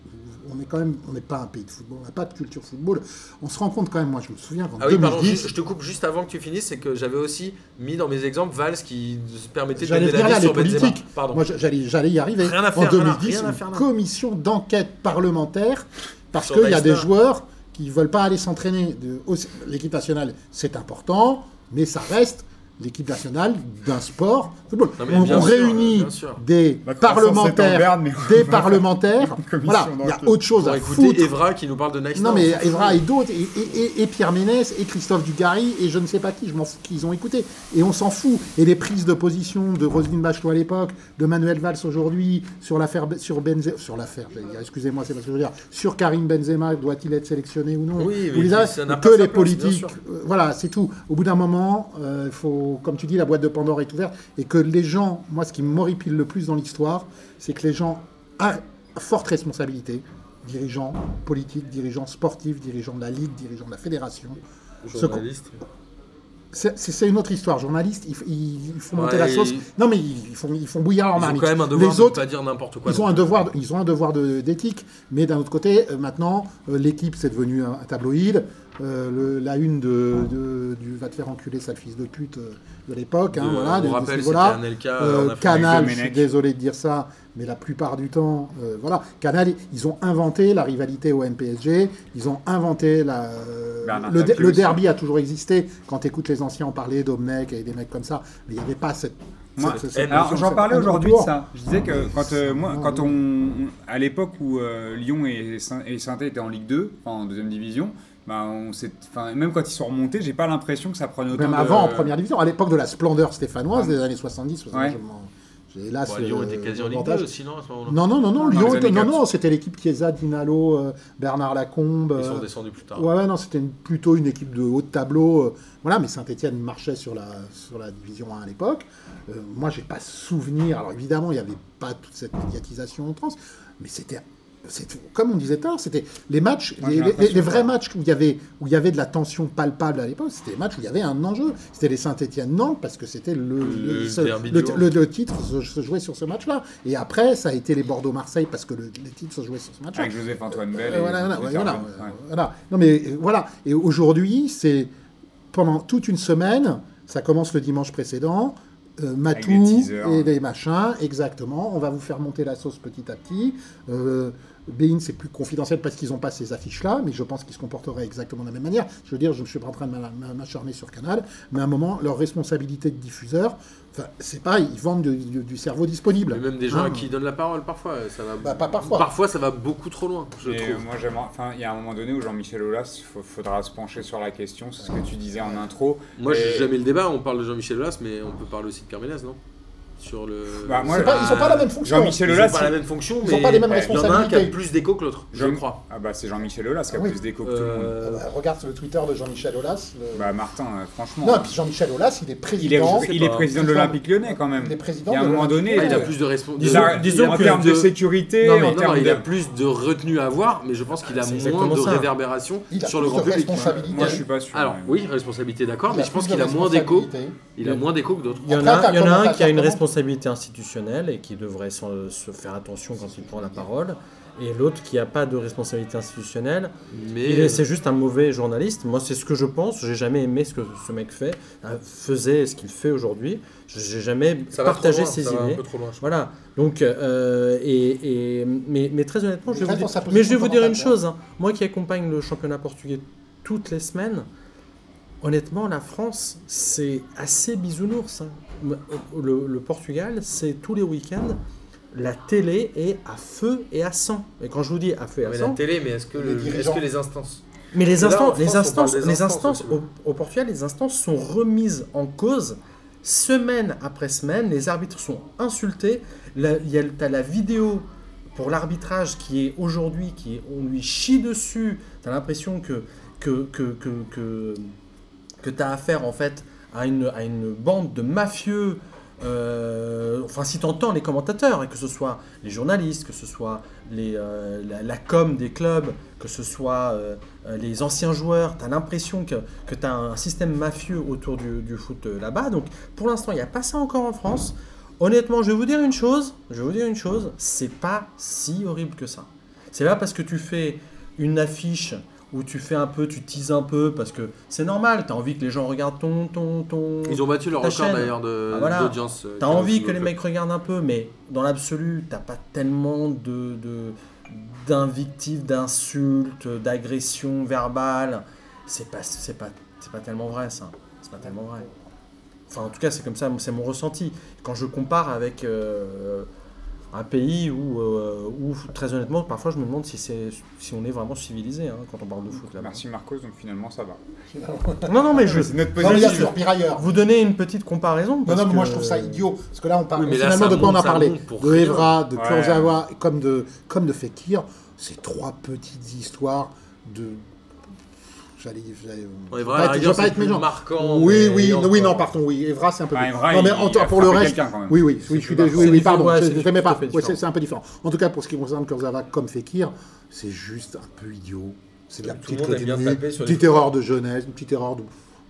[SPEAKER 3] on est quand même, on n'est pas un pays de football, on n'a pas de culture football. On se rend compte quand même, moi je me souviens qu'en
[SPEAKER 1] Ah oui, pardon,
[SPEAKER 3] 2010,
[SPEAKER 1] juste- je te coupe juste avant que tu finisses, c'est que j'avais aussi mis dans mes exemples Valls qui se permettait de
[SPEAKER 3] J'allais
[SPEAKER 1] donner
[SPEAKER 3] venir
[SPEAKER 1] la
[SPEAKER 3] là,
[SPEAKER 1] vie
[SPEAKER 3] les
[SPEAKER 1] sur Benzema.
[SPEAKER 3] politiques.
[SPEAKER 1] Pardon.
[SPEAKER 3] moi je- j'allais, j'allais y arriver.
[SPEAKER 1] Rien à faire,
[SPEAKER 3] en
[SPEAKER 1] rien à-
[SPEAKER 3] 2010,
[SPEAKER 1] rien à
[SPEAKER 3] une
[SPEAKER 1] faire, là.
[SPEAKER 3] commission d'enquête parlementaire parce
[SPEAKER 1] Sur
[SPEAKER 3] qu'il y a des
[SPEAKER 1] Leicester.
[SPEAKER 3] joueurs qui veulent pas aller s'entraîner. De- aussi- L'équipe nationale, c'est important, mais ça reste l'équipe nationale d'un sport football.
[SPEAKER 1] Non, mais
[SPEAKER 3] on
[SPEAKER 1] bien
[SPEAKER 3] on
[SPEAKER 1] sûr,
[SPEAKER 3] réunit
[SPEAKER 1] bien sûr.
[SPEAKER 3] des
[SPEAKER 4] La croissance est en
[SPEAKER 3] parlementaires,
[SPEAKER 4] berne, mais on
[SPEAKER 3] des
[SPEAKER 4] va faire
[SPEAKER 3] parlementaires.
[SPEAKER 4] une commission
[SPEAKER 3] Voilà, il y a
[SPEAKER 4] d'enquête.
[SPEAKER 3] autre chose
[SPEAKER 1] Pour
[SPEAKER 3] à
[SPEAKER 1] écouter
[SPEAKER 3] foutre.
[SPEAKER 1] Evra qui nous parle de Nice.
[SPEAKER 3] Non,
[SPEAKER 1] Now,
[SPEAKER 3] mais
[SPEAKER 1] on s'en
[SPEAKER 3] Evra
[SPEAKER 1] fout.
[SPEAKER 3] et d'autres, et, et- et- et Pierre Ménès, et Christophe Dugarry, et je ne sais pas qui, je m'en fous qu'ils ont écouté. Et on s'en fout. Et les prises de position de Roselyne Bachelot à l'époque, de Manuel Valls aujourd'hui, sur l'affaire Be- sur Benzema, sur l'affaire, j'allais dire, excusez-moi, c'est pas ce que je veux dire, sur Karim Benzema, doit-il être sélectionné ou non
[SPEAKER 1] Oui,
[SPEAKER 3] Ou
[SPEAKER 1] mais
[SPEAKER 3] les-
[SPEAKER 1] ça n'a pas
[SPEAKER 3] Que
[SPEAKER 1] sa place, bien
[SPEAKER 3] les politiques.
[SPEAKER 1] sûr.
[SPEAKER 3] euh, voilà, c'est tout. Au bout d'un moment, euh, faut, comme tu dis, la boîte de Pandore est ouverte, et que les gens, moi, ce qui m'horripile le plus dans l'histoire, c'est que les gens à forte responsabilité, dirigeants politiques, dirigeants sportifs, dirigeants de la Ligue, dirigeants de la Fédération.
[SPEAKER 1] Journaliste.
[SPEAKER 3] C'est- C'est c'est une autre histoire. Journalistes, ils, ils- ils font monter
[SPEAKER 1] Ouais,
[SPEAKER 3] la sauce.
[SPEAKER 1] ils-
[SPEAKER 3] Non, mais ils, ils font, ils font bouillir leur
[SPEAKER 1] Ils ont
[SPEAKER 3] marmite.
[SPEAKER 1] quand même un devoir
[SPEAKER 3] les
[SPEAKER 1] de ne
[SPEAKER 3] autres,
[SPEAKER 1] pas dire n'importe quoi.
[SPEAKER 3] ils ont un devoir, de- ils ont un devoir de- d'éthique. Mais d'un autre côté, euh, maintenant, euh, l'équipe c'est devenu un, un tabloïd. Euh, le- la une de, de- du va te faire enculer sale fils de pute euh, de l'époque. hein,
[SPEAKER 1] De-
[SPEAKER 3] voilà,
[SPEAKER 1] on
[SPEAKER 3] de, de ce
[SPEAKER 1] rappelle, c'était
[SPEAKER 3] niveau-là.
[SPEAKER 1] Anelka,
[SPEAKER 3] Euh,
[SPEAKER 1] en Afrique.
[SPEAKER 3] Canal, je suis
[SPEAKER 4] Domenech.
[SPEAKER 3] désolé de dire ça, mais la plupart du temps, euh, voilà, Canal, ils ont inventé la rivalité au MPSG, ils ont inventé la, euh,
[SPEAKER 4] Bernard
[SPEAKER 3] le, de-
[SPEAKER 4] Tapie
[SPEAKER 3] le
[SPEAKER 4] aussi.
[SPEAKER 3] derby a toujours existé. Quand tu écoutes les anciens en parler, Domnec et des mecs comme ça, mais il n'y avait pas cette.
[SPEAKER 4] Moi,
[SPEAKER 3] cette- cette- cette
[SPEAKER 4] Alors
[SPEAKER 3] notion,
[SPEAKER 4] j'en
[SPEAKER 3] cette- Ah,
[SPEAKER 4] parlais
[SPEAKER 3] un
[SPEAKER 4] aujourd'hui de
[SPEAKER 3] retour.
[SPEAKER 4] ça. Je disais que quand euh, moi,
[SPEAKER 3] vraiment
[SPEAKER 4] quand
[SPEAKER 3] lourd.
[SPEAKER 4] on, on- à l'époque où euh, Lyon et Saint- et saint étaient en Ligue 2, enfin, en deuxième division, bah, on s'est- enfin, même quand ils sont remontés, j'ai pas l'impression que ça prenait autant.
[SPEAKER 3] Même
[SPEAKER 4] de-
[SPEAKER 3] avant, en première division, à l'époque de la splendeur stéphanoise
[SPEAKER 4] Ouais.
[SPEAKER 3] des années 70, 60,
[SPEAKER 4] Ouais.
[SPEAKER 3] je m'en- j'ai hélas.
[SPEAKER 1] Bon, Lyon
[SPEAKER 3] euh,
[SPEAKER 1] était quasi en Ligue
[SPEAKER 3] l'avantage.
[SPEAKER 1] 2 aussi, hein. non, à ce moment-là
[SPEAKER 3] Non, non, non, non,
[SPEAKER 4] Non,
[SPEAKER 3] Lyon,
[SPEAKER 4] les
[SPEAKER 3] était- non,
[SPEAKER 4] années
[SPEAKER 3] non, c'était l'équipe Chiesa, Dinalo, euh, Bernard Lacombe.
[SPEAKER 1] Ils sont
[SPEAKER 3] euh,
[SPEAKER 1] descendus plus tard.
[SPEAKER 3] Ouais, ouais, non, c'était une- plutôt une équipe de haut de tableau. euh, voilà, mais Saint-Etienne marchait sur la, sur la Division 1 à l'époque. Euh, moi, j'ai pas souvenir. Alors, évidemment, il n'y avait pas toute cette médiatisation en France, mais c'était. c'était- Comme on disait tout à l'heure, c'était les matchs,
[SPEAKER 4] Moi,
[SPEAKER 3] les,
[SPEAKER 4] j'ai
[SPEAKER 3] les-
[SPEAKER 4] l'impression
[SPEAKER 3] les vrais
[SPEAKER 4] que-
[SPEAKER 3] matchs où il y avait où il y avait de la tension palpable à l'époque. C'était les matchs où il y avait un enjeu. C'était les Saint-Étienne Nantes parce que c'était le
[SPEAKER 1] Le
[SPEAKER 3] le, ce-
[SPEAKER 1] derby
[SPEAKER 3] le-
[SPEAKER 1] du Nord.
[SPEAKER 3] le- le titre se, se jouait sur ce match-là. Et après, ça a été les Bordeaux Marseille parce que le, les titres se jouaient sur ce match-là.
[SPEAKER 4] Avec Joseph Antoine
[SPEAKER 3] Euh,
[SPEAKER 4] Bell. et
[SPEAKER 3] voilà, voilà,
[SPEAKER 4] Peter
[SPEAKER 3] voilà,
[SPEAKER 4] Bell,
[SPEAKER 3] euh,
[SPEAKER 4] ouais.
[SPEAKER 3] voilà. Non, mais euh, voilà. Et aujourd'hui, c'est pendant toute une semaine, ça commence le dimanche précédent, euh, Matou
[SPEAKER 4] des teasers.
[SPEAKER 1] hein.
[SPEAKER 3] et des machins, exactement. On va vous faire monter la sauce petit à petit. Euh, Bein, c'est plus confidentiel parce qu'ils n'ont pas ces affiches-là, mais je pense qu'ils se comporteraient exactement de la même manière. Je veux dire, je ne suis pas en train de m'a- m'a- m'acharner sur Canal, mais à un moment, leur responsabilité de diffuseur, enfin, c'est pareil, ils vendent du, du- du cerveau disponible.
[SPEAKER 1] Mais même des gens
[SPEAKER 3] Hein.
[SPEAKER 1] à qui ils donnent la parole parfois, ça va.
[SPEAKER 3] Bah, pas parfois.
[SPEAKER 1] Parfois, ça va beaucoup trop loin, je
[SPEAKER 4] Et
[SPEAKER 1] trouve.
[SPEAKER 4] euh, moi, j'aimerais- enfin, il y a un moment donné où Jean-Michel Aulas, il faudra se pencher sur la question, c'est ce que tu disais en intro.
[SPEAKER 1] Moi,
[SPEAKER 4] Et-
[SPEAKER 1] j'ai jamais le débat. On parle de Jean-Michel Aulas, mais on peut parler aussi de Pierre Ménès, non Sur le. Euh,
[SPEAKER 4] Bah, moi,
[SPEAKER 3] C'est pas- ils ne sont pas la même fonction.
[SPEAKER 4] Jean-Michel
[SPEAKER 1] Ils ont
[SPEAKER 4] Aulas,
[SPEAKER 1] pas la même fonction,
[SPEAKER 3] Ils
[SPEAKER 1] mais
[SPEAKER 3] ont pas les mêmes
[SPEAKER 1] il y en a un qui a
[SPEAKER 3] responsabilités.
[SPEAKER 1] plus d'écho que l'autre, je
[SPEAKER 4] Jean-
[SPEAKER 1] crois.
[SPEAKER 4] Ah bah c'est Jean-Michel Aulas qui a
[SPEAKER 3] Oui.
[SPEAKER 4] plus d'écho que tout le monde.
[SPEAKER 1] Euh,
[SPEAKER 3] Euh, regarde le Twitter de Jean-Michel Aulas. le-
[SPEAKER 4] Bah Martin, euh, franchement.
[SPEAKER 3] Non, et puis Jean-Michel Aulas, il est
[SPEAKER 4] il est,
[SPEAKER 3] président.
[SPEAKER 1] je sais
[SPEAKER 4] il est
[SPEAKER 1] pas.
[SPEAKER 4] président de l'Olympique lyonnais quand même.
[SPEAKER 3] Il est
[SPEAKER 4] Il
[SPEAKER 3] président
[SPEAKER 4] y a un
[SPEAKER 3] de
[SPEAKER 4] moment
[SPEAKER 3] l'Olympique
[SPEAKER 4] donné,
[SPEAKER 1] il a
[SPEAKER 3] lyonnais.
[SPEAKER 4] euh,
[SPEAKER 1] plus de responsabilité.
[SPEAKER 4] disons, disons en termes de sécurité,
[SPEAKER 1] Non, mais
[SPEAKER 4] en
[SPEAKER 1] non,
[SPEAKER 4] termes
[SPEAKER 1] il Ah, a
[SPEAKER 4] de.
[SPEAKER 1] plus de retenue à avoir, mais je pense qu'il a
[SPEAKER 2] C'est
[SPEAKER 1] moins
[SPEAKER 2] exactement
[SPEAKER 1] de
[SPEAKER 2] ça.
[SPEAKER 1] réverbération
[SPEAKER 3] Il a
[SPEAKER 1] sur le
[SPEAKER 3] plus
[SPEAKER 1] grand
[SPEAKER 3] de
[SPEAKER 1] public. hein.
[SPEAKER 3] responsabilité.
[SPEAKER 4] Moi, je suis pas sûr.
[SPEAKER 1] Alors,
[SPEAKER 4] mais-
[SPEAKER 1] oui, responsabilité, d'accord,
[SPEAKER 3] Il
[SPEAKER 1] mais
[SPEAKER 3] a
[SPEAKER 1] je pense
[SPEAKER 3] plus de
[SPEAKER 1] qu'il a moins d'écho.
[SPEAKER 3] responsabilité.
[SPEAKER 1] Il a moins d'écho que d'autres.
[SPEAKER 2] Il y en
[SPEAKER 3] Après,
[SPEAKER 2] a,
[SPEAKER 3] t'as
[SPEAKER 2] il y en a
[SPEAKER 3] comment-
[SPEAKER 2] un qui a une
[SPEAKER 3] t'as comment-
[SPEAKER 2] responsabilité institutionnelle et qui devrait s'en- se, faire attention quand il prend la parole, et l'autre qui n'a pas de responsabilité institutionnelle.
[SPEAKER 1] Mais
[SPEAKER 2] Il est- C'est
[SPEAKER 1] euh,
[SPEAKER 2] juste un mauvais journaliste. Moi, c'est ce que je pense. J'ai jamais aimé ce que ce mec fait, euh, faisait, ce qu'il fait aujourd'hui. J'ai jamais
[SPEAKER 1] ça va trop
[SPEAKER 2] partagé
[SPEAKER 1] loin.
[SPEAKER 2] ses
[SPEAKER 1] ça va un
[SPEAKER 2] idées.
[SPEAKER 1] peu trop loin, je
[SPEAKER 2] Voilà. Donc, euh, et, et- mais, mais très honnêtement, je
[SPEAKER 3] Mais
[SPEAKER 2] vais vous
[SPEAKER 3] reste dans sa
[SPEAKER 2] dire,
[SPEAKER 3] position
[SPEAKER 2] mais je vais vous dire une
[SPEAKER 3] confortable,
[SPEAKER 2] chose. hein. Moi qui accompagne le championnat portugais toutes les semaines, honnêtement, la France, c'est assez bisounours. hein. Le, le Portugal, c'est tous les week-ends, la télé est à feu et à sang. Et quand je vous dis à feu et à
[SPEAKER 1] Mais la
[SPEAKER 2] sang,
[SPEAKER 1] télé, mais est-ce que,
[SPEAKER 3] Les
[SPEAKER 1] le- est-ce
[SPEAKER 3] dirigeants.
[SPEAKER 1] que les instances
[SPEAKER 2] Mais les,
[SPEAKER 1] là,
[SPEAKER 2] instants-
[SPEAKER 1] en France,
[SPEAKER 2] les
[SPEAKER 1] on parle
[SPEAKER 2] instances,
[SPEAKER 1] des
[SPEAKER 2] les
[SPEAKER 1] instances
[SPEAKER 2] instances
[SPEAKER 1] aussi.
[SPEAKER 2] au, au Portugal, les instances sont remises en cause semaine après semaine. Les arbitres sont insultés. Là, Il y a t'as la vidéo pour l'arbitrage qui est aujourd'hui, qui est- on lui chie dessus. T'as l'impression que que que que, que, que t'as affaire en fait à une à une bande de mafieux. euh, enfin, si t'entends les commentateurs, et que ce soit les journalistes, que ce soit les, euh, la, la com des clubs, que ce soit euh, euh, les anciens joueurs, tu as l'impression que, que tu as un système mafieux autour du, du foot euh, là-bas. Donc pour l'instant, il n'y a pas ça encore en France. Honnêtement, je vais vous dire une chose, je vais vous dire une chose, c'est pas si horrible que ça. C'est pas parce que tu fais une affiche où tu fais un peu, tu teases un peu, parce que c'est normal, tu as envie que les gens regardent ton... ton, ton...
[SPEAKER 1] Ils ont battu leur
[SPEAKER 2] Ta
[SPEAKER 1] record
[SPEAKER 2] Mmh. chaîne.
[SPEAKER 1] d'ailleurs de-
[SPEAKER 2] Ah, voilà.
[SPEAKER 1] d'audience. euh,
[SPEAKER 2] T'as
[SPEAKER 1] Carlos
[SPEAKER 2] envie que
[SPEAKER 1] Snow
[SPEAKER 2] les
[SPEAKER 1] Club.
[SPEAKER 2] mecs regardent un peu, mais dans l'absolu, t'as pas tellement de, de- d'invictives, d'insultes, d'agressions verbales. C'est pas, c'est pas, c'est pas tellement vrai ça. C'est pas tellement vrai. Enfin, en tout cas, c'est comme ça, c'est mon ressenti. Quand je compare avec euh, un pays où, euh, où, très honnêtement, parfois je me demande si, c'est, si on est vraiment civilisé hein, quand on parle de foot là-bas.
[SPEAKER 4] Merci Marcos, donc finalement ça va.
[SPEAKER 2] Non, non, mais je.
[SPEAKER 4] C'est notre
[SPEAKER 3] Non, mais bien
[SPEAKER 4] position.
[SPEAKER 3] sûr, pire ailleurs.
[SPEAKER 2] Vous donner une petite comparaison.
[SPEAKER 3] Non,
[SPEAKER 2] parce
[SPEAKER 3] non, mais moi
[SPEAKER 2] que-
[SPEAKER 3] je trouve ça idiot. Parce que là, on parle
[SPEAKER 1] Oui, mais là,
[SPEAKER 3] finalement
[SPEAKER 1] ça
[SPEAKER 3] de quoi on a
[SPEAKER 1] monte, ça
[SPEAKER 3] parlé
[SPEAKER 1] monte pour
[SPEAKER 3] De
[SPEAKER 1] rien.
[SPEAKER 3] Evra, de
[SPEAKER 4] Ouais.
[SPEAKER 3] Kurzawa, comme de, comme de Fekir. C'est trois petites histoires de. J'allais. j'allais-
[SPEAKER 1] Ouais,
[SPEAKER 3] je veux
[SPEAKER 1] Evra,
[SPEAKER 3] pas
[SPEAKER 1] à la
[SPEAKER 3] être- je
[SPEAKER 1] rigueur,
[SPEAKER 3] veux Bah, pas
[SPEAKER 1] c'est
[SPEAKER 3] être
[SPEAKER 1] plus
[SPEAKER 3] méchant.
[SPEAKER 1] marquant,
[SPEAKER 3] Oui,
[SPEAKER 1] mais
[SPEAKER 3] oui,
[SPEAKER 1] encore.
[SPEAKER 3] non, oui, non, pardon, oui. Evra, c'est un peu.
[SPEAKER 4] Ah, Evra,
[SPEAKER 3] non, mais
[SPEAKER 4] il-
[SPEAKER 3] en-
[SPEAKER 4] il a
[SPEAKER 3] pour le
[SPEAKER 4] frappé
[SPEAKER 3] reste.
[SPEAKER 4] quelqu'un, quand même.
[SPEAKER 3] Oui, oui, oui, je suis
[SPEAKER 4] plus
[SPEAKER 3] désolé.
[SPEAKER 2] grave.
[SPEAKER 3] Oui,
[SPEAKER 2] C'est différent,
[SPEAKER 3] pardon, je
[SPEAKER 2] ouais,
[SPEAKER 3] je l'aimais
[SPEAKER 2] c'est
[SPEAKER 3] pas.
[SPEAKER 2] tout à fait
[SPEAKER 3] Ouais, c'est
[SPEAKER 2] différent.
[SPEAKER 3] c'est un peu différent. En tout cas, pour ce qui concerne Kurzawa comme Fekir, c'est juste un peu idiot. C'est de la
[SPEAKER 1] Tout le
[SPEAKER 3] petite
[SPEAKER 1] monde aime bien
[SPEAKER 3] coténie,
[SPEAKER 1] taper sur les
[SPEAKER 3] petite
[SPEAKER 1] footballeurs.
[SPEAKER 3] erreur de jeunesse, une petite erreur de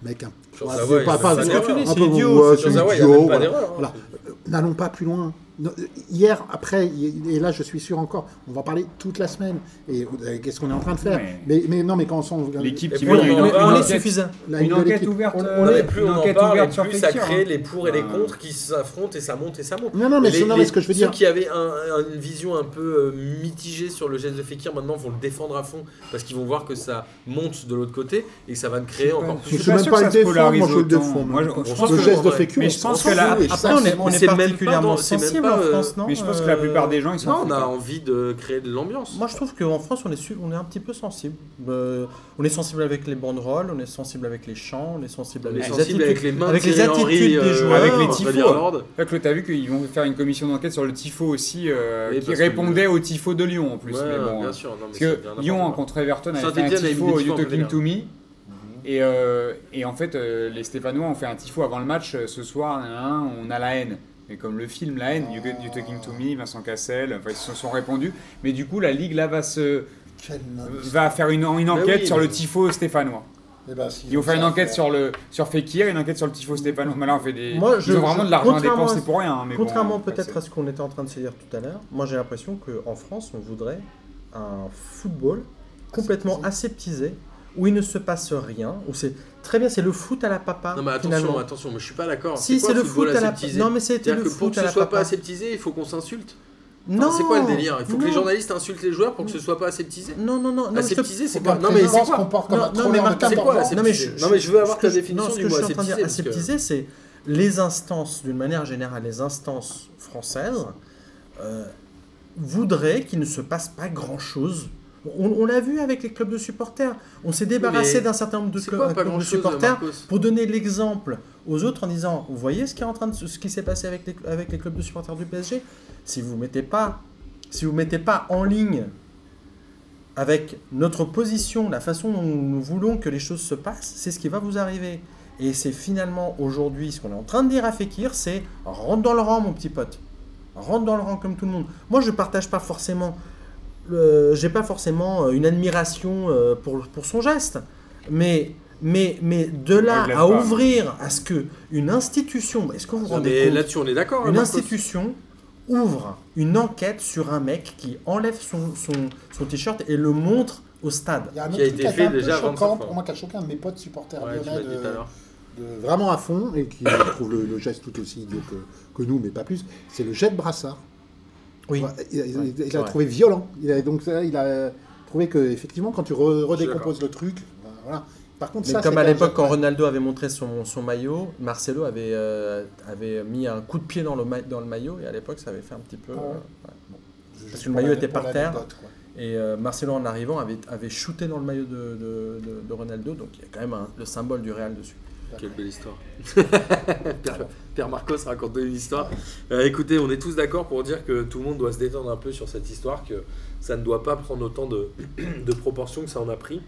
[SPEAKER 3] mec un
[SPEAKER 1] Kurzawa,
[SPEAKER 3] Ouais, c'est
[SPEAKER 1] il
[SPEAKER 3] pas-
[SPEAKER 1] fait
[SPEAKER 3] pas-
[SPEAKER 1] ça,
[SPEAKER 3] un
[SPEAKER 1] c'est
[SPEAKER 3] peu-
[SPEAKER 1] comme tu dis,
[SPEAKER 3] un
[SPEAKER 2] c'est
[SPEAKER 3] peu-
[SPEAKER 2] idiot,
[SPEAKER 3] ouais,
[SPEAKER 2] c'est
[SPEAKER 3] c'est
[SPEAKER 1] Kurzawa, il y a
[SPEAKER 3] idiot,
[SPEAKER 1] même pas
[SPEAKER 3] voilà.
[SPEAKER 1] d'erreur, hein.
[SPEAKER 3] Voilà. Euh, N'allons pas plus loin. Non, euh, Hier, après, y- et là je suis sûr encore, on va en parler toute la semaine. Et euh, qu'est-ce qu'on est en train de faire
[SPEAKER 4] Mais-
[SPEAKER 3] mais, mais non, mais quand on s'en
[SPEAKER 4] L'équipe
[SPEAKER 1] Et
[SPEAKER 4] qui
[SPEAKER 1] puis,
[SPEAKER 4] mène
[SPEAKER 1] on-
[SPEAKER 4] une
[SPEAKER 1] on-
[SPEAKER 2] Mais
[SPEAKER 4] enquête-
[SPEAKER 1] on
[SPEAKER 2] on est
[SPEAKER 1] enquête-
[SPEAKER 2] suffisant.
[SPEAKER 3] la
[SPEAKER 4] Une
[SPEAKER 3] ligne de
[SPEAKER 4] enquête
[SPEAKER 3] l'équipe.
[SPEAKER 4] ouverte.
[SPEAKER 3] On- on
[SPEAKER 4] euh,
[SPEAKER 1] Non,
[SPEAKER 3] est-
[SPEAKER 1] mais
[SPEAKER 4] une
[SPEAKER 1] plus on en
[SPEAKER 4] enquête
[SPEAKER 1] parle, et
[SPEAKER 4] ouverte sur
[SPEAKER 1] plus ça
[SPEAKER 4] Fekir,
[SPEAKER 1] crée
[SPEAKER 4] hein.
[SPEAKER 1] les pour et les
[SPEAKER 4] Enfin,
[SPEAKER 1] contre qui s'affrontent et ça monte et ça monte.
[SPEAKER 3] Non, non, mais
[SPEAKER 1] Les-
[SPEAKER 3] c'est- non,
[SPEAKER 1] les-
[SPEAKER 3] mais ce que je veux dire.
[SPEAKER 1] Ceux qui avaient un- une vision un peu euh, mitigée sur le geste de Fekir maintenant vont le défendre à fond parce qu'ils vont voir que ça monte de l'autre côté et que ça va ne créer encore
[SPEAKER 4] Je
[SPEAKER 1] plus.
[SPEAKER 3] Je
[SPEAKER 4] suis
[SPEAKER 3] sais
[SPEAKER 4] pas
[SPEAKER 3] même
[SPEAKER 4] sûr
[SPEAKER 3] pas
[SPEAKER 4] que
[SPEAKER 3] le
[SPEAKER 4] ça se
[SPEAKER 3] défendre, moi je le
[SPEAKER 4] polarise autant.
[SPEAKER 3] défends.
[SPEAKER 4] Moi, je- je
[SPEAKER 3] Le
[SPEAKER 4] pense que-
[SPEAKER 3] geste de
[SPEAKER 1] ouais.
[SPEAKER 3] Fekir,
[SPEAKER 4] Mais
[SPEAKER 3] on
[SPEAKER 4] je
[SPEAKER 3] s'en
[SPEAKER 4] pense
[SPEAKER 3] fout,
[SPEAKER 4] que là,
[SPEAKER 3] et
[SPEAKER 4] après,
[SPEAKER 3] ça,
[SPEAKER 2] Après, on
[SPEAKER 3] c'est
[SPEAKER 2] est, on
[SPEAKER 1] Mais
[SPEAKER 2] est
[SPEAKER 1] c'est même
[SPEAKER 2] particulièrement
[SPEAKER 1] pas dans- c'est même
[SPEAKER 2] sensible
[SPEAKER 1] pas,
[SPEAKER 2] en
[SPEAKER 1] euh,
[SPEAKER 2] France, non
[SPEAKER 4] mais je pense que la plupart des gens, ils s'en
[SPEAKER 1] Non, on
[SPEAKER 4] foutent,
[SPEAKER 1] a
[SPEAKER 4] hein.
[SPEAKER 1] envie de créer de l'ambiance.
[SPEAKER 2] Moi, je trouve qu'en France, on est, su- on est un petit peu sensible. Euh, on est sensible avec les banderoles, on est sensible avec les chants, on est sensible
[SPEAKER 1] On
[SPEAKER 2] avec
[SPEAKER 1] est
[SPEAKER 2] les
[SPEAKER 1] sensible
[SPEAKER 2] attitudes,
[SPEAKER 1] avec les mains de
[SPEAKER 2] avec les
[SPEAKER 1] Thierry
[SPEAKER 2] attitudes
[SPEAKER 1] Henry,
[SPEAKER 2] des
[SPEAKER 1] euh,
[SPEAKER 2] joueurs.
[SPEAKER 4] avec les
[SPEAKER 1] on va
[SPEAKER 4] tifos.
[SPEAKER 1] dire Lord.
[SPEAKER 4] Fait que t'as vu qu'ils vont faire une commission d'enquête sur le tifo aussi, euh,
[SPEAKER 1] Oui,
[SPEAKER 4] qui
[SPEAKER 1] parce que-
[SPEAKER 4] répondait au tifo de Lyon en plus.
[SPEAKER 1] Ouais,
[SPEAKER 4] mais bon,
[SPEAKER 1] bien
[SPEAKER 4] hein.
[SPEAKER 1] sûr. non, mais
[SPEAKER 4] Parce
[SPEAKER 1] c'est bien
[SPEAKER 4] que
[SPEAKER 1] n'importe
[SPEAKER 4] Lyon
[SPEAKER 1] quoi.
[SPEAKER 4] contre Everton avait fait un
[SPEAKER 1] Saint-Etienne a eu des
[SPEAKER 4] tifo au
[SPEAKER 1] tifos
[SPEAKER 4] You
[SPEAKER 1] en
[SPEAKER 4] Talking
[SPEAKER 1] première.
[SPEAKER 4] To Me.
[SPEAKER 1] Mhm.
[SPEAKER 4] Et, euh, et en fait, euh, les Stéphanois ont fait un tifo avant le match. euh, Ce soir, hein, on a la haine. Et comme le film La haine, You, You Talking To Me, Vincent Cassel, enfin, ils se sont répandus. Mais du coup, la Ligue là va, se,
[SPEAKER 3] Quel nom.
[SPEAKER 4] va faire une,
[SPEAKER 1] oui,
[SPEAKER 4] une enquête sur
[SPEAKER 1] mais-
[SPEAKER 4] le tifo stéphanois.
[SPEAKER 3] Eh ben, s'ils
[SPEAKER 4] Ils vont faire une
[SPEAKER 3] ça,
[SPEAKER 4] enquête
[SPEAKER 3] faut-
[SPEAKER 4] sur, le, sur Fekir, une enquête sur le tifo stéphanois. Mais là, on fait des.
[SPEAKER 2] Moi,
[SPEAKER 4] ils
[SPEAKER 2] je-
[SPEAKER 4] ont vraiment
[SPEAKER 2] je-
[SPEAKER 4] de l'argent à
[SPEAKER 2] contrairement à-
[SPEAKER 4] dépenser pour rien. hein, mais bon,
[SPEAKER 2] Contrairement
[SPEAKER 4] après,
[SPEAKER 2] peut-être
[SPEAKER 4] c'est-
[SPEAKER 2] à ce qu'on était en train de se dire tout à l'heure, moi j'ai l'impression qu'en France, on voudrait un football complètement aseptisé, où il ne se passe rien, où c'est très bien, c'est le foot à la papa.
[SPEAKER 1] Non, mais attention,
[SPEAKER 2] finalement.
[SPEAKER 1] attention, moi je suis pas d'accord.
[SPEAKER 2] si
[SPEAKER 1] quoi,
[SPEAKER 2] c'est le foot à la
[SPEAKER 1] aseptisé
[SPEAKER 2] non mais c'était
[SPEAKER 1] C'est-à-dire
[SPEAKER 2] le
[SPEAKER 1] que pour
[SPEAKER 2] foot
[SPEAKER 1] que
[SPEAKER 2] à
[SPEAKER 1] ce
[SPEAKER 2] la
[SPEAKER 1] soit pas
[SPEAKER 2] papa.
[SPEAKER 1] aseptisé, il faut qu'on s'insulte. Enfin,
[SPEAKER 2] Non,
[SPEAKER 1] Ah, c'est quoi le délire Il faut que les
[SPEAKER 2] non.
[SPEAKER 1] journalistes insultent les joueurs pour que ce soit pas aseptisé
[SPEAKER 2] Non non non non, je te-
[SPEAKER 1] Aseptisé, c'est
[SPEAKER 3] faut
[SPEAKER 1] quoi
[SPEAKER 3] que
[SPEAKER 1] Non,
[SPEAKER 3] les
[SPEAKER 1] mais
[SPEAKER 3] gens
[SPEAKER 1] c'est
[SPEAKER 3] se
[SPEAKER 1] quoi
[SPEAKER 3] comportent comme
[SPEAKER 2] Non,
[SPEAKER 3] un
[SPEAKER 2] non, mais
[SPEAKER 3] trolleur de
[SPEAKER 2] Marc,
[SPEAKER 1] c'est
[SPEAKER 3] 14
[SPEAKER 1] quoi
[SPEAKER 3] ans.
[SPEAKER 1] aseptisé
[SPEAKER 2] Non, mais je-
[SPEAKER 1] Non, mais je veux avoir
[SPEAKER 2] Ce
[SPEAKER 1] ta
[SPEAKER 2] que je-
[SPEAKER 1] définition
[SPEAKER 2] non, ce
[SPEAKER 1] du mot
[SPEAKER 2] que je suis en train de dire,
[SPEAKER 1] aseptisé. parce que-
[SPEAKER 2] aseptisé, c'est les instances, d'une manière générale, les instances françaises euh, voudraient qu'il ne se passe pas grand-chose. On, on l'a vu avec les clubs de supporters. On s'est débarrassé
[SPEAKER 1] mais
[SPEAKER 2] d'un certain nombre de
[SPEAKER 1] C'est
[SPEAKER 2] clubs,
[SPEAKER 1] quoi pas
[SPEAKER 2] clubs de
[SPEAKER 1] grand-chose,
[SPEAKER 2] supporters
[SPEAKER 1] Marcos
[SPEAKER 2] pour donner l'exemple aux autres en disant vous voyez ce qui est en train de se- ce qui s'est passé avec les, avec les clubs de supporters du PSG si vous mettez pas si vous mettez pas en ligne avec notre position la façon dont nous voulons que les choses se passent c'est ce qui va vous arriver et c'est finalement aujourd'hui ce qu'on est en train de dire à Fekir c'est rentre dans le rang mon petit pote rentre dans le rang comme tout le monde moi je partage pas forcément le- j'ai pas forcément euh, une admiration euh, pour, pour son geste mais mais mais de là
[SPEAKER 4] Moi, je l'aime
[SPEAKER 2] à
[SPEAKER 4] pas.
[SPEAKER 2] ouvrir à ce que une institution est-ce que vous vous
[SPEAKER 1] On
[SPEAKER 2] rendez
[SPEAKER 1] est
[SPEAKER 2] compte
[SPEAKER 1] là-dessus, on est d'accord. hein,
[SPEAKER 2] une
[SPEAKER 1] Marcos
[SPEAKER 2] institution ouvre une enquête sur un mec qui enlève son, son, son t-shirt et le montre au stade
[SPEAKER 3] Il y a un
[SPEAKER 1] Qui
[SPEAKER 3] autre
[SPEAKER 1] a
[SPEAKER 3] truc
[SPEAKER 1] été
[SPEAKER 3] qui a
[SPEAKER 1] fait
[SPEAKER 3] été un peu
[SPEAKER 1] déjà
[SPEAKER 3] choquant,
[SPEAKER 1] 25 fois.
[SPEAKER 3] pour moi, qui a choqué un de mes potes supporters
[SPEAKER 1] Ouais, tu
[SPEAKER 3] lyonnais
[SPEAKER 1] m'as dit tout à
[SPEAKER 3] de,
[SPEAKER 1] l'heure.
[SPEAKER 3] de- vraiment à fond et qui trouve le, le geste tout aussi idiot que, que nous, mais pas plus, c'est le jet de brassard.
[SPEAKER 2] oui
[SPEAKER 3] Ouais, il a, il a-
[SPEAKER 2] Ouais,
[SPEAKER 3] il a
[SPEAKER 2] c'est vrai.
[SPEAKER 3] trouvé violent. Il a, donc ça, il a trouvé que effectivement, quand tu re- redécomposes
[SPEAKER 1] d'accord.
[SPEAKER 3] le truc, ben, voilà. Par contre,
[SPEAKER 2] Mais
[SPEAKER 3] ça,
[SPEAKER 2] comme
[SPEAKER 3] c'est
[SPEAKER 2] à
[SPEAKER 3] quand
[SPEAKER 2] l'époque,
[SPEAKER 3] même-
[SPEAKER 2] quand Ronaldo avait montré son, son maillot, Marcelo avait, euh, avait mis un coup de pied dans le, ma- dans le maillot, et à l'époque, ça avait fait un petit peu.
[SPEAKER 3] Ah ouais.
[SPEAKER 2] euh, ouais.
[SPEAKER 3] Juste
[SPEAKER 2] parce que le
[SPEAKER 3] pour
[SPEAKER 2] maillot
[SPEAKER 3] la-
[SPEAKER 2] était
[SPEAKER 3] pour
[SPEAKER 2] par terre.
[SPEAKER 3] l'anecdote, quoi.
[SPEAKER 2] Et euh, Marcelo, en arrivant, avait, avait shooté dans le maillot de, de- de- de Ronaldo, donc il y a quand même un- le symbole du Real dessus.
[SPEAKER 1] Quelle belle histoire. [LAUGHS] Pierre, Pierre Marcos raconte une histoire. Euh, écoutez, on est tous d'accord pour dire que tout le monde doit se détendre un peu sur cette histoire, que ça ne doit pas prendre autant de, [CLEARS THROAT] de proportions que ça en a pris.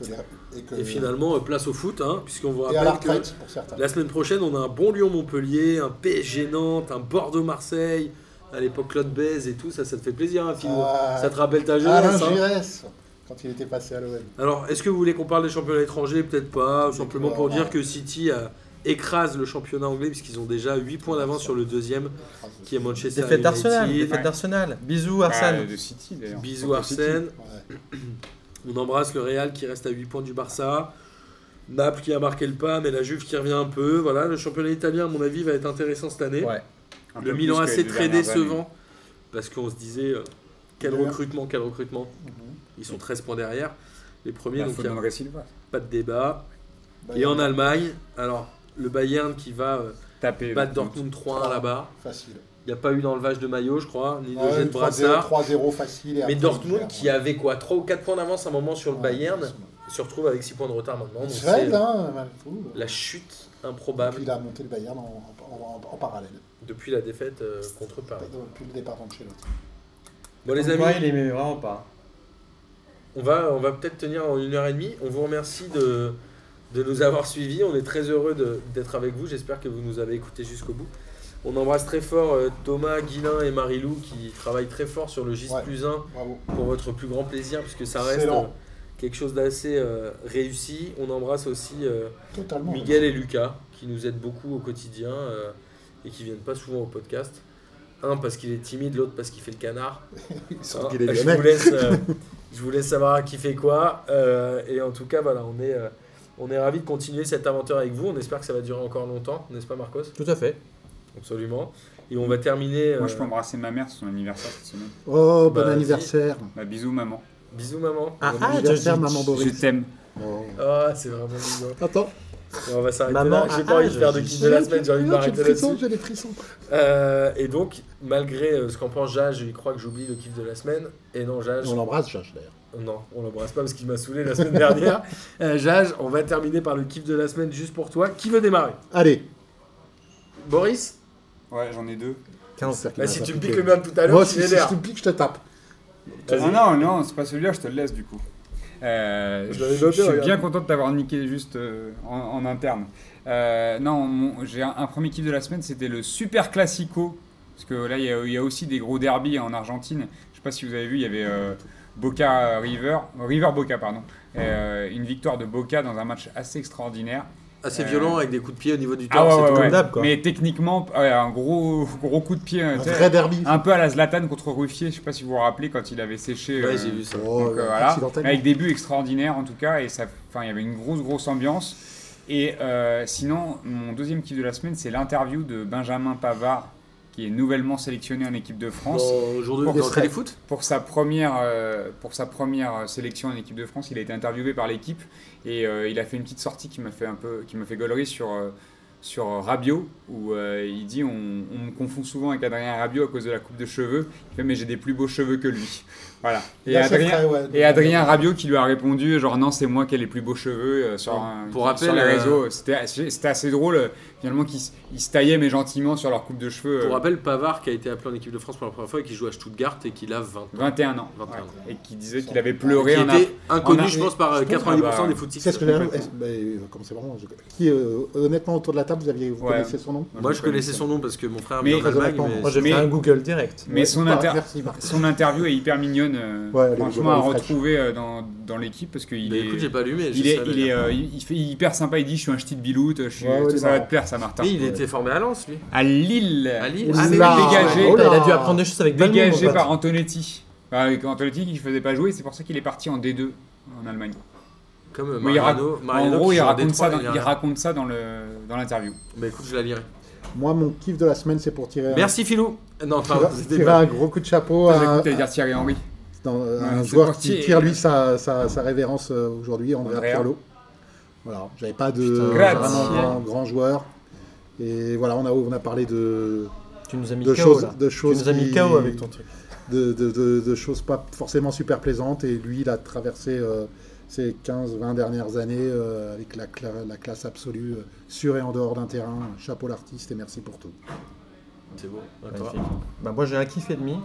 [SPEAKER 5] Que la- Et, que-
[SPEAKER 1] Et finalement, euh, place au foot, hein, puisqu'on vous
[SPEAKER 5] et à la
[SPEAKER 1] rappelle que
[SPEAKER 5] retraite pour certains.
[SPEAKER 1] la semaine prochaine, on a un bon Lyon-Montpellier, un PSG Nantes, un Bordeaux-Marseille, à l'époque Claude Bèze et tout, ça, ça te fait plaisir, hein, Philo.
[SPEAKER 5] Ah,
[SPEAKER 1] ça te rappelle ta
[SPEAKER 5] Alain
[SPEAKER 1] jeunesse. hein.
[SPEAKER 5] Giresse, quand il était passé à l'OM.
[SPEAKER 1] Alors, est-ce que vous voulez qu'on parle des championnats étrangers Peut-être pas. Simplement pour
[SPEAKER 5] Ouais.
[SPEAKER 1] dire que City euh, écrase le championnat anglais puisqu'ils ont déjà 8 points d'avance sur le deuxième qui est Manchester
[SPEAKER 2] Défaite d'Arsenal,
[SPEAKER 1] United.
[SPEAKER 2] défaite d'Arsenal. Bisous Arsène.
[SPEAKER 4] de City d'ailleurs.
[SPEAKER 1] Bisous
[SPEAKER 4] Contre City.
[SPEAKER 1] Arsène.
[SPEAKER 5] Ouais.
[SPEAKER 1] On embrasse le Real qui reste à 8 points du Barça. Naples qui a marqué le pas, mais la Juve qui revient un peu. Voilà, le championnat italien, à mon avis, va être intéressant cette année.
[SPEAKER 2] Ouais.
[SPEAKER 4] Un peu
[SPEAKER 1] Le
[SPEAKER 4] plus
[SPEAKER 1] Milan
[SPEAKER 4] que les
[SPEAKER 1] AC
[SPEAKER 4] deux
[SPEAKER 1] très
[SPEAKER 4] dernières
[SPEAKER 1] décevant parce qu'on se disait euh, quel
[SPEAKER 5] Bien.
[SPEAKER 1] recrutement, quel recrutement.
[SPEAKER 4] Mhm.
[SPEAKER 1] Ils sont 13 points derrière les premiers, donc
[SPEAKER 4] années. Il
[SPEAKER 1] euh, il
[SPEAKER 4] faut
[SPEAKER 1] n'y a
[SPEAKER 4] demander Bah, Silva.
[SPEAKER 1] pas de débat. Et
[SPEAKER 5] Bayern,
[SPEAKER 1] en Allemagne, alors le Bayern qui va euh,
[SPEAKER 4] Taper.
[SPEAKER 1] battre Dortmund 3-1 là-bas.
[SPEAKER 5] Facile.
[SPEAKER 1] Il n'y a pas eu d'enlevage de maillot, je crois, ni de
[SPEAKER 5] Ouais,
[SPEAKER 1] jet de
[SPEAKER 5] 3-0,
[SPEAKER 1] brassard.
[SPEAKER 5] 3-0 facile. et
[SPEAKER 1] Mais
[SPEAKER 5] après,
[SPEAKER 1] Dortmund
[SPEAKER 5] ils
[SPEAKER 1] qui
[SPEAKER 5] perdent.
[SPEAKER 1] avait quoi 3 ou 4 points d'avance à un moment sur le
[SPEAKER 5] Ouais,
[SPEAKER 1] Bayern
[SPEAKER 5] ils
[SPEAKER 1] se retrouve avec 6 points de retard maintenant. Donc
[SPEAKER 5] sont
[SPEAKER 1] c'est euh,
[SPEAKER 5] raide, hein, malgré tout.
[SPEAKER 1] la chute
[SPEAKER 5] Et puis
[SPEAKER 1] improbable
[SPEAKER 5] il a monté le Bayern en, en- en- en parallèle,
[SPEAKER 1] depuis la défaite euh, contre Paris.
[SPEAKER 5] depuis le départ d'Ancelotti.
[SPEAKER 4] Bah,
[SPEAKER 1] Bon les
[SPEAKER 2] Comme quoi,
[SPEAKER 1] amis,
[SPEAKER 2] il aimait vraiment pas.
[SPEAKER 1] on va, on va peut-être tenir en une heure et demie. On vous remercie de, de nous avoir suivis. On est très heureux de- d'être avec vous. J'espère que vous nous avez écoutés jusqu'au bout. On embrasse très fort euh, Thomas, Guilin et Marilou qui travaillent très fort sur le GIS
[SPEAKER 5] Ouais.
[SPEAKER 1] plus 1
[SPEAKER 5] Bravo.
[SPEAKER 1] pour votre plus grand plaisir puisque ça reste
[SPEAKER 5] Excellent.
[SPEAKER 1] euh, quelque chose d'assez euh, réussi. On embrasse aussi euh,
[SPEAKER 5] Totalement.
[SPEAKER 1] Miguel et Lucas qui nous aident beaucoup au quotidien euh, et qui viennent pas souvent au podcast. Un parce qu'il est timide, l'autre parce qu'il fait le canard.
[SPEAKER 5] Ils sont-
[SPEAKER 1] Hein,
[SPEAKER 3] qu'il est
[SPEAKER 1] je,
[SPEAKER 3] lyonnais.
[SPEAKER 1] vous laisse, euh, je vous laisse savoir qui fait quoi. euh, et en tout cas, voilà, on est, euh, on est ravis de continuer cette aventure avec vous. On espère que ça va durer encore longtemps, n'est-ce pas Marcos
[SPEAKER 2] Tout à fait.
[SPEAKER 1] Absolument. Et on va terminer.
[SPEAKER 4] Moi,
[SPEAKER 1] euh,
[SPEAKER 4] je peux embrasser ma mère, c'est son anniversaire cette semaine.
[SPEAKER 5] Oh, bon
[SPEAKER 1] Bah,
[SPEAKER 5] anniversaire.
[SPEAKER 4] Bah, bisous, maman.
[SPEAKER 1] Bisous maman.
[SPEAKER 2] Ah,
[SPEAKER 5] Bon
[SPEAKER 2] ah,
[SPEAKER 5] anniversaire,
[SPEAKER 2] Judith.
[SPEAKER 5] maman
[SPEAKER 4] Je
[SPEAKER 5] Boris.
[SPEAKER 4] t'aime.
[SPEAKER 1] Ah, c'est vraiment mignon.
[SPEAKER 5] Attends,
[SPEAKER 1] Et on va s'arrêter
[SPEAKER 2] Maman,
[SPEAKER 1] là. J'ai
[SPEAKER 2] ah,
[SPEAKER 1] pas envie de
[SPEAKER 2] je-
[SPEAKER 1] faire de
[SPEAKER 2] je-
[SPEAKER 1] kiff de la
[SPEAKER 5] j'ai-
[SPEAKER 1] semaine, j'ai envie de
[SPEAKER 5] j'ai
[SPEAKER 1] m'arrêter
[SPEAKER 5] des frissons,
[SPEAKER 1] là-dessus.
[SPEAKER 5] j'ai des frissons.
[SPEAKER 1] Euh, et donc, malgré euh, ce qu'en pense Jage, je crois que j'oublie le kiff de la semaine. Et non, Jage,
[SPEAKER 5] On l'embrasse, Jage, d'ailleurs.
[SPEAKER 1] non, on l'embrasse pas parce qu'il m'a saoulé la semaine dernière. Euh, Jage, on va terminer par le kiff de la semaine juste pour toi. Qui veut démarrer
[SPEAKER 5] Allez.
[SPEAKER 1] Boris
[SPEAKER 4] Ouais, j'en ai deux.
[SPEAKER 2] 15.
[SPEAKER 1] Bah, Si
[SPEAKER 5] Bah,
[SPEAKER 1] tu me
[SPEAKER 5] bah,
[SPEAKER 1] piques
[SPEAKER 5] ok.
[SPEAKER 1] le mien de tout à
[SPEAKER 5] Moi,
[SPEAKER 1] l'heure,
[SPEAKER 5] si,
[SPEAKER 1] tu
[SPEAKER 5] si
[SPEAKER 1] m'énerves.
[SPEAKER 5] je te pique, je te tape.
[SPEAKER 1] Vas-y.
[SPEAKER 4] Ah non, non, c'est pas celui-là, je te le laisse du coup. Euh,
[SPEAKER 1] Je
[SPEAKER 4] je,
[SPEAKER 1] l'avais noté,
[SPEAKER 4] je suis
[SPEAKER 1] regarde.
[SPEAKER 4] bien content de t'avoir niqué juste euh, en, en interne. Euh, non, mon- j'ai un, un premier kiff de la semaine, c'était le Super Classico. Parce que là, il y, a- il y a aussi des gros derbies en Argentine. Je sais pas si vous avez vu, il y avait euh, Boca euh, River, River Boca, pardon. Euh, une victoire de Boca dans un match assez extraordinaire.
[SPEAKER 1] Assez
[SPEAKER 4] Euh,
[SPEAKER 1] violent avec des coups de pied au niveau du
[SPEAKER 4] Ah
[SPEAKER 1] torse.
[SPEAKER 4] ouais,
[SPEAKER 1] et
[SPEAKER 4] ouais,
[SPEAKER 1] tout.
[SPEAKER 4] ouais.
[SPEAKER 2] d'hab, quoi.
[SPEAKER 4] Mais techniquement, ouais, un gros, gros coup de pied. euh,
[SPEAKER 5] Un
[SPEAKER 4] tu sais,
[SPEAKER 5] vrai derby.
[SPEAKER 4] un peu à la Zlatan contre Ruffier, je sais pas si vous vous rappelez quand il avait séché.
[SPEAKER 1] Ouais,
[SPEAKER 4] euh,
[SPEAKER 1] j'ai vu ça.
[SPEAKER 5] Oh,
[SPEAKER 4] donc, euh, voilà.
[SPEAKER 5] accidentellement.
[SPEAKER 4] Avec des buts extraordinaires en tout cas, et ça, enfin, il y avait une grosse grosse ambiance. Et euh, sinon, mon deuxième kiff de la semaine, c'est l'interview de Benjamin Pavard, qui est nouvellement sélectionné en équipe de France.
[SPEAKER 1] Dans- Aujourd'hui,
[SPEAKER 4] Pour
[SPEAKER 1] dans
[SPEAKER 4] des
[SPEAKER 1] le foot
[SPEAKER 4] Pour sa première, euh, pour sa première sélection en équipe de France, il a été interviewé par l'équipe et euh, il a fait une petite sortie qui m'a fait un peu, qui m'a fait gaulerie sur euh, sur Rabiot où euh, il dit on, on me confond souvent avec Adrien Rabiot à cause de la coupe de cheveux. Il fait mais j'ai des plus beaux cheveux que lui. Voilà. Et
[SPEAKER 5] Là, c'est
[SPEAKER 4] Adrien,
[SPEAKER 5] frais, ouais.
[SPEAKER 4] et Adrien Rabiot qui lui a répondu genre non c'est moi qui ai les plus beaux cheveux euh, sur, un-
[SPEAKER 1] Pour
[SPEAKER 4] sur
[SPEAKER 1] rappel,
[SPEAKER 4] les
[SPEAKER 1] euh,
[SPEAKER 4] réseaux c'était assez, c'était assez drôle euh, finalement qu'ils s- ils se taillaient mais gentiment sur leur coupe de cheveux euh,
[SPEAKER 1] Pour rappel, Pavard qui a été appelé en équipe de France pour la première fois et qui joue à Stuttgart et qui a 20
[SPEAKER 4] 21 ans
[SPEAKER 1] 21 ans.
[SPEAKER 4] et qui disait qu'il avait
[SPEAKER 1] Qui
[SPEAKER 4] pleuré en
[SPEAKER 1] était inconnu,
[SPEAKER 4] en a-
[SPEAKER 1] je pense, par euh,
[SPEAKER 4] je pense-
[SPEAKER 1] 90%
[SPEAKER 4] ah bah,
[SPEAKER 1] des footix.
[SPEAKER 5] C'est ce que j'allais- est-ce- bah, euh, Comment c'est vraiment je- Qui, euh, honnêtement, autour de la table, vous, aviez, vous
[SPEAKER 4] Ouais.
[SPEAKER 5] connaissez son nom
[SPEAKER 1] Moi, je connaissais son nom parce que mon frère
[SPEAKER 4] Mais-
[SPEAKER 1] vient d'Allemagne.
[SPEAKER 5] Très
[SPEAKER 1] mais-
[SPEAKER 5] honnêtement,
[SPEAKER 2] Moi, j'ai
[SPEAKER 4] Mais-
[SPEAKER 2] fait un Google direct.
[SPEAKER 4] mais son,
[SPEAKER 5] Ah,
[SPEAKER 4] inter-
[SPEAKER 5] Merci, Marc.
[SPEAKER 4] son interview est hyper mignonne euh,
[SPEAKER 5] Ouais, elle est
[SPEAKER 4] franchement à
[SPEAKER 5] rigolo, fraîche.
[SPEAKER 4] retrouver euh, dans, dans l'équipe parce qu'il
[SPEAKER 1] Mais
[SPEAKER 4] est
[SPEAKER 1] Bah, écoute, j'ai pas lu, mais je
[SPEAKER 4] il est,
[SPEAKER 1] savais.
[SPEAKER 4] il, est, euh, il- il fait hyper sympa, il dit je suis un ch'ti de biloute, je suis-
[SPEAKER 5] Ouais, ouais, il est
[SPEAKER 4] ça va
[SPEAKER 5] marrant.
[SPEAKER 4] te plaire ça Martin.
[SPEAKER 1] Mais il était formé à Lens, lui.
[SPEAKER 4] À Lille,
[SPEAKER 1] À Lille.
[SPEAKER 5] Oula.
[SPEAKER 1] Ah, mais
[SPEAKER 5] Oula.
[SPEAKER 4] dégagé.
[SPEAKER 2] Putain,
[SPEAKER 5] Oula.
[SPEAKER 2] il a dû apprendre des choses avec Balmain, mon
[SPEAKER 4] dégagé
[SPEAKER 2] pote.
[SPEAKER 4] par Antonetti. Enfin, avec Antonetti qui ne faisait pas jouer, c'est pour ça qu'il est parti en D2 en Allemagne.
[SPEAKER 1] Comme euh,
[SPEAKER 4] Mais il rac-
[SPEAKER 1] Mariano.
[SPEAKER 4] en
[SPEAKER 1] Mariano
[SPEAKER 4] gros,
[SPEAKER 1] qui
[SPEAKER 4] il
[SPEAKER 1] joue à
[SPEAKER 4] raconte,
[SPEAKER 1] Détroit,
[SPEAKER 4] ça dans,
[SPEAKER 1] il y a-
[SPEAKER 4] il raconte ça dans le- dans l'interview.
[SPEAKER 1] Bah écoute, je la lirai.
[SPEAKER 5] Moi, mon kiff de la semaine, c'est pour tirer un-
[SPEAKER 1] Merci, Philou. Non, pardon,
[SPEAKER 5] tirer-
[SPEAKER 1] c'était
[SPEAKER 5] tirer
[SPEAKER 1] pas-
[SPEAKER 5] un gros coup de chapeau
[SPEAKER 4] J'ai
[SPEAKER 5] à
[SPEAKER 4] cru
[SPEAKER 5] un-
[SPEAKER 4] que t'allais dire Thierry Henry.
[SPEAKER 5] dans, euh,
[SPEAKER 4] Ouais,
[SPEAKER 5] un
[SPEAKER 4] c'est
[SPEAKER 5] joueur
[SPEAKER 4] parti.
[SPEAKER 5] qui tire lui sa, sa, sa révérence euh, aujourd'hui, Andrea
[SPEAKER 4] Andrea.
[SPEAKER 5] Pirlo. Voilà, j'avais pas de
[SPEAKER 2] Putain,
[SPEAKER 5] vraiment
[SPEAKER 4] grazie.
[SPEAKER 5] grand, grand joueur. Et voilà, on a, on a parlé de,
[SPEAKER 2] Tu nous as mis
[SPEAKER 5] de
[SPEAKER 2] KO,
[SPEAKER 5] choses,
[SPEAKER 2] là.
[SPEAKER 5] de
[SPEAKER 2] Tu
[SPEAKER 5] choses
[SPEAKER 2] nous as mis
[SPEAKER 5] qui-
[SPEAKER 2] KO avec ton truc.
[SPEAKER 3] de, de- de- de choses pas forcément super plaisantes. Et lui, il a traversé euh, ces 15-20 dernières années euh, avec la, cla- la classe absolue, euh, sur et en dehors d'un terrain. Chapeau l'artiste et merci pour tout.
[SPEAKER 1] C'est beau. D'accord.
[SPEAKER 5] Magnifique. Bah, moi j'ai un kiff et demi.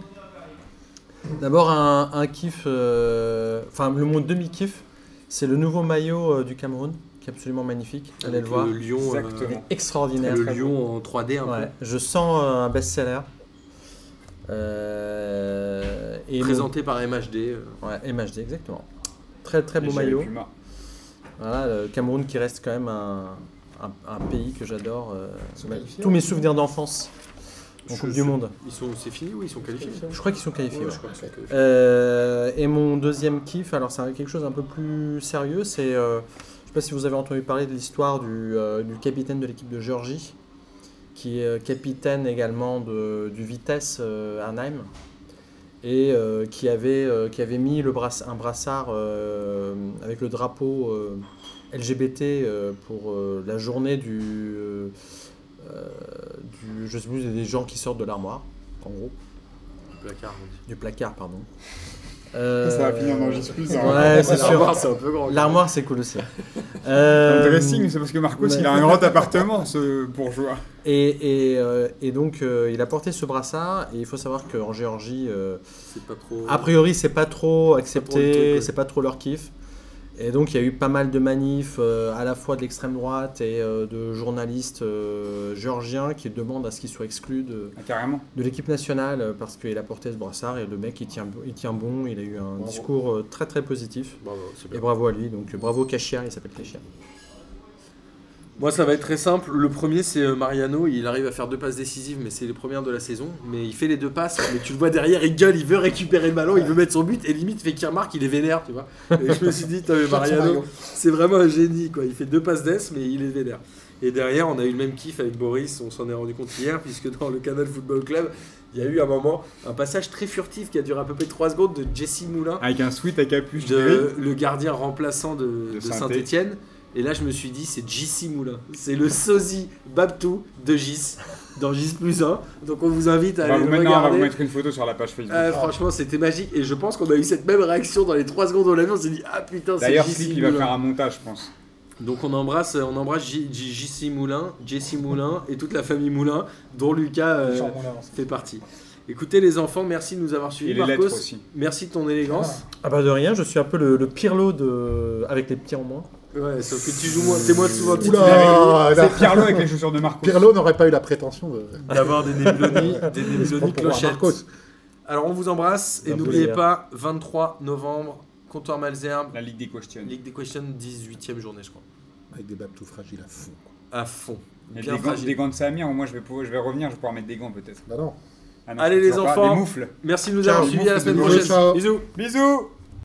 [SPEAKER 5] D'abord un, un kiff, euh, enfin le mot demi-kiff, c'est le nouveau maillot euh, du Cameroun, qui est absolument magnifique. Allez
[SPEAKER 1] Avec
[SPEAKER 5] le voir.
[SPEAKER 1] Le lion, euh,
[SPEAKER 4] Exactement.
[SPEAKER 5] Extraordinaire.
[SPEAKER 1] le lion en 3D un
[SPEAKER 5] Ouais, je sens euh, un best-seller. Euh, et
[SPEAKER 1] peu.
[SPEAKER 5] mon-
[SPEAKER 1] Présenté par MHD. euh,
[SPEAKER 5] Ouais, MHD, exactement. Très très
[SPEAKER 4] Et
[SPEAKER 5] beau
[SPEAKER 4] chez les
[SPEAKER 5] maillot.
[SPEAKER 4] Pumas.
[SPEAKER 5] Voilà, le Cameroun qui reste quand même un, un- un pays que j'adore. euh,
[SPEAKER 3] sont
[SPEAKER 5] ma-
[SPEAKER 3] qualifiés,
[SPEAKER 5] tous
[SPEAKER 3] hein.
[SPEAKER 5] mes souvenirs d'enfance en
[SPEAKER 1] Je
[SPEAKER 5] Coupe
[SPEAKER 1] sais-
[SPEAKER 5] du Monde.
[SPEAKER 1] Ils sont, c'est fini ou ils sont qualifiés
[SPEAKER 5] Je crois qu'ils sont qualifiés.
[SPEAKER 1] Ouais,
[SPEAKER 5] ouais.
[SPEAKER 1] je crois qu'ils sont qualifiés.
[SPEAKER 5] Euh, et mon deuxième kiff, alors c'est quelque chose un peu plus sérieux, c'est, euh, je sais pas si vous avez entendu parler de l'histoire du, euh, du capitaine de l'équipe de Géorgie, qui est euh, capitaine également de, du Vitesse euh, Arnhem, et euh, qui, avait, euh, qui avait mis le brass- un brassard euh, avec le drapeau euh, LGBT euh, pour euh, la journée du, euh, euh, du, je sais plus, des gens qui sortent de l'armoire, en gros
[SPEAKER 1] Placard, on dit.
[SPEAKER 5] du placard, pardon. Euh,
[SPEAKER 4] Ça va finir dans Just Plus, hein.
[SPEAKER 5] Ouais, c'est sûr.
[SPEAKER 1] L'armoire, c'est un peu grand.
[SPEAKER 5] L'armoire, c'est cool aussi.
[SPEAKER 4] Comme
[SPEAKER 5] Euh,
[SPEAKER 4] dressing, c'est parce que Marcos,
[SPEAKER 5] ouais.
[SPEAKER 4] il a un grand appartement, ce bourgeois.
[SPEAKER 5] et, et, euh, et donc, euh, il a porté ce brassard. Et il faut savoir qu'en Géorgie, euh,
[SPEAKER 1] C'est pas trop.
[SPEAKER 5] a priori, c'est pas trop
[SPEAKER 1] trop le truc,
[SPEAKER 5] accepté,
[SPEAKER 1] ouais.
[SPEAKER 5] c'est pas trop leur kiff. Et donc, il y a eu pas mal de manifs, euh, à la fois de l'extrême droite et euh, de journalistes euh, géorgiens qui demandent à ce qu'ils soient exclus de,
[SPEAKER 4] Ah, carrément.
[SPEAKER 5] de l'équipe nationale euh, parce qu'il a porté ce brassard. Et le mec, il tient, il tient bon. Il a eu un
[SPEAKER 1] Bravo.
[SPEAKER 5] discours euh, très très positif.
[SPEAKER 1] Bravo, c'est
[SPEAKER 5] Et
[SPEAKER 1] bien.
[SPEAKER 5] bravo à lui, donc euh, bravo Cachia, il s'appelle Cachia.
[SPEAKER 1] Moi, ça va être très simple. Le premier, c'est euh, Mariano. Il arrive à faire deux passes décisives, mais c'est les premières de la saison. Mais il fait les deux passes, mais tu le vois derrière, il gueule, il veut récupérer le ballon, il veut mettre son but, et limite, fait qu'il remarque, il est vénère, tu vois. Et je me suis dit, putain, mais Mariano, c'est vraiment un génie, quoi. Il fait deux passes d'ess, mais il est vénère. Et derrière, on a eu le même kiff avec Boris, on s'en est rendu compte hier, puisque dans le Canal Football Club, il y a eu un moment, un passage très furtif qui a duré à peu près 3 secondes de Jesse Moulin
[SPEAKER 4] Avec un sweat à capuche gris.
[SPEAKER 1] de le gardien remplaçant de,
[SPEAKER 4] De
[SPEAKER 1] de
[SPEAKER 4] Saint-Étienne.
[SPEAKER 1] Saint-Etienne. Et là, je me suis dit, c'est JC Moulin. C'est le sosie Babtou de Gis, dans Gis plus 1. Donc on vous invite à
[SPEAKER 4] On va
[SPEAKER 1] aller
[SPEAKER 4] vous
[SPEAKER 1] le
[SPEAKER 4] mettre- non, on va vous
[SPEAKER 1] regarder.
[SPEAKER 4] mettre une photo sur la page Facebook.
[SPEAKER 1] Euh, franchement, c'était magique. Et je pense qu'on a eu cette même réaction dans les 3 secondes où on l'a vu. On s'est dit, ah putain, c'est
[SPEAKER 4] D'ailleurs,
[SPEAKER 1] JC
[SPEAKER 4] Flip, il va faire
[SPEAKER 1] Moulin.
[SPEAKER 4] un montage, je pense.
[SPEAKER 1] Donc on embrasse, euh, on embrasse J- J- JC Moulin, Jesse Moulin et toute la famille Moulin, dont Lucas euh,
[SPEAKER 3] Genre, on avance.
[SPEAKER 1] fait partie. Écoutez les enfants, merci de nous avoir
[SPEAKER 4] Et
[SPEAKER 1] suivis.
[SPEAKER 4] les lettres
[SPEAKER 1] Marcos,
[SPEAKER 4] aussi.
[SPEAKER 1] merci de ton élégance.
[SPEAKER 5] Ah bah de rien, je suis un peu le, le Pirlo de... avec les petits en moins.
[SPEAKER 1] Ouais, sauf que tu joues moins, t'es moins souvent
[SPEAKER 5] Ah,
[SPEAKER 3] Oula là,
[SPEAKER 4] C'est Pirlo avec les chaussures de Marcos.
[SPEAKER 3] Pirlo n'aurait pas eu la prétention de.
[SPEAKER 1] d'avoir des
[SPEAKER 3] [LAUGHS]
[SPEAKER 1] nébulonies, des nébulonies
[SPEAKER 3] Pour voir
[SPEAKER 1] clochettes.
[SPEAKER 3] Marcos.
[SPEAKER 1] Alors on vous embrasse et
[SPEAKER 5] Un
[SPEAKER 1] n'oubliez
[SPEAKER 5] plaisir.
[SPEAKER 1] pas, 23 novembre, comptoir Malzerbe,
[SPEAKER 4] La Ligue des questions.
[SPEAKER 1] Ligue des Questions, 18ème journée je crois.
[SPEAKER 3] Avec des babes tout fragiles à fond. quoi.
[SPEAKER 1] À fond.
[SPEAKER 4] Et
[SPEAKER 1] Bien
[SPEAKER 4] des, gants,
[SPEAKER 1] fragile.
[SPEAKER 4] des gants de Samir, au moins je vais, pouvoir- je vais revenir, je vais pouvoir mettre des gants peut-être.
[SPEAKER 3] Bah non.
[SPEAKER 4] Ah non,
[SPEAKER 1] Allez,
[SPEAKER 4] c'est
[SPEAKER 1] les
[SPEAKER 4] toujours pas-
[SPEAKER 1] enfants.
[SPEAKER 4] Des moufles.
[SPEAKER 1] Merci de nous
[SPEAKER 5] Ciao,
[SPEAKER 1] avoir suivis à la
[SPEAKER 3] bisous,
[SPEAKER 1] semaine prochaine.
[SPEAKER 3] ciao.
[SPEAKER 1] Bisous
[SPEAKER 4] Bisous